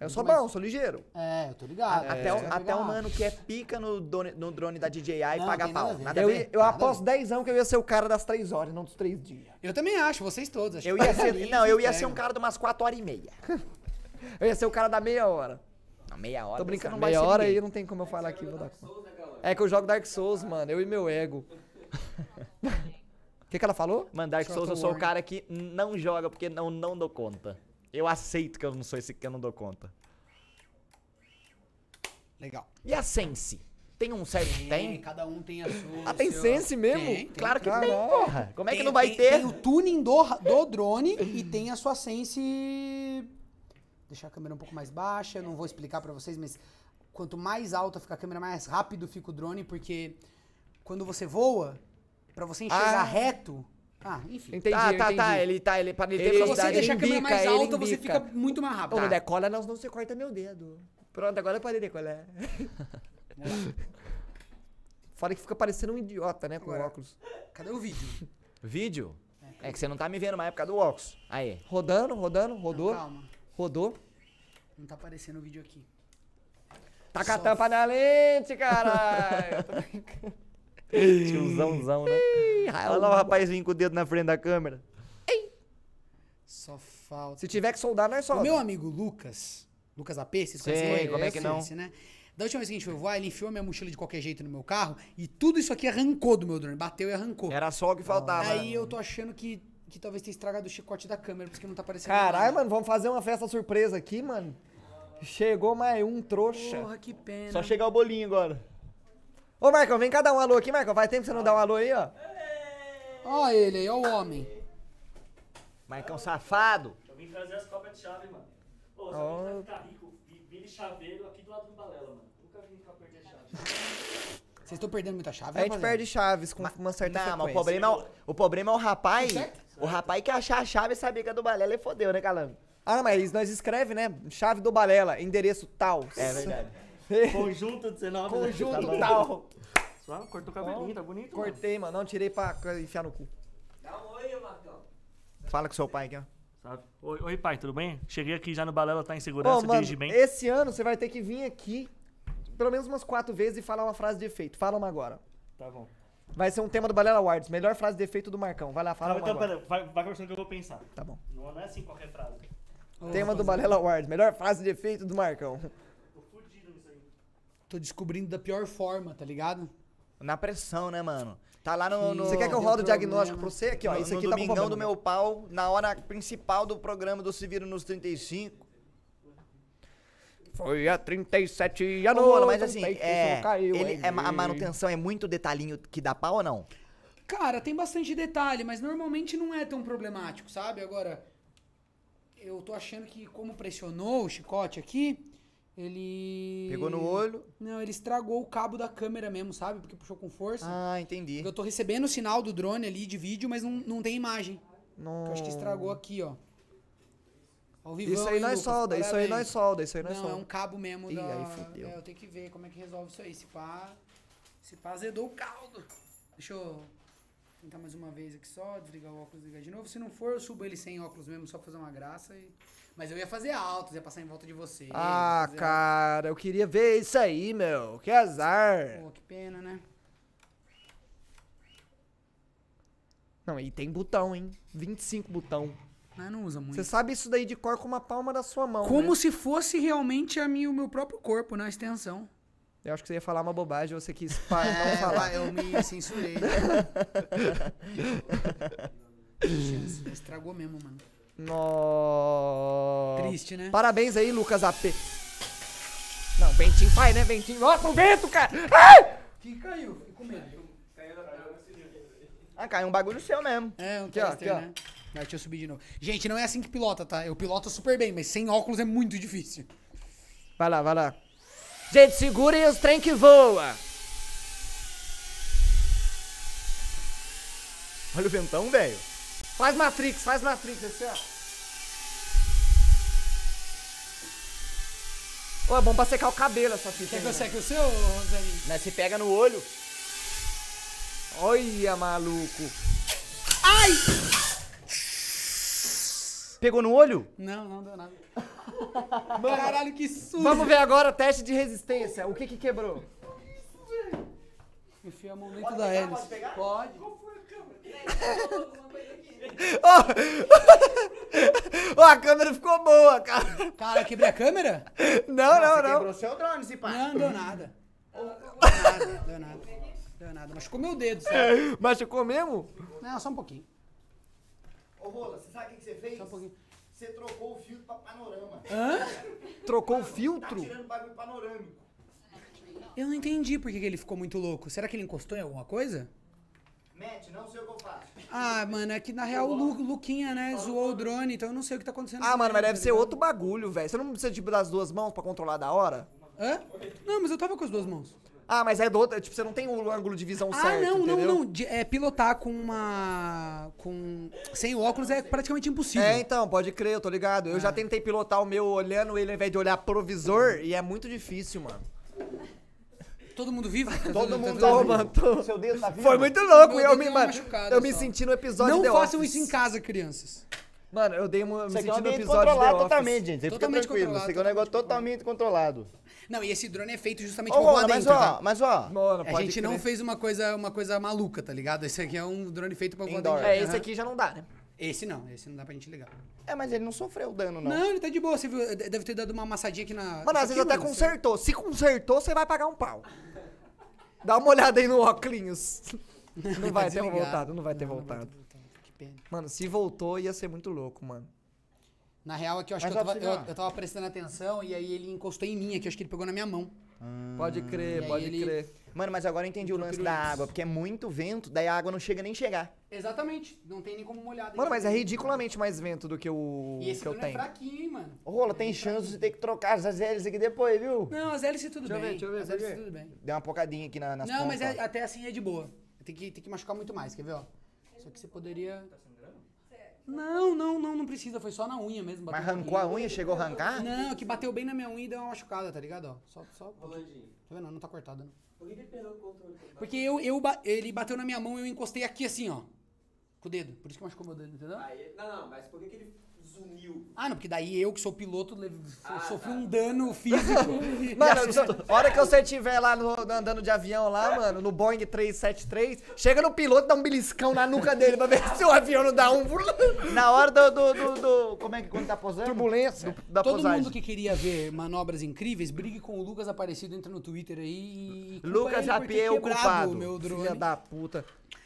F: Eu sou
C: Mas-
F: bom, sou ligeiro.
C: É, eu tô ligado.
F: Até,
C: o
F: o, até o mano que é pica no, drone- no drone da DJI
C: Não,
F: e paga
C: tem nada a
F: pau.
C: ver.
F: Nada a
C: Eu
F: ver.
C: ia- eu Nada a aposto
F: 10 anos que eu ia ser o cara das 3 horas, não dos 3 dias.
C: Eu também acho, vocês todos. acho
F: Eu
C: que
F: ia
C: pra mim,
F: ser, não, eu ia
C: vocês
F: ser um
C: pegam.
F: cara de umas 4 horas e meia.
B: Eu ia ser o cara da meia hora.
F: Não, meia hora. dessa
B: Tô brincando,
F: meia
B: meia
F: hora
B: hora aí
F: aí.
B: não tem como eu falar aqui, vou dar conta. É que eu jogo Dark Souls, mano, eu e meu ego. O que, que ela falou?
A: Mano, Dark
C: Shot
A: Souls, eu
C: of
A: sou o
C: War.
A: cara que não joga porque não, não dou conta. Eu aceito que eu não sou esse que eu não dou conta.
C: tá Legal.
A: E a Sense? Tem um certo.
C: Tem,
A: Tem?
C: cada um tem a sua.
B: Ah, tem
C: seu-
B: sense mesmo?
C: Tem, tem.
A: Claro que tem,
B: Caralho.
A: porra. Como é que
C: Tem-
A: não vai
C: tem-
A: ter?
C: Tem o tuning do, ra- do drone e tem a sua Sense. Deixar a câmera um pouco mais baixa, eu não vou explicar pra vocês, mas quanto mais alta fica a câmera, mais rápido fica o drone, porque quando você voa, pra você enxergar
B: Ah.
C: reto. Ah, enfim.
B: Entendi,
F: tá, tá,
B: entendi.
F: tá, ele tá, ele para ele ter
B: Ele- Tá.
C: Pra
F: velocidade.
C: você
B: verdade,
C: deixar a câmera
B: indica,
C: mais
B: ele Então,
C: alta, você
B: indica.
C: fica muito mais
B: Ô,
C: rápido.
B: não decola não, senão você corta meu dedo. Pronto, agora eu parei de decolar. Fora que fica parecendo um idiota, né, com
C: Agora.
B: óculos.
C: Cadê o vídeo?
A: Vídeo? É que você não tá me vendo mais por causa do óculos. Aí.
B: Rodando, rodando, rodou,
C: Calma,
B: rodou.
C: não tá aparecendo o vídeo aqui.
B: Tá com a tampa na lente, caralho.
A: Tiozãozão, né?
B: Ih,
A: Olha lá o rapazinho com o dedo na frente da câmera.
C: Só falta.
B: Se tiver que soldar, nós
C: O
B: solda.
C: meu amigo Lucas, Lucas AP, vocês conhecem
A: Sei,
C: ele?
A: como é que não?
C: Conhece, né? Da última vez que a gente foi voar, ele enfiou minha mochila de qualquer jeito no meu carro e tudo isso aqui arrancou do meu drone. Bateu e arrancou.
A: Era só o que faltava.
C: Aí eu tô achando que, que talvez tenha estragado o chicote da câmera, porque não tá aparecendo.
B: Caralho,
C: nada.
B: mano, vamos fazer uma festa surpresa aqui, mano. Chegou mais um trouxa.
C: Porra, que pena.
A: Só chegar o bolinho agora.
B: Ô, Marcão, vem cá dar um alô aqui, Marcão. Faz tempo que você não dá um alô aí, ó.
C: Ó ele aí, ó o homem.
A: Marcão safado.
D: Eu vim trazer as cópias de chave, mano. Ô, se
B: Ó.
D: alguém tá ficar rico, vi- vire chaveiro aqui do lado do balela, mano. Nunca vim pra perder chave.
C: Vocês estão perdendo muita chave, né,
B: A gente
C: rapaziada?
B: perde chaves com uma certa
A: Não, mas o
B: frequência.
A: problema, é o, o problema é o rapaz.
C: Certo?
A: O rapaz que achar a chave e saber que é do balela e fodeu, né, Calango?
B: Ah, mas nós escreve, né? Chave do Balela, endereço tal.
A: É verdade.
D: Conjunto 19.
B: Conjunto tal.
D: Suave, cortou o cabelinho, tá bonito, mano.
B: Cortei, mano. Não, tirei pra enfiar no cu.
D: Dá um oi, Marcão.
A: Fala com seu pai aqui, ó.
D: Sabe? Oi, oi, pai, tudo bem? Cheguei aqui já no Balela, tá em
B: Ô,
D: segurança,
B: mano,
D: dirige bem.
B: esse ano você vai ter que vir aqui pelo menos umas quatro vezes e falar uma frase de efeito. Fala uma agora.
D: Tá bom.
B: Vai ser um tema do Balela Awards. Melhor frase de efeito do Marcão. Vai um lá, fala
D: Não,
B: uma
D: então,
B: agora.
D: pera, vai, vai conversando que eu vou pensar.
B: Tá bom.
D: Não não é assim qualquer frase.
C: Ô,
B: Tema do
C: rapaziada,
B: Balela Awards. Melhor frase de efeito do Marcão.
D: Tô fudido nisso aí.
C: Tô descobrindo da pior forma, tá ligado?
A: Na pressão, né, mano? Tá lá no. no
B: Você quer que eu
C: deu
B: rode o
C: problema.
B: diagnóstico pra você? Aqui, ó.
A: no-
B: Isso
A: no
B: aqui tá com
A: domingão
B: problema.
A: do meu pau, na hora principal do programa do Se Vira nos 35.
B: Foi há 37
A: Ô,
B: anos.
A: Rola, mas assim,
B: tem que isso
A: é,
B: não caiu,
A: ele-
B: hein?
A: é ma- a manutenção é muito detalhinho que dá pau ou não?
C: Cara, tem bastante detalhe, mas normalmente não é tão problemático, sabe? Agora, eu tô achando que como pressionou o chicote aqui, ele...
A: Pegou no olho.
C: Não, ele estragou o cabo da câmera mesmo, sabe? Porque puxou com força.
A: Ah, entendi.
C: Eu tô recebendo o sinal do drone ali de vídeo, mas não, não tem imagem.
B: Não.
C: Eu acho que estragou aqui, ó. Ao vivão,
B: Isso aí
C: hein,
B: nós
C: Lucas?
B: solda, isso aí
C: Parabéns.
B: nós solda, isso aí nós
C: Não, é um
B: solda.
C: cabo mesmo
B: Ih,
C: da...
B: aí fudeu.
C: É, eu tenho que ver como é que resolve isso aí. Se pá... Se pá, azedou o caldo. Deixa eu tentar mais uma vez aqui só, desligar o óculos, ligar de novo. Se não for, eu subo ele sem óculos mesmo, só pra fazer uma graça e... Mas eu ia fazer altos, ia passar em volta de você.
B: Ah, cara, eu queria ver isso aí, meu. Que azar.
C: Pô, que pena, né?
B: Não, e tem botão, hein? 25 botão.
C: Mas não usa muito.
B: Você sabe isso daí de cor com uma palma da sua mão,
C: Como
B: né?
C: se fosse realmente a minha, o meu próprio corpo, né? A extensão.
B: Eu acho que você ia falar uma bobagem, você quis pa- não falar.
C: eu me censurei. Estragou mesmo, mano.
B: Nossa.
C: Triste, né?
B: Parabéns aí, Lucas AP. Não, Bentinho faz, né, Bentinho? Nossa, o vento, cara! Ah!
C: Que caiu, fiquei com medo.
A: Ah, caiu um bagulho seu mesmo.
C: É, um
B: Aqui, ó,
C: tester,
B: aqui, ó.
C: né? Não, deixa eu subir de novo. Gente, não é assim que pilota, tá? Eu piloto super bem, mas sem óculos é muito difícil.
B: Vai lá, vai lá. Gente, segurem os trem que voa.
A: Olha o ventão, velho.
B: Faz Matrix, faz Matrix, esse ó. Ô, é bom pra secar o cabelo essa fita. Né, aí,
C: Quer que eu
B: né?
C: seque o seu, Rosarinho?
A: Mas se pega no olho.
B: Olha, maluco.
A: Pegou no olho?
C: Não, não deu nada. Caralho, que susto.
B: Vamos ver agora teste de resistência. O que que quebrou?
C: Enfia a mão dentro da hélice. Pode.
B: Ó, a câmera ficou boa, cara.
C: Cara, eu quebrei a câmera?
B: Não, não, não.
A: Quebrou seu drone, se pá.
C: Não, deu nada. Deu nada, deu nada. Deu nada. Machucou meu dedo, sabe?
B: Machucou mesmo?
C: É. Não, só um pouquinho.
A: Ô, Rola, você sabe o que que você fez?
C: Só um pouquinho.
A: Você trocou o filtro pra panorama.
B: Trocou o
A: Tá
B: filtro?
A: tirando bagulho panorâmico.
C: Eu não entendi por que que ele ficou muito louco. Será que ele encostou em alguma coisa?
A: Matt, não sei o que eu faço.
C: Ah, mano, é que na real o Lu- Luquinha, né, zoou o drone, então eu não sei o que tá acontecendo.
B: Ah,
C: com
B: mano,
C: ele,
B: mas deve
C: tá
B: ser
C: ligado?
B: outro bagulho, velho. Você não precisa, tipo, das duas mãos pra controlar da hora?
C: Hã? Não, mas eu tava com as duas mãos.
B: Ah, mas é do outro. Tipo, você não tem o ângulo de visão
C: Ah,
B: certo,
C: não,
B: entendeu?
C: não, não. De- é, pilotar com uma. com. sem óculos é praticamente impossível.
B: É, então, pode crer, eu tô ligado. Eu
C: Ah.
B: já tentei pilotar o meu olhando ele ao invés de olhar provisor e é muito difícil, mano.
C: Todo mundo vivo? Tá
B: Todo mundo
C: tá
B: tá
C: vivo?
B: roubando.
A: Seu dedo tá vivo?
B: Foi muito louco,
C: Meu
B: eu
C: dedo
B: me,
C: deu uma
B: mano,
C: machucada
B: eu me
C: só.
B: senti no episódio
C: Não
B: The
C: façam
B: Office.
C: isso em casa, crianças.
B: Mano, eu dei uma, me
A: Isso aqui
B: senti
A: é um
B: no
A: ambiente
B: episódio The
A: controlado
B: Office.
A: totalmente, gente. Você fica
C: Totalmente
A: tranquilo. Isso aqui é um
C: controlado,
A: negócio totalmente controlado.
C: Não, e esse drone é feito justamente
A: Ô,
C: pra voar
A: Rola, mas
C: dentro,
A: tipo, ó,
C: né?
A: mas ó.
B: Mano,
C: A
B: pode
C: gente não
B: crer.
C: fez uma coisa, uma coisa maluca, tá ligado? Esse aqui é um drone feito pra voar
A: Indoor.
C: dentro.
B: É, esse
C: Aham.
B: aqui já não dá, né?
C: Esse não, esse não dá pra gente ligar.
A: É, mas ele não sofreu dano, não.
C: Não, ele tá de boa, você viu? de- Deve ter dado uma amassadinha aqui na.
B: Mano, às
C: Aqui, é
B: vezes até
C: mano, você-
B: consertou. Se consertou, você vai pagar um pau. Dá uma olhada aí no óculos. Não vai ter
C: desligado.
B: voltado, não vai ter
C: Não, não
B: voltado.
C: vai ter voltado, Que pena.
B: Mano, se voltou, ia ser muito louco, mano.
C: Na real, aqui eu acho
A: Mas
C: que eu
A: só
C: tava,
A: pra você
C: eu,
A: ver, ó.
C: eu tava prestando atenção e aí ele encostou em mim aqui, acho que ele pegou na minha mão.
B: Pode
C: E
B: crer,
C: aí
B: pode
C: ele-
B: crer.
A: Mano, mas agora eu entendi o lance da água, porque é muito vento, daí a água não chega nem chegar.
C: Exatamente, não tem nem como molhar. dentro.
B: Mano, mas é ridiculamente mais vento do que o
C: E esse
B: que eu
C: drone é
B: tenho.
C: fraquinho, hein, mano.
A: Ô, Rola, tem chance de ter que trocar essas hélices aqui depois, viu?
C: Não, as hélices tudo
B: Deixa eu
C: bem.
B: ver, deixa eu ver,
C: as
B: por quê?
C: hélices tudo bem.
A: Deu uma pocadinha aqui na, nas
C: não, mas
A: pontas,
C: é-
A: ó.
C: até assim é de boa. Tem que, tem que machucar muito mais, quer ver, ó? Só que você poderia... Não, não, não, não precisa, foi só na unha mesmo.
A: Mas
C: bateu um
A: arrancou a unha, chegou a arrancar?
C: pouquinho. Não, que bateu bem na minha unha e deu uma machucada, tá ligado? Ó, só, só um pouquinho.
D: Rolandinho,
C: Tá vendo? Não tá cortada, não.
D: por que ele pegou o controle? do
C: Porque eu, eu, ba- ele bateu na minha mão e eu encostei aqui assim, ó. Com o dedo. Por isso que machucou meu dedo, entendeu?
D: bar? Aí, não, não, mas por que que ele zuniu?
C: Ah, não, porque daí eu, que sou piloto, levo-
D: Ah,
C: sofri
D: tá.
C: um dano físico. e-
B: Mano, a hora que você estiver lá no- andando de avião lá, mano, no Boeing 373, chega no piloto, dá um beliscão na nuca dele pra ver se o avião não dá um
A: Na hora do, do, do, do- Como é que quando tá posando?
B: turbulência da
C: Todo
B: Tá posagem.
C: mundo que queria ver manobras incríveis, brigue com o Lucas Aparecido, entra no Twitter aí e. culpa
B: Lucas
C: ele por ter
B: Apier é o
C: quebrado
B: culpado.
C: o meu drone.
B: Filha da puta.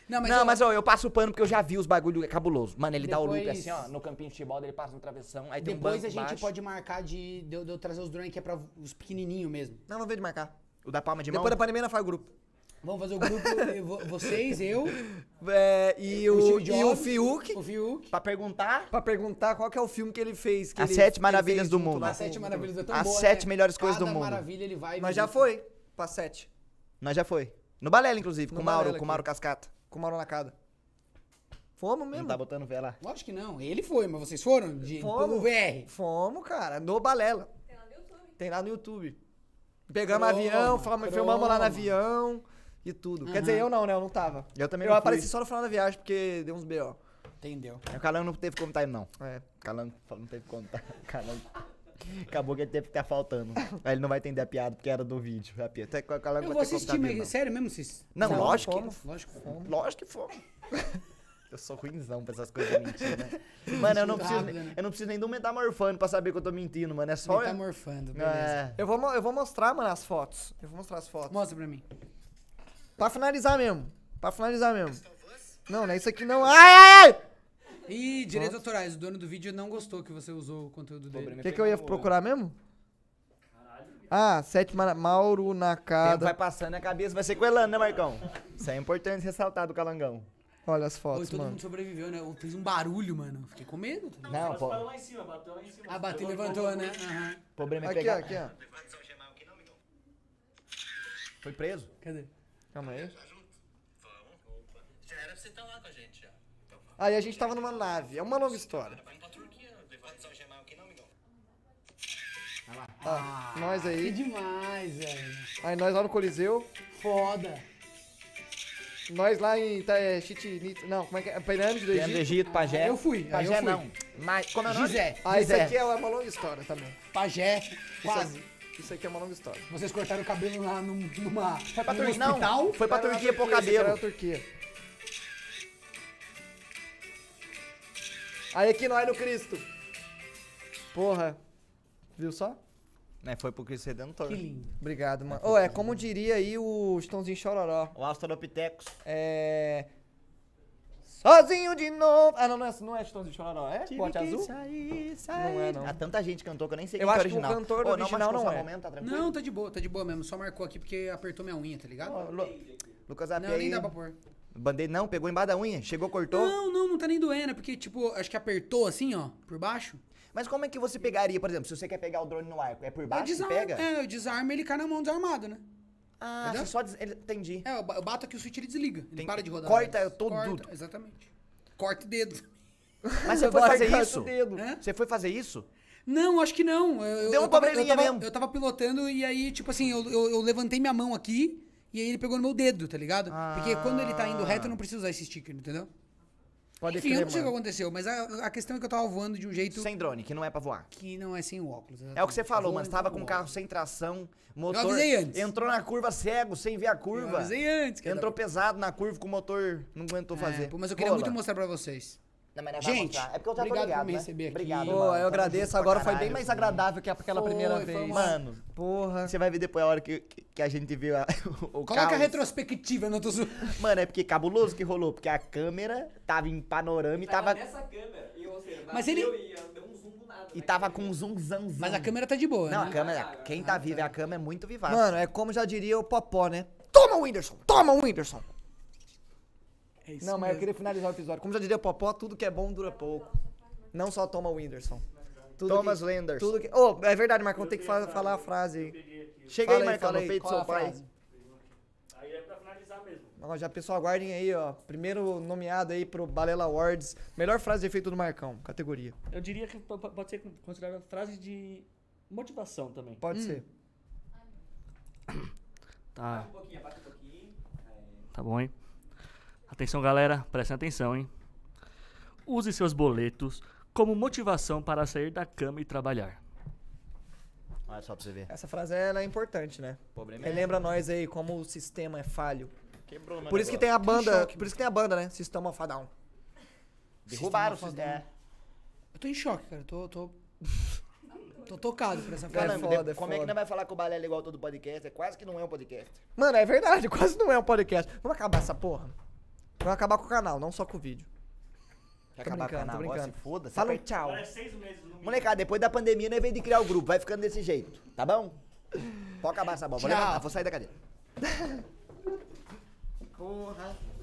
C: Não, mas,
B: não,
C: eu-
B: mas ó, eu passo o pano porque eu já vi os bagulho é cabuloso. Mano, ele dá o loop
C: Depois-
B: assim, ó, no campinho de futebol, ele passa no travessão, aí tem um
C: depois
B: banco
C: a gente
B: baixo.
C: pode marcar de, de, eu- de eu trazer os drones que é pra os pequenininhos mesmo.
B: Não, não veio de marcar.
A: O da palma de mão?
B: Depois da pandemia, não faz grupo.
C: Vamos fazer o grupo, eu vou- vocês, eu,
B: É, e
C: o
B: o,
C: Steve
B: e o
C: Jobs,
B: Fiuk,
C: o Fiuk.
A: Pra perguntar,
B: pra perguntar qual que é o filme que ele fez. Que
A: As
B: ele-
A: Sete
B: ele
A: Maravilhas
B: fez
A: do
B: junto
A: Mundo.
B: lá
C: As sete
B: com-
C: maravilhas é tão
A: As
C: boa,
A: sete
C: né?
A: melhores coisas
C: Cada
A: do mundo.
C: maravilha ele vai.
B: Mas já
C: visita.
B: foi, pra sete.
A: nós já foi. No balela, inclusive,
B: No
A: com o Mauro,
B: balela
A: com o Mauro
B: aqui.
A: Cascata.
B: Com Mauro Nakada. Fomos mesmo?
A: Não tá botando vela.
C: Lógico que não. Ele foi, mas vocês foram? De,
B: Fomos.
C: pelo VR.
B: Fomos, cara, no Balela.
E: Tem lá no YouTube.
B: Tem lá no YouTube. Pegamos
C: Croma,
B: avião, falamos, filmamos lá no
C: croma.
B: avião e tudo. Quer
A: Uhum.
B: dizer, eu não, né? Eu não tava.
A: Eu também
B: Eu
A: não
B: apareci só no final da viagem porque deu uns B.O.
C: Entendeu?
A: fui. O Calango não teve como tá indo, não.
B: É.
A: Calango falou, não teve como tá. Calango... Acabou que ele teve que ficar faltando. Aí ele não vai entender a piada porque era do vídeo. A piada. Até que o Calango vai
C: Eu vou
A: ter como tá
C: assistir,
A: vindo,
C: mas
A: não.
C: sério mesmo? Vocês...
A: Não,
B: Não,
A: lógico que-
B: fomos.
C: Lógico que fomos.
A: Lógico que fomos. Eu sou ruimzão pra essas coisas de mentir, né? Mano, eu não,
C: Muito
A: preciso,
C: rápido, né?
A: eu não preciso nem do metamorfando pra saber que eu tô mentindo, mano. É só.
C: Ele tá morfando, beleza.
A: é,
B: Eu vou, mo- eu vou mostrar, mano, as fotos. Eu vou mostrar as fotos.
C: Mostra pra mim.
B: Pra finalizar mesmo. Pra finalizar mesmo. Não, não é isso aqui não. Ai, ai, ai!
C: E direitos autorais, o dono do vídeo não gostou que você usou o conteúdo dele.
B: O que, que eu ia procurar mesmo? Ah, sete mara... Mauro
A: o tempo vai
B: Nakada.
A: passando e a cabeça vai sequelando, né, Marcão? Isso é importante ressaltar do calangão.
B: Olha as
C: Oi,
B: fotos,
C: todo
B: mano.
C: mundo sobreviveu, né? Eu fiz um barulho, mano. Fiquei com medo. Tá ligado?
A: Não,
D: Elas
A: pô,
D: pararam lá em cima, bateu lá em cima.
C: ah, bateu, levantou, né? Aham.
A: o problema é
B: Aqui, ó,
A: pegar.
B: aqui, ó.
A: Foi preso?
C: Cadê?
B: Calma aí.
I: Tá Já era pra você estar lá com a gente já. Então,
B: Aí a gente tava numa nave. É uma longa história.
I: vai pra Turquia, levanta o algemar aqui, não, amigão.
B: Ó, nós
C: Que
B: aí.
C: demais, velho.
B: Aí nós lá no Coliseu.
C: Foda.
B: Nós lá em Ita- tá, é, Chichen Itza- Não, como é que é? Pirâmide do
A: Tem do
B: Egito.
A: Egito, pajé.
C: Eu fui, aí eu
A: Pajé
C: fui.
A: não.
F: Mas, como é o nome?
B: Ah,
C: Gizé.
B: isso
F: Pois é.
B: aqui é uma longa história também.
C: Pajé, quase.
B: Isso, aqui- isso aqui é uma longa história.
C: Vocês cortaram o cabelo lá num, numa, foi
F: pra
C: num
F: Turquia, não.
C: hospital?
F: Foi pra
B: Era na
F: Turquia pôr
B: esse
F: cabelo.
B: cara Era na Turquia. Aí aqui nós no Cristo. Porra. Viu só?
A: Né, foi pro Cristo Redentor.
C: Que lindo.
B: Obrigado, mano. Ô, é como diria aí o Estãozinho Chororó.
A: O Australopithecus.
B: É. Sozinho de novo. Ah, não, não é, não é Estãozinho Chororó. É?
A: Tive
B: Bote
A: que
B: azul?
A: sair, sair.
B: Não é, não.
A: Há tanta gente cantou que eu nem sei
B: Eu
A: quem
B: acho
A: é
B: que o
A: original.
B: cantor
A: Ô,
B: original
A: machucou
B: não
A: seu
B: é.
A: momento, tá tranquilo?
C: Não, tá de boa, tá de boa mesmo. Só marcou aqui porque apertou minha unha, tá ligado?
A: Ô, Lu- Lucas Apê
C: Não, nem
A: aí.
C: dá pra pôr.
A: Bandei não, pegou embaixo da unha, chegou, cortou.
C: Não, não, não tá nem doendo. É porque, tipo, acho que apertou assim, ó, por baixo.
A: Mas como é que você pegaria, por exemplo, se você quer pegar o drone no arco? É por
C: Eu
A: baixo que
C: desarmo,
A: pega?
C: é, eu desarmo ele cai na mão desarmado, né?
A: Ah,
C: Entendeu?
A: você só... Des... ele- Entendi.
C: É, eu ba- eu bato aqui o switch ele desliga. Ele
A: Tem-
C: para de rodar.
A: corta
C: mais.
A: todo
C: Corta,
A: duro.
C: Exatamente. Corta o dedo.
A: Mas você foi
B: Vai,
A: fazer
B: corta o
A: isso?
B: dedo.
C: Hã?
A: Você foi fazer isso?
C: Não, acho que não. Eu, eu-
A: Hum. Deu uma
C: eu tava, eu,
A: cobrelinha
C: tava,
A: mesmo.
C: eu tava pilotando e aí, tipo assim, eu, eu, eu levantei minha mão aqui e aí ele pegou no meu dedo, tá ligado? Porque quando ele tá indo reto, eu não preciso usar esse sticker, entendeu?
B: Pode
C: Enfim, eu
B: crer,
C: não sei o que
B: mano.
C: aconteceu, mas a, a questão é que eu tava voando de um jeito
A: Sem drone, que não é pra voar.
C: que não é sem o óculos.
A: É o que você
C: exatamente. Tá
A: falou,
C: Voando
A: mano. Você tava
C: com
A: com o
C: óculos.
A: carro sem tração, motor.
C: avisei antes.
A: Entrou na curva cego, sem ver a curva.
C: Eu avisei antes. que ia dar
A: Entrou pesado na curva com o motor, não aguentou
C: pra-
A: fazer.
C: É, pô, mas eu queria
A: Rola.
C: muito mostrar pra vocês.
A: Não, mas não vai
C: Gente,
A: mostrar. é porque eu já tô
C: obrigado
A: ligado,
C: por me
A: né?
C: receber aqui.
A: Obrigado,
B: Pô,
A: mano.
B: eu
A: Tamo junto
B: agradeço.
A: pra
B: Agora foi
A: caralho.
B: bem mais agradável que aquela
C: Foi,
B: primeira
C: foi
B: vez.
C: uma-
A: Mano,
B: Porra.
A: você vai ver depois a hora que, que, que a gente viu a, o
C: Coloca a
A: caos.
C: retrospectiva, eu não tô zoando.
A: Mano, é porque cabuloso que rolou, porque a câmera tava em panorama e tava,
D: nessa câmera. E, ou seja,
C: Mas
D: bateu
C: ele-
D: e ah, deu um zoom do nada.
A: e
D: né?
A: tava com um zoomzãozão.
C: Mas a câmera tá de boa,
A: Não,
C: né?
A: a câmera, quem tá vivo é a câmera é muito vivaz.
B: é Mano, é como já diria o Popó, né? Toma, Whindersson! Toma, Whindersson!
C: É isso
B: Não, mas eu
C: mesmo.
B: queria finalizar o episódio. Como já diria o Popó, tudo que é bom dura pouco. Não só toma Whindersson. Tudo
A: Thomas
B: que,
A: Lenders.
B: Tudo que... Ô, é verdade, Marcão, tem que fa- falar a frase aí.
A: Chega
B: Fala
A: aí,
B: aí,
A: Marcão,
B: fala
A: no
B: aí,
A: peito do
B: qual
A: seu
B: a
A: pai.
B: frase?
D: Aí é pra finalizar mesmo.
B: Ó, Já, pessoal, aguardem aí, ó. Primeiro nomeado aí pro Balela Awards. Melhor frase de efeito do Marcão. Categoria.
D: Eu diria que po- po- pode ser considerada frase de motivação também.
A: Hum.
B: Pode ser.
D: Tá. Tá bom, hein? Atenção, galera. Prestem atenção, hein? Use seus boletos como motivação para sair da cama e trabalhar.
A: Olha só pra você ver.
B: Essa frase ela é importante, né?
A: É
B: Relembra nós aí como o sistema é falho.
A: Quebrou,
B: Por isso que tem a banda, por isso que tem a banda, né? Sistema Fadão.
A: Derrubaram o é.
C: Sistema
B: né?
A: sistema.
C: Eu tô em choque, cara. Eu tô, tô... tô tocado por essa frase.
B: Cara,
A: Caramba,
B: foda, é
A: como é que não
B: foda.
A: vai falar que o balé é igual todo podcast? É quase que não é um podcast.
B: Mano, é verdade, quase não é um podcast. Vamos acabar essa porra. Vamos acabar com o canal, não só com o vídeo.
A: Quer
B: Tô
A: acabar com o
B: brincando, tô
A: canal agora? Se
B: brincando.
A: foda,
B: Fala um tchau.
D: Agora é seis meses no mínimo.
A: Molecada, depois da pandemia, não é vez de criar o grupo, vai ficando desse jeito, tá bom? Pode acabar essa bola, vou
C: Tchau.
A: levantar, vou sair da cadeira. Porra.